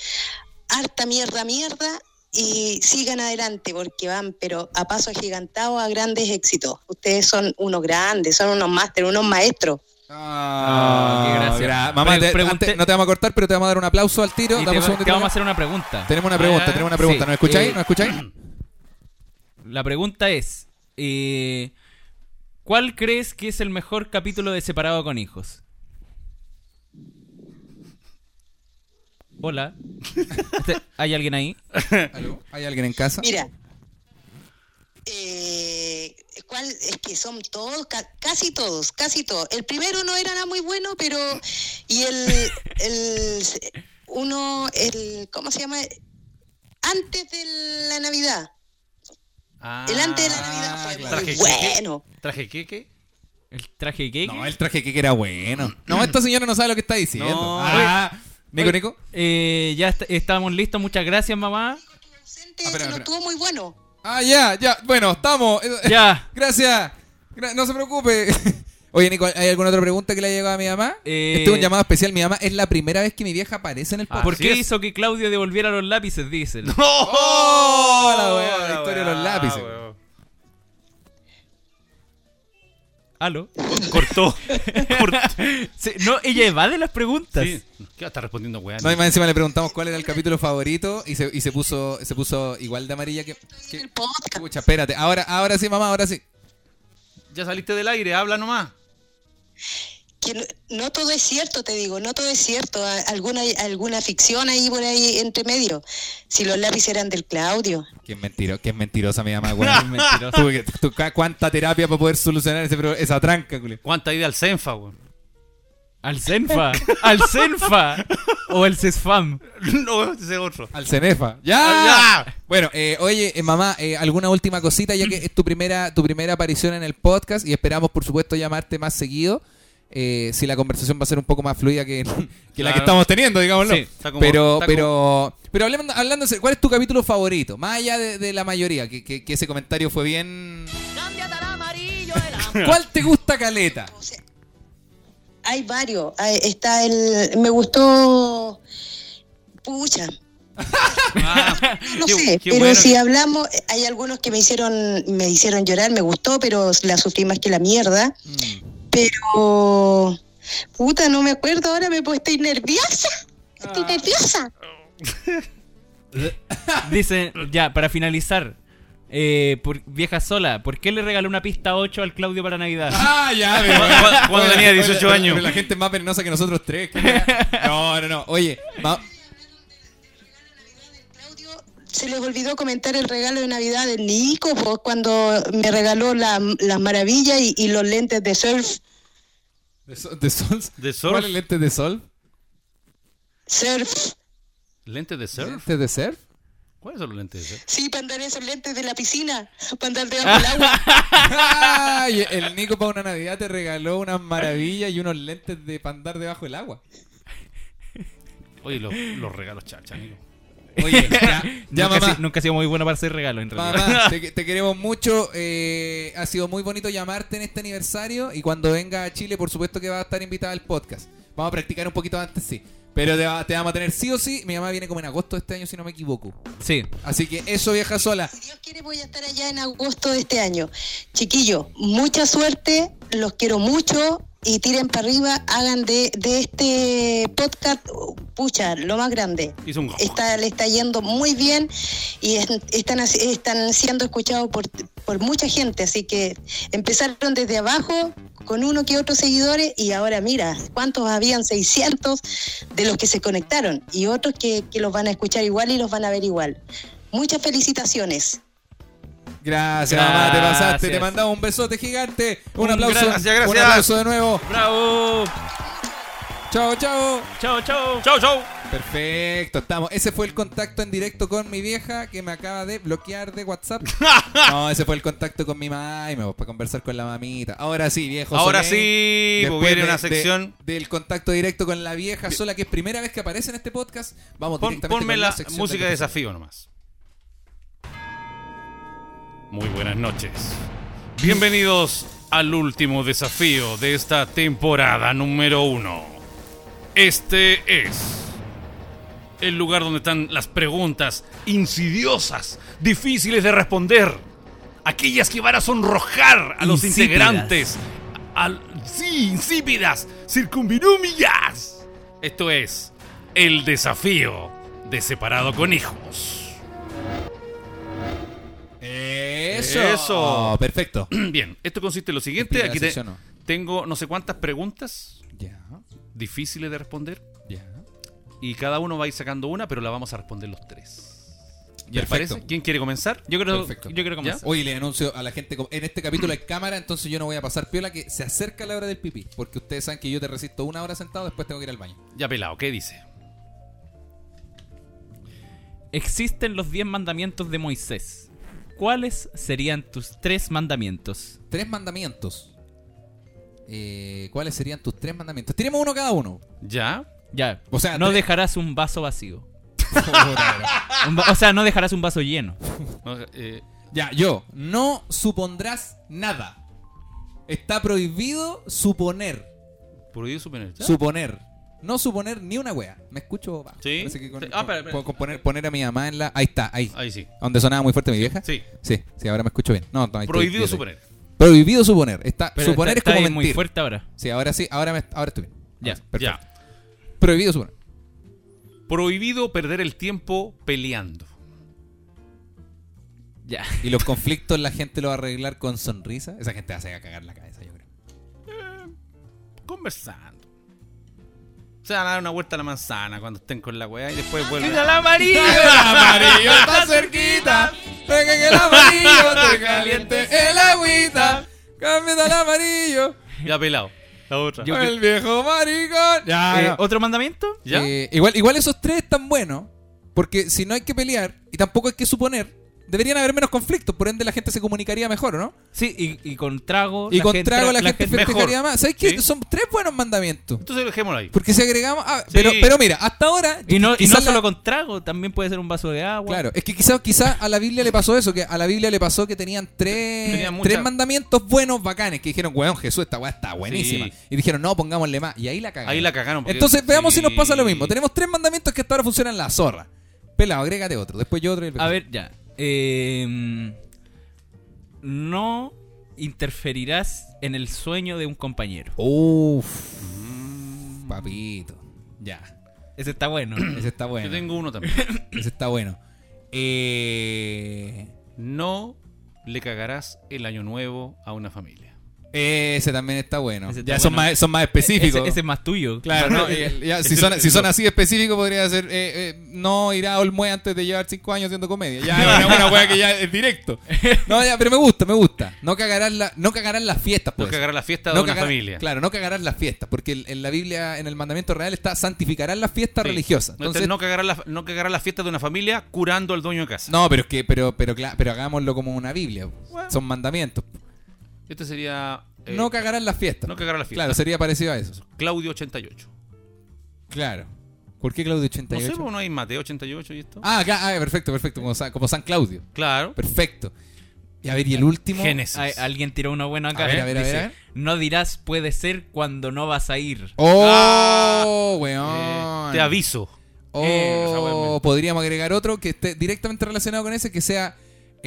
Speaker 11: Harta mierda, mierda y sigan adelante porque van, pero a paso agigantado a grandes éxitos. Ustedes son unos grandes, son unos máster, unos maestros.
Speaker 4: Ah, qué gracia.
Speaker 2: gra- Mamá,
Speaker 4: Pre-
Speaker 2: te-
Speaker 4: pregunté-
Speaker 2: antes- no te vamos a cortar, pero te vamos a dar un aplauso al tiro.
Speaker 4: Y
Speaker 2: Dame
Speaker 4: te,
Speaker 2: un segundito,
Speaker 4: te vamos a
Speaker 2: mamá.
Speaker 4: hacer una pregunta.
Speaker 2: Tenemos una pregunta,
Speaker 3: Ah,
Speaker 2: tenemos una pregunta.
Speaker 4: sí.
Speaker 2: ¿Nos escucháis?
Speaker 4: Eh,
Speaker 2: ¿Nos escucháis?
Speaker 4: [LAUGHS] La pregunta es, eh, ¿cuál crees que es el mejor capítulo de Separado con Hijos?
Speaker 2: [LAUGHS]
Speaker 4: Hola. Este- ¿Hay alguien ahí?
Speaker 2: ¿Aló? ¿Hay alguien en casa?
Speaker 11: Mira, eh, ¿cuál? Es que son todos, ca- casi todos, casi todos. El primero no era nada muy bueno, pero. Y el. el uno, el. ¿Cómo se llama? Antes de la Navidad. El antes de la Navidad fue
Speaker 2: claro.
Speaker 11: muy
Speaker 3: Traje
Speaker 11: bueno.
Speaker 3: ¿Traje queque?
Speaker 4: ¿El traje de cake?
Speaker 2: No, el traje que era bueno. No, esta señora no sabe lo que está diciendo.
Speaker 3: No.
Speaker 2: Ah, Nico,
Speaker 4: Mm. Oye,
Speaker 2: Nico.
Speaker 4: eh, ya est- estamos listos, muchas gracias mamá.
Speaker 11: Ausente,
Speaker 2: Ah, espera,
Speaker 11: no
Speaker 2: espera.
Speaker 11: estuvo muy bueno.
Speaker 2: Ah, ya, ya. Bueno, estamos. [LAUGHS] Eh,
Speaker 4: Ya.
Speaker 2: Gracias. Gra- no se preocupe. [LAUGHS] Oye, Nico, ¿hay alguna otra pregunta que le ha llegado a mi mamá?
Speaker 4: Eh. Ah.
Speaker 2: Este es un llamado especial. Mi mamá es la primera vez que mi vieja aparece en el podcast.
Speaker 4: ¿Por
Speaker 3: Así
Speaker 4: qué
Speaker 3: es.
Speaker 4: hizo que Claudio devolviera los lápices? Dice.
Speaker 2: ¡Oh! La weá, la historia de los lápices.
Speaker 4: Aló.
Speaker 3: Cortó. Cortó.
Speaker 4: Sí, no, ella evade las preguntas.
Speaker 3: Sí. ¿Qué va a estar respondiendo, weá?
Speaker 2: No, y más encima le preguntamos cuál era el capítulo favorito y se, y se puso se puso igual de amarilla que... que-
Speaker 11: El podcast.
Speaker 2: Pucha, espérate. Ahora, ahora sí, mamá, ahora sí.
Speaker 3: Ya saliste del aire, habla nomás.
Speaker 11: Que no, no todo es cierto, te digo, no todo es cierto. A- Alguna, alguna ficción ahí por ahí entre medio. Si los lápices eran del Claudio.
Speaker 2: Qué mentiro, qué mentirosa mi mamá, güey.
Speaker 4: Es mentiroso.
Speaker 2: Tuve que- tu- ca- ¿Cuánta terapia para poder solucionar ese pro- esa tranca, culio?
Speaker 3: ¿Cuánta ida al Cenfa, weón?
Speaker 4: Al Cenfa. Al Cenfa. O el Cesfam.
Speaker 3: [LAUGHS] No, ese es otro.
Speaker 2: Al Cenefa. ¡Ya! Bueno, eh, oye, eh, mamá, eh, ¿alguna última cosita? Ya que es tu primera, tu primera aparición en el podcast y esperamos, por supuesto, llamarte más seguido. eh, si la conversación va a ser un poco más fluida que, [LAUGHS] que la que
Speaker 3: Claro.
Speaker 2: estamos teniendo, digámoslo.
Speaker 3: Sí, está como-
Speaker 2: pero,
Speaker 3: está
Speaker 2: pero, pero hablando, hablando en serio, ¿cuál es tu capítulo favorito? Más allá de, de la mayoría, que, que- que ese comentario fue [LAUGHS] bien. ¿Cuál te gusta, Caleta?
Speaker 11: O sea, hay varios. Hay- está el. Me gustó. Pucha. no
Speaker 12: Ah, qué-
Speaker 11: sé,
Speaker 12: qué
Speaker 11: pero
Speaker 12: bueno
Speaker 11: si
Speaker 12: que-
Speaker 11: hablamos, eh, hay algunos que me hicieron, me hicieron llorar, me gustó, pero la sufrí más que la mierda.
Speaker 12: Mm.
Speaker 11: Pero. Puta, no me acuerdo, ahora me pues, estoy nerviosa. Estoy
Speaker 12: Ah.
Speaker 11: nerviosa.
Speaker 4: Dice, ya, para finalizar, eh, por- vieja sola, ¿por qué le regaló una pista 8 al Claudio para Navidad?
Speaker 2: Ah, ya, [LAUGHS] ve,
Speaker 4: Cu-
Speaker 2: bueno.
Speaker 4: cu- Cuando
Speaker 2: Oye,
Speaker 4: tenía
Speaker 2: oye,
Speaker 4: 18
Speaker 2: oye,
Speaker 4: años.
Speaker 2: La gente es más venenosa que nosotros tres. [LAUGHS] que- No, no, no. Oye, va-
Speaker 11: Se les olvidó comentar el regalo de Navidad de Nico, pues, cuando me regaló la- las maravillas y, y los lentes de surf.
Speaker 2: ¿De, sol- de sol?
Speaker 3: ¿De surf?
Speaker 2: ¿Cuál es el lente de sol?
Speaker 11: Surf.
Speaker 3: ¿Lentes de surf?
Speaker 2: ¿Lente de surf?
Speaker 3: ¿Cuáles son los lentes de surf?
Speaker 11: Sí, para andar esos lentes de la piscina, para andar debajo del
Speaker 12: [LAUGHS]
Speaker 11: agua.
Speaker 2: Ay, el Nico para una Navidad te regaló unas maravillas y unos lentes de pandar debajo del agua.
Speaker 3: Oye, los, los regalos chacha, amigo.
Speaker 2: Oye, ya, ya,
Speaker 4: nunca, he
Speaker 2: mamá.
Speaker 4: si- nunca he sido muy bueno para hacer regalos, en realidad.
Speaker 2: Mamá, te, te queremos mucho. eh, ha sido muy bonito llamarte en este aniversario. Y cuando venga a Chile, por supuesto que va a estar invitada al podcast. Vamos a practicar un poquito antes, sí. Pero te, va- te vamos a tener sí o sí. Mi mamá viene como en agosto de este año, si no me equivoco.
Speaker 4: Sí.
Speaker 2: Así que eso, vieja sola.
Speaker 11: quiere, voy a estar allá en agosto de este año. Chiquillo, mucha suerte, los quiero mucho y tiren para arriba, hagan de, de este podcast, uh, pucha, lo más grande.
Speaker 3: Hizo un
Speaker 11: Está, le está yendo muy bien y es- están, haci- están siendo escuchados por, por mucha gente, así que empezaron desde abajo con uno que otros seguidores y ahora mira, ¿cuántos habían? 600 de los que se conectaron y otros que, que los van a escuchar igual y los van a ver igual. Muchas felicitaciones.
Speaker 2: Gracias, mamá. Te pasaste. Te
Speaker 4: Gracias.
Speaker 2: mandamos un besote gigante. Un,
Speaker 4: Un
Speaker 2: aplauso.
Speaker 4: gracias, gracias.
Speaker 2: Un aplauso de nuevo.
Speaker 4: ¡Bravo!
Speaker 2: Chao, chao.
Speaker 4: Chao, chao. Chao, chao.
Speaker 2: Perfecto, estamos. Ese fue el contacto en directo con mi vieja que me acaba de bloquear
Speaker 3: [LAUGHS]
Speaker 2: de WhatsApp. No, ese fue el contacto con mi mamá y me voy para conversar con la mamita. Ahora sí, viejo.
Speaker 3: Ahora
Speaker 2: Solé.
Speaker 3: sí, pues
Speaker 2: Después
Speaker 3: viene
Speaker 2: de-
Speaker 3: una
Speaker 2: de-
Speaker 3: sección.
Speaker 2: del contacto directo con la vieja sola, que es primera vez que aparece en este podcast. Vamos
Speaker 3: Pon-
Speaker 2: directamente
Speaker 3: ponme
Speaker 2: con la,
Speaker 3: la
Speaker 2: sección
Speaker 3: música de
Speaker 2: del-
Speaker 3: desafío nomás. Muy buenas noches. Bienvenidos al último desafío de esta temporada número uno. Este es el lugar donde están las preguntas insidiosas, difíciles de responder. Aquellas que van a sonrojar a los
Speaker 4: Insípidas.
Speaker 3: integrantes. Al, sí, insípidas, circunvinúmillas. Esto es el desafío de separado con hijos. [CLEARS THROAT]
Speaker 2: Eso.
Speaker 3: Eso.
Speaker 2: perfecto.
Speaker 3: Bien, esto consiste en lo siguiente.
Speaker 2: Explica la
Speaker 3: Aquí te-
Speaker 2: sección, ¿no?
Speaker 3: tengo no sé cuántas preguntas
Speaker 2: Ya,
Speaker 3: difíciles de responder
Speaker 2: ya.
Speaker 3: y cada uno va a ir sacando una, pero la vamos a responder los tres. ¿Les
Speaker 2: Perfecto.
Speaker 3: parece? ¿Quién quiere comenzar?
Speaker 4: Yo creo,
Speaker 2: Perfecto.
Speaker 4: yo creo que
Speaker 3: ¿Ya?
Speaker 4: más.
Speaker 2: Hoy le anuncio a la gente, como- en este capítulo hay cámara, entonces yo no voy a pasar piola que se acerca la hora del pipí, porque ustedes saben que yo te resisto una hora sentado, después tengo que ir al baño.
Speaker 3: Ya pelado, ¿qué dice?
Speaker 4: Existen los 10 mandamientos de Moisés. ¿Cuáles serían tus tres mandamientos?
Speaker 2: Tres mandamientos. Eh, ¿Cuáles serían tus tres mandamientos? Tenemos uno cada uno.
Speaker 3: ¿Ya?
Speaker 4: Ya.
Speaker 2: O sea,
Speaker 4: no
Speaker 2: tres-
Speaker 4: dejarás un vaso
Speaker 2: [LAUGHS]
Speaker 4: vacío.
Speaker 3: [LAUGHS]
Speaker 4: Un va- o sea, no dejarás un vaso lleno.
Speaker 3: No, eh,
Speaker 2: ya, yo. No supondrás nada. Está prohibido suponer.
Speaker 3: prohibido suponer. ¿Ya?
Speaker 2: Suponer. No suponer ni una wea. Me escucho. va,
Speaker 3: Sí.
Speaker 2: parece que con-
Speaker 3: Sí. Ah, espera,
Speaker 2: con-
Speaker 3: espera.
Speaker 2: con- con poner, poner a mi mamá en la. Ahí está, ahí.
Speaker 3: Ahí sí.
Speaker 2: Donde sonaba muy fuerte mi vieja.
Speaker 3: Sí.
Speaker 2: Sí, sí, ahora me escucho bien. No, no, ahí estoy-
Speaker 3: Prohibido
Speaker 2: estoy-
Speaker 3: suponer.
Speaker 2: Prohibido suponer. Está,
Speaker 4: Pero
Speaker 2: suponer
Speaker 4: está-
Speaker 2: es como
Speaker 4: está ahí muy
Speaker 2: mentir.
Speaker 4: fuerte ahora.
Speaker 2: sí, ahora sí, ahora, me, ahora estoy bien.
Speaker 4: Ya,
Speaker 2: Ahora sí, perfecto.
Speaker 3: Ya.
Speaker 2: Prohibido suponer.
Speaker 3: Prohibido perder el tiempo peleando.
Speaker 4: Ya.
Speaker 2: Y los conflictos la gente lo va a arreglar con sonrisa. Esa gente va a sacar a cagar la cabeza, yo
Speaker 4: [LAUGHS]
Speaker 2: creo.
Speaker 3: Conversando. Se van a dar una vuelta a la manzana cuando estén con la weá y
Speaker 2: Ah,
Speaker 3: después vuelven.
Speaker 4: amarillo! [LAUGHS]
Speaker 2: amarillo está cerquita. Venga
Speaker 4: [LAUGHS]
Speaker 2: que el amarillo te caliente el agüita. Cambia al amarillo.
Speaker 3: [LAUGHS] Ya pelado. La otra.
Speaker 4: Yo- Eh,
Speaker 2: el viejo maricón. Eh, Ya, no.
Speaker 4: ¿Otro mandamiento?
Speaker 3: ¿Ya?
Speaker 2: Eh, igual, igual esos tres están buenos. Porque si no hay que pelear y tampoco hay que suponer, Deberían haber menos conflictos, por ende la gente se comunicaría mejor, ¿o ¿no?
Speaker 4: Sí, y, y con trago.
Speaker 2: Y
Speaker 4: la
Speaker 2: con
Speaker 4: gente-
Speaker 2: trago la, gente
Speaker 4: mejor.
Speaker 2: festejaría más. ¿Sabes qué?
Speaker 4: Sí.
Speaker 2: Son tres buenos mandamientos.
Speaker 3: Entonces dejémoslo ahí.
Speaker 2: Porque si agregamos. ah,
Speaker 4: Sí.
Speaker 2: pero, pero mira, hasta ahora.
Speaker 4: Y no, y
Speaker 2: quizás la-
Speaker 4: no solo con trago, también puede ser un vaso de agua.
Speaker 2: Claro, es que quizás quizás a la Biblia le pasó eso, que a la Biblia le pasó que tenían tres,
Speaker 4: Tenía mucha-
Speaker 2: tres mandamientos buenos, bacanes, que dijeron, weón, Jesús, esta weá está buenísima.
Speaker 3: Sí.
Speaker 2: Y dijeron, no, pongámosle más. Y ahí la cagaron.
Speaker 3: Ahí la cagaron. porque-
Speaker 2: Entonces veamos si nos
Speaker 3: Sí.
Speaker 2: pasa lo mismo. Tenemos tres mandamientos que hasta ahora funcionan la zorra. Pelado, agrégate otro, después yo otro. y-
Speaker 4: A ver, ya. Eh, no interferirás en el sueño de un compañero.
Speaker 2: Uff. Papito. Ya.
Speaker 4: Ese está bueno.
Speaker 2: [CLEARS THROAT] Ese está bueno.
Speaker 3: Yo tengo uno
Speaker 2: [LAUGHS]
Speaker 3: también.
Speaker 2: Ese está bueno. Eh,
Speaker 3: No le cagarás el año nuevo a una familia.
Speaker 2: ese también está bueno.
Speaker 4: Ese está
Speaker 2: ya son,
Speaker 4: bueno.
Speaker 2: más, son más específicos.
Speaker 4: E-, Ese, ese es más tuyo.
Speaker 2: Claro, no, eh, ya, si, son, si son
Speaker 4: [LAUGHS]
Speaker 2: así específicos, podría ser eh, eh, no ir a Olmue antes de llevar cinco años haciendo comedia. Ya, es una buena wea que ya es directo. No, ya, pero me gusta, me gusta. No cagarás la, no cagarás las fiestas,
Speaker 3: No
Speaker 2: pues.
Speaker 3: cagarás la fiesta
Speaker 2: No
Speaker 3: de una
Speaker 2: cagarás-
Speaker 3: familia.
Speaker 2: Claro, no cagarás las fiestas, porque el- en la Biblia, en el mandamiento real, está santificarás las fiestas
Speaker 3: Sí.
Speaker 2: religiosas.
Speaker 3: No te-
Speaker 2: Entonces,
Speaker 3: no, cagarás la, no cagarás la fiesta de una familia curando al dueño de casa.
Speaker 2: no, pero es que, pero, pero, cla- pero hagámoslo como una Biblia. Son mandamientos.
Speaker 3: Este sería. eh,
Speaker 2: no cagarás las fiestas.
Speaker 3: no cagarás las fiestas.
Speaker 2: Claro, sería parecido a eso.
Speaker 3: Claudio 88.
Speaker 2: Claro. ¿Por qué Claudio
Speaker 3: No
Speaker 2: 88?
Speaker 3: sé, ¿por no hay Mateo 88 y esto?
Speaker 2: Ah, acá, ah, perfecto, perfecto, como San, como San Claudio.
Speaker 3: Claro.
Speaker 2: Perfecto. Y a ver, y el último.
Speaker 3: Génesis.
Speaker 4: Ay, alguien tiró una buena acá.
Speaker 2: A ver, a ver, a ver,
Speaker 4: Dice,
Speaker 2: a ver.
Speaker 4: No dirás puede ser cuando no vas a ir.
Speaker 2: Oh,
Speaker 3: Eh,
Speaker 2: weón.
Speaker 3: te aviso.
Speaker 2: Oh,
Speaker 3: Eh, esa weón.
Speaker 2: podríamos agregar otro que esté directamente relacionado con ese, que sea.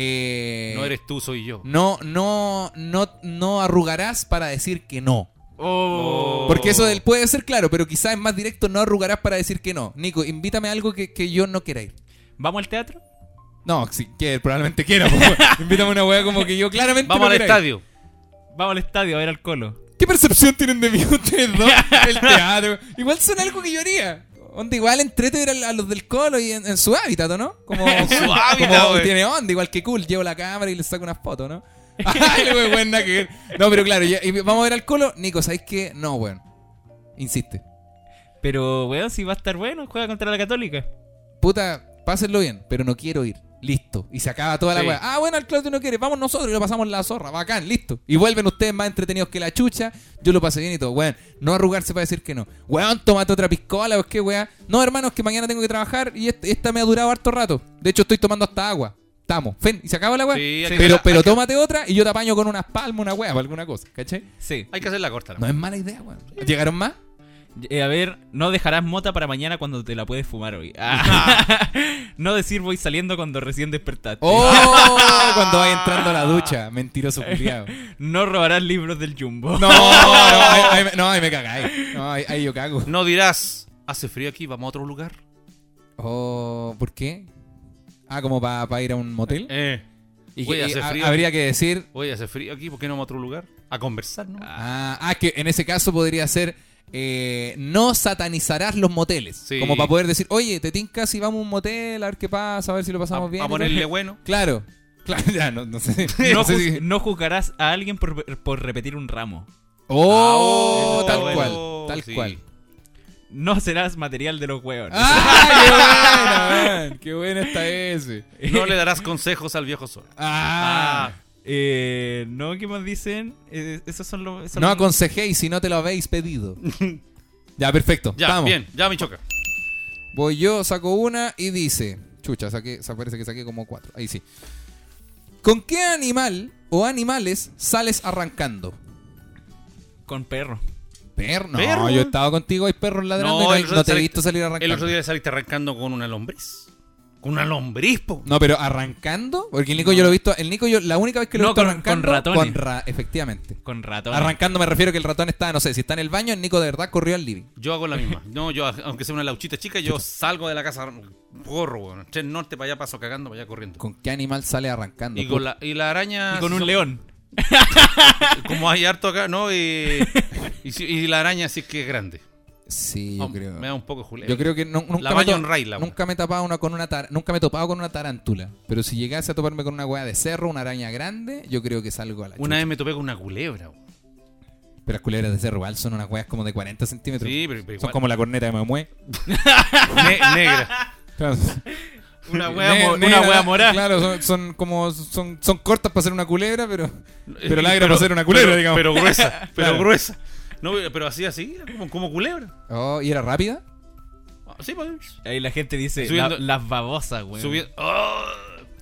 Speaker 2: eh,
Speaker 3: No eres tú, soy yo.
Speaker 2: No, no, no, no arrugarás para decir que no.
Speaker 3: Oh.
Speaker 2: Porque eso del puede ser claro, pero quizás es más directo, no arrugarás para decir que no. Nico, invítame a algo que, que yo no quiera ir.
Speaker 4: ¿Vamos al teatro?
Speaker 2: No, si que probablemente quiera. [LAUGHS] po, weón. invítame a una weá como que yo claramente no
Speaker 3: Vamos al
Speaker 2: quiera ir.
Speaker 3: estadio.
Speaker 4: Vamos al estadio a ver al colo.
Speaker 2: ¿Qué percepción tienen de mí [LAUGHS] ustedes dos?
Speaker 3: [LAUGHS]
Speaker 2: El teatro. Igual son algo que yo haría. Onda, igual entrete ver a, a los del colo y en, en su hábitat, ¿o ¿no?
Speaker 3: [LAUGHS]
Speaker 2: Como, como
Speaker 3: hábitat, güey.
Speaker 2: tiene onda, igual que cool. Llevo la cámara y le saco unas fotos,
Speaker 3: [LAUGHS]
Speaker 2: ¿no? Ay, le voy, weón, nada que ver. No, pero claro, ya- y vamos a ver al colo. Nico, ¿sabes qué? No, weón. Insiste.
Speaker 4: Pero, weón, si va a estar bueno, juega contra la Católica.
Speaker 2: Puta, pásenlo bien, pero no quiero ir. Listo. Y se acaba toda la
Speaker 3: Sí.
Speaker 2: weá. Ah, bueno, el Claudio no quiere. Vamos nosotros y lo pasamos la zorra. Bacán, listo. Y vuelven ustedes más entretenidos que la chucha. Yo lo pasé bien y todo. Weón, no arrugarse para decir que no. Weón, tomate otra piscola o qué weá. No, hermanos, que mañana tengo que trabajar y est- esta me ha durado harto rato. De hecho, estoy tomando hasta agua. Estamos. Fen, y se acaba la weá.
Speaker 3: Sí, hay que-
Speaker 2: pero
Speaker 3: hay
Speaker 2: pero
Speaker 3: que-
Speaker 2: tómate otra y yo te apaño con unas palmas, una weá o alguna cosa. ¿Cachai?
Speaker 4: Sí.
Speaker 3: Hay que hacer la corta.
Speaker 2: No es mala idea, weón. ¿Llegaron más?
Speaker 4: Eh, a ver, no dejarás mota para mañana cuando te la puedes fumar hoy. Ah. [LAUGHS] no decir voy saliendo cuando recién despertaste.
Speaker 2: ¡Oh! cuando vaya entrando a la ducha. Mentiroso
Speaker 3: [LAUGHS]
Speaker 2: culiado.
Speaker 4: No robarás libros del Jumbo.
Speaker 2: No, no, ahí, ahí me- no, ahí me cagáis. No, ahí, ahí yo cago.
Speaker 3: No dirás, hace frío aquí, vamos a otro lugar.
Speaker 2: Oh, ¿por qué? Ah, como para ir a un motel.
Speaker 3: Eh.
Speaker 2: y que,
Speaker 3: Oye,
Speaker 2: y
Speaker 3: hace
Speaker 2: ha-
Speaker 3: frío.
Speaker 2: habría que decir.
Speaker 3: Oye, hace frío aquí, ¿por qué no vamos a otro lugar? A conversar, ¿no?
Speaker 2: Ah, ah, que en ese caso podría ser. eh, no satanizarás los moteles.
Speaker 3: Sí.
Speaker 2: Como para poder decir, oye, te tinca si vamos a un motel, a ver qué pasa, a ver si lo
Speaker 3: A,
Speaker 2: pasamos bien.
Speaker 3: a
Speaker 2: y todo". [LAUGHS]
Speaker 3: ponerle bueno.
Speaker 2: Claro, claro, ya, no, no
Speaker 3: [LAUGHS]
Speaker 2: sé.
Speaker 4: [LAUGHS] No,
Speaker 2: No sé
Speaker 4: juz-
Speaker 2: si-
Speaker 4: no juzgarás a alguien por, por repetir un ramo.
Speaker 2: Oh,
Speaker 3: Ah, oh,
Speaker 2: tal
Speaker 3: bueno,
Speaker 2: cual, tal
Speaker 3: sí. [LAUGHS]
Speaker 2: cual.
Speaker 4: No serás material de los hueones.
Speaker 2: ¡Ah, qué bueno, Ah, man! ¡Qué bueno está ese!
Speaker 3: No le darás consejos al viejo sol.
Speaker 2: ¡Ah!
Speaker 4: Eh, no, ¿qué más dicen? Eh, esos son los... esos
Speaker 2: No
Speaker 4: son-
Speaker 2: aconsejéis si no te lo
Speaker 3: [LAUGHS]
Speaker 2: habéis pedido. ya, perfecto.
Speaker 3: Ya,
Speaker 2: Vamos.
Speaker 3: bien, ya me choca.
Speaker 2: Voy yo, saco una y dice. Chucha, saqué, sa- parece que saqué como cuatro. Ahí sí. ¿Con qué animal o animales sales arrancando?
Speaker 4: Con perro.
Speaker 2: Perro. No,
Speaker 3: ¿Perro?
Speaker 2: yo estaba contigo, hay perros ladrando
Speaker 3: No,
Speaker 2: y
Speaker 3: el
Speaker 2: no,
Speaker 3: otro
Speaker 2: no te he
Speaker 3: saliste-
Speaker 2: visto salir
Speaker 3: El otro
Speaker 2: arrancando.
Speaker 3: día saliste arrancando con una lombriz. Con una lombriz, po.
Speaker 2: No, pero arrancando, porque el Nico yo lo he visto, el Nico yo la única vez que lo he
Speaker 4: No,
Speaker 2: visto
Speaker 4: con-
Speaker 2: arrancando
Speaker 4: con ratones.
Speaker 2: ra- efectivamente.
Speaker 4: Con ratón.
Speaker 2: Arrancando me refiero que el ratón está, no sé, si está en el baño, el Nico de verdad corrió al living.
Speaker 3: Yo hago la misma. No, yo, aunque sea una lauchita chica, yo salgo de la casa, corro, weón. Tres norte para allá, paso cagando, para allá corriendo.
Speaker 2: ¿Con qué animal sale arrancando?
Speaker 3: Y con la, y la araña.
Speaker 4: Y con un
Speaker 3: son-
Speaker 4: león.
Speaker 3: [LAUGHS] Como hay harto acá, ¿no? Y, y, si- y la araña sí que es grande.
Speaker 2: Sí, [LAUGHS] yo
Speaker 3: Hom-
Speaker 2: creo.
Speaker 3: Me da un poco Julián.
Speaker 2: Yo creo que nu- nunca,
Speaker 3: La
Speaker 2: me,
Speaker 3: Bayon
Speaker 2: to-
Speaker 3: Ray, la wea.
Speaker 2: nunca me he tapado una con una tar- nunca me he topado con una tarántula, pero si llegase a toparme con una hueá de cerro, una araña grande, yo creo que salgo a la
Speaker 3: Una
Speaker 2: chucha.
Speaker 3: vez me topé con una culebra. weón.
Speaker 4: em-
Speaker 2: Pero las culebras de cerro igual son unas hueas como de 40 centímetros.
Speaker 3: Sí, pero, pero
Speaker 2: son
Speaker 3: igual.
Speaker 2: [LAUGHS] como la corneta de Mamue.
Speaker 3: Ne- negra.
Speaker 4: [LAUGHS] Una hueá
Speaker 6: Ne-
Speaker 4: mo-
Speaker 6: ne-
Speaker 4: una
Speaker 6: la-
Speaker 4: hueá morada.
Speaker 6: Claro, son, son como son, son cortas para ser una culebra, pero
Speaker 4: Eh,
Speaker 6: pero largas
Speaker 3: Pero-
Speaker 6: para ser una culebra,
Speaker 3: pero-
Speaker 6: digamos.
Speaker 2: [LAUGHS]
Speaker 3: Pero gruesa, pero
Speaker 6: Claro.
Speaker 3: gruesa. No, pero así, así, era como, como culebra.
Speaker 2: Oh, ¿y era rápida?
Speaker 3: Sí, pues.
Speaker 4: Ahí la gente dice
Speaker 3: Subiendo-
Speaker 4: la- las babosas, güey.
Speaker 3: Subiendo- ¡Oh!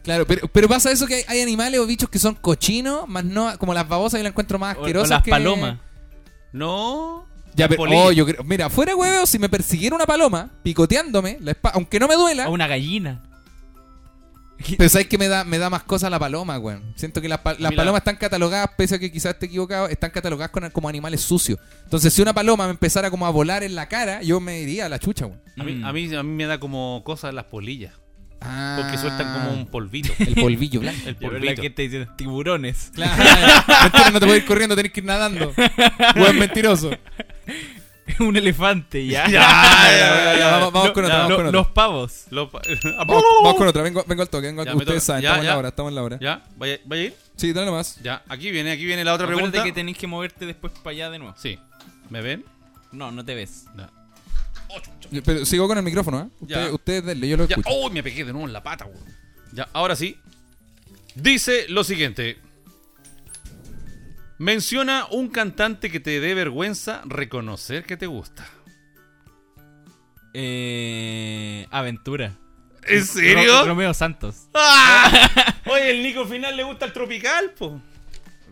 Speaker 2: Claro, pero, pero pasa eso que hay, hay animales o bichos que son cochinos, más no como las babosas yo las encuentro más
Speaker 4: O- o
Speaker 2: asquerosas.
Speaker 4: las
Speaker 2: que-
Speaker 4: palomas.
Speaker 3: No.
Speaker 2: Ya, pero,
Speaker 3: Polilla.
Speaker 2: oh, yo creo- mira, fuera hueveo, si me persiguiera una paloma picoteándome, la espa- aunque no me duela,
Speaker 4: A una gallina.
Speaker 2: pero sabes que me da, me da más cosa la paloma, weón. Siento que las, pa- las
Speaker 3: Mira.
Speaker 2: palomas están catalogadas, pese a que quizás esté equivocado, están catalogadas con- como animales sucios. Entonces, si una paloma me empezara como a volar en la cara, yo me iría a la chucha, weón.
Speaker 3: A mí,
Speaker 4: Mm.
Speaker 3: a, mí, a mí me da como cosas las polillas.
Speaker 2: Ah.
Speaker 3: Porque sueltan como un
Speaker 2: [LAUGHS]
Speaker 3: polvito.
Speaker 2: El polvillo blanco.
Speaker 3: El
Speaker 4: Pero la
Speaker 3: polvito. [LAUGHS]
Speaker 4: gente dice tiburones. [LAUGHS]
Speaker 2: Claro, [LAUGHS] mentira, no te puedes ir corriendo, tenés que
Speaker 3: [LAUGHS]
Speaker 2: ir nadando. Buen mentiroso.
Speaker 4: un elefante,
Speaker 3: [LAUGHS]
Speaker 4: ya.
Speaker 3: Ya, ya, ya.
Speaker 2: vamos, vamos con
Speaker 4: Lo-
Speaker 2: otra, vamos
Speaker 4: lo-
Speaker 2: con otra.
Speaker 4: Los pavos.
Speaker 3: Lo pa- [LAUGHS]
Speaker 2: Vamos, vamos con otra, vengo, vengo al toque, vengo al
Speaker 3: Ya, me
Speaker 2: toque. Ustedes
Speaker 3: toca.
Speaker 2: saben,
Speaker 3: Ya,
Speaker 2: estamos en la
Speaker 3: ya.
Speaker 2: hora, estamos en la hora.
Speaker 3: ¿Ya? ¿Vaya, vaya a ir?
Speaker 2: Sí, dale nomás.
Speaker 3: Ya, aquí viene, aquí viene la otra
Speaker 4: Recuerda
Speaker 3: pregunta.
Speaker 4: que tenés que moverte después para allá de nuevo.
Speaker 3: Sí. ¿Me ven?
Speaker 4: No, no te ves.
Speaker 3: No.
Speaker 2: Yo- Pero sigo con el micrófono, ¿eh? Ustedes,
Speaker 3: Ya.
Speaker 2: ustedes denle, yo lo
Speaker 3: Ya.
Speaker 2: escucho.
Speaker 3: ¡Oh! Me pegué de nuevo en la pata, weón. Ya, ahora sí. Dice lo siguiente. Menciona un cantante que te dé vergüenza reconocer que te gusta.
Speaker 4: Eh, aventura.
Speaker 3: ¿En
Speaker 4: Ro-
Speaker 3: serio?
Speaker 4: Romeo Santos.
Speaker 3: [LAUGHS] ¡Ah! Oye, el Nico final le gusta el tropical, po.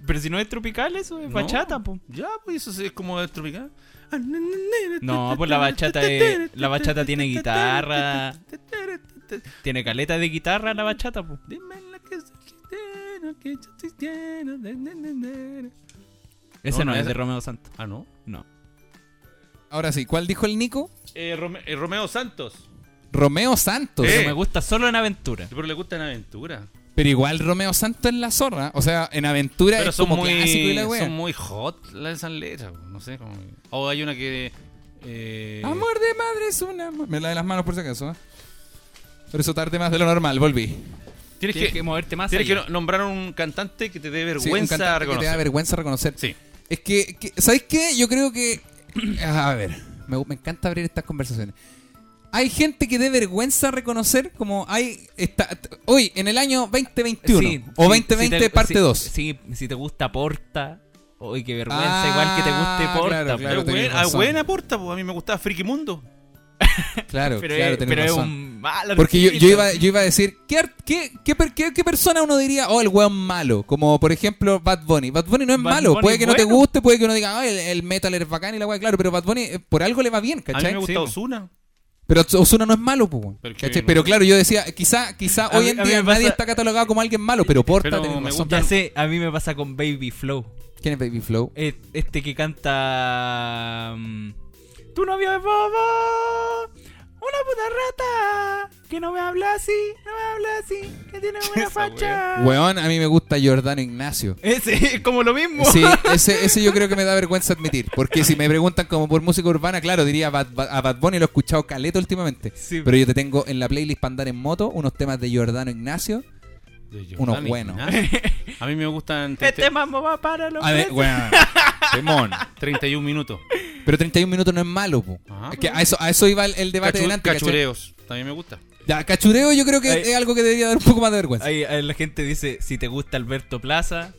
Speaker 4: Pero si no es tropical eso, es
Speaker 3: No.
Speaker 4: bachata, po.
Speaker 3: Ya, pues eso sí es como el tropical.
Speaker 4: No, pues la bachata es- la bachata tiene guitarra. Tiene caleta de guitarra la bachata, po.
Speaker 3: Dime la que soy gitano, que yo soy gitano, na, na, na, na.
Speaker 4: Ese
Speaker 3: No,
Speaker 4: no,
Speaker 3: no,
Speaker 4: es
Speaker 3: ese-
Speaker 4: de Romeo Santos.
Speaker 3: Ah, ¿no?
Speaker 2: Eh.
Speaker 4: No.
Speaker 2: Ahora sí, ¿cuál dijo el Nico?
Speaker 3: Eh, Rome- eh, Romeo Santos.
Speaker 2: Romeo Santos.
Speaker 3: Eh.
Speaker 4: Pero me gusta solo en aventura.
Speaker 3: Pero le gustan aventuras.
Speaker 2: Pero igual Romeo Santos en la zorra. O sea, en aventura
Speaker 3: Pero
Speaker 2: es
Speaker 3: son
Speaker 2: como
Speaker 3: muy,
Speaker 2: clásico y la wea.
Speaker 3: son muy hot las esas letras. No sé. Como... O hay una que... eh,
Speaker 2: Amor de madre es un amor. Me lavé las manos por si acaso, ¿eh? Pero eso tarde más de lo normal, volví.
Speaker 3: Tienes,
Speaker 4: Tienes que,
Speaker 3: que,
Speaker 4: moverte más.
Speaker 3: tienes que
Speaker 4: allá.
Speaker 3: no- nombrar un cantante que te dé
Speaker 2: Sí, un
Speaker 3: vergüenza
Speaker 2: cantante que te da
Speaker 3: reconocer.
Speaker 2: vergüenza reconocer.
Speaker 3: Sí.
Speaker 2: Es que, que- ¿sabes qué? Yo creo que. [CLEARS THROAT] A ver, me, me encanta abrir estas conversaciones. Hay gente que dé vergüenza reconocer como hay. Está, hoy, en el año 2021
Speaker 4: Sí,
Speaker 2: o
Speaker 4: sí,
Speaker 2: 2020,
Speaker 4: si te-
Speaker 2: parte
Speaker 4: si-
Speaker 2: 2.
Speaker 4: [LAUGHS] Sí, si te gusta Porta. Uy, qué vergüenza,
Speaker 2: Ah,
Speaker 4: igual que te guste Porta.
Speaker 2: claro,
Speaker 4: pero-
Speaker 3: Pero
Speaker 2: claro, tenés
Speaker 3: buena,
Speaker 2: razón.
Speaker 3: buena aporta, po. a mí me gustaba Friki Mundo.
Speaker 2: Claro,
Speaker 4: pero
Speaker 2: claro,
Speaker 4: es,
Speaker 2: tenés
Speaker 4: pero es
Speaker 2: razón.
Speaker 4: un mal
Speaker 2: Porque yo, yo
Speaker 4: artista.
Speaker 2: iba, yo iba a decir, ¿qué, ar- qué, qué per- qué- qué persona uno diría, oh, el weón malo? Como por ejemplo Bad Bunny. Bad Bunny no es
Speaker 4: Bad
Speaker 2: malo,
Speaker 4: Bunny
Speaker 2: puede
Speaker 4: es
Speaker 2: que no te
Speaker 4: bueno.
Speaker 2: guste, puede que uno diga, oh, el, el metal es bacán y la weá, claro, pero Bad Bunny eh, por algo le va bien,
Speaker 3: A mí
Speaker 2: ¿cachai?
Speaker 3: me gusta
Speaker 2: Sí, po.
Speaker 3: Ozuna.
Speaker 2: Pero Osuna no es malo, pues. weón,
Speaker 3: Pero es que
Speaker 2: ¿cachai?
Speaker 3: no-
Speaker 2: Pero claro, yo decía, quizá, quizá
Speaker 4: A
Speaker 2: hoy
Speaker 4: mí-
Speaker 2: en
Speaker 4: a mí
Speaker 2: día
Speaker 4: me pasa-
Speaker 2: nadie está catalogado como alguien malo, pero Porta
Speaker 3: Pero
Speaker 2: tenés
Speaker 3: me
Speaker 2: razón.
Speaker 3: gusta-
Speaker 4: Ya sé, a mí me pasa con Baby Flow.
Speaker 2: ¿Quién es Baby Flow?
Speaker 4: Eh, Este que canta. mm, Tu novio es bobo. Una puta rata. Que no me habla así. No me habla así. Que tiene
Speaker 2: [LAUGHS]
Speaker 4: buena facha.
Speaker 2: Weón, a mí me gusta
Speaker 3: [LAUGHS]
Speaker 2: Giordano Ignacio.
Speaker 4: Ese, es Eh, [LAUGHS] como lo mismo.
Speaker 2: Sí, ese, ese yo creo que me da vergüenza admitir. Porque si me preguntan como por música urbana, claro, diría Bad- Bad- a Bad Bunny lo he escuchado caleta últimamente.
Speaker 4: Sí.
Speaker 2: Pero yo te tengo en la playlist para andar en moto unos temas de Giordano Ignacio.
Speaker 3: De Giordano
Speaker 2: Uno bueno.
Speaker 3: Ignacio. [LAUGHS] A mí me gustan tre-
Speaker 4: Este mambo va para los.
Speaker 2: A ver,
Speaker 4: jueces.
Speaker 2: weón.
Speaker 3: [LAUGHS]
Speaker 2: Temón.
Speaker 3: 31 minutos.
Speaker 2: Pero 31 minutos no es malo, po.
Speaker 3: Ah,
Speaker 2: Es que a eso, a eso iba el, el debate
Speaker 3: Cachu-
Speaker 2: delante. ¿cachai?
Speaker 3: cachureos. También me gusta.
Speaker 2: Ya, cachureo yo creo que
Speaker 4: Ahí-
Speaker 2: es algo que debería dar un poco más de vergüenza.
Speaker 4: Ahí, ahí la gente dice: Si te gusta Alberto Plaza.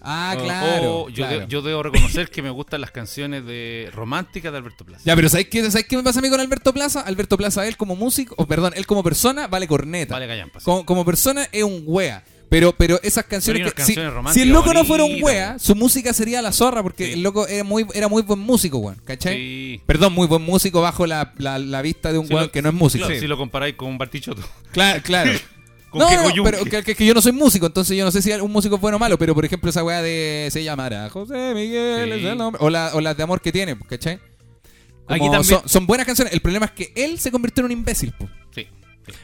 Speaker 2: Ah,
Speaker 3: O-
Speaker 2: claro.
Speaker 3: o Oh, yo,
Speaker 2: claro.
Speaker 3: de- yo debo reconocer que me gustan las canciones de románticas de Alberto Plaza.
Speaker 2: Ya, pero ¿sabes qué, ¿sabes qué me pasa a mí con Alberto Plaza? Alberto Plaza, él como músico, o perdón, él como persona, vale corneta.
Speaker 3: Vale gallampa, sí.
Speaker 2: Como, como persona es un wea. Pero, pero esas canciones,
Speaker 3: Pero hay
Speaker 2: que,
Speaker 3: unas
Speaker 2: si-
Speaker 3: canciones
Speaker 2: si,
Speaker 3: románticas
Speaker 2: el loco no fuera un
Speaker 3: bonitas, pues.
Speaker 2: wea, su música sería la zorra, porque
Speaker 3: Sí.
Speaker 2: el loco era muy, era muy buen músico, weón, ¿cachai?
Speaker 3: Sí.
Speaker 2: Perdón, muy buen músico bajo la, la- la vista de un
Speaker 3: Si
Speaker 2: weón
Speaker 3: lo-
Speaker 2: que no es músico.
Speaker 3: claro,
Speaker 2: Sí.
Speaker 3: Si lo comparáis con un Bartichotto. [LAUGHS]
Speaker 2: Claro, claro.
Speaker 3: Con
Speaker 2: No,
Speaker 3: Keiko
Speaker 2: no, no,
Speaker 3: Yunque.
Speaker 2: pero que, que- que yo no soy músico, entonces yo no sé si un músico es bueno o malo, pero por ejemplo esa weá de se llamará José Miguel,
Speaker 3: Sí.
Speaker 2: es el nombre, o, la- o las de amor que tiene, ¿cachai? Como
Speaker 4: Aquí también-
Speaker 2: son, son buenas canciones, el problema es que él se convirtió en un imbécil, po.
Speaker 3: Sí.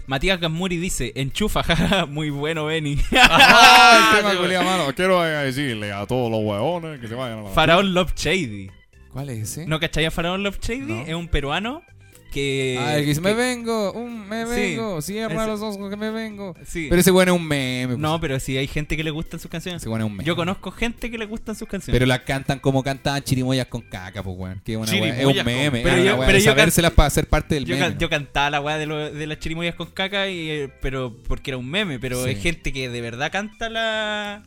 Speaker 4: Matías Gasmuri dice: Enchufa, [LAUGHS] jaja. Muy bueno, Benny. [LAUGHS]
Speaker 6: Ah, el tema culiao malo. Quiero eh, decirle a todos los huevones que se vayan a la
Speaker 4: Faraón Love Shady.
Speaker 2: ¿Cuál es ese?
Speaker 4: ¿No cacháis a Faraón Love Shady? Es un peruano eh, que.
Speaker 2: Ah, el que dice, me vengo, um, me vengo, cierra los ojos que me vengo. Pero ese bueno es un meme. pues.
Speaker 4: No, pero sí hay gente que le gustan sus canciones.
Speaker 2: Ese bueno es un meme.
Speaker 4: Yo conozco gente que le gustan sus canciones.
Speaker 2: Pero la cantan como cantaban chirimoyas con caca, pues, weón. Qué buena weá. Es
Speaker 4: Chirimoyas
Speaker 2: un
Speaker 4: con-
Speaker 2: meme. es
Speaker 4: Pero yo-
Speaker 2: una weá
Speaker 4: pero
Speaker 2: de
Speaker 4: yo can-
Speaker 2: sabérselas para ser parte del
Speaker 4: Yo,
Speaker 2: meme.
Speaker 4: can- yo cantaba la weá de, lo- de las chirimoyas con caca, y, eh, pero porque era un meme. Pero
Speaker 2: Sí.
Speaker 4: hay gente que de verdad canta la.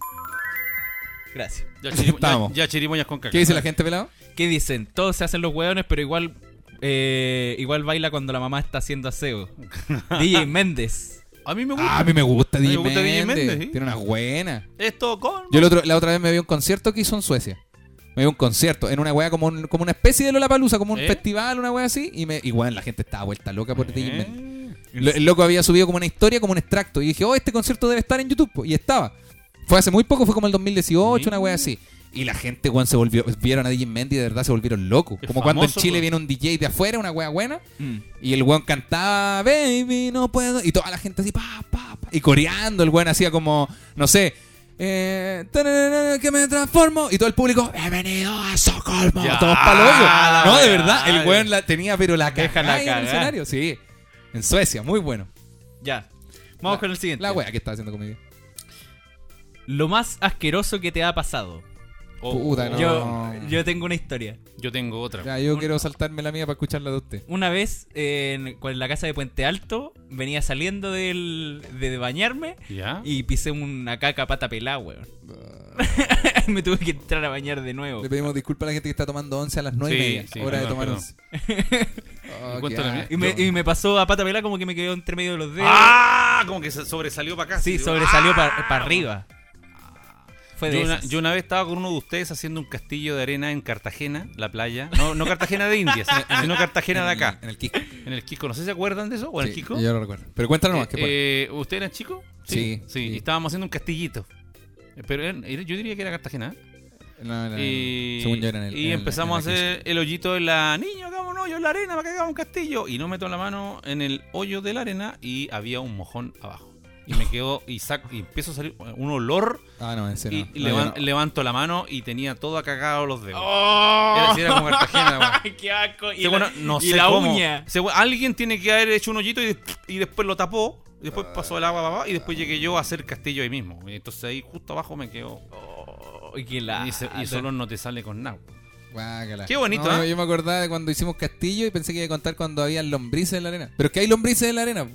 Speaker 4: Gracias.
Speaker 3: Ya, chirimo-
Speaker 2: Estamos.
Speaker 3: ya- ya chirimoyas con caca.
Speaker 2: ¿Qué dice la gente, pelado?
Speaker 4: ¿Qué dicen? Todos se hacen los hueones, pero igual eh, igual baila cuando la mamá está haciendo aseo. DJ Méndez.
Speaker 3: A mí me gusta.
Speaker 2: Ah, a mí me gusta
Speaker 3: A mí
Speaker 2: DJ
Speaker 3: me gusta DJ
Speaker 2: Méndez.
Speaker 3: Méndez, sí.
Speaker 2: Tiene una buena.
Speaker 3: Esto con.
Speaker 2: Yo el otro- la otra vez me vi un concierto que hizo en Suecia. Me vi un concierto en una weá como, un- como una especie de Lollapalooza, como un
Speaker 3: ¿Eh?
Speaker 2: festival, una weá así. Y, me, y weón, la gente estaba vuelta loca por DJ Méndez.
Speaker 3: Eh,
Speaker 2: Lo- el loco había subido como una historia, como un extracto. Y dije, oh, este concierto debe estar en YouTube. po. Y estaba. Fue hace muy poco, fue como el 2018, una wea así. Y la gente, weón, se volvió. Vieron a DJ Mendy y de verdad se volvieron locos.
Speaker 3: Qué
Speaker 2: Como cuando en
Speaker 3: famoso,
Speaker 2: Chile
Speaker 3: weón.
Speaker 2: viene un DJ de afuera, una wea buena.
Speaker 4: Mm.
Speaker 2: Y el weón cantaba, baby, no puedo. Y toda la gente así, pa, pa, pa. Y coreando, el weón hacía como, no sé. eh, tararara, que me transformo y todo el público bienvenido a Socolmo
Speaker 3: Ya,
Speaker 2: todos pa'l hoyo.
Speaker 3: la
Speaker 2: no de
Speaker 3: weá.
Speaker 2: verdad el weón la tenía pero la caja
Speaker 4: Déjala
Speaker 2: en el
Speaker 4: cagar.
Speaker 2: escenario sí en Suecia muy bueno
Speaker 4: Ya. Vamos con el siguiente.
Speaker 2: la wea que está haciendo conmigo.
Speaker 4: Lo más asqueroso que te ha pasado.
Speaker 3: oh,
Speaker 2: Puta, no.
Speaker 4: Yo, yo tengo una historia.
Speaker 3: Yo tengo otra.
Speaker 2: Ya, yo quiero saltarme la mía para escuchar la de usted.
Speaker 4: Una vez eh, en, con la casa de Puente Alto, venía saliendo del, de bañarme
Speaker 3: ¿Ya?
Speaker 4: y pisé una caca pata pelada, weón. [LAUGHS] Me tuve que entrar a bañar de nuevo.
Speaker 2: Le pedimos disculpas a la gente que está tomando 11 a las 9
Speaker 3: Sí,
Speaker 2: y media.
Speaker 3: sí,
Speaker 2: hora de
Speaker 3: perdón,
Speaker 2: tomar Oh,
Speaker 3: perdón.
Speaker 2: 11.
Speaker 3: [LAUGHS] ¿Y cuánto la mía?
Speaker 4: Y me, y me pasó a pata pelada como que me quedó entre medio de los dedos.
Speaker 3: ¡Ah! Como que se sobresalió para acá.
Speaker 4: Sí,
Speaker 3: así,
Speaker 4: sobresalió
Speaker 3: ¡ah!
Speaker 4: para arriba. Fue de
Speaker 3: Yo una,
Speaker 4: esas.
Speaker 3: yo una vez estaba con uno de ustedes haciendo un castillo de arena en Cartagena, la playa. No, no Cartagena de Indias,
Speaker 2: [LAUGHS]
Speaker 3: sino Cartagena de acá,
Speaker 2: En el Kiko.
Speaker 3: en el Quisco. No sé si se acuerdan de eso, o en el Quisco.
Speaker 2: Yo lo recuerdo. Pero cuéntanos más. ¿qué pasa?
Speaker 3: Eh, eh, ¿Ustedes eran chicos?
Speaker 2: Sí,
Speaker 3: Sí.
Speaker 2: sí.
Speaker 3: y estábamos haciendo un castillito. Eh, Pero era- era- yo diría que era Cartagena. ¿eh?
Speaker 2: No, no, no,
Speaker 3: y
Speaker 2: según yo era en el.
Speaker 3: y
Speaker 2: en el-
Speaker 3: empezamos a
Speaker 2: en el
Speaker 3: hacer el hoyito de la niño, hagamos un hoyo en la arena para que hagamos un castillo. Y no meto la mano en el hoyo de la arena y había un mojón abajo. Y me quedo y saco, y empiezo a salir un olor.
Speaker 2: Quisco. Ah, no, ese no.
Speaker 3: Y
Speaker 2: No,
Speaker 3: levan-
Speaker 2: yo no.
Speaker 3: levanto la mano y tenía todo cagado los dedos. Era,
Speaker 4: [LAUGHS]
Speaker 3: así, era como Cartagena, weón.
Speaker 4: ¡Qué asco! Oh. [LAUGHS] Y
Speaker 3: Ese
Speaker 4: la,
Speaker 3: weón, no
Speaker 4: y
Speaker 3: sé
Speaker 4: la
Speaker 3: cómo.
Speaker 4: uña.
Speaker 3: Ese weón- alguien tiene que haber hecho un hoyito y, des- y después lo tapó. y Después pasó el agua, papá, y después llegué yo a hacer castillo ahí mismo. Y entonces ahí justo abajo me quedó.
Speaker 4: Ay, qué lata.
Speaker 3: y, se- y solo no te sale con nada.
Speaker 2: Guácala.
Speaker 3: Qué bonito,
Speaker 2: No,
Speaker 3: ¿eh?
Speaker 2: Yo me acordaba de cuando hicimos castillo y pensé que iba a contar cuando había lombrices en la arena. Pero es que hay lombrices en la arena. po.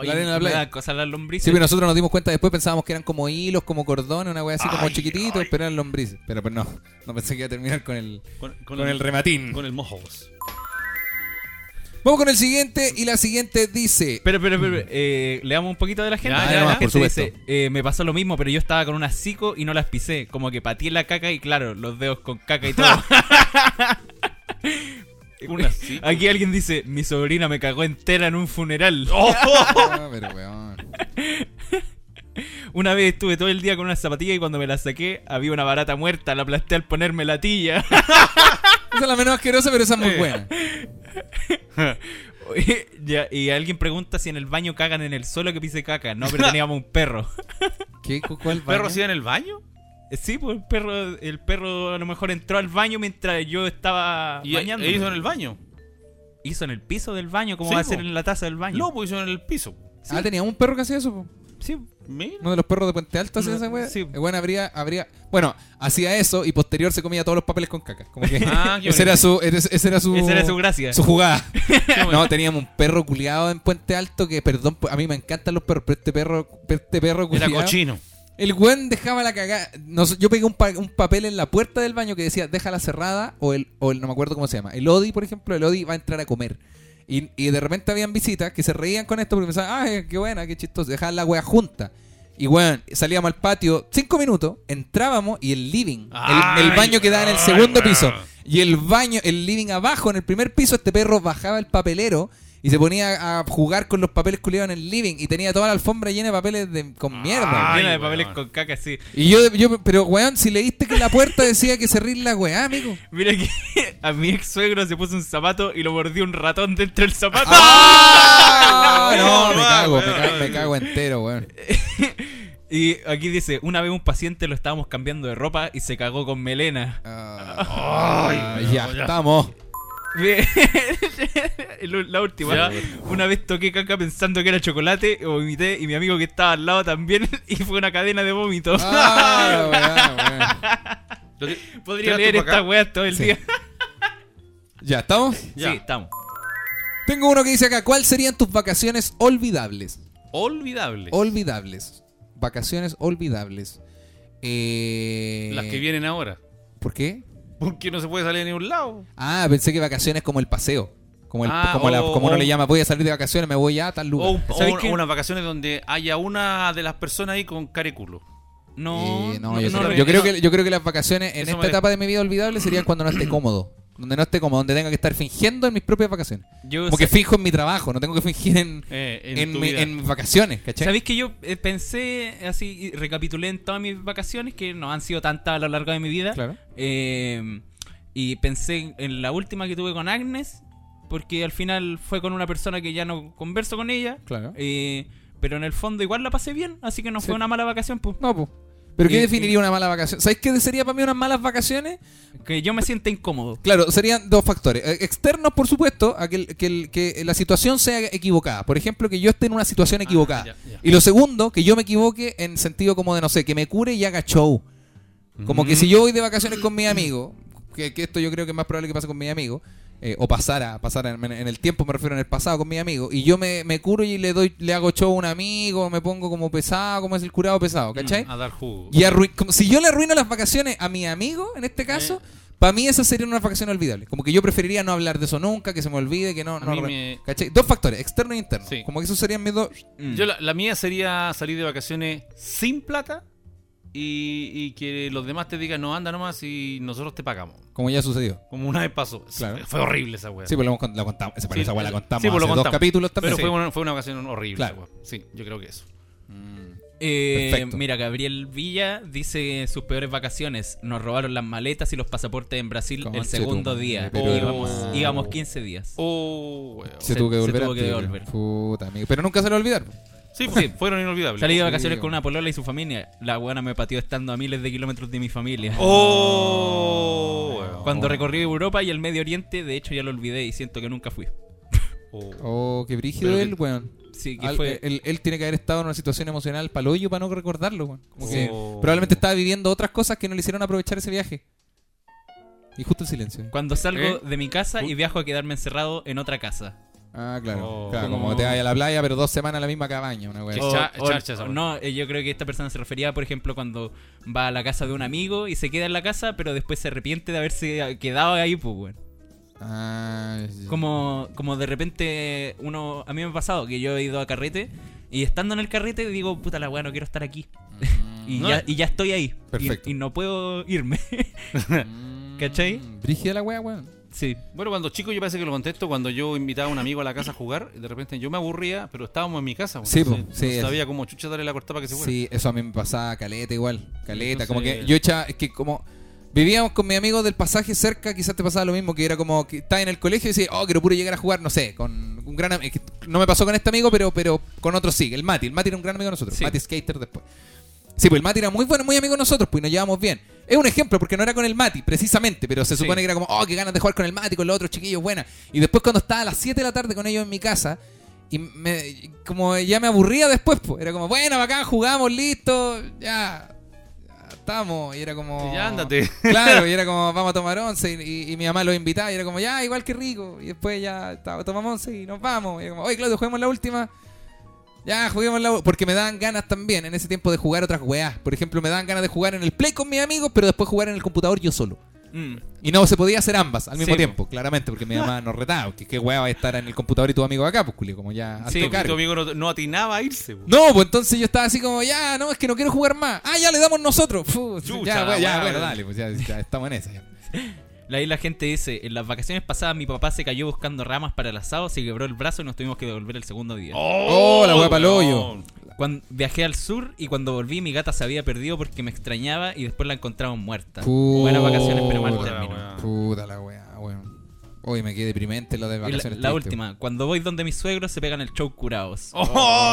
Speaker 4: Ay,
Speaker 2: La arena en la
Speaker 4: me
Speaker 2: playa.
Speaker 4: da cosa las lombrices.
Speaker 2: Sí, pero nosotros nos dimos cuenta después, pensábamos que eran como hilos, como cordones, una wea así como chiquititos, pero eran lombrices. Pero pues no, no pensé que iba a terminar con el,
Speaker 3: Con, con
Speaker 2: con el
Speaker 3: [LAUGHS]
Speaker 2: rematín.
Speaker 3: Con el mojos.
Speaker 2: Vamos con el siguiente y la
Speaker 3: [LAUGHS]
Speaker 2: siguiente dice...
Speaker 4: Pero, pero, pero, eh, leamos un poquito de la gente.
Speaker 3: Ya,
Speaker 4: La
Speaker 3: ya,
Speaker 4: gente
Speaker 2: por supuesto.
Speaker 4: dice, eh, me pasó lo mismo, pero yo estaba con unas psico y no las pisé. Como que pateé la caca y claro, los dedos con caca y
Speaker 3: [LAUGHS]
Speaker 4: todo. [LAUGHS]
Speaker 3: Una así.
Speaker 4: Aquí alguien dice, mi sobrina me cagó entera en
Speaker 3: [LAUGHS]
Speaker 4: un funeral.
Speaker 2: Ah, pero weón.
Speaker 4: Una vez estuve todo el día con una zapatilla y cuando me la saqué había una barata muerta, la aplasté al ponerme la tilla.
Speaker 2: Esa es la menos asquerosa, pero esa es muy buena.
Speaker 4: Ya, y alguien pregunta si en el baño cagan en el suelo que pise caca. No,
Speaker 3: [LAUGHS]
Speaker 4: pero teníamos un perro.
Speaker 2: ¿Qué? ¿Cu- ¿Cuál baño?
Speaker 3: ¿Perro hacía en el baño?
Speaker 4: Sí, pues el perro, el perro a lo mejor entró al baño mientras yo estaba
Speaker 3: Y
Speaker 4: bañando.
Speaker 3: e hizo en el baño.
Speaker 4: Hizo en el piso del baño, como
Speaker 3: Sí,
Speaker 4: va a
Speaker 3: po.
Speaker 4: hacer en la taza del baño.
Speaker 3: No, pues hizo en el piso.
Speaker 2: Ah, tenía un perro que hacía eso. po.
Speaker 4: Sí.
Speaker 3: Mira.
Speaker 2: Uno de los perros de Puente Alto hacía
Speaker 4: No,
Speaker 2: esa wea.
Speaker 4: sí.
Speaker 2: El weón habría, habría... Bueno, hacía eso y posterior se comía todos los papeles con caca. Como que...
Speaker 3: Ah, qué
Speaker 2: [LAUGHS] ese, era su, ese, ese era su...
Speaker 4: Esa era su gracia.
Speaker 2: Su jugada. no, teníamos un perro culiado en Puente Alto que, perdón, a mí me encantan los perros, pero este perro, pero este perro
Speaker 3: Era
Speaker 2: culiado.
Speaker 3: cochino.
Speaker 2: El weón dejaba la cagada. No sé, yo pegué un, pa- un papel en la puerta del baño que decía, déjala cerrada, o el, o el, no me acuerdo cómo se llama. El Odi, por ejemplo, el Odi va a entrar a comer. Y, y de repente habían visitas que se reían con esto porque pensaban, ay, qué buena, qué chistoso, dejar la wea junta. Y weón, salíamos al patio cinco minutos, entrábamos y el living, el, el
Speaker 3: Ay,
Speaker 2: baño quedaba en el
Speaker 3: ay,
Speaker 2: segundo
Speaker 3: weón.
Speaker 2: piso. Y el baño, el living abajo, en el primer piso, este perro bajaba el papelero y se ponía a jugar con los papeles culiados en el living. Y tenía toda la alfombra llena de papeles de- con mierda. weón.
Speaker 3: Ay,
Speaker 4: Llena de
Speaker 3: weón.
Speaker 4: papeles con caca, sí.
Speaker 2: Y yo, yo, pero weón, si leíste que la puerta decía que cerrís la
Speaker 3: [LAUGHS]
Speaker 2: weá, amigo.
Speaker 4: Mira que [LAUGHS] a mi ex suegro se puso un zapato y lo mordió un ratón dentro del zapato.
Speaker 2: ¡Ah! No, me
Speaker 3: weón,
Speaker 2: cago, me
Speaker 3: weón. Eh,
Speaker 2: cago, me cago entero, weón.
Speaker 4: Y aquí dice, una vez un paciente lo estábamos cambiando de ropa y se cagó con melena.
Speaker 3: [LAUGHS]
Speaker 2: Ah, ya, estamos.
Speaker 4: Bien. [LAUGHS] El- La última.
Speaker 3: Ya.
Speaker 4: Una vez toqué caca pensando que era chocolate, vomité y mi amigo que estaba al lado también [LAUGHS] y fue una cadena de vómitos.
Speaker 2: Ah,
Speaker 4: [LAUGHS] Podría
Speaker 3: Tira tú
Speaker 4: leer
Speaker 3: pa' acá.
Speaker 4: esta weá todo el día.
Speaker 2: [LAUGHS] ¿Ya estamos?
Speaker 3: Ya.
Speaker 4: Sí, estamos.
Speaker 2: Tengo uno que dice acá, ¿cuál serían tus vacaciones olvidables?
Speaker 3: Olvidable.
Speaker 2: Olvidables. Vacaciones olvidables. Eh,
Speaker 3: Las que vienen ahora.
Speaker 2: ¿Por qué?
Speaker 3: Porque no se puede salir a ningún lado.
Speaker 2: Ah, pensé que vacaciones como el paseo. Como, el,
Speaker 3: Ah,
Speaker 2: como, la-
Speaker 3: o-
Speaker 2: como uno
Speaker 3: o-
Speaker 2: le llama, voy a salir de vacaciones, me voy a tal lugar.
Speaker 3: O, un- o
Speaker 4: ¿Sabes
Speaker 3: un-
Speaker 4: qué?
Speaker 3: unas vacaciones donde haya una de las personas ahí con careculo.
Speaker 4: No,
Speaker 2: Eh, no,
Speaker 4: no,
Speaker 2: yo,
Speaker 4: no,
Speaker 2: creo,
Speaker 4: no,
Speaker 2: yo creo
Speaker 4: no.
Speaker 2: que, yo creo que las vacaciones en
Speaker 3: Eso
Speaker 2: esta
Speaker 3: me-
Speaker 2: etapa de mi vida olvidable serían cuando no esté cómodo. Donde no esté cómodo, donde tenga que estar fingiendo en mis propias vacaciones.
Speaker 4: Yo
Speaker 2: Como
Speaker 4: sé-
Speaker 2: que fijo en mi trabajo, no tengo que fingir en,
Speaker 3: Eh, en
Speaker 2: en,
Speaker 3: tu
Speaker 2: mi-
Speaker 3: vida.
Speaker 2: en mis vacaciones, ¿cachai?
Speaker 4: ¿Sabéis que yo eh, pensé así, y recapitulé en todas mis vacaciones, que no han sido tantas a lo largo de mi vida?
Speaker 2: Claro.
Speaker 4: Eh, y pensé en la última que tuve con Agnes, porque al final fue con una persona que ya no converso con ella.
Speaker 2: Claro.
Speaker 4: Eh, pero en el fondo igual la pasé bien, así que no
Speaker 2: Sí.
Speaker 4: fue una mala vacación, pues.
Speaker 2: No, pues. ¿Pero qué
Speaker 4: Y-
Speaker 2: definiría una mala vacación? ¿Sabéis qué sería para mí unas malas vacaciones?
Speaker 4: Que yo me siento incómodo.
Speaker 2: Claro, serían dos factores. Eh, Externos, por supuesto, a que, el- que el- que la situación sea equivocada. Por ejemplo, que yo esté en una situación equivocada.
Speaker 3: Ah, ya, ya.
Speaker 2: Y lo segundo, que yo me equivoque en sentido como de, no sé, que me cure y haga show. Como que
Speaker 3: Mm.
Speaker 2: si yo voy de vacaciones con mi amigo, que, que esto yo creo que es más probable que pase con mi amigo, eh, o pasara, pasara en, en el tiempo, me refiero en el pasado con mi amigo, y yo me, me curo y le doy le hago show a un amigo, me pongo como pesado, como es el curado pesado, ¿cachai?
Speaker 3: A dar jugo.
Speaker 2: Y arrui- como si yo le arruino las vacaciones a mi amigo, en este caso, para mí esas serían unas vacaciones olvidables. Como que yo preferiría no hablar de eso nunca, que se me olvide, que no...
Speaker 3: A
Speaker 2: no
Speaker 3: mí
Speaker 2: re-
Speaker 3: me-
Speaker 2: ¿Cachai? Dos factores, externo e interno.
Speaker 3: Sí.
Speaker 2: Como que esos serían mis dos...
Speaker 3: Yo la, la mía sería salir de vacaciones sin plata y, y que los demás te digan, no, anda nomás y nosotros te pagamos.
Speaker 2: Como ya sucedió.
Speaker 3: Como una vez pasó. Sí,
Speaker 2: Claro.
Speaker 3: Fue horrible esa weá.
Speaker 2: Sí, pues lo, hemos cont- la contamos. Esa,
Speaker 3: Sí,
Speaker 2: esa weá la
Speaker 3: sí,
Speaker 2: contamos
Speaker 3: sí, pues lo
Speaker 2: hace dos
Speaker 3: contamos.
Speaker 2: capítulos también.
Speaker 3: Pero fue, una, fue una ocasión horrible.
Speaker 2: Claro.
Speaker 3: esa weá. Sí, yo creo que eso.
Speaker 4: Eh,
Speaker 2: Perfecto.
Speaker 4: mira, Gabriel Villa dice sus peores vacaciones. Nos robaron las maletas y los pasaportes en Brasil
Speaker 2: Conche
Speaker 4: el segundo
Speaker 2: tu madre,
Speaker 4: día.
Speaker 2: pero-
Speaker 4: Íbamos, íbamos 15 días.
Speaker 3: Oh, weón.
Speaker 2: Se,
Speaker 4: Se-
Speaker 2: tuvo que
Speaker 4: se
Speaker 2: devolver.
Speaker 4: tuvo que
Speaker 2: antes,
Speaker 4: devolver.
Speaker 2: Puta, amigo. Pero nunca se lo olvidaron.
Speaker 3: Sí, pues, fueron inolvidables.
Speaker 4: Salí de
Speaker 2: Oh, Sí.
Speaker 4: vacaciones con una polola y su familia. La buena me pateó estando a miles de kilómetros de mi familia.
Speaker 3: Oh, weón.
Speaker 4: Cuando recorrí Europa y el Medio Oriente, de hecho ya lo olvidé y siento que nunca fui.
Speaker 3: Oh.
Speaker 2: Oh, qué brígido
Speaker 3: Pero
Speaker 2: él,
Speaker 3: que-
Speaker 2: weón.
Speaker 4: Sí, que
Speaker 2: Al- eh,
Speaker 4: fue.
Speaker 2: él, él tiene que haber estado en una situación emocional palollo para no recordarlo, weón. Como que
Speaker 3: Oh.
Speaker 2: probablemente estaba viviendo otras cosas que no le hicieron aprovechar ese viaje. Y justo el silencio.
Speaker 4: Cuando salgo
Speaker 3: ¿Eh?
Speaker 4: de mi casa y viajo a quedarme encerrado en otra casa.
Speaker 2: Ah, claro.
Speaker 3: Oh.
Speaker 2: Claro, como te vas a la playa, pero dos semanas a la misma cabaña, una weá.
Speaker 3: Qué
Speaker 2: así.
Speaker 3: cha- charcha esa
Speaker 4: no, eh, yo creo que esta persona se refería, por ejemplo, cuando va a la casa de un amigo y se queda en la casa, pero después se arrepiente de haberse quedado ahí, pues, bueno.
Speaker 2: Ah, ya.
Speaker 4: Como, como de repente uno. A mí me ha pasado que yo he ido a carrete y estando en el carrete digo, puta la weá, no quiero estar aquí. [LAUGHS] y,
Speaker 3: No.
Speaker 4: ya, y ya estoy ahí. Y-
Speaker 2: Perfecto.
Speaker 4: Y, no puedo irme. ¿Cachai?
Speaker 2: Mm, Brígida la weá, weón.
Speaker 4: Sí.
Speaker 3: Bueno, cuando chico yo parece que lo contesto cuando yo invitaba a un amigo a la casa a jugar, y de repente yo me aburría, pero estábamos en mi casa.
Speaker 2: Sí,
Speaker 3: pues,
Speaker 2: po,
Speaker 3: no
Speaker 2: sí, es-
Speaker 3: sabía cómo chucha darle la cortada para que se fuera.
Speaker 2: Sí, eso a mí me pasaba caleta igual. Caleta, como que
Speaker 3: Entonces-
Speaker 2: yo echaba, es que como vivíamos con mis amigos del pasaje cerca, quizás te pasaba lo mismo, que era como que estás en el colegio y decís, oh, quiero puro llegar a jugar, no sé, con un gran am- es que No me pasó con este amigo, pero, pero con otro sí, el Mati. El Mati era un gran amigo de nosotros,
Speaker 4: Sí.
Speaker 2: Mati Skater después. Sí, pues el Mati era muy bueno, muy amigo de nosotros, pues y nos llevábamos bien. Es un ejemplo, porque no era con el Mati, precisamente, pero se supone que era como, oh, qué ganas de jugar con el Mati, con los otros chiquillos, buena. Y después cuando estaba a las 7 de la tarde con ellos en mi casa, y me, como ya me aburría después, pues, era como, bueno, bacán, jugamos, listo, ya, ya estamos. Y era como...
Speaker 3: Sí, ya ándate.
Speaker 2: [LAUGHS] Claro, y era como, vamos a tomar once, y, y- y mi mamá lo invitaba, y era como, ya, igual que rico. Y después ya ta- tomamos once y nos vamos. Y era como, oye, Claudio, juguemos la última. Ya, juguemos la u-". Porque me daban ganas también en ese tiempo de jugar otras weas. Por ejemplo, me daban ganas de jugar en el Play con mis amigos, pero después jugar en el computador yo solo.
Speaker 4: Mm.
Speaker 2: Y no se podía hacer ambas al mismo
Speaker 4: Sí,
Speaker 2: tiempo, claramente, porque mi mamá nos retaba. Que qué wea va a estar en el computador y tu amigo acá, pues, culio, como ya. hazte
Speaker 4: Sí,
Speaker 3: Tu-
Speaker 2: cargo.
Speaker 3: Tu amigo no, no atinaba a irse. po.
Speaker 2: No, pues entonces yo estaba así como, ya, no, es que no quiero jugar más. Ah, ya le damos nosotros. Fu,
Speaker 3: Chucha,
Speaker 2: ya, wea, ya,
Speaker 3: wea,
Speaker 2: bueno,
Speaker 3: wea.
Speaker 2: dale, pues ya, ya estamos en esa. ya.
Speaker 4: Ahí la gente dice, en las vacaciones pasadas mi papá se cayó buscando ramas para el asado, se quebró el brazo y nos tuvimos que devolver el segundo día.
Speaker 2: Oh, la wea pa'l hoyo.
Speaker 3: weón.
Speaker 4: Cuando viajé al sur y cuando volví mi gata se había perdido porque me extrañaba y después la encontraron muerta.
Speaker 2: Puta.
Speaker 4: Buenas vacaciones, pero mal
Speaker 2: Puta la
Speaker 4: término.
Speaker 3: wea. Ah.
Speaker 2: Puta la weá, weón. Hoy me quedé deprimente lo de
Speaker 4: Y la-
Speaker 2: vacaciones.
Speaker 4: la,
Speaker 2: tristes,
Speaker 4: última, cuando voy donde mis suegros se pegan el show curados.
Speaker 3: Oh,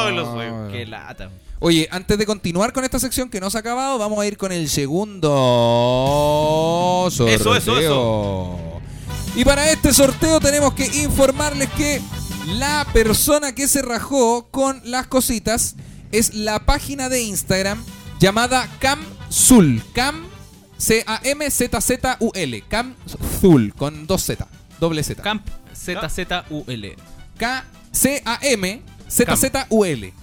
Speaker 2: weón.
Speaker 3: los huevos.
Speaker 4: Qué lata.
Speaker 2: Oye, antes de continuar con esta sección que no se ha acabado, vamos a ir con el segundo sorteo.
Speaker 3: Eso, eso, eso.
Speaker 2: Y para este sorteo tenemos que informarles que la persona que se rajó con las cositas es la página de Instagram llamada Camzul. Cam C A M Z Z U L. Camzul con dos Z, doble Z.
Speaker 4: Camp ZZUL.
Speaker 2: K C A M Z Z U L.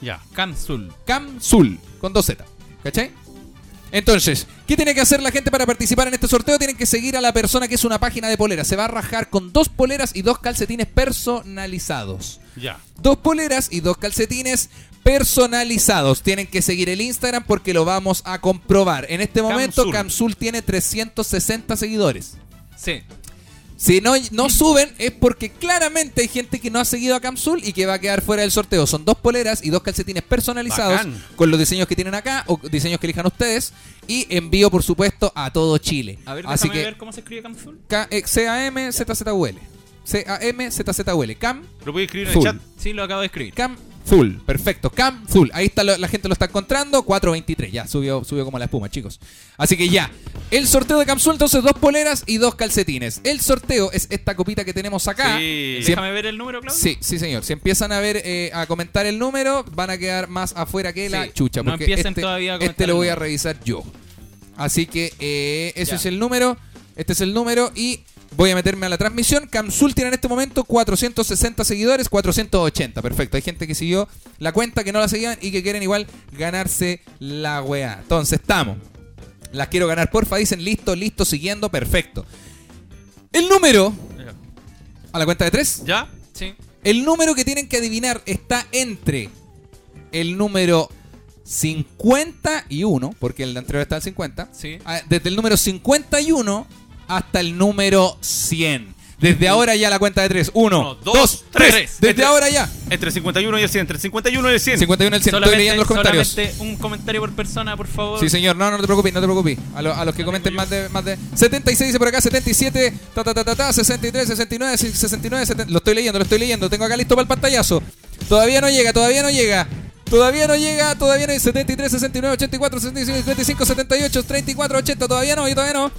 Speaker 3: Ya.
Speaker 4: Camsul.
Speaker 2: Camsul, con dos Z. ¿Cachai? Entonces, ¿qué tiene que hacer la gente para participar en este sorteo? Tienen que seguir a la persona que es una página de poleras. Se va a rajar con dos poleras y dos calcetines personalizados.
Speaker 3: Ya.
Speaker 2: Dos poleras y dos calcetines personalizados. Tienen que seguir el Instagram porque lo vamos a comprobar. En este momento,
Speaker 4: Camsul.
Speaker 2: Camsul tiene 360 seguidores.
Speaker 4: Sí.
Speaker 2: Si no, no suben es porque claramente hay gente que no ha seguido a Camsul y que va a quedar fuera del sorteo. Son dos poleras y dos calcetines personalizados
Speaker 3: Bacán.
Speaker 2: con los diseños que tienen acá o diseños que elijan ustedes. Y envío, por supuesto, a todo Chile.
Speaker 4: A ver,
Speaker 2: Así
Speaker 4: déjame
Speaker 2: que
Speaker 4: ver cómo se escribe Camsul.
Speaker 2: K- eh, C-A-M-Z-Z-U-L. C-A-M-Z-Z-U-L. Cam,
Speaker 3: ¿Lo puedes escribir en
Speaker 2: Full.
Speaker 3: el chat?
Speaker 4: Sí, lo acabo de escribir.
Speaker 2: Cam, full. Perfecto. Cam, full. Ahí está, lo- la gente lo está encontrando. 4.23. Ya, subió, subió como la espuma, chicos. Así que ya. El sorteo de Camsul, entonces, dos poleras y dos calcetines. El sorteo es esta copita que tenemos acá.
Speaker 3: Sí.
Speaker 2: Si-
Speaker 4: Déjame ver el número, Claudio.
Speaker 2: Sí, sí, señor. Si empiezan a ver, eh, a comentar el número, van a quedar más afuera que la
Speaker 4: Sí,
Speaker 2: chucha.
Speaker 4: no
Speaker 2: Porque
Speaker 4: empiecen
Speaker 2: este,
Speaker 4: todavía a
Speaker 2: este
Speaker 4: comentar
Speaker 2: lo
Speaker 4: el
Speaker 2: voy a
Speaker 4: número.
Speaker 2: revisar yo. Así que eh, eso
Speaker 4: Ya.
Speaker 2: es el número. Este es el número y voy a meterme a la transmisión. Camsul tiene en este momento 460 seguidores, 480. Perfecto. Hay gente que siguió la cuenta, que no la seguían y que quieren igual ganarse la weá. Entonces, estamos. Las quiero ganar, porfa. Dicen listo, listo, siguiendo. Perfecto. El número.
Speaker 3: Ya.
Speaker 2: A la cuenta de tres.
Speaker 3: ¿Ya?
Speaker 4: Sí.
Speaker 2: El número que tienen que adivinar está entre el número 51, porque el anterior está el 50.
Speaker 4: Sí.
Speaker 2: ah, Desde el número 51 hasta el número 100. Desde ahora ya la cuenta de 3. 1,
Speaker 3: Uno, dos,
Speaker 2: 2,
Speaker 3: tres. Este-
Speaker 2: 3. Desde
Speaker 3: Entre-
Speaker 2: ahora ya.
Speaker 3: Entre el 51 y el 100. Entre el 51 y el 100.
Speaker 2: 51 al 100. Estoy leyendo los comentarios.
Speaker 4: solamente un comentario por persona, por favor.
Speaker 2: Sí, señor, no, no te preocupes, no te preocupes. A, lo- a los que
Speaker 4: No
Speaker 2: comenten
Speaker 4: tengo
Speaker 3: pues.
Speaker 2: más
Speaker 4: yo.
Speaker 2: de, más de. 76 dice por acá, 77, ta, ta, ta, ta, ta, 63, 69, si- 69, 70. Lo estoy leyendo, lo estoy leyendo. Tengo acá listo para el pantallazo. Todavía no llega, todavía no llega. Todavía no llega, todavía no hay 73, 69, 84, 65, 55, 78, 34, 80. Todavía no, yo todavía no.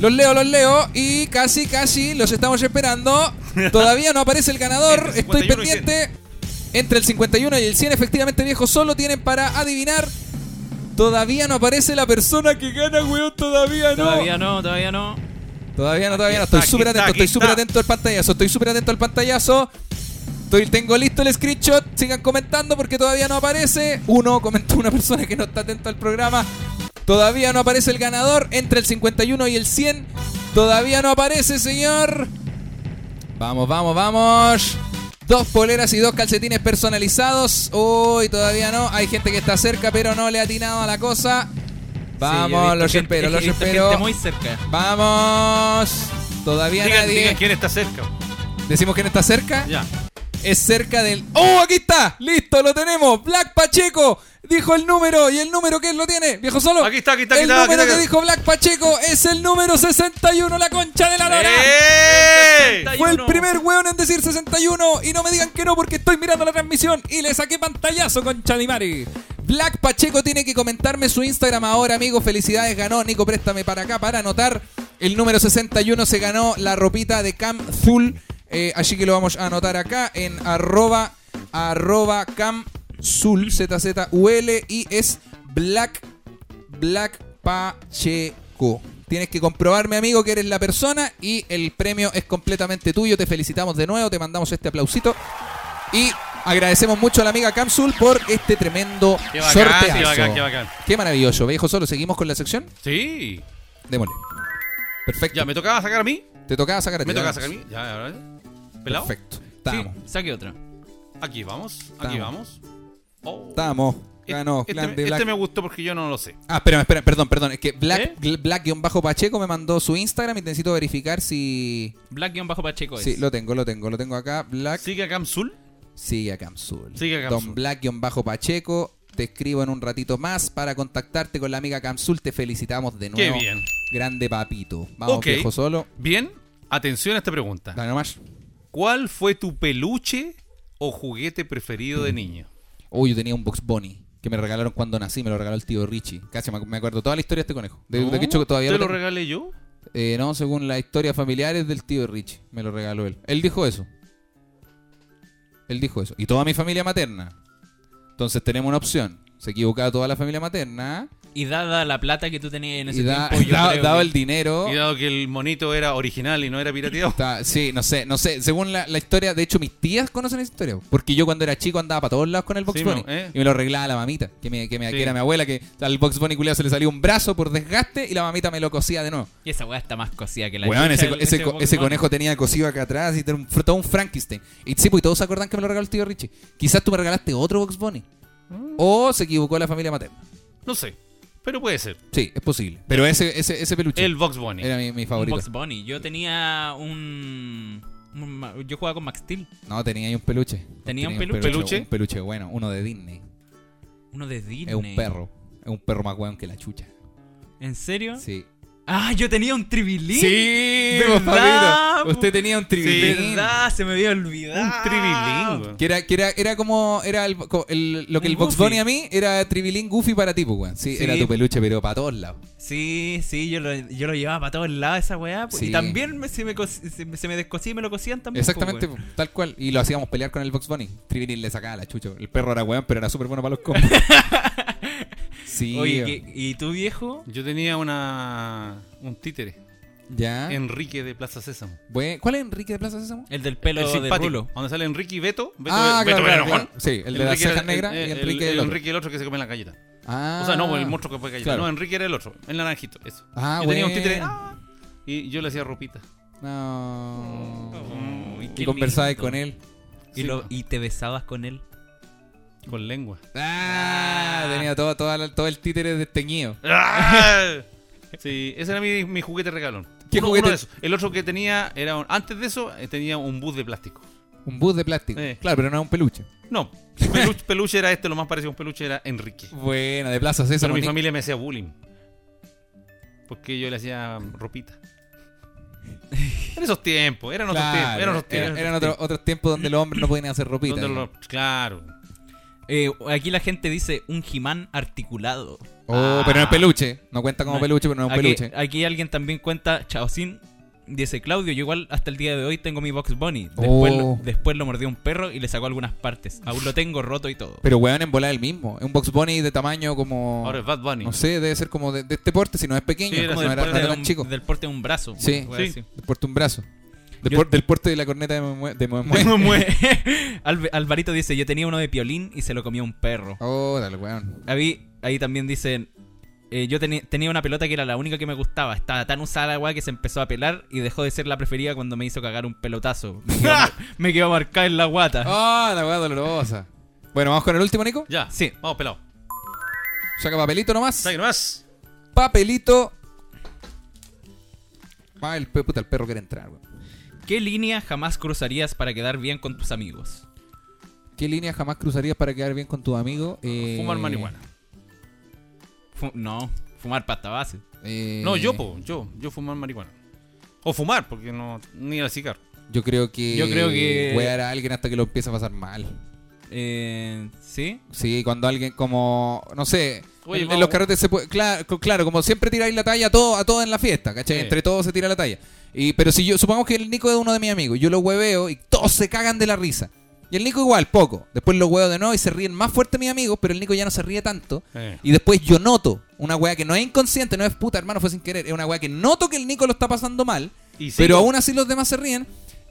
Speaker 2: Los leo, los leo y casi, casi los estamos esperando.
Speaker 3: [LAUGHS]
Speaker 2: Todavía no aparece el ganador.
Speaker 3: Entre
Speaker 2: Estoy
Speaker 3: 51 y 100.
Speaker 2: pendiente. Entre el 51 y el 100, efectivamente, viejo, solo tienen para adivinar Todavía no aparece la persona que gana, weón. Todavía no.
Speaker 4: Todavía no, todavía no.
Speaker 2: Todavía no, todavía no.
Speaker 3: Aquí está,
Speaker 2: Estoy súper
Speaker 3: aquí está,
Speaker 2: atento,
Speaker 3: aquí
Speaker 2: estoy súper
Speaker 3: está.
Speaker 2: atento al pantallazo. Estoy súper atento al pantallazo. Estoy, tengo listo el screenshot. Sigan comentando porque todavía no aparece. Uno comentó una persona que no está atento al programa. Todavía no aparece el ganador entre el 51 y el 100. Todavía no aparece, señor. Vamos, vamos, vamos. Dos poleras y dos calcetines personalizados. Uy, todavía no. Hay gente que está cerca, pero no le ha atinado a la cosa. Vamos,
Speaker 4: lo
Speaker 2: los espero, los espero.
Speaker 4: Gente muy cerca.
Speaker 2: Vamos. Todavía
Speaker 3: Digan,
Speaker 2: nadie.
Speaker 3: digan quién está cerca.
Speaker 2: Decimos quién está cerca.
Speaker 3: Ya.
Speaker 2: Es cerca del. ¡Oh, aquí está! ¡Listo, lo tenemos! Black Pacheco dijo el número. ¿Y el número quién lo tiene? ¿Viejo solo?
Speaker 3: Aquí está, aquí está, aquí
Speaker 2: El
Speaker 3: está, aquí
Speaker 2: número
Speaker 3: está,
Speaker 2: que
Speaker 3: aquí
Speaker 2: dijo Black Pacheco es el número 61, la concha de la lora.
Speaker 3: ¡Eh!
Speaker 2: Fue el primer weón en decir 61 y no me digan que no porque estoy mirando la transmisión y le saqué pantallazo con Chalimari. Black Pacheco tiene que comentarme su Instagram ahora, amigo. Felicidades, ganó. Nico, préstame para acá para anotar. El número 61 se ganó la ropita de Cam Zul. Eh, así que lo vamos a anotar acá en arroba, arroba Cam Zul, ZZUL, y es Black Black Pacheco. Tienes que comprobarme, amigo, que eres la persona y el premio es completamente tuyo. Te felicitamos de nuevo, te mandamos este aplausito y agradecemos mucho a la amiga Camsul por este tremendo
Speaker 3: Qué bacán,
Speaker 2: sorteazo.
Speaker 3: qué bacán, qué bacán.
Speaker 2: Qué maravilloso, viejo solo. ¿Seguimos con la sección?
Speaker 3: Sí.
Speaker 2: Démosle. Perfecto.
Speaker 3: Ya, me tocaba sacar a mí.
Speaker 2: Te tocaba sacar a ti,
Speaker 3: Me tocaba
Speaker 2: vamos.
Speaker 3: sacar a mí. Ya, ahora. Pelado.
Speaker 2: Perfecto.
Speaker 4: Sí,
Speaker 2: Estamos.
Speaker 4: saque otra.
Speaker 3: Aquí vamos. Aquí
Speaker 2: Estamos.
Speaker 3: vamos. Oh.
Speaker 2: Estamos.
Speaker 3: Este-
Speaker 2: Ganó.
Speaker 3: este,
Speaker 2: Grande
Speaker 3: me, este
Speaker 2: Black.
Speaker 3: me gustó porque yo no lo sé.
Speaker 2: Ah, espera, espera, perdón, perdón. Es que
Speaker 3: ¿Eh?
Speaker 2: Black, gl- Black-Pacheco me mandó su Instagram y necesito verificar si.
Speaker 4: Black-Pacheco es.
Speaker 2: Sí, lo tengo, lo tengo, lo tengo acá. Black.
Speaker 3: ¿Sigue a Camsul?
Speaker 2: Sigue a Camsul.
Speaker 3: Sigue a Camsul.
Speaker 2: Don Black-Pacheco, te escribo en un ratito más para contactarte con la amiga Camsul. Te felicitamos de nuevo.
Speaker 3: Qué bien.
Speaker 2: Grande papito. Vamos,
Speaker 3: Ok.
Speaker 2: viejo solo.
Speaker 3: Bien. Atención a esta pregunta.
Speaker 2: Dale nomás.
Speaker 3: ¿Cuál fue tu peluche o juguete preferido de niño?
Speaker 2: Uy, yo tenía un Box Bunny que me regalaron cuando nací. Me lo regaló el tío Richie. Casi me me acuerdo toda la historia de este conejo. De, de
Speaker 3: No,
Speaker 2: hecho, todavía
Speaker 3: ¿Te
Speaker 2: lo
Speaker 3: lo
Speaker 2: tengo.
Speaker 3: regalé yo?
Speaker 2: Eh, no, según las historias familiares del tío Richie, me lo regaló él. Él dijo eso. Él dijo eso. Y toda mi familia materna. Entonces tenemos una opción. Se equivocaba toda la familia materna.
Speaker 4: Y dada la plata que tú tenías en ese
Speaker 2: Y da-
Speaker 4: tiempo, yo
Speaker 2: da-
Speaker 4: creo
Speaker 2: dado
Speaker 4: que-
Speaker 2: el dinero.
Speaker 3: Y dado que el monito era original y no era pirateado. [LAUGHS]
Speaker 2: Está- sí, no sé, no sé. Según la, la historia, de hecho, mis tías conocen esa historia. Porque yo cuando era chico andaba para todos lados con el Box
Speaker 3: Sí,
Speaker 2: Bunny.
Speaker 3: mo, ¿eh?
Speaker 2: Y me lo arreglaba la mamita, que, me, que, me, que
Speaker 3: Sí.
Speaker 2: era mi abuela, que al Box Bunny culiao se le salió un brazo por desgaste y la mamita me lo cosía de nuevo.
Speaker 4: Y esa weá está más cosida que la
Speaker 2: Weón,
Speaker 4: chucha,
Speaker 2: ese,
Speaker 4: el-
Speaker 2: ese-
Speaker 4: Pokémon.
Speaker 2: ese conejo tenía cosido acá atrás y era un, todo un Frankenstein. Y sí, pues, y todos se acuerdan que me lo regaló el tío Richie. Quizás tú me regalaste otro Box Bunny.
Speaker 4: Mm.
Speaker 2: O se equivocó la familia materna.
Speaker 3: No sé. Pero puede ser.
Speaker 2: Sí, es posible. Pero ese, ese, ese peluche
Speaker 3: El Vox Bunny.
Speaker 2: era mi, mi
Speaker 4: Un
Speaker 2: favorito.
Speaker 4: Box Bunny. Yo tenía un. un ma- Yo jugaba con Max Steel.
Speaker 2: No, tenía ahí un peluche.
Speaker 4: Tenía un peluche.
Speaker 3: ¿Peluche?
Speaker 2: Un peluche bueno, uno de Disney.
Speaker 4: Uno de Disney.
Speaker 2: Es un perro. Es un perro más weón que la chucha.
Speaker 4: ¿En serio?
Speaker 2: Sí.
Speaker 4: Ah, yo tenía un tribilín.
Speaker 2: Sí,
Speaker 4: ¿Verdad,
Speaker 2: vos, Pablito?
Speaker 4: po?
Speaker 2: Usted tenía un tribilín.
Speaker 4: ¿Verdad? Se me había olvidado.
Speaker 3: Un tribilín, weón.
Speaker 2: Que era, que era, era como era el- co- el- lo que
Speaker 4: Un
Speaker 2: el Box
Speaker 4: Goofy.
Speaker 2: Bunny a mí era tribilín goofy para ti, pues, weón. Sí,
Speaker 4: Sí.
Speaker 2: era tu peluche, pero para todos lados.
Speaker 4: Sí, sí, yo lo, yo lo llevaba para todos lados esa weá. pues.
Speaker 2: Sí.
Speaker 4: Y también me- se, me cos- se, me- se me descosía y me lo cosían también. pues,
Speaker 2: Exactamente,
Speaker 4: weón.
Speaker 2: tal cual. Y lo hacíamos pelear con el Box Bunny. Tribilín le sacaba la chucha. El perro era weón, pero era súper
Speaker 3: [LAUGHS]
Speaker 2: bueno para los combos. [LAUGHS] sí.
Speaker 4: Oye,
Speaker 2: weón.
Speaker 4: ¿qué- ¿y tú viejo?
Speaker 3: Yo tenía una un títere.
Speaker 2: Ya.
Speaker 3: Enrique de Plaza Sésamo.
Speaker 2: Bue- ¿Cuál es Enrique de Plaza Sésamo?
Speaker 4: El del pelo de rulo.
Speaker 3: Donde sale Enrique y Beto. Beto,
Speaker 2: Ah,
Speaker 3: Beto
Speaker 2: claro,
Speaker 3: era
Speaker 2: claro,
Speaker 3: enojón.
Speaker 2: claro. Sí, el de las
Speaker 3: era-
Speaker 2: cejas negras y
Speaker 3: el- el-
Speaker 2: Enrique el
Speaker 3: el
Speaker 2: otro.
Speaker 3: Enrique el otro que se come la galleta.
Speaker 2: Ah.
Speaker 3: O sea, no, el monstruo que fue galleta.
Speaker 2: Claro.
Speaker 3: No, Enrique era el otro. El naranjito, eso.
Speaker 2: Ah,
Speaker 3: yo tenía un
Speaker 2: bueno.
Speaker 3: títere. ah, y yo le hacía ropita.
Speaker 2: No.
Speaker 3: Uy,
Speaker 2: y
Speaker 3: qué
Speaker 2: conversabas
Speaker 3: lindo.
Speaker 2: con él.
Speaker 4: Y,
Speaker 3: Sí,
Speaker 4: lo,
Speaker 3: po.
Speaker 4: y te besabas con él.
Speaker 3: Con
Speaker 2: [LAUGHS]
Speaker 3: lengua.
Speaker 2: Ah, tenía todo, todo, el- todo el títere desteñido.
Speaker 3: ¡Ah! Sí, ese era mi, mi juguete regalón.
Speaker 2: ¿Qué
Speaker 3: Uno-
Speaker 2: juguete?
Speaker 3: uno de esos. El otro que tenía era un- antes de eso eh, tenía un bus de plástico.
Speaker 2: Un bus de plástico.
Speaker 3: Eh.
Speaker 2: Claro, pero no era un peluche.
Speaker 3: No, peluche, peluche era este, lo más parecido a un peluche era Enrique.
Speaker 2: Bueno, de Plaza
Speaker 3: Pero
Speaker 2: Sésamo.
Speaker 3: mi
Speaker 2: ni-
Speaker 3: familia me hacía bullying. Porque yo le hacía ropita. En esos tiempos, eran otros
Speaker 2: Claro,
Speaker 3: tiempos, eran otros
Speaker 2: era-
Speaker 3: tiempos.
Speaker 2: eran otro- otros tiempos donde los hombres no podían hacer ropita.
Speaker 3: Donde
Speaker 2: ¿no?
Speaker 3: lo- claro.
Speaker 4: Eh, aquí la gente dice un Jimán articulado.
Speaker 2: Oh, pero
Speaker 3: Ah.
Speaker 2: no es peluche. No cuenta como
Speaker 4: No.
Speaker 2: peluche, pero no es un
Speaker 4: aquí,
Speaker 2: peluche.
Speaker 4: aquí alguien también cuenta, Chaocín dice, Claudio, yo igual hasta el día de hoy tengo mi Box Bunny. Después,
Speaker 2: Oh.
Speaker 4: lo, después lo mordió un perro y le sacó algunas partes. Aún lo tengo roto y todo.
Speaker 2: Pero weón, en bola es el mismo. Es un box bunny de tamaño como.
Speaker 3: Ahora es Bad Bunny.
Speaker 2: No sé, debe ser como de, de este porte, si no es pequeño.
Speaker 3: Sí, era
Speaker 2: como
Speaker 3: del
Speaker 2: no era, no
Speaker 3: porte
Speaker 2: era
Speaker 4: de
Speaker 2: tan
Speaker 4: un-
Speaker 2: chico.
Speaker 4: Del porte de un brazo.
Speaker 2: Sí.
Speaker 4: Wea así.
Speaker 2: Del porte un brazo. Del,
Speaker 4: Yo-
Speaker 2: por- del porte de la corneta de Mue- de Mue-
Speaker 3: [LAUGHS]
Speaker 2: Mue.
Speaker 4: [LAUGHS] Alve- Alvarito dice, yo tenía uno de piolín y se lo comió un perro.
Speaker 2: Oh, dale, weón.
Speaker 4: Ahí, ahí también dicen, eh, yo teni- tenía una pelota que era la única que me gustaba. Estaba tan usada la weá que se empezó a pelar y dejó de ser la preferida cuando me hizo cagar un pelotazo. [LAUGHS] Me quedó, me quedó marcada en la guata.
Speaker 2: Oh, la weá dolorosa. Bueno, vamos con el último, Nico.
Speaker 3: Ya,
Speaker 4: Sí.
Speaker 3: vamos pelado.
Speaker 2: Saca papelito nomás.
Speaker 3: ¿Sabes qué más?
Speaker 2: Papelito. Ah, el, pe- puta, el perro quiere entrar, weón.
Speaker 4: ¿Qué línea jamás cruzarías para quedar bien con tus amigos?
Speaker 2: ¿Qué línea jamás cruzarías para quedar bien con tu amigo? Eh,
Speaker 3: Fumar marihuana.
Speaker 4: Fu- no, fumar pasta base.
Speaker 2: eh,
Speaker 3: No, yo, po, yo, yo fumar marihuana. O fumar, porque no, ni al cigarro.
Speaker 2: Yo creo que.
Speaker 4: Yo creo que-
Speaker 2: Wear a alguien hasta que lo empieza a pasar mal.
Speaker 4: Eh, ¿Sí?
Speaker 2: Sí, cuando alguien como, no sé,
Speaker 3: Oye,
Speaker 2: en, en
Speaker 3: vamos.
Speaker 2: los carretes se puede, claro, co- claro, como siempre tiráis la talla a todo, a todo en la fiesta, ¿cachai?
Speaker 3: Sí.
Speaker 2: Entre todos se tira la talla. Y, pero si yo, supongamos que el Nico es uno de mis amigos, yo lo hueveo y todos se cagan de la risa. Y el Nico igual, poco. Después lo hueveo de nuevo y se ríen más fuerte mis amigos, pero el Nico ya no se ríe tanto.
Speaker 3: Eh.
Speaker 2: Y después yo noto una wea que no es inconsciente, no es puta, hermano, fue sin querer. Es una wea que noto que el Nico lo está pasando mal,
Speaker 3: Y sí.
Speaker 2: pero aún así los demás se ríen.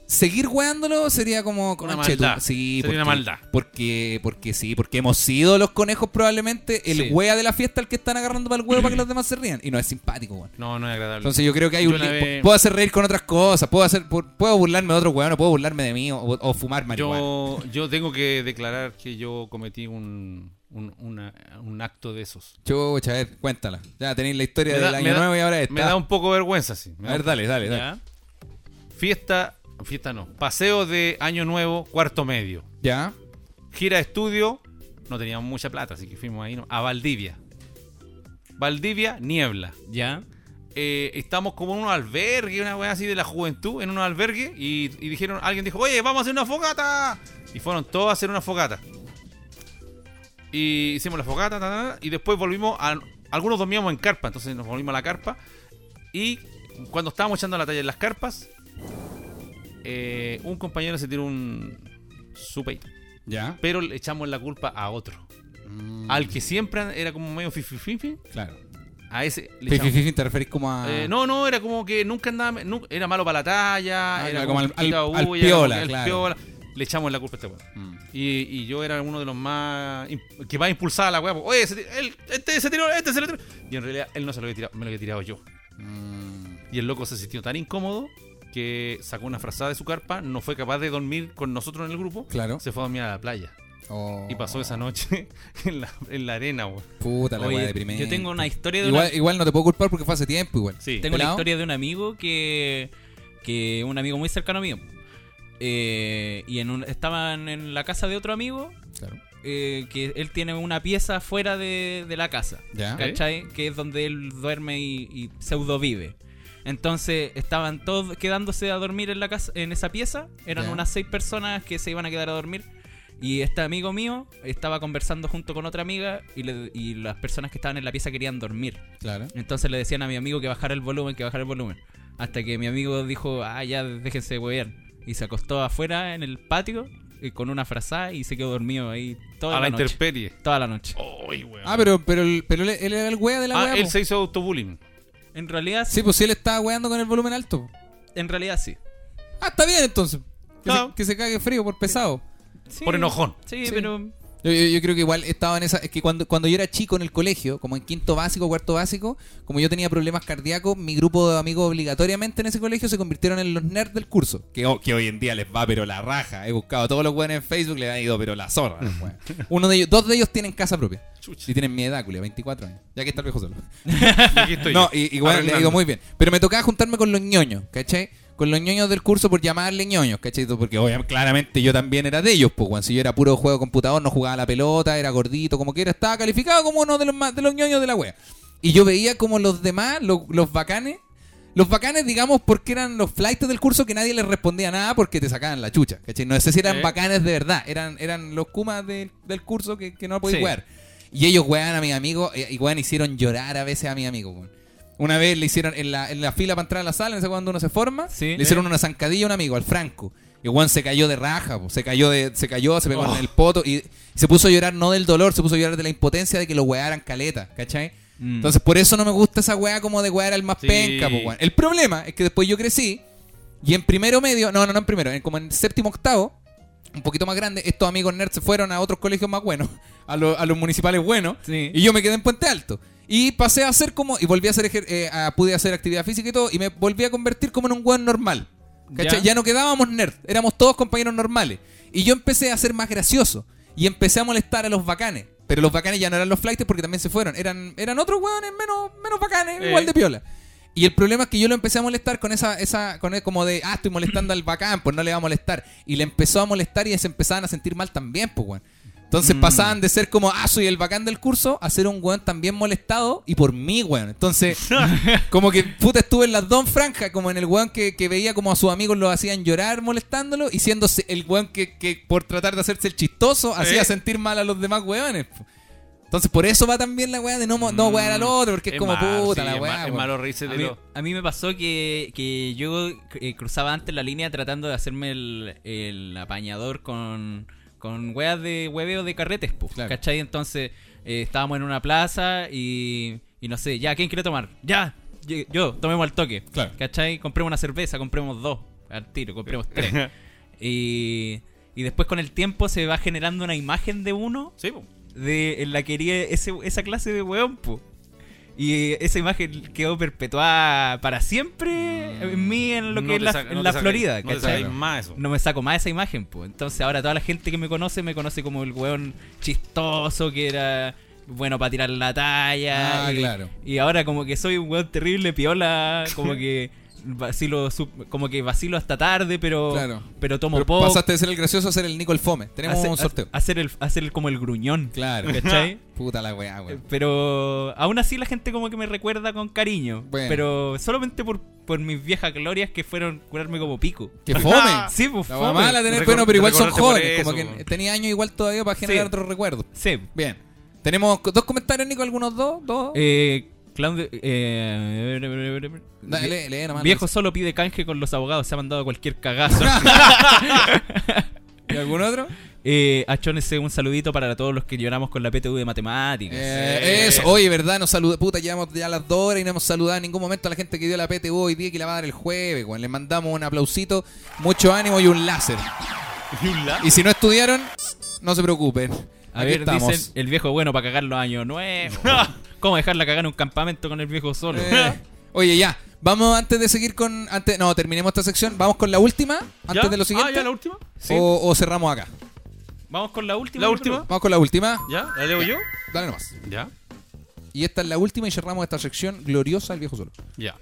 Speaker 2: Seguir weándolo sería como
Speaker 3: Una
Speaker 2: "Conche tu-".
Speaker 3: maldad.
Speaker 2: Sí, pues
Speaker 3: Sería una
Speaker 2: porque-
Speaker 3: maldad.
Speaker 2: porque, porque sí, porque hemos sido los conejos probablemente el
Speaker 4: Sí.
Speaker 2: wea de la fiesta al que están agarrando para el huevo para que los demás se rían. Y no es simpático, weón.
Speaker 3: No, no es agradable.
Speaker 2: Entonces yo creo que hay
Speaker 3: Yo
Speaker 2: un...
Speaker 3: una
Speaker 2: li-
Speaker 3: vez-
Speaker 2: Puedo hacer reír con otras cosas, puedo hacer pu- puedo burlarme de otro weón, o puedo burlarme de mí, o, o fumar marihuana.
Speaker 3: yo, yo tengo que declarar que yo cometí un, un, una- un acto de esos.
Speaker 2: Chucha, a ver, cuéntala. Ya tenéis la historia
Speaker 3: Me da-
Speaker 2: del
Speaker 3: me
Speaker 2: año
Speaker 3: da-
Speaker 2: nuevo y ahora está.
Speaker 3: Me da un poco de vergüenza, sí. Me da
Speaker 2: A ver,
Speaker 3: un-
Speaker 2: dale, dale, dale.
Speaker 4: ¿Ya?
Speaker 3: Fiesta, fiesta no. Paseo de Año Nuevo, cuarto medio.
Speaker 2: Ya.
Speaker 3: Gira estudio, no teníamos mucha plata, así que fuimos ahí no- a Valdivia. Valdivia, niebla.
Speaker 4: ¿Ya?
Speaker 3: eh, estamos como en un albergue, una weá así de la juventud, en un albergue, y, y dijeron, alguien dijo, oye, vamos a hacer una fogata. Y fueron todos a hacer una fogata. Y hicimos la fogata, ta, ta, ta, y después volvimos a... Algunos dormíamos en carpa, entonces nos volvimos a la carpa. Y cuando estábamos echando la talla en las carpas, eh, un compañero se tiró un supeito.
Speaker 2: Ya.
Speaker 3: Pero le echamos la culpa a otro. Al que siempre era como medio fifififi.
Speaker 2: Claro.
Speaker 3: A ese le
Speaker 2: Fifi,
Speaker 3: echamos.
Speaker 2: fifi, te referís como a.
Speaker 3: Eh, no, no, era como que nunca andaba. nu- era malo para la talla.
Speaker 2: Ah,
Speaker 3: era
Speaker 2: claro,
Speaker 3: como
Speaker 2: como al- al-
Speaker 3: quita
Speaker 2: al
Speaker 3: bulla,
Speaker 2: piola,
Speaker 3: como que al
Speaker 2: claro. Mm.
Speaker 3: piola. Le echamos la culpa a este weón. Y, y yo era uno de los más. imp- que más impulsaba a la weá. pues, Oye, se ti- él- este se tiró, este se lo tiró. Y en realidad él no se lo había tirado, me lo había tirado yo.
Speaker 2: Mm.
Speaker 3: Y el loco se sintió tan incómodo que sacó una frazada de su carpa, no fue capaz de dormir con nosotros en el grupo.
Speaker 2: Claro.
Speaker 3: Se fue a dormir a la playa.
Speaker 2: Oh.
Speaker 3: Y pasó esa noche [LAUGHS] en la, en la arena, weón.
Speaker 2: Puta la
Speaker 4: Oye,
Speaker 2: weá deprimente.
Speaker 4: yo tengo una historia de
Speaker 2: igual,
Speaker 4: una-
Speaker 2: Igual no te puedo culpar porque fue hace tiempo, igual.
Speaker 3: Sí.
Speaker 4: Tengo la
Speaker 2: ¿Pelado?
Speaker 4: historia de un amigo que. que un amigo muy cercano mío. Eh, y en un- estaban en la casa de otro amigo.
Speaker 2: Claro.
Speaker 4: eh, que él tiene una pieza fuera de, de la casa.
Speaker 2: Ya.
Speaker 4: ¿Cachai? Que es donde él duerme y, y pseudo vive. Entonces estaban todos quedándose a dormir en la casa, en esa pieza. Eran
Speaker 2: Ya.
Speaker 4: unas seis personas que se iban a quedar a dormir. Y este amigo mío estaba conversando junto con otra amiga y, le- y las personas que estaban en la pieza querían dormir.
Speaker 2: Claro.
Speaker 4: Entonces le decían a mi amigo que bajara el volumen, que bajara el volumen. Hasta que mi amigo dijo, ah, ya déjense de huevear. Y se acostó afuera en el patio eh, con una frazada y se quedó dormido ahí toda
Speaker 3: a
Speaker 4: la,
Speaker 3: la,
Speaker 4: noche.
Speaker 3: intemperie.
Speaker 4: Toda la noche.
Speaker 3: Ay, weón.
Speaker 2: Ah, pero, pero, el- pero él, él era el wea de la
Speaker 3: Ah,
Speaker 2: wea.
Speaker 3: él
Speaker 2: po.
Speaker 3: se hizo
Speaker 2: [LAUGHS]
Speaker 3: autobullying.
Speaker 4: En realidad sí.
Speaker 2: Sí, pues si él estaba weando con el volumen alto.
Speaker 4: En realidad sí.
Speaker 2: Ah, está bien entonces. Que,
Speaker 3: Claro.
Speaker 2: se, que se cague frío por pesado.
Speaker 4: Sí.
Speaker 3: Por enojón.
Speaker 4: Sí,
Speaker 2: Sí.
Speaker 4: pero...
Speaker 2: Yo, yo- yo creo que igual estaba en esa. Es que cuando, cuando yo era chico en el colegio, como en quinto básico, cuarto básico, como yo tenía problemas cardíacos, mi grupo de amigos obligatoriamente en ese colegio se convirtieron en los nerds del curso. Que, ho- que hoy en día les va, pero la raja. He buscado a todos los weones en Facebook, les han ido, pero la zorra.
Speaker 3: Mm.
Speaker 2: los weones. Uno de ellos, dos de ellos tienen casa propia.
Speaker 3: Chucha.
Speaker 2: Y tienen mi edad, culia, 24 años. Ya que está el viejo solo.
Speaker 3: Y aquí estoy
Speaker 2: No,
Speaker 3: yo,
Speaker 2: y, igual le
Speaker 3: arreglando.
Speaker 2: digo muy bien. Pero me tocaba juntarme con los ñoños, ¿cachai? Con los ñoños del curso por llamarle ñoños, ¿cachai? Porque obviamente, claramente yo también era de ellos, pues, weón. Si yo era puro juego de computador, no jugaba a la pelota, era gordito, como que era, estaba calificado como uno de los, más- de los ñoños de la wea. Y yo veía como los demás, los, los bacanes, los bacanes, digamos, porque eran los flights del curso que nadie les respondía nada porque te sacaban la chucha, ¿cachai? No sé si eran
Speaker 3: Eh.
Speaker 2: bacanes de verdad, eran, eran los kumas del- del curso que, que no podían
Speaker 4: Sí.
Speaker 2: jugar. Y ellos wean a mis amigos, eh, y wean hicieron llorar a veces a mis amigos, weón. Una vez le hicieron en la, en la fila para entrar a la sala, no sé cuándo uno se forma,
Speaker 4: Sí.
Speaker 2: le hicieron una zancadilla a un amigo, al Franco. Y Juan se cayó de raja, po. se cayó, de, se cayó, se pegó
Speaker 4: Oh.
Speaker 2: en el poto y se puso a llorar no del dolor, se puso a llorar de la impotencia de que lo wearan caleta, ¿cachai?
Speaker 4: Mm.
Speaker 2: Entonces por eso no me gusta esa weá como de wear al más
Speaker 3: Sí.
Speaker 2: penca, po, weón. El problema es que después yo crecí y en primero medio, no, no, no en primero, en- como en séptimo octavo, un poquito más grande, estos amigos nerds se fueron a otros colegios más buenos, [LAUGHS] a, los- a los municipales buenos,
Speaker 4: Sí.
Speaker 2: y yo me quedé en Puente Alto. Y pasé a hacer como, y volví a hacer, ejer- eh, a- pude hacer actividad física y todo, y me volví a convertir como en un weón normal. ¿Cachai?
Speaker 4: Ya.
Speaker 2: Ya. no quedábamos nerds, éramos todos compañeros normales. Y yo empecé a ser más gracioso, y empecé a molestar a los bacanes. Pero los bacanes ya no eran los flightes porque también se fueron, eran, eran otros weones menos, menos bacanes,
Speaker 3: Eh.
Speaker 2: igual de piola. Y el problema es que yo lo empecé a molestar con esa, esa con el- como de, ah, estoy molestando al bacán, pues no le va a molestar. Y le empezó a molestar y se empezaban a sentir mal también, pues, weón.
Speaker 3: Mm.
Speaker 2: Entonces pasaban de ser como, ah, soy el bacán del curso, a ser un weón también molestado y por mí,
Speaker 3: [LAUGHS]
Speaker 2: weón. Entonces, como que, puta, estuve en las dos franjas, como en el weón que, que veía como a sus amigos los hacían llorar molestándolo y siendo el weón que, que por tratar de hacerse el chistoso hacía
Speaker 3: Eh.
Speaker 2: sentir mal a los demás weones. po. Entonces, por eso va también la weá de no, mo- no wear al otro, porque es, como
Speaker 3: malo,
Speaker 2: puta
Speaker 3: sí,
Speaker 2: la
Speaker 3: es
Speaker 2: weá.
Speaker 3: ma- Es
Speaker 2: weón.
Speaker 3: malo reírse
Speaker 4: A
Speaker 3: de
Speaker 4: mí,
Speaker 2: [LAUGHS]
Speaker 3: lo.
Speaker 4: a mí me pasó que, que yo eh, cruzaba antes la línea tratando de hacerme el, el apañador con, con weas de hueveo de carretes, po,
Speaker 2: Claro.
Speaker 4: ¿cachai? Entonces eh, estábamos en una plaza y, y no sé, ya, ¿quién quiere tomar? Ya, yo, yo, tomemos al toque,
Speaker 2: Claro.
Speaker 4: ¿cachai? Compremos una cerveza, compremos dos al tiro,
Speaker 2: [LAUGHS]
Speaker 4: compremos tres. y, y después con el tiempo se va generando una imagen de uno
Speaker 3: [LAUGHS] Sí, pues. po.
Speaker 4: de en la que quería ese, esa clase de weón, po. Y eh, esa imagen quedó perpetuada para siempre en mí, en lo
Speaker 3: Mm, No
Speaker 4: que es
Speaker 3: te
Speaker 4: la,
Speaker 3: saca-
Speaker 4: en
Speaker 3: no te
Speaker 4: la
Speaker 3: saca-
Speaker 4: Florida,
Speaker 3: No te
Speaker 4: ¿cachai?
Speaker 3: sacáis más eso.
Speaker 4: No me saco más esa imagen, po. Entonces ahora toda la gente que me conoce, me conoce como el weón chistoso, que era bueno para tirar la talla.
Speaker 2: Ah,
Speaker 4: y,
Speaker 2: claro.
Speaker 4: Y ahora como que soy un weón terrible, piola,
Speaker 3: [LAUGHS]
Speaker 4: como que... Vacilo, su- como que vacilo hasta tarde, pero,
Speaker 2: Claro.
Speaker 4: pero tomo
Speaker 2: Pero
Speaker 4: poco.
Speaker 2: pasaste de ser el gracioso a ser el Nico el Fome. Tenemos
Speaker 4: hace-
Speaker 2: un sorteo.
Speaker 4: ha- Hacer, el, hacer el- como el gruñón.
Speaker 2: Claro.
Speaker 3: [LAUGHS]
Speaker 4: ¿Cachai?
Speaker 2: Puta la weá,
Speaker 4: Eh,
Speaker 2: weón.
Speaker 4: Pero aún así la gente como que me recuerda con cariño.
Speaker 2: Bueno.
Speaker 4: Pero solamente por, por mis viejas glorias que fueron curarme como pico.
Speaker 2: ¡Que fome!
Speaker 4: [LAUGHS] Sí, pues
Speaker 2: La
Speaker 4: fome.
Speaker 2: weá mala tener,
Speaker 3: Recor-
Speaker 2: bueno, pero igual son
Speaker 3: recordarte por
Speaker 2: jóvenes.
Speaker 3: eso,
Speaker 2: como que
Speaker 3: weón.
Speaker 2: tenía años igual todavía para generar
Speaker 4: Sí.
Speaker 2: otros recuerdos.
Speaker 4: Sí.
Speaker 2: Bien. Tenemos co- dos comentarios, Nico, algunos dos, dos.
Speaker 4: Eh, Claudio. eh,
Speaker 2: Dale, lee nomás,
Speaker 4: Viejo
Speaker 2: Luis.
Speaker 4: solo pide canje con los abogados. Se ha mandado cualquier
Speaker 2: [LAUGHS]
Speaker 4: cagazo. [LAUGHS]
Speaker 2: ¿Y
Speaker 3: [LAUGHS]
Speaker 2: algún otro?
Speaker 4: Eh, Achónese un saludito para todos los que lloramos con la PTU de matemáticas.
Speaker 2: Eh, eso, oye, ¿verdad? Nos saluda, puta, llevamos ya las dos horas y no hemos saludado en ningún momento a la gente que dio la PTU hoy día que la va a dar el jueves, weón. Les mandamos un aplausito, mucho ánimo y un láser.
Speaker 3: ¿Y un láser?
Speaker 2: Y si no estudiaron, no se preocupen.
Speaker 4: A
Speaker 2: Aquí
Speaker 4: ver,
Speaker 2: estamos.
Speaker 4: dicen el viejo bueno para cagar los años nuevos. [LAUGHS] ¿Cómo dejarla cagar en un campamento con el viejo solo?
Speaker 2: Eh, oye, ya. Vamos antes de seguir con. antes No, terminemos esta sección. Vamos con la última. Antes
Speaker 4: ¿Ya?
Speaker 2: de lo siguiente.
Speaker 4: Ah, ¿ya la última? Sí.
Speaker 3: Oh.
Speaker 2: O, o cerramos acá.
Speaker 4: [LAUGHS] Vamos con la última.
Speaker 3: ¿La última?
Speaker 2: Vamos con la última.
Speaker 3: ¿Ya? ¿La leo yo?
Speaker 2: Dale nomás.
Speaker 3: Ya.
Speaker 2: Y esta es la última y cerramos esta sección gloriosa del viejo solo.
Speaker 3: Ya.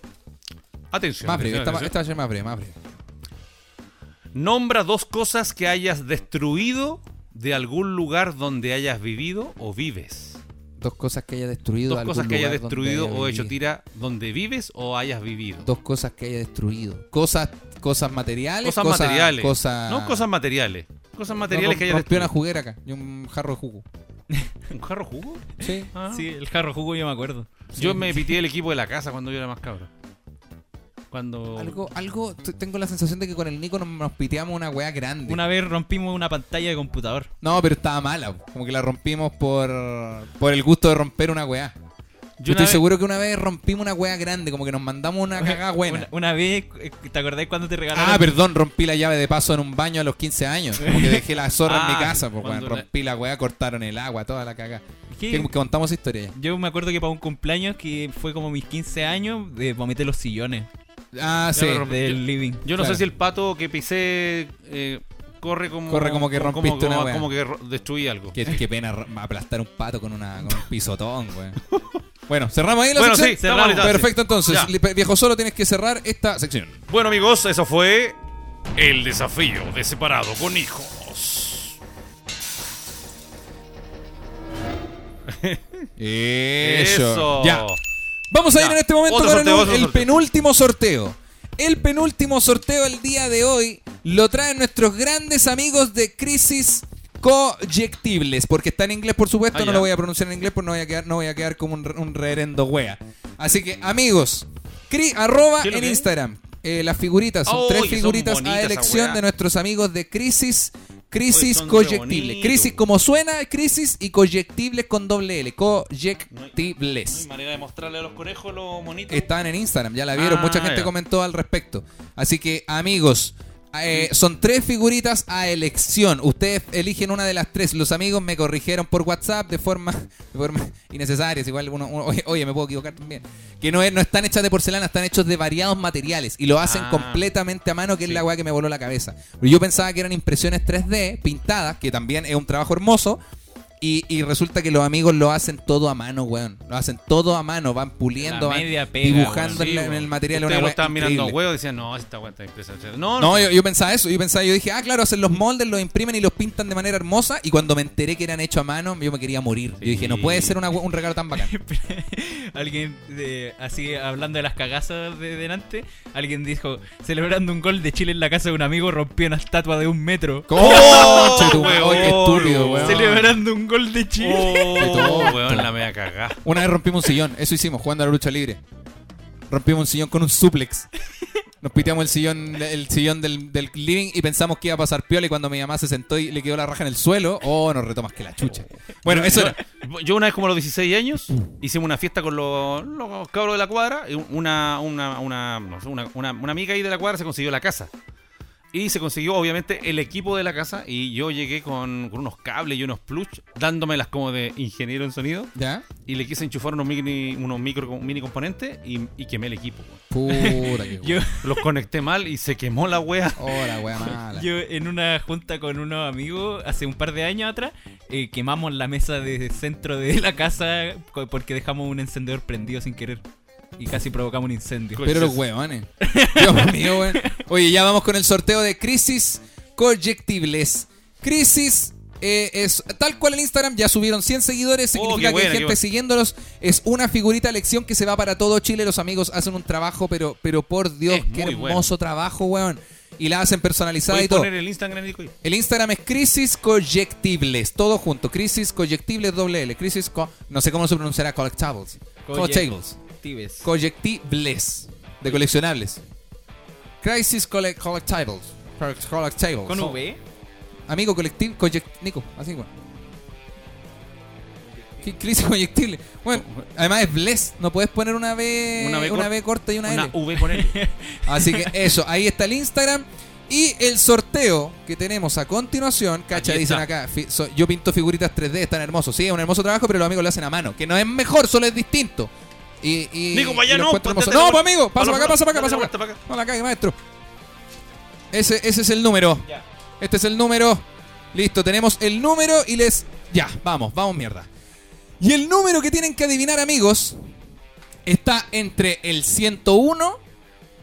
Speaker 3: Atención.
Speaker 2: Más breve,
Speaker 3: atención,
Speaker 2: esta, va-
Speaker 3: atención.
Speaker 2: esta va a ser más breve, más breve.
Speaker 3: Nombra dos cosas que hayas destruido de algún lugar donde hayas vivido o vives.
Speaker 2: Dos cosas que haya destruido.
Speaker 3: Dos
Speaker 2: algún
Speaker 3: cosas que hayas
Speaker 2: lugar donde
Speaker 3: destruido
Speaker 2: haya
Speaker 3: o hecho
Speaker 2: vivido.
Speaker 3: tira donde vives o hayas vivido.
Speaker 2: Dos cosas que haya destruido. Cosas, cosas materiales.
Speaker 3: Cosas, materiales.
Speaker 2: Cosas,
Speaker 3: No cosas materiales. Cosas materiales
Speaker 2: No,
Speaker 3: que hayas
Speaker 2: rompió
Speaker 3: destruido.
Speaker 2: una juguera acá y un jarro de jugo.
Speaker 3: ¿Un jarro jugo?
Speaker 2: Sí.
Speaker 3: Ah.
Speaker 4: Sí, el jarro jugo yo me acuerdo.
Speaker 3: Yo me pité el equipo de la casa cuando yo era más cabro. Cuando.
Speaker 2: Algo, algo, t- tengo la sensación de que con el Nico nos, nos piteamos una weá grande.
Speaker 4: Una vez rompimos una pantalla de computador.
Speaker 2: No, pero estaba mala. Como que la rompimos por, por el gusto de romper una weá. Yo,
Speaker 3: Yo una
Speaker 2: estoy
Speaker 3: vez-
Speaker 2: seguro que una vez rompimos una weá grande, como que nos mandamos una cagada buena.
Speaker 4: Una, una vez, eh, ¿te acordás cuando te regalaron?
Speaker 2: Ah, perdón, rompí la llave de paso en un baño a los 15 años. Como que dejé la zorra en
Speaker 3: [LAUGHS] Ah,
Speaker 2: mi casa, pues,
Speaker 3: cuando
Speaker 2: weón. Rompí la weá, cortaron el agua, toda la cagada.
Speaker 4: ¿Qué?
Speaker 2: Que contamos esa historia ya.
Speaker 4: Yo me acuerdo que para un cumpleaños que fue como mis 15 años, eh, vomité los sillones [LAUGHS]
Speaker 3: Ya
Speaker 2: Ah, sí.
Speaker 3: lo rompí.
Speaker 4: del living.
Speaker 3: Yo no
Speaker 2: Claro.
Speaker 3: sé si el pato que pisé eh, corre como.
Speaker 2: Corre como que rompiste una
Speaker 3: como,
Speaker 2: wea.
Speaker 3: como que ro- destruí algo.
Speaker 2: Qué, qué pena ro- aplastar un pato con, una, con un pisotón, weón. Bueno, cerramos ahí la
Speaker 3: Bueno, sí,
Speaker 2: sección.
Speaker 3: estamos habilitados, sí.
Speaker 2: Perfecto, entonces.
Speaker 3: Ya.
Speaker 2: Li- pe- Viejo solo tienes que cerrar esta sección.
Speaker 3: Bueno, amigos, eso fue. El desafío de separado con hijos.
Speaker 2: Eso.
Speaker 3: Eso.
Speaker 2: Ya. Vamos a
Speaker 3: Ya.
Speaker 2: ir en este momento
Speaker 3: Otro
Speaker 2: con
Speaker 3: sorteo,
Speaker 2: el-
Speaker 3: otro
Speaker 2: el
Speaker 3: sorteo.
Speaker 2: penúltimo sorteo. El penúltimo sorteo el día de hoy lo traen nuestros grandes amigos de Crisis Coyectibles, porque está en inglés, por supuesto,
Speaker 3: Ah,
Speaker 2: no
Speaker 3: ya.
Speaker 2: lo voy a pronunciar en inglés, porque no voy a quedar, no voy a quedar como un, re- un reverendo wea. Así que, amigos, cri- arroba
Speaker 3: ¿Qué es lo
Speaker 2: en
Speaker 3: que es?
Speaker 2: Instagram. Eh, las figuritas, son
Speaker 3: Oh,
Speaker 2: tres
Speaker 3: que son
Speaker 2: figuritas
Speaker 3: bonitas
Speaker 2: a
Speaker 3: esas
Speaker 2: elección
Speaker 3: weas.
Speaker 2: de nuestros amigos de Crisis, Crisis
Speaker 3: son re
Speaker 2: Coyectibles.
Speaker 3: bonitos.
Speaker 2: Crisis como suena, Crisis y Coyectibles con doble L, Coyectibles.
Speaker 3: No hay manera de mostrarle a los conejos lo bonito.
Speaker 2: Estaban en Instagram, ya la vieron.
Speaker 3: Ah,
Speaker 2: Mucha gente
Speaker 3: ya.
Speaker 2: comentó al respecto. Así que, amigos, eh, son tres figuritas a elección. Ustedes eligen una de las tres. Los amigos me corrigieron por WhatsApp de forma, de forma innecesaria. Es Igual, uno, uno- oye, oye, me puedo equivocar también. Que no, es, no están hechas de porcelana, están hechos de variados materiales. Y lo hacen
Speaker 3: Ah.
Speaker 2: completamente a mano, que es la weá que me voló la cabeza. Yo pensaba que eran impresiones 3D pintadas, que también es un trabajo hermoso. Y, y resulta que los amigos lo hacen todo a mano, weón. Lo hacen todo a mano, van puliendo,
Speaker 4: La
Speaker 2: van
Speaker 4: media pega,
Speaker 2: dibujando
Speaker 4: weón.
Speaker 2: en, la-
Speaker 4: Sí,
Speaker 2: en el
Speaker 4: weón.
Speaker 2: material.
Speaker 3: Ustedes
Speaker 2: una
Speaker 3: lo
Speaker 2: wea
Speaker 3: estaban mirando
Speaker 2: increíble.
Speaker 3: huevos y decían, no, esta wea está impresionante. No,
Speaker 2: No, yo, yo pensaba eso, yo pensaba, yo dije, ah, claro, hacen los moldes, los imprimen y los pintan de manera hermosa. Y cuando me enteré que eran hechos a mano, yo me quería morir. Yo dije, no puede ser una we- un regalo tan
Speaker 4: [LAUGHS]
Speaker 2: bacán.
Speaker 4: alguien, de- así hablando de las cagazas de delante, alguien dijo, celebrando un gol de Chile en la casa de un amigo, rompió una estatua de un metro. ¡Oh,
Speaker 2: ¡Conche tu
Speaker 3: weón!
Speaker 2: madre! ¡Qué estúpido, weón!
Speaker 4: Celebrando un gol de Chile.
Speaker 3: Oh,
Speaker 2: tonto.
Speaker 3: weón, la media cagá.
Speaker 2: Una vez rompimos un sillón, eso hicimos, jugando a la lucha libre. Rompimos un sillón con un suplex. Nos piteamos el sillón, el sillón del, del living y pensamos que iba a pasar piola y cuando mi mamá se sentó y le quedó la raja en el suelo, oh, nos retomas que la chucha. Bueno, eso era.
Speaker 3: Yo una vez como a los 16 años hicimos una fiesta con los, los cabros de la cuadra. y Una, una, una, no sé, una, una- una amiga ahí de la cuadra se consiguió la casa. Y se consiguió obviamente el equipo de la casa y yo llegué con, con unos cables y unos plush dándomelas como de ingeniero en sonido
Speaker 2: ¿Ya?
Speaker 3: y le quise enchufar unos mini, unos micro, mini componentes y, y quemé el equipo. weón.
Speaker 2: Puta que
Speaker 4: [LAUGHS] Yo,
Speaker 3: Los conecté mal y se quemó la wea.
Speaker 2: Oh, la wea mala.
Speaker 4: yo en una junta con unos amigos hace un par de años atrás, eh, quemamos la mesa de centro de la casa co- porque dejamos un encendedor prendido sin querer. Y casi provocamos un incendio.
Speaker 2: Pero los huevones. Dios [LAUGHS] mío, weón. Oye, ya vamos con el sorteo de Crisis Coyectibles. Crisis eh, es tal cual el Instagram, ya subieron 100 seguidores, significa
Speaker 3: Oh, qué buena,
Speaker 2: que
Speaker 3: qué
Speaker 2: hay gente
Speaker 3: buena.
Speaker 2: siguiéndolos. Es una figurita elección que se va para todo Chile. Los amigos hacen un trabajo, pero, pero por Dios,
Speaker 3: Es
Speaker 2: qué
Speaker 3: muy bueno.
Speaker 2: hermoso trabajo, weón. Y la hacen personalizada
Speaker 3: ¿Puedes
Speaker 2: y todo.
Speaker 3: poner el Instagram, Nico?
Speaker 2: El Instagram es Crisis Coyectibles, todo junto. Crisis Coyectibles doble L. Crisis, co- no sé cómo se pronunciará, Collectables.
Speaker 4: Coye-
Speaker 2: Collectables.
Speaker 4: Colectives.
Speaker 2: Collectibles. De coleccionables. Crisis Collect Collectibles. Collect- Collectibles.
Speaker 4: ¿Con V?
Speaker 2: Amigo colectivo. Collect Nico, así bueno. ¿Qué crisis [LAUGHS] collectible? Bueno, además es bless. No puedes poner una B,
Speaker 3: Una
Speaker 2: una
Speaker 3: B
Speaker 2: B,
Speaker 3: cor-
Speaker 2: corta y una,
Speaker 3: una
Speaker 2: L.
Speaker 3: V con
Speaker 2: [LAUGHS]
Speaker 3: L.
Speaker 2: Así que eso, ahí está el Instagram. Y el sorteo que tenemos a continuación, cacha,
Speaker 3: Aquí
Speaker 2: dicen
Speaker 3: está.
Speaker 2: acá, fi- so- yo pinto figuritas 3D, están hermosos. Sí, es un hermoso trabajo, pero los amigos lo hacen a mano, que no es mejor, solo es distinto. Y, y,
Speaker 3: Nico, para allá
Speaker 2: y lo
Speaker 3: no,
Speaker 2: encuentro
Speaker 3: pa- date
Speaker 2: hermoso.
Speaker 3: la
Speaker 2: No,
Speaker 3: vuelta,
Speaker 2: pa' amigo,
Speaker 3: pa'
Speaker 2: pasa
Speaker 3: la
Speaker 2: para acá, pasa para
Speaker 3: vuelta,
Speaker 2: acá, pasa
Speaker 3: date la
Speaker 2: para acá.
Speaker 3: vuelta
Speaker 2: No la cague, maestro. Ese, ese es el número. Este es el número. Listo, tenemos el número y les. Ya, vamos, vamos, mierda. Y el número que tienen que adivinar, amigos, está entre el 101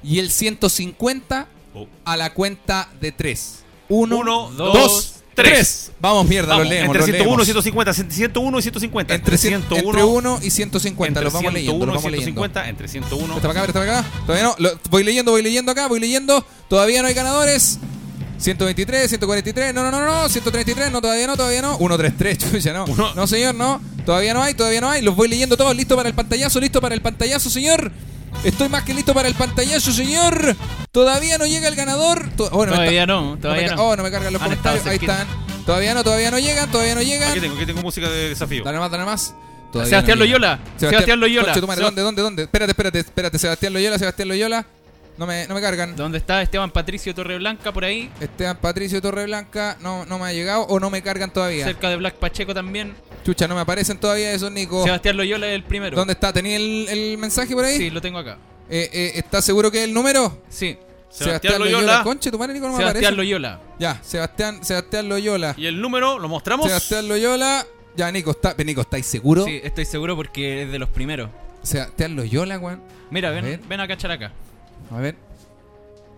Speaker 2: y el 150
Speaker 3: Oh.
Speaker 2: a la cuenta de 3. 1,
Speaker 3: Uno,
Speaker 2: 2,
Speaker 3: dos,
Speaker 2: 3.
Speaker 3: tres.
Speaker 2: Vamos, mierda,
Speaker 3: Vamos,
Speaker 2: lo leemos.
Speaker 3: entre
Speaker 2: lo
Speaker 3: 101
Speaker 2: leemos.
Speaker 3: y 150. 101 y 150.
Speaker 2: Entre, cien- entre 1 y 150,
Speaker 3: entre
Speaker 2: los vamos leyendo. Los
Speaker 3: 101 y
Speaker 2: vamos leyendo. Este
Speaker 3: 150. Entre 101.
Speaker 2: Está para acá, está para acá. Todavía no. Lo- voy leyendo, voy leyendo acá, voy leyendo. Todavía no hay ganadores. 123, 143, no, no, no, no, 133, no, todavía no, todavía no. 133, [LAUGHS] chucha, no.
Speaker 3: Uno.
Speaker 2: No, señor, no. Todavía no hay, todavía no hay. Los voy leyendo todos. Listo para el pantallazo, listo para el pantallazo, señor. Estoy más que listo para el pantallazo, señor. Todavía no llega el ganador. To- oh, no me
Speaker 4: Todavía
Speaker 2: ca-
Speaker 4: no, todavía
Speaker 2: me ca-
Speaker 4: no.
Speaker 2: Oh, no me cargan los
Speaker 4: Han estado
Speaker 2: comentarios. Ahí
Speaker 4: cerquita.
Speaker 2: están. Todavía no, todavía no llegan, todavía no llegan.
Speaker 3: Aquí tengo, aquí tengo música de desafío.
Speaker 2: Dale más, dale más.
Speaker 4: Sebastián
Speaker 2: llega.
Speaker 4: Loyola, Sebastián Loyola.
Speaker 2: Conche tu madre,
Speaker 4: Seba-
Speaker 2: ¿Dónde, dónde, dónde? Espérate, espérate, espérate. Sebastián Loyola, Sebastián Loyola. No me, no me cargan.
Speaker 4: ¿Dónde está Esteban Patricio Torreblanca por ahí?
Speaker 2: Esteban Patricio Torreblanca no, no me ha llegado o no me cargan todavía.
Speaker 4: Cerca de Black Pacheco también.
Speaker 2: Chucha, no me aparecen todavía esos, Nico.
Speaker 4: Sebastián Loyola es el primero.
Speaker 2: Oh. ¿Dónde está? ¿Tenía el, el mensaje por ahí?
Speaker 4: Sí, lo tengo acá.
Speaker 2: Eh, eh, ¿Estás seguro que es el número?
Speaker 4: Sí.
Speaker 3: Sebastián Loyola.
Speaker 2: Conche, tu madre, Nico, no me
Speaker 4: Sebastián
Speaker 2: aparece.
Speaker 4: Loyola.
Speaker 2: Ya, Sebastián, Sebastián Loyola.
Speaker 3: Y el número lo mostramos.
Speaker 2: Sebastián Loyola. Ya, Nico, está, Nico ¿estáis seguro?
Speaker 4: Sí, estoy seguro porque es de los primeros.
Speaker 2: Sebastián Loyola, weón.
Speaker 4: Mira, ven,
Speaker 2: ver.
Speaker 4: ven a cachar acá.
Speaker 2: A ver.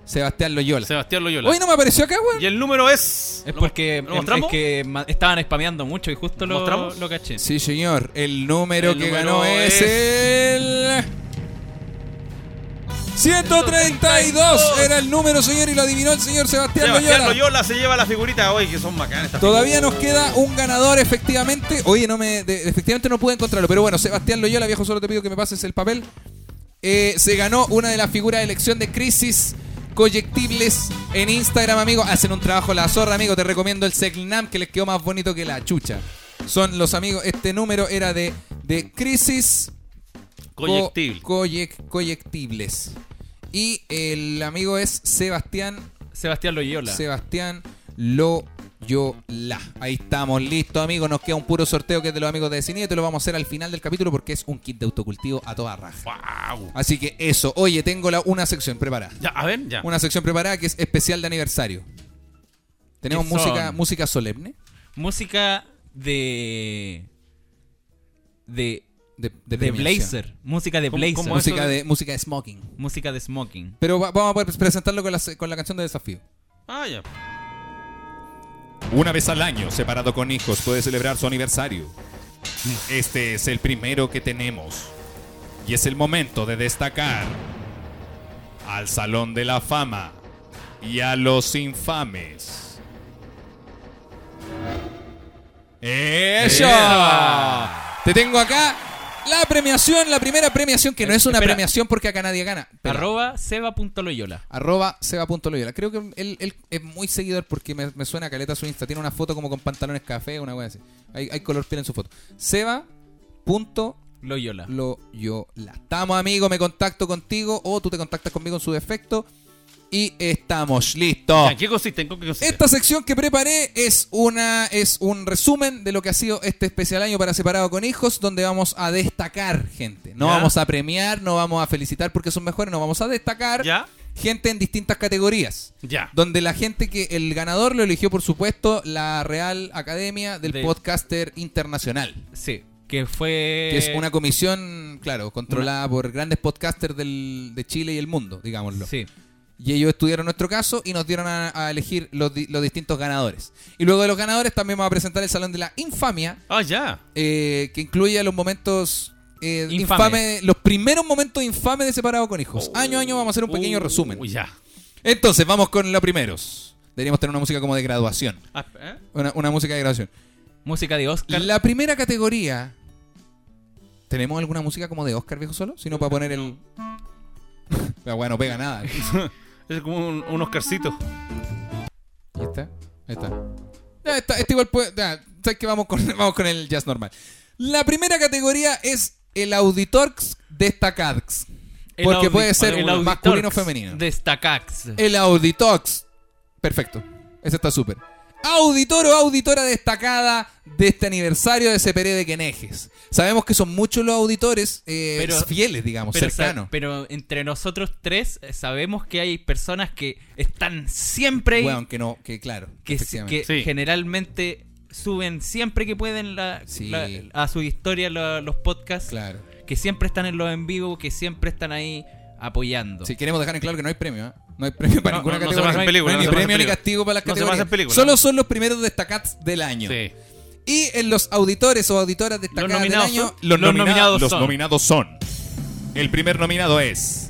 Speaker 2: Sebastián Loyola.
Speaker 3: Sebastián Loyola.
Speaker 2: Hoy no me apareció acá, weón.
Speaker 3: Y el número es.
Speaker 4: Es
Speaker 3: ¿Lo-
Speaker 4: porque em,
Speaker 3: ¿Lo
Speaker 4: es-
Speaker 3: mostramos?
Speaker 4: es que ma- estaban spameando mucho y justo
Speaker 3: ¿Lo
Speaker 4: lo,
Speaker 3: mostramos?
Speaker 4: lo caché.
Speaker 2: Sí, señor. El número
Speaker 3: El
Speaker 2: que
Speaker 3: número
Speaker 2: ganó
Speaker 3: es-
Speaker 2: es, el. 132 era el número, señor, y lo adivinó el señor Sebastián,
Speaker 3: Sebastián
Speaker 2: Loyola.
Speaker 3: Loyola se lleva la figurita hoy, que son bacanas. estas
Speaker 2: Todavía
Speaker 3: figuras.
Speaker 2: nos queda un ganador, efectivamente. Oye, no me, de- efectivamente no pude encontrarlo, pero bueno, Sebastián Loyola, viejo, solo te pido que me pases el papel. Eh, se ganó una de las figuras de elección de crisis coyectibles en Instagram, amigo. Hacen un trabajo la zorra, amigo. Te recomiendo el Seclinam, que les quedó más bonito que la chucha. Son los amigos. Este número era de, de crisis co-
Speaker 3: Coyectil.
Speaker 2: coyec- coyectibles. Y el amigo es Sebastián
Speaker 4: Sebastián Loyola.
Speaker 2: Sebastián Loyola. Ahí estamos, listos amigos. Nos queda un puro sorteo que es de los amigos de Cine. Te lo vamos a hacer al final del capítulo porque es un kit de autocultivo a toda raja.
Speaker 3: Guau.
Speaker 2: Así que eso. Oye, tengo la- una sección preparada.
Speaker 3: Ya, a ver, ya.
Speaker 2: Una sección preparada que es especial de aniversario. Tenemos
Speaker 4: ¿Qué
Speaker 2: música,
Speaker 4: son?
Speaker 2: música solemne
Speaker 4: Música de. de.
Speaker 2: de, de
Speaker 4: de,
Speaker 2: premiación.
Speaker 4: Blazer. Música de
Speaker 3: ¿Cómo-
Speaker 4: Blazer.
Speaker 3: cómo es?
Speaker 2: Música de, música de smoking.
Speaker 4: Música de Smoking.
Speaker 2: Pero va- vamos a poder presentarlo con la, se- con la canción de desafío.
Speaker 3: Ah, ya.
Speaker 6: Una vez al año, separado con hijos, puede celebrar su aniversario. Este es el primero que tenemos. Y es el momento de destacar al Salón de la Fama y a los infames.
Speaker 2: ¡Eso! Te tengo acá la premiación, la primera premiación, que no es una
Speaker 4: Espera.
Speaker 2: premiación porque acá nadie gana. Pero-
Speaker 4: Arroba seba.loyola.
Speaker 2: Arroba seba.loyola. Creo que él, él es muy seguidor porque me, me suena a caleta su Insta. Tiene una foto como con pantalones café, una wea así. Hay, hay color piel en su foto. Seba.loyola.
Speaker 4: Loyola.
Speaker 2: Estamos amigos, me contacto contigo o tú te contactas conmigo en su defecto. Y estamos listos.
Speaker 3: Ya, ¿En qué consiste? ¿En qué consiste?
Speaker 2: Esta sección que preparé es una es un resumen de lo que ha sido este especial año para separado con hijos, donde vamos a destacar gente. No
Speaker 3: Ya.
Speaker 2: vamos a premiar, no vamos a felicitar porque son mejores, no vamos a destacar
Speaker 3: Ya.
Speaker 2: gente en distintas categorías.
Speaker 3: Ya.
Speaker 2: Donde la gente que el ganador lo eligió, por supuesto, la Real Academia del
Speaker 4: De-
Speaker 2: Podcaster Internacional.
Speaker 4: Sí. Que fue.
Speaker 2: Que es
Speaker 3: Eh,
Speaker 2: una comisión, claro, controlada por grandes podcasters del- de Chile y el mundo, digámoslo.
Speaker 4: Sí.
Speaker 2: Y ellos estudiaron nuestro caso y nos dieron a, a elegir los, di- los distintos ganadores. Y luego de los ganadores también vamos a presentar el Salón de la Infamia,
Speaker 3: Ah, ya.
Speaker 2: eh, que incluye los momentos eh,
Speaker 4: Infames.
Speaker 2: infames, los primeros momentos infames de Separado con Hijos. año a año vamos a hacer un pequeño
Speaker 3: Uh,
Speaker 2: resumen.
Speaker 3: Ya.
Speaker 2: Entonces, vamos con los primeros. Deberíamos tener una música como de graduación.
Speaker 3: Ah, ¿eh?
Speaker 2: Una, una música de graduación.
Speaker 4: Música de Oscar.
Speaker 2: La primera categoría ¿Tenemos alguna música como de Oscar Viejo Solo? Si no, para poner el. [LAUGHS] La weá no pega nada. Ahí
Speaker 3: Es como un, un Oscarcito.
Speaker 2: está. Ahí está. Ya, está, este igual puede. ya, sabes que vamos con, [LAUGHS] vamos con el jazz normal. La primera categoría es el Auditorx Destacax.
Speaker 4: El
Speaker 2: Porque
Speaker 4: audi-
Speaker 2: puede ser
Speaker 4: el
Speaker 2: un masculino o
Speaker 4: auditorx
Speaker 2: femenino.
Speaker 4: Destacax.
Speaker 2: El Auditox. Perfecto. Ese está súper. Auditor o auditora destacada de este aniversario de Seperé de Quenejes. Sabemos que son muchos los auditores eh,
Speaker 4: Pero-
Speaker 2: fieles, digamos,
Speaker 4: pero,
Speaker 2: cercanos.
Speaker 4: sa- Pero entre nosotros tres eh, sabemos que hay personas que están siempre ahí,
Speaker 2: Bueno, que no, que claro.
Speaker 4: que,
Speaker 2: efectivamente.
Speaker 4: que generalmente suben siempre que pueden la-
Speaker 2: Sí.
Speaker 4: la- a su historia la- los podcasts,
Speaker 2: Claro.
Speaker 4: que siempre están en los en vivo, que siempre están ahí apoyando.
Speaker 2: Si queremos dejar en claro que no hay premio, ¿eh? No hay premio para
Speaker 4: No,
Speaker 2: ninguna
Speaker 4: no, no se
Speaker 2: categoría.
Speaker 4: pasan películas,
Speaker 2: No hay
Speaker 4: no
Speaker 2: ni
Speaker 4: se pasan
Speaker 2: premio ni
Speaker 4: películas.
Speaker 2: castigo para las
Speaker 4: No se
Speaker 2: categorías.
Speaker 4: pasan películas.
Speaker 2: Solo son los primeros destacados del año.
Speaker 3: Sí.
Speaker 2: Y en los auditores o auditoras destacadas del
Speaker 4: nominados
Speaker 2: año,
Speaker 4: son- Los
Speaker 6: nomina-
Speaker 4: nominados
Speaker 6: los
Speaker 4: son-
Speaker 6: nominados son. El primer nominado es.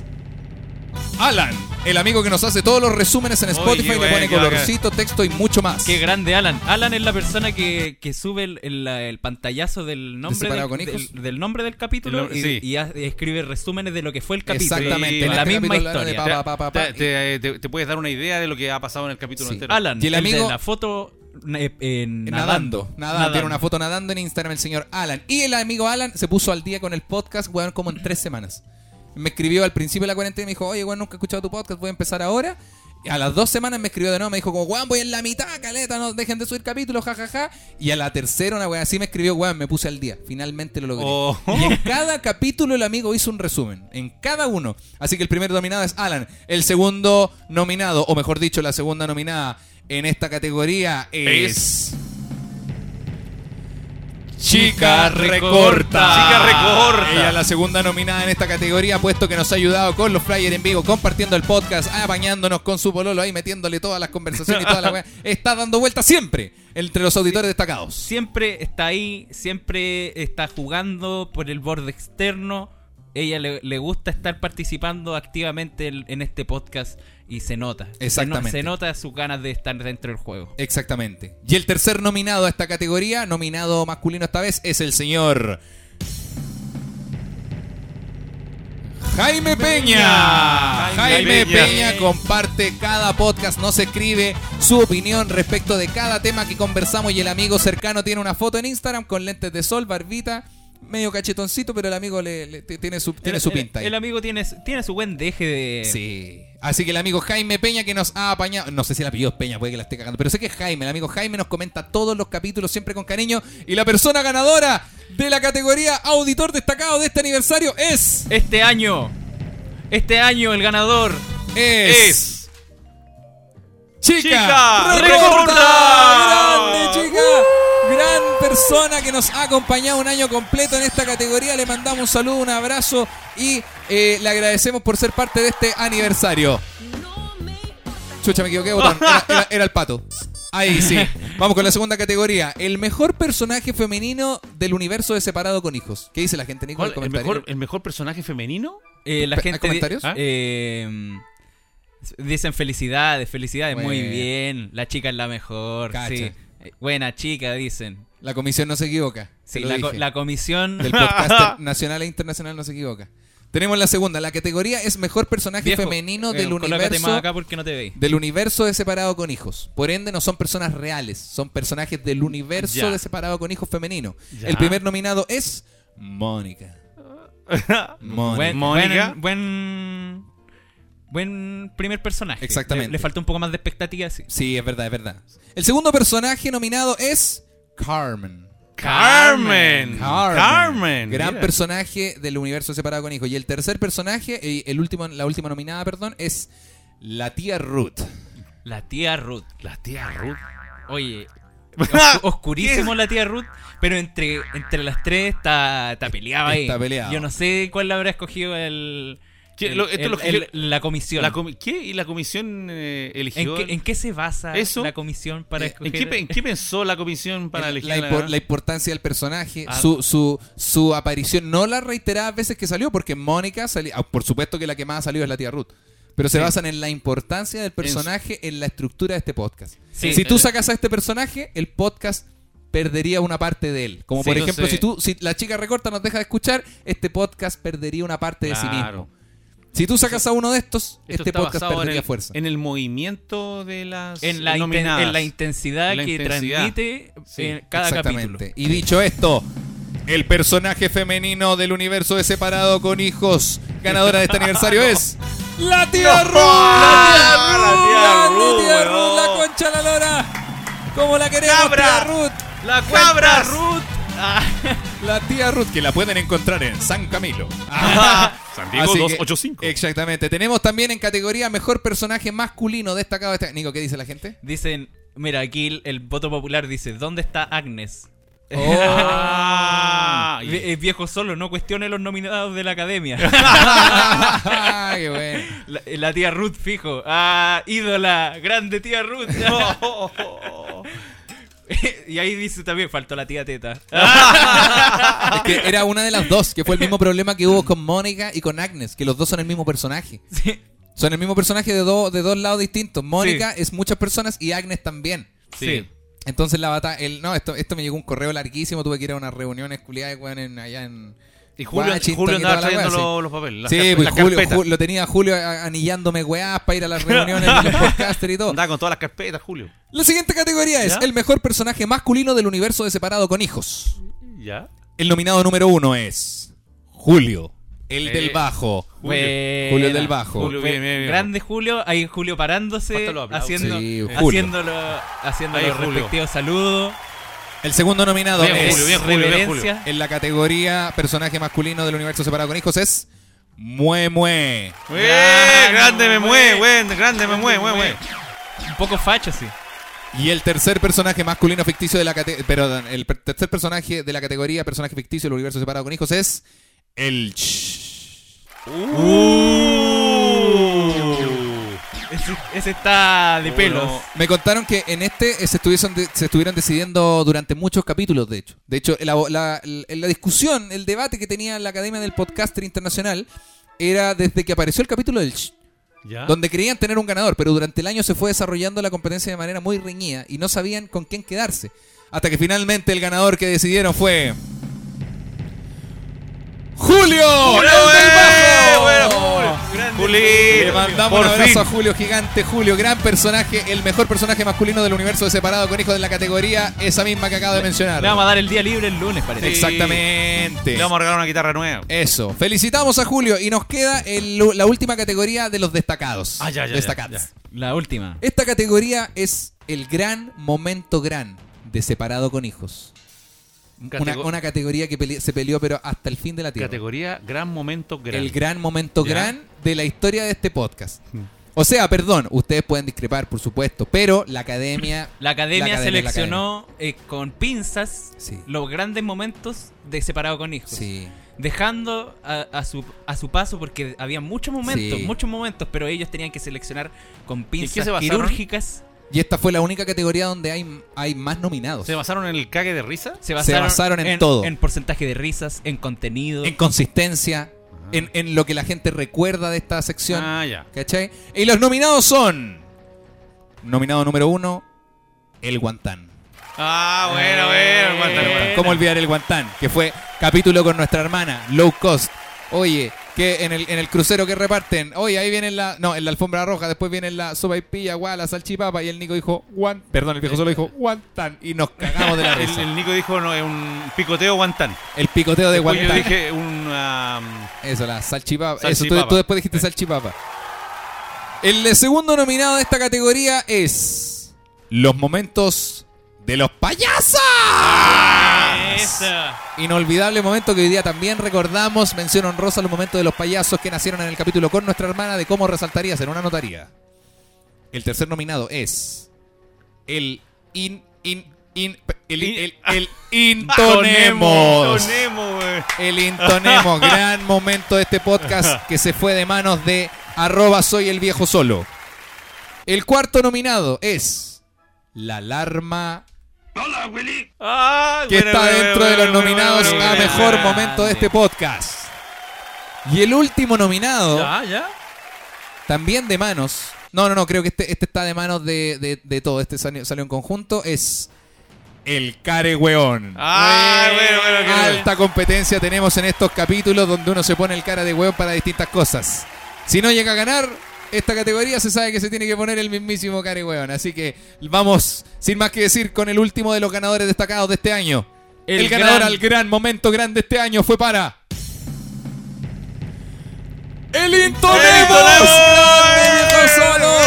Speaker 6: Alan.
Speaker 2: el amigo que nos hace todos los resúmenes en
Speaker 3: Oye,
Speaker 2: Spotify le
Speaker 3: bueno,
Speaker 2: pone
Speaker 3: ya,
Speaker 2: colorcito, texto y mucho más.
Speaker 4: Qué grande Alan. Alan es la persona que, que sube el, el- la- el pantallazo del nombre
Speaker 2: Separado
Speaker 4: del,
Speaker 2: con Hijos?
Speaker 4: del- del nombre del capítulo
Speaker 3: El nombre- sí.
Speaker 4: y, y ha- y escribe resúmenes de lo que fue el capítulo.
Speaker 2: Exactamente.
Speaker 4: En
Speaker 2: En
Speaker 4: la
Speaker 2: este
Speaker 4: misma
Speaker 2: capítulo habla de
Speaker 4: historia.
Speaker 2: pa, pa, pa, pa, pa,
Speaker 3: Te, te- eh, te- te puedes dar una idea de lo que ha pasado en el capítulo
Speaker 2: Sí.
Speaker 3: entero.
Speaker 4: Alan,
Speaker 2: Y el
Speaker 4: el,
Speaker 2: amigo-
Speaker 4: de la foto eh, eh, nadando.
Speaker 2: Nadando, nadando. Tiene una foto nadando en Instagram el señor Alan. Y el amigo Alan se puso al día con el podcast, weón, como en tres semanas. Me escribió al principio de la cuarentena y me dijo, oye, weón, nunca he escuchado tu podcast, voy a empezar ahora. Y a las dos semanas me escribió de nuevo, me dijo como, weón, voy en la mitad, caleta, no dejen de subir capítulos, jajaja. Y a la tercera, una weón así me escribió, weón, me puse al día. Finalmente lo logré.
Speaker 3: Oh.
Speaker 2: Y en cada capítulo el amigo hizo un resumen. En cada uno. Así que el primer nominado es Alan. El segundo nominado, o mejor dicho, la segunda nominada en esta categoría es...
Speaker 6: Chica Recorta.
Speaker 3: Chica Recorta.
Speaker 6: Ella
Speaker 2: Ella es la segunda nominada en esta categoría, puesto que nos ha ayudado con los flyers en vivo, compartiendo el podcast, apañándonos con su pololo ahí, metiéndole todas las conversaciones y toda la weá. Está dando vueltas siempre entre los auditores destacados.
Speaker 4: Siempre está ahí, siempre está jugando por el borde externo. Ella le, le gusta estar participando activamente en, en este podcast y se nota. Se no-
Speaker 2: Exactamente.
Speaker 4: Se, nota sus ganas de estar dentro del juego.
Speaker 2: Exactamente. Y el tercer nominado a esta categoría, nominado masculino esta vez, es el señor. Jaime Peña. Jaime,
Speaker 3: Jaime
Speaker 2: Peña.
Speaker 3: Peña.
Speaker 2: comparte cada podcast, nos escribe su opinión respecto de cada tema que conversamos y el amigo cercano tiene una foto en Instagram con lentes de sol, barbita, medio cachetoncito, pero el amigo le, le- t- tiene su, tiene
Speaker 4: El-
Speaker 2: su
Speaker 4: el-
Speaker 2: pinta. ahí.
Speaker 4: El, amigo tiene, tiene su buen deje de.
Speaker 2: Sí. Así que el amigo Jaime Peña que nos ha apañado. No sé si la pidió Peña, puede que la esté cagando. Pero sé que es Jaime, el amigo Jaime nos comenta todos los capítulos siempre con cariño. Y la persona ganadora de la categoría auditor destacado de este aniversario es.
Speaker 4: Este año. Este año el ganador.
Speaker 2: Es.
Speaker 3: Es.
Speaker 2: Chica,
Speaker 3: Chica
Speaker 2: Recorta. Uh.
Speaker 3: Recorta.
Speaker 2: Grande, chica. Gran persona que nos ha acompañado un año completo en esta categoría. Le mandamos un saludo, un abrazo y eh, le agradecemos por ser parte de este aniversario. Chucha, me equivoqué, botón. Era, era- era el pato. Ahí sí. Vamos con la segunda categoría. El mejor personaje femenino del universo de Separado con Hijos. ¿Qué dice la gente, Nico? en el
Speaker 3: ¿El
Speaker 2: comentario?
Speaker 3: mejor, ¿El mejor personaje femenino?
Speaker 4: Eh, la
Speaker 2: ¿Hay
Speaker 4: gente. di-
Speaker 2: comentarios?
Speaker 4: eh, dicen felicidades, felicidades, muy
Speaker 2: Bueno.
Speaker 4: bien. La chica es la mejor.
Speaker 2: Cacha.
Speaker 4: sí. Eh, Buena chica, dicen.
Speaker 2: La comisión no se equivoca. te
Speaker 4: Sí,
Speaker 2: lo
Speaker 4: la, co-
Speaker 2: dije.
Speaker 4: la comisión. [LAUGHS]
Speaker 2: del podcast nacional e internacional no se equivoca. Tenemos la segunda. La categoría es mejor personaje
Speaker 4: Viejo,
Speaker 2: femenino
Speaker 4: eh,
Speaker 2: del
Speaker 4: colócate más
Speaker 2: universo
Speaker 4: acá porque no te veis.
Speaker 2: del universo de separado con hijos. Por ende, no son personas reales, son personajes del universo
Speaker 3: Ya.
Speaker 2: de separado con hijos femenino.
Speaker 3: Ya.
Speaker 2: El primer nominado es
Speaker 4: [LAUGHS]
Speaker 2: Mónica. Mónica.
Speaker 4: Buen,
Speaker 3: Mónica.
Speaker 4: buen, buen, buen primer personaje.
Speaker 2: Exactamente.
Speaker 4: Le, le faltó un poco más de expectativa. Sí.
Speaker 2: Sí, es verdad, es verdad. El segundo personaje nominado es Carmen.
Speaker 3: Carmen.
Speaker 2: Carmen.
Speaker 3: Carmen.
Speaker 2: Gran
Speaker 3: Mira.
Speaker 2: personaje del universo separado con hijos. Y el tercer personaje, eh, el último, la última nominada, perdón, es la tía Ruth.
Speaker 4: La tía Ruth.
Speaker 3: La tía Ruth. [LAUGHS]
Speaker 4: Oye, oscu- oscurísimo la tía Ruth, pero entre, entre las tres está, está peleada ahí.
Speaker 2: Está peleado.
Speaker 4: Yo no sé cuál habrá escogido el,
Speaker 3: ¿Qué?
Speaker 4: el-
Speaker 3: Lo- esto
Speaker 4: el-
Speaker 3: lo escogió-
Speaker 4: el- la comisión.
Speaker 3: La comi- ¿Qué? ¿Y la comisión eh,
Speaker 4: ¿En,
Speaker 3: eligió?
Speaker 4: qué, en qué se basa
Speaker 3: Eso.
Speaker 4: la comisión para
Speaker 2: Eh,
Speaker 3: ¿En
Speaker 4: escoger?
Speaker 3: qué pe- en qué pensó la comisión para
Speaker 2: El-
Speaker 3: elegir
Speaker 2: la,
Speaker 3: la
Speaker 2: impor- la importancia del personaje,
Speaker 3: Ah.
Speaker 2: su, su, su aparición, no las reiteradas veces que salió, porque Mónica, sali- ah, por supuesto que la que más ha salido es la tía Ruth, pero se
Speaker 3: Sí.
Speaker 2: basan en la importancia del personaje en la estructura de este podcast.
Speaker 4: Sí.
Speaker 2: si tú
Speaker 3: Eh,
Speaker 2: sacas a este personaje, el podcast perdería una parte de él. Como
Speaker 3: Sí,
Speaker 2: por ejemplo,
Speaker 3: entonces-
Speaker 2: si tú, si la chica recorta nos deja de escuchar, este podcast perdería una parte de sí
Speaker 3: Claro.
Speaker 2: mismo. Si tú sacas a uno de estos,
Speaker 3: Esto
Speaker 2: este
Speaker 3: está
Speaker 2: podcast
Speaker 3: basado en
Speaker 2: perdería
Speaker 3: el,
Speaker 2: fuerza.
Speaker 3: En el movimiento de las
Speaker 4: En la, inten-
Speaker 3: nominadas.
Speaker 4: en la intensidad
Speaker 3: En la
Speaker 4: que
Speaker 3: intensidad.
Speaker 4: transmite
Speaker 3: Sí.
Speaker 4: eh, cada capítulo.
Speaker 6: Exactamente. Y dicho esto, el personaje femenino del universo de Separado con Hijos, ganadora de este aniversario es.
Speaker 2: [LAUGHS] ¡La tía Ru! ¡La tía Ruth! ¡La tía Ruth! ¡La concha de la lora! ¿Cómo la queremos, tía Ruth?
Speaker 3: La cabra Ruth.
Speaker 4: Ah.
Speaker 6: La tía Ruth, que la pueden encontrar en San Camilo.
Speaker 3: San Diego
Speaker 6: Así que-
Speaker 3: 285.
Speaker 6: Exactamente. Tenemos también en categoría mejor personaje masculino destacado. Este... Nico, ¿qué dice la
Speaker 4: [LAUGHS]
Speaker 6: gente?
Speaker 4: [LAUGHS] Dicen, mira, aquí el, el voto popular dice, ¿dónde está Agnes?
Speaker 6: Oh. [LAUGHS]
Speaker 4: [LAUGHS]
Speaker 3: Ah, y-
Speaker 4: Vie- eh, viejo solo, no cuestione los nominados de
Speaker 3: [LAUGHS]
Speaker 4: la academia.
Speaker 6: Ah, qué bueno.
Speaker 4: la, la tía Ruth, fijo. Ah, ídola, grande
Speaker 3: [LAUGHS]
Speaker 4: tía Ruth. [LAUGHS] y ahí dice también, faltó la tía Teta.
Speaker 3: Ah.
Speaker 2: Es que era una de las dos, que fue el mismo problema que hubo con Mónica y con Agnes, que los dos son el mismo personaje.
Speaker 4: [LAUGHS] Sí.
Speaker 2: Son el mismo personaje de, dos- de dos lados distintos. Mónica es muchas personas y Agnes también.
Speaker 4: Sí.
Speaker 2: Entonces la batalla, el no, esto, esto me llegó un correo larguísimo, tuve que ir a unas reuniones culiadas weón, en- allá en
Speaker 3: Y Julio,
Speaker 2: Washington
Speaker 3: Julio
Speaker 2: y
Speaker 3: andaba
Speaker 2: toda la
Speaker 3: trayendo
Speaker 2: weá, sí.
Speaker 3: los, los papeles. la
Speaker 2: Sí,
Speaker 3: carpe-
Speaker 2: pues
Speaker 3: la
Speaker 2: Julio,
Speaker 3: carpeta.
Speaker 2: Ju- lo tenía Julio a- anillándome weás para ir a las reuniones
Speaker 3: [LAUGHS]
Speaker 2: de los podcasters y todo.
Speaker 3: Andaba con todas las carpetas, Julio.
Speaker 2: La siguiente categoría es
Speaker 3: ¿Ya?
Speaker 2: el mejor personaje masculino del universo de Separado con Hijos.
Speaker 3: Ya.
Speaker 6: El nominado número uno es Julio, el
Speaker 3: Eh,
Speaker 6: del bajo.
Speaker 4: Buena.
Speaker 6: Julio del Bajo.
Speaker 3: Julio, bien, bien, bien.
Speaker 4: Grande Julio, ahí Julio parándose,
Speaker 3: Faltan los aplausos.
Speaker 4: haciendo,
Speaker 2: Sí, Julio.
Speaker 4: haciéndolo, haciendo
Speaker 3: Ahí,
Speaker 4: los
Speaker 3: Julio.
Speaker 4: respectivos saludos, Eh,
Speaker 6: El segundo nominado
Speaker 3: Bien,
Speaker 6: es
Speaker 3: Julio, bien, Julio, bien, Julio.
Speaker 4: reverencias.
Speaker 6: en la categoría personaje masculino del universo separado con hijos es Mue Mue.
Speaker 3: ¡Eh! Grande me
Speaker 4: Mue.
Speaker 3: mue, güey. Grande me mue, mue, mue.
Speaker 4: Un poco facho, sí.
Speaker 6: Y el tercer personaje masculino ficticio de la categoría, perdón, el per- tercer personaje de la categoría personaje ficticio del universo separado con hijos es el Ch.
Speaker 4: Ese, ese está de pelos.
Speaker 2: Me contaron que en este eh, se, estuviesen de- se estuvieron decidiendo durante muchos capítulos, de hecho. De hecho, la, la- la discusión, el debate que tenía la Academia del Podcaster Internacional era desde que apareció el capítulo del Ch,
Speaker 3: Ya.
Speaker 2: donde creían tener un ganador, pero durante el año se fue desarrollando la competencia de manera muy reñida y no sabían con quién quedarse.
Speaker 6: Hasta que finalmente el ganador que decidieron fue Julio. el del
Speaker 3: ¡Eh!
Speaker 6: bajo.
Speaker 3: Bueno, Julio.
Speaker 6: Le
Speaker 3: Julio.
Speaker 6: mandamos un
Speaker 3: Por
Speaker 6: abrazo
Speaker 3: fin.
Speaker 6: a Julio Gigante. Julio, gran personaje, el mejor personaje masculino del universo de separado con hijos de la categoría, esa misma que acabo de mencionar.
Speaker 4: Le vamos a dar el día libre el lunes, parece.
Speaker 3: Sí.
Speaker 6: Exactamente.
Speaker 3: Le vamos a regalar una guitarra nueva.
Speaker 6: Eso. Felicitamos a Julio y nos queda el- la última categoría de los destacados.
Speaker 3: Ah, ya, ya, ya,
Speaker 6: Destacados.
Speaker 3: ya.
Speaker 4: La última.
Speaker 2: Esta categoría es el gran momento gran de Separado con Hijos. Una,
Speaker 3: Catego-
Speaker 2: una categoría que pele- se peleó, pero hasta el fin de la tierra.
Speaker 3: Categoría Gran Momento Gran.
Speaker 2: El gran momento
Speaker 3: ¿Ya?
Speaker 2: gran de la historia de este podcast.
Speaker 3: Mm.
Speaker 2: O sea, perdón, ustedes pueden discrepar, por supuesto, pero
Speaker 3: [COUGHS]
Speaker 2: la academia.
Speaker 4: La academia,
Speaker 2: la academia,
Speaker 4: seleccionó eh, con pinzas
Speaker 2: Sí.
Speaker 4: los grandes momentos de Separado con Hijos.
Speaker 2: Sí.
Speaker 4: Dejando a, a su, a su paso, porque había muchos momentos,
Speaker 2: Sí.
Speaker 4: muchos momentos, pero ellos tenían que seleccionar con
Speaker 3: qué
Speaker 4: pinzas
Speaker 3: se basaron?
Speaker 4: quirúrgicas.
Speaker 2: Y esta fue la única categoría donde hay, hay más nominados.
Speaker 3: ¿Se basaron en el cague de risa?
Speaker 4: Se
Speaker 2: basaron en todo.
Speaker 4: En porcentaje de risas, en contenido.
Speaker 2: En consistencia, en, en lo que la gente recuerda de esta sección.
Speaker 3: Ah, ya.
Speaker 2: ¿Cachai? Y los nominados son. Nominado número uno, el Guantán.
Speaker 3: Ah, bueno, bueno. Aguanta, aguanta.
Speaker 6: Eh, ¿Cómo olvidar el Guantán? Que fue capítulo con nuestra hermana, Low Cost. Oye, que en el, en el crucero que reparten, oye, ahí viene la. No, en la alfombra roja, después viene la sopa y pilla, guau, la salchipapa. Y el Nico dijo, Guan. Perdón, el viejo solo dijo, Guantán. Y nos cagamos de la
Speaker 3: [LAUGHS] El,
Speaker 6: risa.
Speaker 3: el Nico dijo no, es un picoteo guantán.
Speaker 6: El picoteo de
Speaker 3: Después yo
Speaker 6: Guantán.
Speaker 3: dije un. ah,
Speaker 2: Eso, la salchipapa. Eso,
Speaker 3: Salchipapa.
Speaker 2: tú, tú después dijiste salchipapa. El eh, segundo nominado de esta categoría es.
Speaker 6: Los momentos de los payasos.
Speaker 4: Esa.
Speaker 2: ah, Inolvidable momento que hoy día también recordamos. Mención honrosa los momentos de los payasos que nacieron en el capítulo con nuestra hermana de cómo resaltarías en una notaría.
Speaker 6: El tercer nominado es el in in in el
Speaker 3: In- ah,
Speaker 6: el,
Speaker 3: [LAUGHS]
Speaker 6: el intonemos.
Speaker 3: Tonemo, güey.
Speaker 6: El intonemos, gran momento de este podcast que se fue de manos de arroba soy el viejo solo.
Speaker 2: El cuarto nominado es. La alarma
Speaker 3: [LAUGHS] Ah,
Speaker 6: Que
Speaker 3: bueno,
Speaker 6: está
Speaker 3: bueno,
Speaker 6: dentro
Speaker 3: bueno,
Speaker 6: de los
Speaker 3: bueno,
Speaker 6: nominados
Speaker 3: bueno,
Speaker 6: a
Speaker 3: bueno,
Speaker 6: mejor
Speaker 3: bueno.
Speaker 6: momento de este podcast.
Speaker 2: y el último nominado.
Speaker 3: Ya, ya.
Speaker 2: También de manos. No, no, no, creo que este, este está de manos de, de- de todo. Este salió, salió en conjunto. Es el carehueón.
Speaker 3: Ah,
Speaker 6: Eh,
Speaker 3: bueno, bueno, qué bueno.
Speaker 2: Alta competencia tenemos en estos capítulos donde uno se pone el cara de hueón para distintas cosas. Si no llega a ganar esta categoría, se sabe que se tiene que poner el mismísimo carehueón. Así que vamos, sin más que decir, con el último de los ganadores destacados de este año. El,
Speaker 4: El
Speaker 2: ganador
Speaker 4: gran-
Speaker 2: al gran momento grande este año fue para. ¡El Intonemos! solo!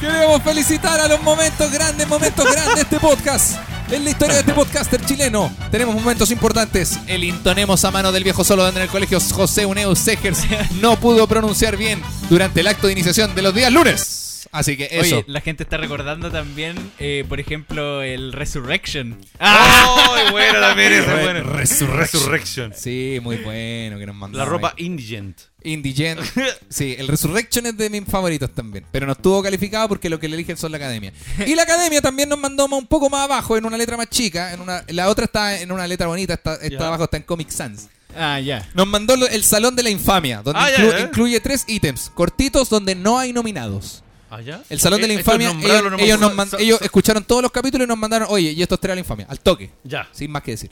Speaker 2: Queremos felicitar a los momentos grandes, momentos grandes de este podcast. En la historia de este podcaster chileno tenemos momentos importantes. El intonemos a mano del viejo solo donde en el colegio José Uneu Segers no pudo pronunciar bien durante el acto de iniciación de los días lunes. Así que eso.
Speaker 4: Oye, la gente está recordando también, eh, por ejemplo, el Resurrection.
Speaker 2: ¡Ah!
Speaker 3: ¡Ay, bueno también ese,
Speaker 2: Re-
Speaker 3: bueno!
Speaker 2: Resurrection.
Speaker 3: Resurrection.
Speaker 2: Sí, muy bueno que nos mandó.
Speaker 3: La ropa indigent. [LAUGHS]
Speaker 2: Indigent. Sí, el Resurrection es de mis favoritos también. Pero no estuvo calificado porque lo que le eligen son la academia. Y la academia también nos mandó un poco más abajo, en una letra más chica. En una, la otra está en una letra bonita, está, está
Speaker 3: Ya.
Speaker 2: abajo, está en Comic Sans.
Speaker 4: Ah, ya.
Speaker 2: Nos mandó lo- el Salón de la Infamia, donde
Speaker 3: Ah, ya,
Speaker 2: inclu-
Speaker 3: ya.
Speaker 2: incluye tres ítems cortitos donde no hay nominados.
Speaker 3: ¿Allá?
Speaker 2: El Salón de la
Speaker 3: Eh, esto
Speaker 2: Infamia,
Speaker 3: es nombrarlo
Speaker 2: ellos,
Speaker 3: nomás.
Speaker 2: ellos nos
Speaker 3: So-
Speaker 2: man-
Speaker 3: so-
Speaker 2: ellos
Speaker 3: so-
Speaker 2: escucharon todos los capítulos y nos mandaron, oye, y estos tres a la Infamia, al toque,
Speaker 3: Ya.
Speaker 2: sin más que decir.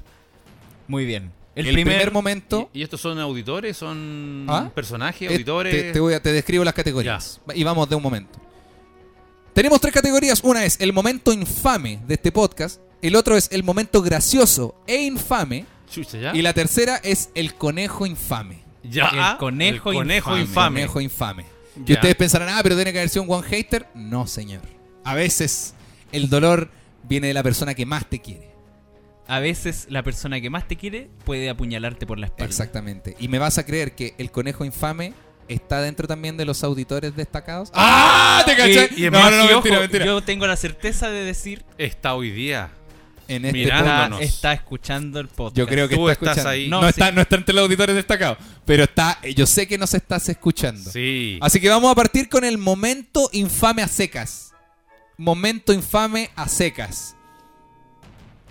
Speaker 4: Muy bien.
Speaker 2: El,
Speaker 4: El,
Speaker 2: primer,
Speaker 4: primer,
Speaker 2: momento...
Speaker 3: ¿Y estos son auditores? ¿Son
Speaker 2: ¿Ah?
Speaker 3: personajes?
Speaker 2: Eh,
Speaker 3: ¿Auditores?
Speaker 2: Te, te voy a- te describo las categorías. Y vamos de un momento. Tenemos tres categorías. Una es el momento infame de este podcast. El otro es el momento gracioso e infame.
Speaker 3: Chucha, ¿ya?
Speaker 2: Y la tercera es el conejo infame.
Speaker 3: Ya. Ah,
Speaker 4: El conejo
Speaker 3: El conejo infame.
Speaker 4: infame.
Speaker 2: Ah, Conejo infame. Y
Speaker 3: Ya.
Speaker 2: ustedes pensarán, ah, pero tiene que haber sido un one hater. No, señor. A veces el dolor viene de la persona que más te quiere.
Speaker 4: a veces la persona que más te quiere puede apuñalarte por la espalda.
Speaker 2: Exactamente. Y me vas a creer que el conejo infame está dentro también de los auditores destacados. ¡Ah! ¿Te caché?
Speaker 4: Y- y es
Speaker 2: no,
Speaker 4: más,
Speaker 2: no, no,
Speaker 4: y ojo,
Speaker 2: mentira, mentira.
Speaker 4: Yo tengo la certeza de decir
Speaker 3: Está hoy día.
Speaker 2: en este
Speaker 3: Mirá,
Speaker 2: podcast.
Speaker 4: está,
Speaker 3: Mirándonos.
Speaker 4: está escuchando el podcast.
Speaker 2: Yo creo que
Speaker 3: Tú
Speaker 2: está
Speaker 3: estás
Speaker 2: escuchando.
Speaker 3: ahí.
Speaker 2: No,
Speaker 4: No,
Speaker 2: está,
Speaker 4: sí.
Speaker 2: no está entre los auditores destacados, pero está. Yo sé que nos estás escuchando.
Speaker 3: Sí.
Speaker 2: Así que vamos a partir con el momento infame a secas. Momento infame a secas.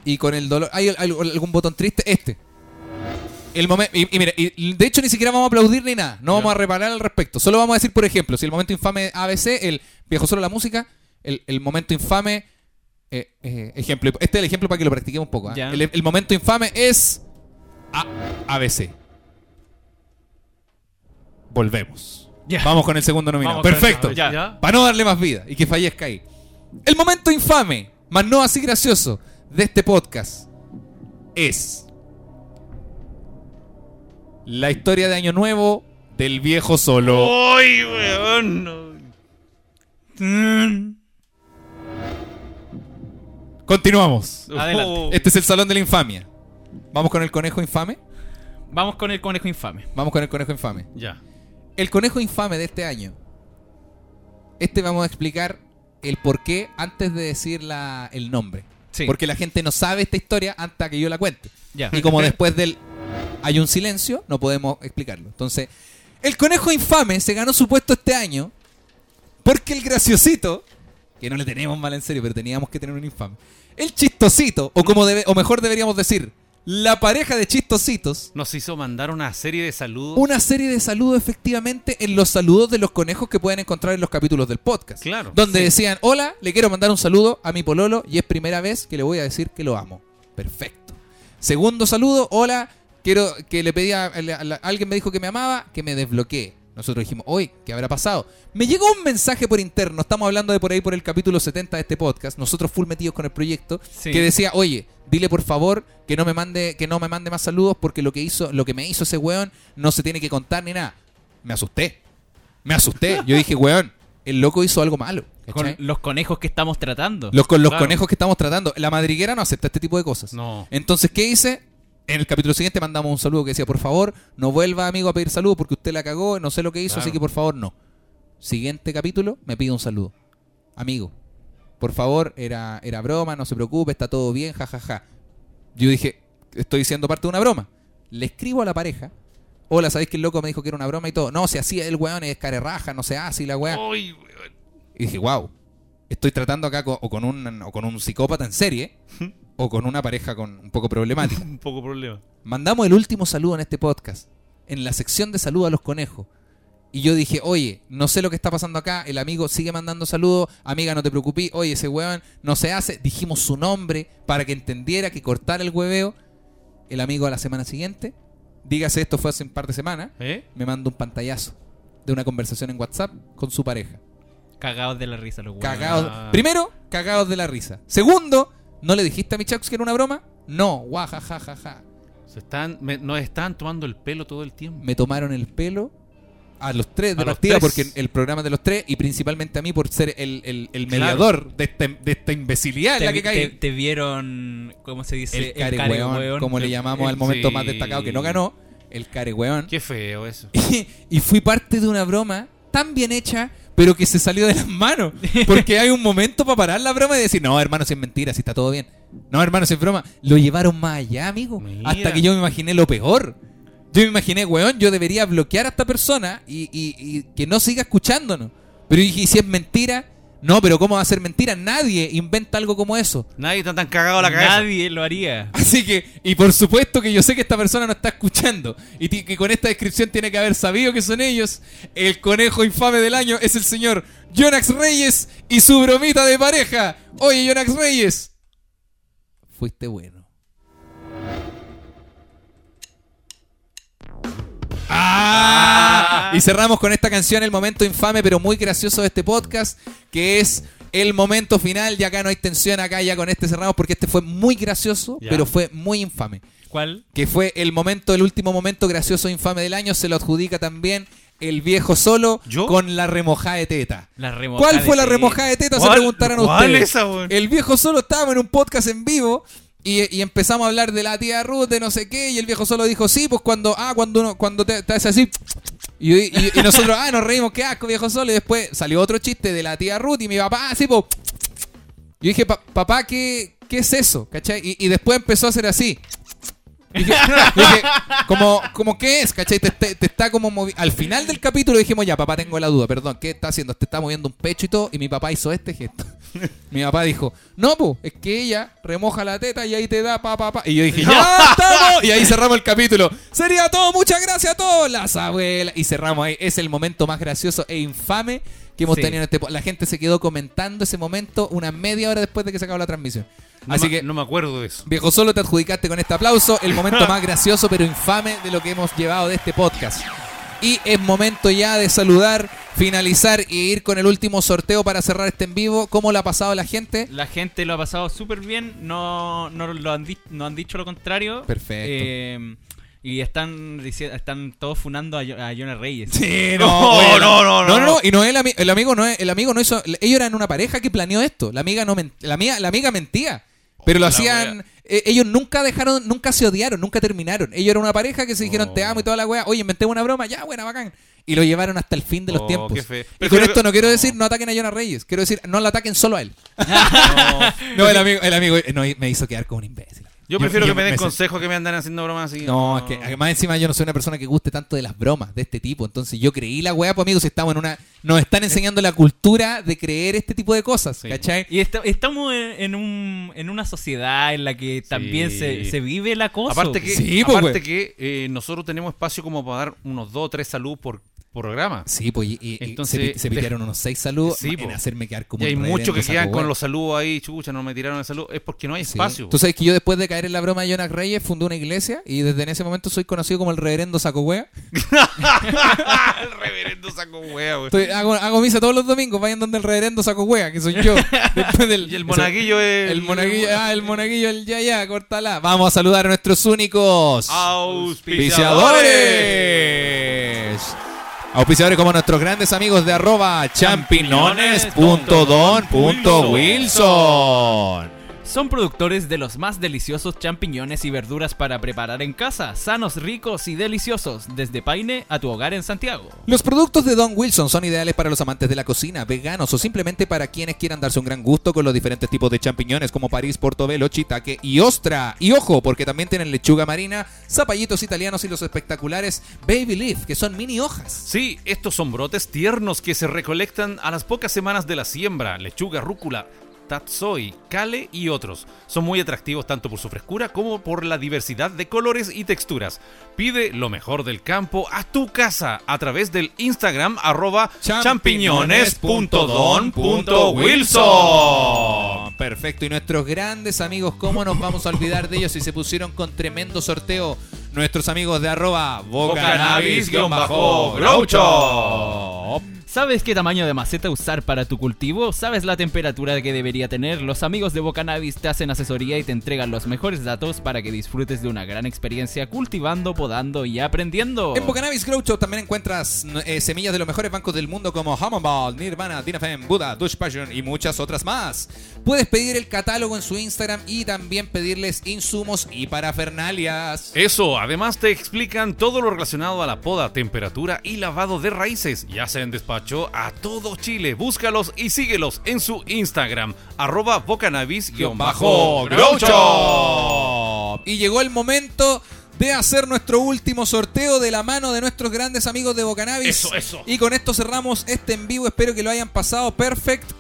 Speaker 2: Y con el dolor. ¿Hay al- al- algún botón triste? Este. El momento. Y, y mira, y de hecho ni siquiera vamos a aplaudir ni nada. No vamos a reparar al respecto. Solo vamos a decir, por ejemplo, si el momento infame ABC, el viejo solo la música, el, el momento infame. eh, eh, ejemplo. Este es el ejemplo para que lo practiquemos un poco. ¿ah?
Speaker 4: Ya.
Speaker 2: El, el momento infame es. A- ABC. Volvemos.
Speaker 4: Ya.
Speaker 2: Vamos con el segundo nominado.
Speaker 4: Vamos con el
Speaker 2: Perfecto.
Speaker 4: segundo, ya. Ya.
Speaker 2: Para no darle más vida y que fallezca ahí. El momento infame, más no así gracioso, de este podcast es la historia de Año Nuevo del viejo solo.
Speaker 4: Oh.
Speaker 3: ¡Ay, weón! no.
Speaker 2: Continuamos.
Speaker 4: Adelante.
Speaker 2: Este es el Salón de la Infamia. Vamos con el conejo infame.
Speaker 4: Vamos con el conejo infame.
Speaker 2: Vamos con el conejo infame.
Speaker 3: Ya.
Speaker 2: El conejo infame de este año. Este vamos a explicar el por qué antes de decir la- el nombre.
Speaker 4: Sí.
Speaker 2: Porque la gente no sabe esta historia hasta que yo la cuente.
Speaker 4: Ya.
Speaker 2: Y como después del hay un silencio, no podemos explicarlo. Entonces, el conejo infame se ganó su puesto este año porque el graciosito, que no le tenemos mal en serio, pero teníamos que tener un infame. El chistosito, o como debe- o mejor deberíamos decir, la pareja de chistositos
Speaker 3: Nos hizo mandar una serie de saludos.
Speaker 2: una serie de saludos efectivamente en los saludos de los conejos que pueden encontrar en los capítulos del podcast.
Speaker 3: Claro.
Speaker 2: Donde decían, hola, le quiero mandar un saludo a mi pololo y es primera vez que le voy a decir que lo amo. Perfecto. Segundo saludo, hola, quiero que le pedía, alguien me dijo que me amaba, que me desbloquee. Nosotros dijimos, hoy, ¿qué habrá pasado? Me llegó un mensaje por interno, estamos hablando de por ahí por el capítulo 70 de este podcast, nosotros full metidos con el proyecto,
Speaker 4: Sí.
Speaker 2: que decía, oye, dile por favor que no me mande, que no me mande más saludos porque lo que hizo, lo que me hizo ese weón no se tiene que contar ni nada. Me asusté. Me asusté. Yo dije, weón, el loco hizo algo malo.
Speaker 4: Con
Speaker 2: ¿cachai?
Speaker 4: los conejos que estamos tratando.
Speaker 2: Los, con los
Speaker 3: Claro.
Speaker 2: conejos que estamos tratando. La madriguera no acepta este tipo de cosas.
Speaker 3: No.
Speaker 2: Entonces, ¿qué hice? En el capítulo siguiente mandamos un saludo que decía, por favor, no vuelva, amigo, a pedir saludo porque usted la cagó, no sé lo que hizo,
Speaker 3: Claro.
Speaker 2: así que por favor, no. Siguiente capítulo, me pide un saludo. Amigo, por favor, era, era broma, no se preocupe, está todo bien, jajaja. Yo dije, estoy siendo parte de una broma. Le escribo a la pareja. Hola, ¿sabéis que el loco me dijo que era una broma y todo? No, se hacía el weón, es carerraja, no se hace y la weá.
Speaker 3: ¡Ay, weón!
Speaker 2: Y dije, wow, estoy tratando acá co- o, con un, o con un psicópata en serie o con una pareja con un poco problemática.
Speaker 3: Un poco problema.
Speaker 2: Mandamos el último saludo en este podcast, en la sección de saludo a los conejos. Y yo dije, oye, no sé lo que está pasando acá. El amigo sigue mandando saludos. Amiga, no te preocupes. Oye, ese huevón no se hace. Dijimos su nombre para que entendiera que cortar el hueveo. El amigo a la semana siguiente, dígase esto fue hace un par de semanas,
Speaker 3: ¿Eh?
Speaker 2: me manda un pantallazo de una conversación en WhatsApp con su pareja.
Speaker 4: Cagados de la risa, los hueones.
Speaker 2: Cagados.
Speaker 4: Ah.
Speaker 2: Primero, cagados de la risa. Segundo, ¿no le dijiste a mi Chax que era una broma? No, guajajajaja.
Speaker 3: Se están, me- nos están tomando el pelo todo el tiempo.
Speaker 2: Me tomaron el pelo a los tres de
Speaker 3: A los
Speaker 2: partida,
Speaker 3: tres.
Speaker 2: porque el programa es de los tres y principalmente a mí por ser el, el- el
Speaker 3: Claro.
Speaker 2: mediador de, este- de esta imbecilidad en
Speaker 4: Te,
Speaker 2: la que caí.
Speaker 4: te- te vieron, ¿cómo se dice?
Speaker 2: el care
Speaker 4: carehueón,
Speaker 2: hueón, como le
Speaker 4: el-
Speaker 2: llamamos
Speaker 3: el-
Speaker 2: al momento más
Speaker 3: sí.
Speaker 2: destacado que no ganó, el care hueón.
Speaker 3: Qué feo eso.
Speaker 2: [LAUGHS] y fui parte de una broma tan bien hecha, pero que se salió de las manos. Porque hay un momento para parar la broma y decir, no, hermano, si es mentira, si está todo bien. No, hermano, si es broma. Lo llevaron más allá, amigo.
Speaker 3: Mira.
Speaker 2: Hasta que yo me imaginé lo peor. Yo me imaginé, weón, yo debería bloquear a esta persona y, y- y que no siga escuchándonos. Pero dije, ¿y si es mentira? No, pero ¿cómo va a ser mentira? Nadie inventa algo como eso.
Speaker 3: Nadie está tan cagado la cabeza.
Speaker 4: Nadie lo haría.
Speaker 2: [LAUGHS] Así que, y por supuesto que yo sé que esta persona no está escuchando y ti- que con esta descripción tiene que haber sabido que son ellos. El conejo infame del año es el señor Jonax Reyes y su bromita de pareja. Oye, Jonax Reyes. Fuiste bueno. ¡Ah! Y cerramos con esta canción el momento infame pero muy gracioso de este podcast, que es el momento final. Ya acá no hay tensión, acá ya con este cerramos porque este fue muy gracioso,
Speaker 3: Ya.
Speaker 2: pero fue muy infame
Speaker 4: ¿Cuál?
Speaker 2: que fue el momento, el último momento gracioso e infame del año, se lo adjudica también el viejo solo
Speaker 3: ¿Yo?
Speaker 2: con la remojada de teta.
Speaker 4: La remojada
Speaker 2: ¿Cuál fue
Speaker 4: de
Speaker 2: la
Speaker 4: teta.
Speaker 2: remojada de teta? Se
Speaker 3: ¿Cuál?
Speaker 2: preguntarán
Speaker 3: ¿Cuál
Speaker 2: ustedes.
Speaker 3: esa, weón?
Speaker 2: el viejo solo estábamos en un podcast en vivo. Y, y empezamos a hablar de la tía Ruth, de no sé qué, y el viejo solo dijo, sí, pues cuando, ah, cuando uno, cuando te, te hace así, y, y-
Speaker 3: [LAUGHS]
Speaker 2: y nosotros, ah, nos reímos, qué asco, viejo solo, y después salió otro chiste de la tía Ruth, y mi papá, ah, sí, pues, yo dije, "Pa- papá, ¿qué, ¿qué es eso? ¿Cachai? Y, y después empezó a hacer así. Y dije, y dije, como, como qué es, ¿cachai? Te, te- te está como movi- Al final del capítulo dijimos, ya, papá, tengo la duda, perdón, ¿qué está haciendo? Te está moviendo un pecho y todo. Y mi papá hizo este gesto. [LAUGHS] Mi papá dijo, no, pues, es que ella remoja la teta y ahí te da pa, pa, pa. Y yo dije, ya estamos. Y ahí cerramos el capítulo. Sería todo, muchas gracias a todos, las abuelas. Y cerramos ahí. Es el momento más gracioso e infame que hemos
Speaker 4: Sí.
Speaker 2: tenido en este po- La gente se quedó comentando ese momento una media hora después de que se acabó la transmisión.
Speaker 3: No
Speaker 2: Así
Speaker 3: me-
Speaker 2: que,
Speaker 3: no me acuerdo de eso.
Speaker 2: viejo solo, te adjudicaste con este aplauso el momento más gracioso pero infame de lo que hemos llevado de este podcast. Y es momento ya de saludar, finalizar y ir con el último sorteo para cerrar este en vivo. ¿Cómo lo ha pasado la gente?
Speaker 4: La gente lo ha pasado súper bien, no, no, lo han di- no han dicho lo contrario.
Speaker 2: Perfecto.
Speaker 4: Eh, y están, dici- están todos funando a, Jo- a Jonah Reyes.
Speaker 2: Sí,
Speaker 3: [LAUGHS] No,
Speaker 2: oye,
Speaker 3: no, no, no, no.
Speaker 2: Y no el, ami- el amigo no es- el amigo no hizo. Ellos eran una pareja que planeó esto. La amiga no men- la amiga, la amiga mentía. Pero lo
Speaker 3: Hola,
Speaker 2: hacían. eh, ellos nunca dejaron, nunca se odiaron, nunca terminaron. Ellos eran una pareja que se dijeron
Speaker 3: Oh.
Speaker 2: te amo y toda la wea. Oye, inventé una broma, ya buena, bacán. Y lo llevaron hasta el fin de los
Speaker 3: Oh,
Speaker 2: tiempos.
Speaker 3: qué feo.
Speaker 2: Y
Speaker 3: Pero
Speaker 2: con
Speaker 3: creo
Speaker 2: esto
Speaker 3: que-
Speaker 2: no quiero decir no ataquen a Jonah Reyes. Quiero decir no lo ataquen solo a
Speaker 3: [LAUGHS]
Speaker 2: él. [LAUGHS] no, el amigo, el amigo eh, no, me hizo quedar como un imbécil.
Speaker 3: Yo prefiero que me den
Speaker 2: se-
Speaker 3: consejos que me andan haciendo bromas así.
Speaker 2: no, es que además encima yo no soy una persona que guste tanto de las bromas de este tipo. Entonces yo creí la weá, pues amigos, estamos en una. Nos están enseñando la cultura de creer este tipo de cosas,
Speaker 3: Sí.
Speaker 2: ¿cachai?
Speaker 4: Y esta- estamos en, en un, en una sociedad en la que también se, se vive el acoso.
Speaker 3: Aparte que,
Speaker 2: Sí, pues,
Speaker 3: aparte que
Speaker 2: güey.
Speaker 3: eh, nosotros tenemos espacio como para dar unos dos o tres saludos por programa.
Speaker 2: Sí, pues, y, y- y
Speaker 3: Entonces,
Speaker 2: se, pi- se
Speaker 3: de-
Speaker 2: pitearon unos seis saludos
Speaker 3: Sí,
Speaker 2: en
Speaker 3: po.
Speaker 2: hacerme quedar como
Speaker 3: Y hay
Speaker 2: un
Speaker 3: muchos que
Speaker 2: reverendo
Speaker 3: quedan
Speaker 2: saco
Speaker 3: con
Speaker 2: hueá.
Speaker 3: los saludos ahí, chucha, no me tiraron el saludo. Es porque no hay
Speaker 2: Sí.
Speaker 3: espacio.
Speaker 2: Tú sabes que yo después de caer en la broma de Jonas Reyes fundé una iglesia y desde en ese momento soy conocido como el reverendo saco hueá.
Speaker 3: [LAUGHS] el reverendo saco wea, güey. [LAUGHS]
Speaker 2: Estoy- hago, hago misa todos los domingos, vayan donde el reverendo saco hueá, que soy
Speaker 3: [LAUGHS]
Speaker 2: yo. Después del,
Speaker 3: Y el monaguillo es.
Speaker 2: [LAUGHS] El monaguillo, ah, el monaguillo, el ya, ya, córtala. Vamos a saludar a nuestros únicos.
Speaker 3: Ah,
Speaker 2: auspiciadores. Auspiciadores como nuestros grandes amigos de arroba champiñones.don.wilson.
Speaker 4: Son productores de los más deliciosos champiñones y verduras para preparar en casa, sanos, ricos y deliciosos, desde Paine a tu hogar en Santiago.
Speaker 2: Los productos de Don Wilson son ideales para los amantes de la cocina, veganos o simplemente para quienes quieran darse un gran gusto con los diferentes tipos de champiñones como París, Portobelo, Chitaque y Ostra. Y ojo, porque también tienen lechuga marina, zapallitos italianos y los espectaculares Baby Leaf, que son mini hojas.
Speaker 3: Sí, estos son brotes tiernos que se recolectan a las pocas semanas de la siembra. Lechuga, rúcula, Tatsoi, Kale y otros. Son muy atractivos tanto por su frescura como por la diversidad de colores y texturas. Pide lo mejor del campo a tu casa a través del Instagram arroba champiñones.don.wilson.
Speaker 2: Perfecto. Y nuestros grandes amigos, ¿cómo nos vamos a olvidar de ellos si se pusieron con tremendo sorteo? Nuestros amigos de arroba bocanabis-groucho.
Speaker 4: ¿Sabes qué tamaño de maceta usar para tu cultivo? ¿Sabes la temperatura que debería tener? Los amigos de Bocanabis te hacen asesoría y te entregan los mejores datos para que disfrutes de una gran experiencia cultivando, podando y aprendiendo.
Speaker 2: En Bocanabis Groucho también encuentras eh, semillas de los mejores bancos del mundo como Hummonball, Nirvana, Dinafem, Buda, Dutch Passion y muchas otras más. Puedes pedir el catálogo en su Instagram y también pedirles insumos y parafernalias.
Speaker 3: Eso, además te explican todo lo relacionado a la poda, temperatura y lavado de raíces y hacen despacho a todo Chile. Búscalos y síguelos en su Instagram, arroba bocanabis-groucho.
Speaker 2: Y llegó el momento de hacer nuestro último sorteo de la mano de nuestros grandes amigos de Bocanabis.
Speaker 3: Eso, eso.
Speaker 2: Y con esto cerramos este en vivo. Espero que lo hayan pasado perfect.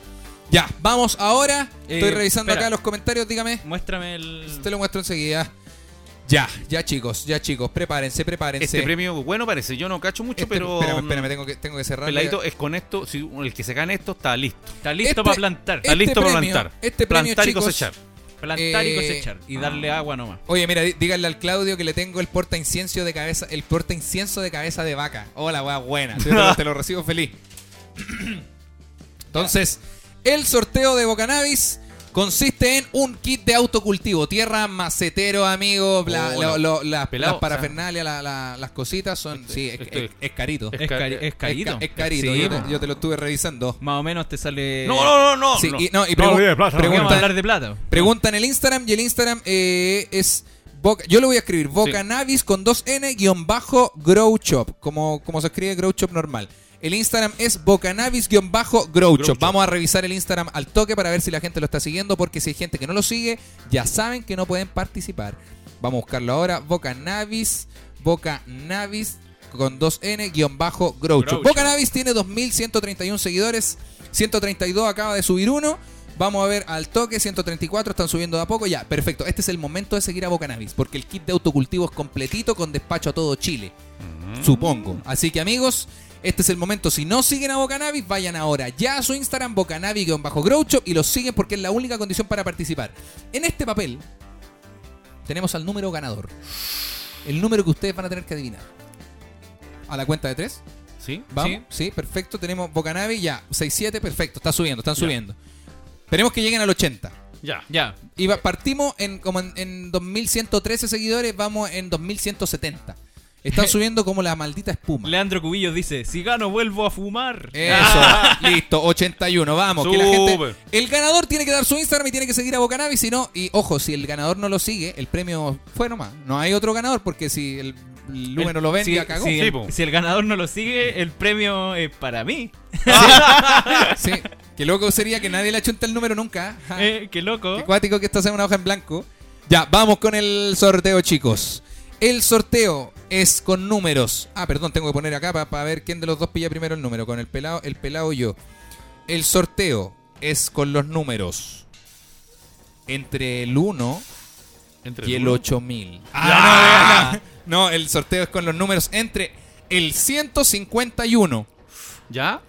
Speaker 2: Ya, vamos ahora. Estoy
Speaker 4: Eh,
Speaker 2: revisando
Speaker 4: espera.
Speaker 2: acá los comentarios, dígame.
Speaker 3: Mm.
Speaker 4: Muéstrame el...
Speaker 2: Te lo muestro enseguida. Ya, ya chicos, ya chicos, prepárense, prepárense.
Speaker 3: Este premio, bueno, parece, yo no cacho mucho,
Speaker 2: Este-
Speaker 3: pero... mm,
Speaker 2: Espérame, espérame, tengo que, tengo que cerrar.
Speaker 3: Peladito, es con esto, si el que se gane esto está listo.
Speaker 4: Está listo
Speaker 2: Este-
Speaker 4: para plantar.
Speaker 3: Está
Speaker 2: Este
Speaker 3: listo para
Speaker 2: premio-
Speaker 3: plantar.
Speaker 2: este premio,
Speaker 3: plantar
Speaker 2: chicos,
Speaker 3: y cosechar.
Speaker 4: Plantar
Speaker 2: Eh,
Speaker 4: y cosechar. Y darle agua nomás.
Speaker 2: Oye, mira, dí- díganle al Claudio que le tengo el porta incienso de cabeza, el porta incienso de cabeza de vaca. Hola, weá, buena. Te lo, te lo recibo feliz. Entonces, el sorteo de Bocanabis consiste en un kit de autocultivo. Tierra, macetero, amigo, bla-
Speaker 3: Oh,
Speaker 2: lo-
Speaker 3: no.
Speaker 2: lo- las-
Speaker 3: Pelado,
Speaker 2: las parafernalias, la- la- las cositas son. sí, es,
Speaker 3: esto
Speaker 2: es- es carito.
Speaker 3: este es
Speaker 4: Es, cari- es carito.
Speaker 2: Es, ca- es carito.
Speaker 4: Sí,
Speaker 2: yo, te,
Speaker 4: po.
Speaker 2: yo te lo estuve revisando.
Speaker 4: Más o menos te sale...
Speaker 3: No, no, no, no.
Speaker 2: Sí,
Speaker 3: no.
Speaker 2: y, no, y
Speaker 3: No,
Speaker 2: pregu-
Speaker 3: olvide, plata, no.
Speaker 4: Vamos a
Speaker 2: pregunta,
Speaker 4: hablar de plata.
Speaker 2: Pregunta en el Instagram y el Instagram eh, es. Boca- yo lo voy a escribir, Bocanavis con 2N guión bajo Grow Shop, como, como se escribe Grow Shop normal. El Instagram es Bocanavis guión bajo Grow
Speaker 3: Grow Shop.
Speaker 2: Shop. Vamos a revisar el Instagram al toque para ver si la gente lo está siguiendo, porque si hay gente que no lo sigue, ya saben que no pueden participar. Vamos a buscarlo ahora, Bocanavis, Bocanavis con 2N guión bajo Grow
Speaker 3: Grow
Speaker 2: Shop.
Speaker 3: Shop.
Speaker 2: Bocanavis tiene 2.131 seguidores, 132 acaba de subir uno. Vamos a ver al toque, 134, están subiendo de a poco. Ya, perfecto. Este es el momento de seguir a Bocanabis, porque el kit de autocultivo es completito con despacho a todo Chile. Supongo. Así que amigos, este es el momento. Si no siguen a Bocanabis, vayan ahora ya a su Instagram, bocanavi-groucho, y los siguen porque es la única condición para participar. En este papel tenemos al número ganador. El número que ustedes van a tener que adivinar. A la cuenta de tres.
Speaker 3: ¿Sí?
Speaker 2: Vamos, sí, perfecto. Tenemos Bocanavi ya, 6-7, perfecto. Está subiendo, están subiendo. Esperemos que lleguen al 80.
Speaker 3: Ya.
Speaker 4: Ya.
Speaker 2: Y va- partimos en como en, en 2113 seguidores, vamos en 2170. Están subiendo como la maldita espuma.
Speaker 4: Leandro Cubillos dice, si gano vuelvo a fumar. Ah.
Speaker 2: Eso, listo, 81, vamos. Que la
Speaker 3: Sube.
Speaker 2: gente, el ganador tiene que dar su Instagram y tiene que seguir a Bocanavi, si no, y ojo, si el ganador no lo sigue, el premio fue nomás. No hay otro ganador porque si el, el Lumen no lo vende,
Speaker 4: si,
Speaker 2: ya cagó.
Speaker 4: Si
Speaker 3: Sí,
Speaker 4: el,
Speaker 3: po.
Speaker 4: si el ganador no lo sigue, el premio es para mí.
Speaker 2: Sí, Qué loco sería que nadie le achunta el número nunca. Ja.
Speaker 4: Eh, qué loco.
Speaker 2: Ah. Qué cuático que esto sea una hoja en blanco. Ya, vamos con el sorteo, chicos. El sorteo es con números. Ah, perdón, tengo que poner acá para ver quién de los dos pilla primero el número. Con el pelado, el pelado y yo. El sorteo es con los números. Entre el 1
Speaker 3: Entre
Speaker 2: y el
Speaker 3: uno.
Speaker 2: 8000. no, no, el sorteo es con los números entre el 151
Speaker 3: ¿Ya?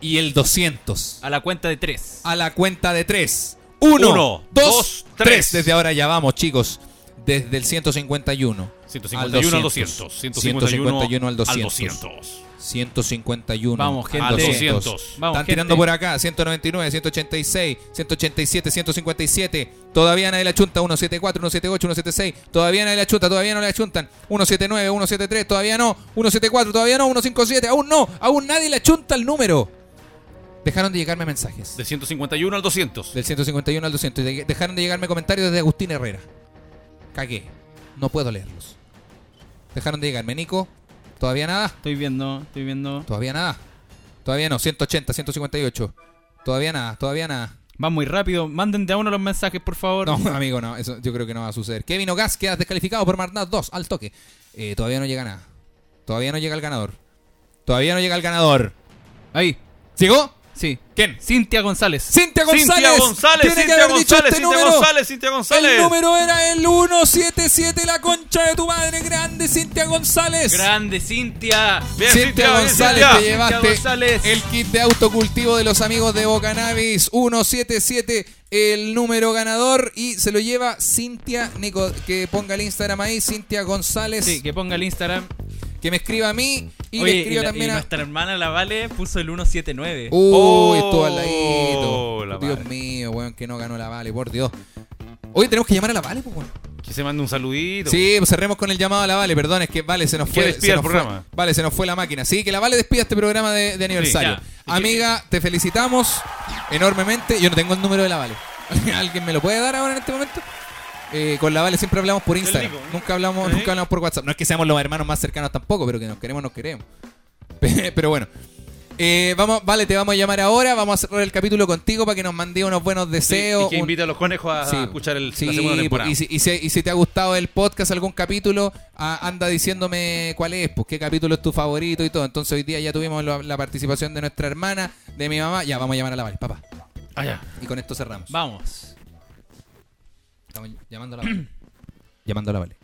Speaker 2: y el 200
Speaker 4: A la cuenta de tres.
Speaker 2: a la cuenta de 3. 1,
Speaker 3: Uno, dos,
Speaker 2: 2,
Speaker 3: tres.
Speaker 2: 3. Desde ahora ya vamos, chicos. Desde el 151.
Speaker 3: 151 al 200. 151
Speaker 2: al 200.
Speaker 3: 200.
Speaker 2: 151.
Speaker 4: Vamos, gente.
Speaker 2: al
Speaker 4: Al
Speaker 2: 200.
Speaker 3: 200.
Speaker 2: Están
Speaker 4: Vamos, gente.
Speaker 2: tirando por acá. 199, 186, 187, 157. Todavía nadie la chunta. 174, 178, 176. Todavía nadie la chunta. Todavía no la chuntan. 179, 173. Todavía no. 174, todavía no. 157. Aún no. Aún nadie la chunta el número. Dejaron de llegarme mensajes.
Speaker 3: De 151 al 200.
Speaker 2: Del 151 al 200. Y de- Dejaron de llegarme comentarios desde Agustín Herrera. Cagué. No puedo leerlos. Dejaron de llegarme. Nico, todavía nada.
Speaker 4: Estoy viendo, estoy viendo.
Speaker 2: Todavía nada. Todavía no. 180, 158. Todavía nada, todavía nada.
Speaker 4: Van muy rápido. Manden de a uno los mensajes, por favor.
Speaker 2: No, [LAUGHS] amigo, no. Eso yo creo que no va a suceder. Kevin Ogas queda descalificado por Marnat 2 al toque. Eh, todavía no llega nada. Todavía no llega el ganador. Todavía no llega el ganador.
Speaker 4: Ahí.
Speaker 2: ¿Llegó?
Speaker 4: Sí.
Speaker 6: ¿Quién?
Speaker 4: Cintia González.
Speaker 2: Cintia González.
Speaker 3: Cintia González,
Speaker 2: Tiene que
Speaker 3: Cintia
Speaker 2: haber dicho
Speaker 3: González,
Speaker 2: este
Speaker 3: Cintia
Speaker 2: número.
Speaker 3: González, Cintia González.
Speaker 2: El número era el 177, la concha de tu madre. Grande Cintia González.
Speaker 4: Grande Cintia.
Speaker 3: Bien,
Speaker 2: Cintia,
Speaker 3: Cintia, bien,
Speaker 2: González,
Speaker 3: Cintia.
Speaker 2: te llevaste
Speaker 4: González.
Speaker 2: el kit de autocultivo de los amigos de Bocanabis 177, el número ganador y se lo lleva Cintia Nico, que ponga el Instagram ahí, Cintia González,
Speaker 4: Sí,
Speaker 2: que...
Speaker 4: que ponga el Instagram.
Speaker 2: me escriba a mí y
Speaker 4: Oye,
Speaker 2: le escriba
Speaker 4: la-
Speaker 2: también a...
Speaker 4: nuestra hermana la Vale puso el
Speaker 2: Uy,
Speaker 4: 179.
Speaker 3: Oh,
Speaker 2: estuvo al ladito.
Speaker 3: la
Speaker 2: Dios
Speaker 3: Vale.
Speaker 2: mío, weón, que no ganó la Vale, por Dios. Hoy tenemos que llamar a la Vale, pues, weón.
Speaker 3: Que se mande un saludito.
Speaker 2: Sí, pues cerremos con el llamado a la Vale, perdón, es que Vale se nos
Speaker 3: Que
Speaker 2: fue.
Speaker 3: despida
Speaker 2: se
Speaker 3: el
Speaker 2: nos fue-
Speaker 3: programa.
Speaker 2: vale, se nos fue la máquina. Sí, que la Vale despida este programa de, de aniversario.
Speaker 3: ya.
Speaker 2: Amiga, te felicitamos enormemente. Yo no tengo el número de la Vale. [LAUGHS] ¿Alguien me lo puede dar ahora en este momento? Eh, con la Vale siempre hablamos por Instagram.
Speaker 3: Nico, ¿eh?
Speaker 2: Nunca hablamos,
Speaker 3: Ahí.
Speaker 2: nunca hablamos por WhatsApp. No es que seamos los hermanos más cercanos tampoco, pero que nos queremos, nos queremos. [LAUGHS] pero bueno. Eh, vamos, vale, te vamos a llamar ahora. Vamos a cerrar el capítulo contigo para que nos mandes unos buenos
Speaker 3: Sí,
Speaker 2: deseos.
Speaker 3: y que
Speaker 2: un-
Speaker 3: invite a los conejos a
Speaker 2: Sí.
Speaker 3: escuchar el,
Speaker 2: Sí,
Speaker 3: la segunda temporada.
Speaker 2: Y si, y si- y si te ha gustado el podcast, algún capítulo, a- anda diciéndome cuál es, pues qué capítulo es tu favorito y todo. Entonces hoy día ya tuvimos la, la participación de nuestra hermana, de mi mamá. Ya, vamos a llamar a la Vale, papá.
Speaker 3: Ah, ya.
Speaker 2: Y con esto cerramos.
Speaker 4: Vamos.
Speaker 2: Estamos llamando a
Speaker 3: [CLEARS THROAT]
Speaker 2: la Vale. llamando a
Speaker 3: [LAUGHS]
Speaker 2: la Vale.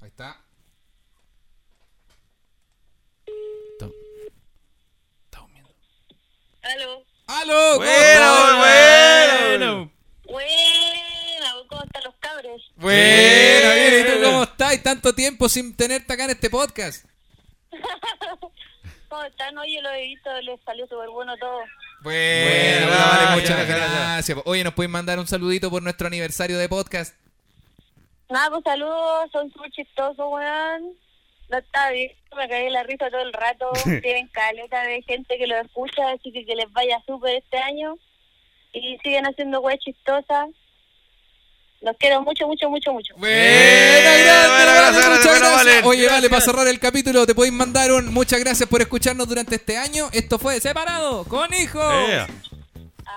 Speaker 2: Ahí está.
Speaker 11: Aló.
Speaker 2: ¡Aló! ¿Cómo
Speaker 3: Bueno,
Speaker 2: estás?
Speaker 3: bueno.
Speaker 11: Buena, ¿cómo están los cabros?
Speaker 2: Bueno, bien, ¿y tú cómo estás? Y tanto tiempo sin tenerte acá en este podcast.
Speaker 11: ¿Cómo están? Oye, lo he visto, les salió súper bueno todo.
Speaker 2: Bueno,
Speaker 3: Bueno,
Speaker 2: vale,
Speaker 3: ya,
Speaker 2: muchas
Speaker 3: ya, ya.
Speaker 2: gracias. Oye, nos pueden mandar un saludito por nuestro aniversario de podcast.
Speaker 11: Nada, pues saludos, son súper chistosos, weón. No está bien, me caí en la risa todo el rato. Tienen caleta de gente que lo escucha, así que que les vaya súper este año. Y siguen haciendo weas chistosas. Los quiero mucho, mucho, mucho, mucho.
Speaker 2: Eh, Bueno, gracias,
Speaker 3: bueno,
Speaker 2: vale,
Speaker 3: gracias,
Speaker 2: muchas
Speaker 3: gracias,
Speaker 2: gracias.
Speaker 3: Valen.
Speaker 2: Oye, vale, para cerrar el capítulo, te podéis mandar un muchas gracias por escucharnos durante este año. Esto fue Separado con Hijos.
Speaker 3: Eh,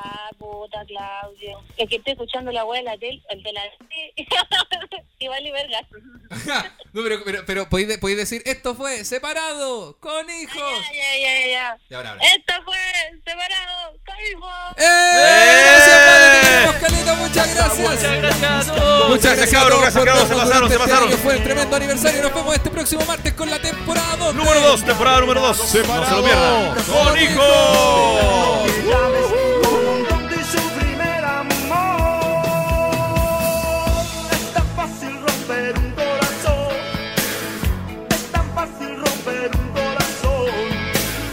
Speaker 11: Ah, puta, Claudio. Es que estoy escuchando la wea de la tele. De la... [LAUGHS] y vale verga.
Speaker 2: [LAUGHS] no, pero, pero, pero podéis, de- podéis decir, esto fue Separado con Hijos.
Speaker 11: Ya, Eh, ya, ya, ya.
Speaker 2: Y ahora, ahora.
Speaker 11: Esto fue Separado Caimbo.
Speaker 2: ¡Eh! Gracias, vale, te queremos, Caleta, muchas gracias.
Speaker 4: Muchas gracias a todos.
Speaker 3: ¡Eh! Muchas gracias, cabros, gracias, cabros, se pasaron, se pasaron.
Speaker 2: Que fue el tremendo aniversario. Nos vemos este próximo martes con la temporada 2.
Speaker 3: Número 2, temporada número 2. No se lo pierdan. ¡Con hijos!
Speaker 1: Llaves con un don de su primer amor. Es tan fácil romper un corazón. Es tan fácil romper un corazón.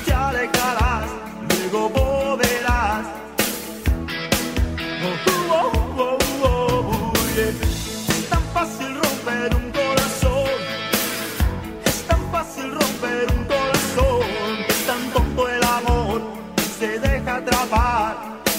Speaker 1: Te alejarás, luego volverás. Oh, oh, oh, oh, oh, yeah. Es tan fácil romper un corazón. Es tan fácil romper un corazón, es tan tonto el amor, que se deja atrapar. Oh,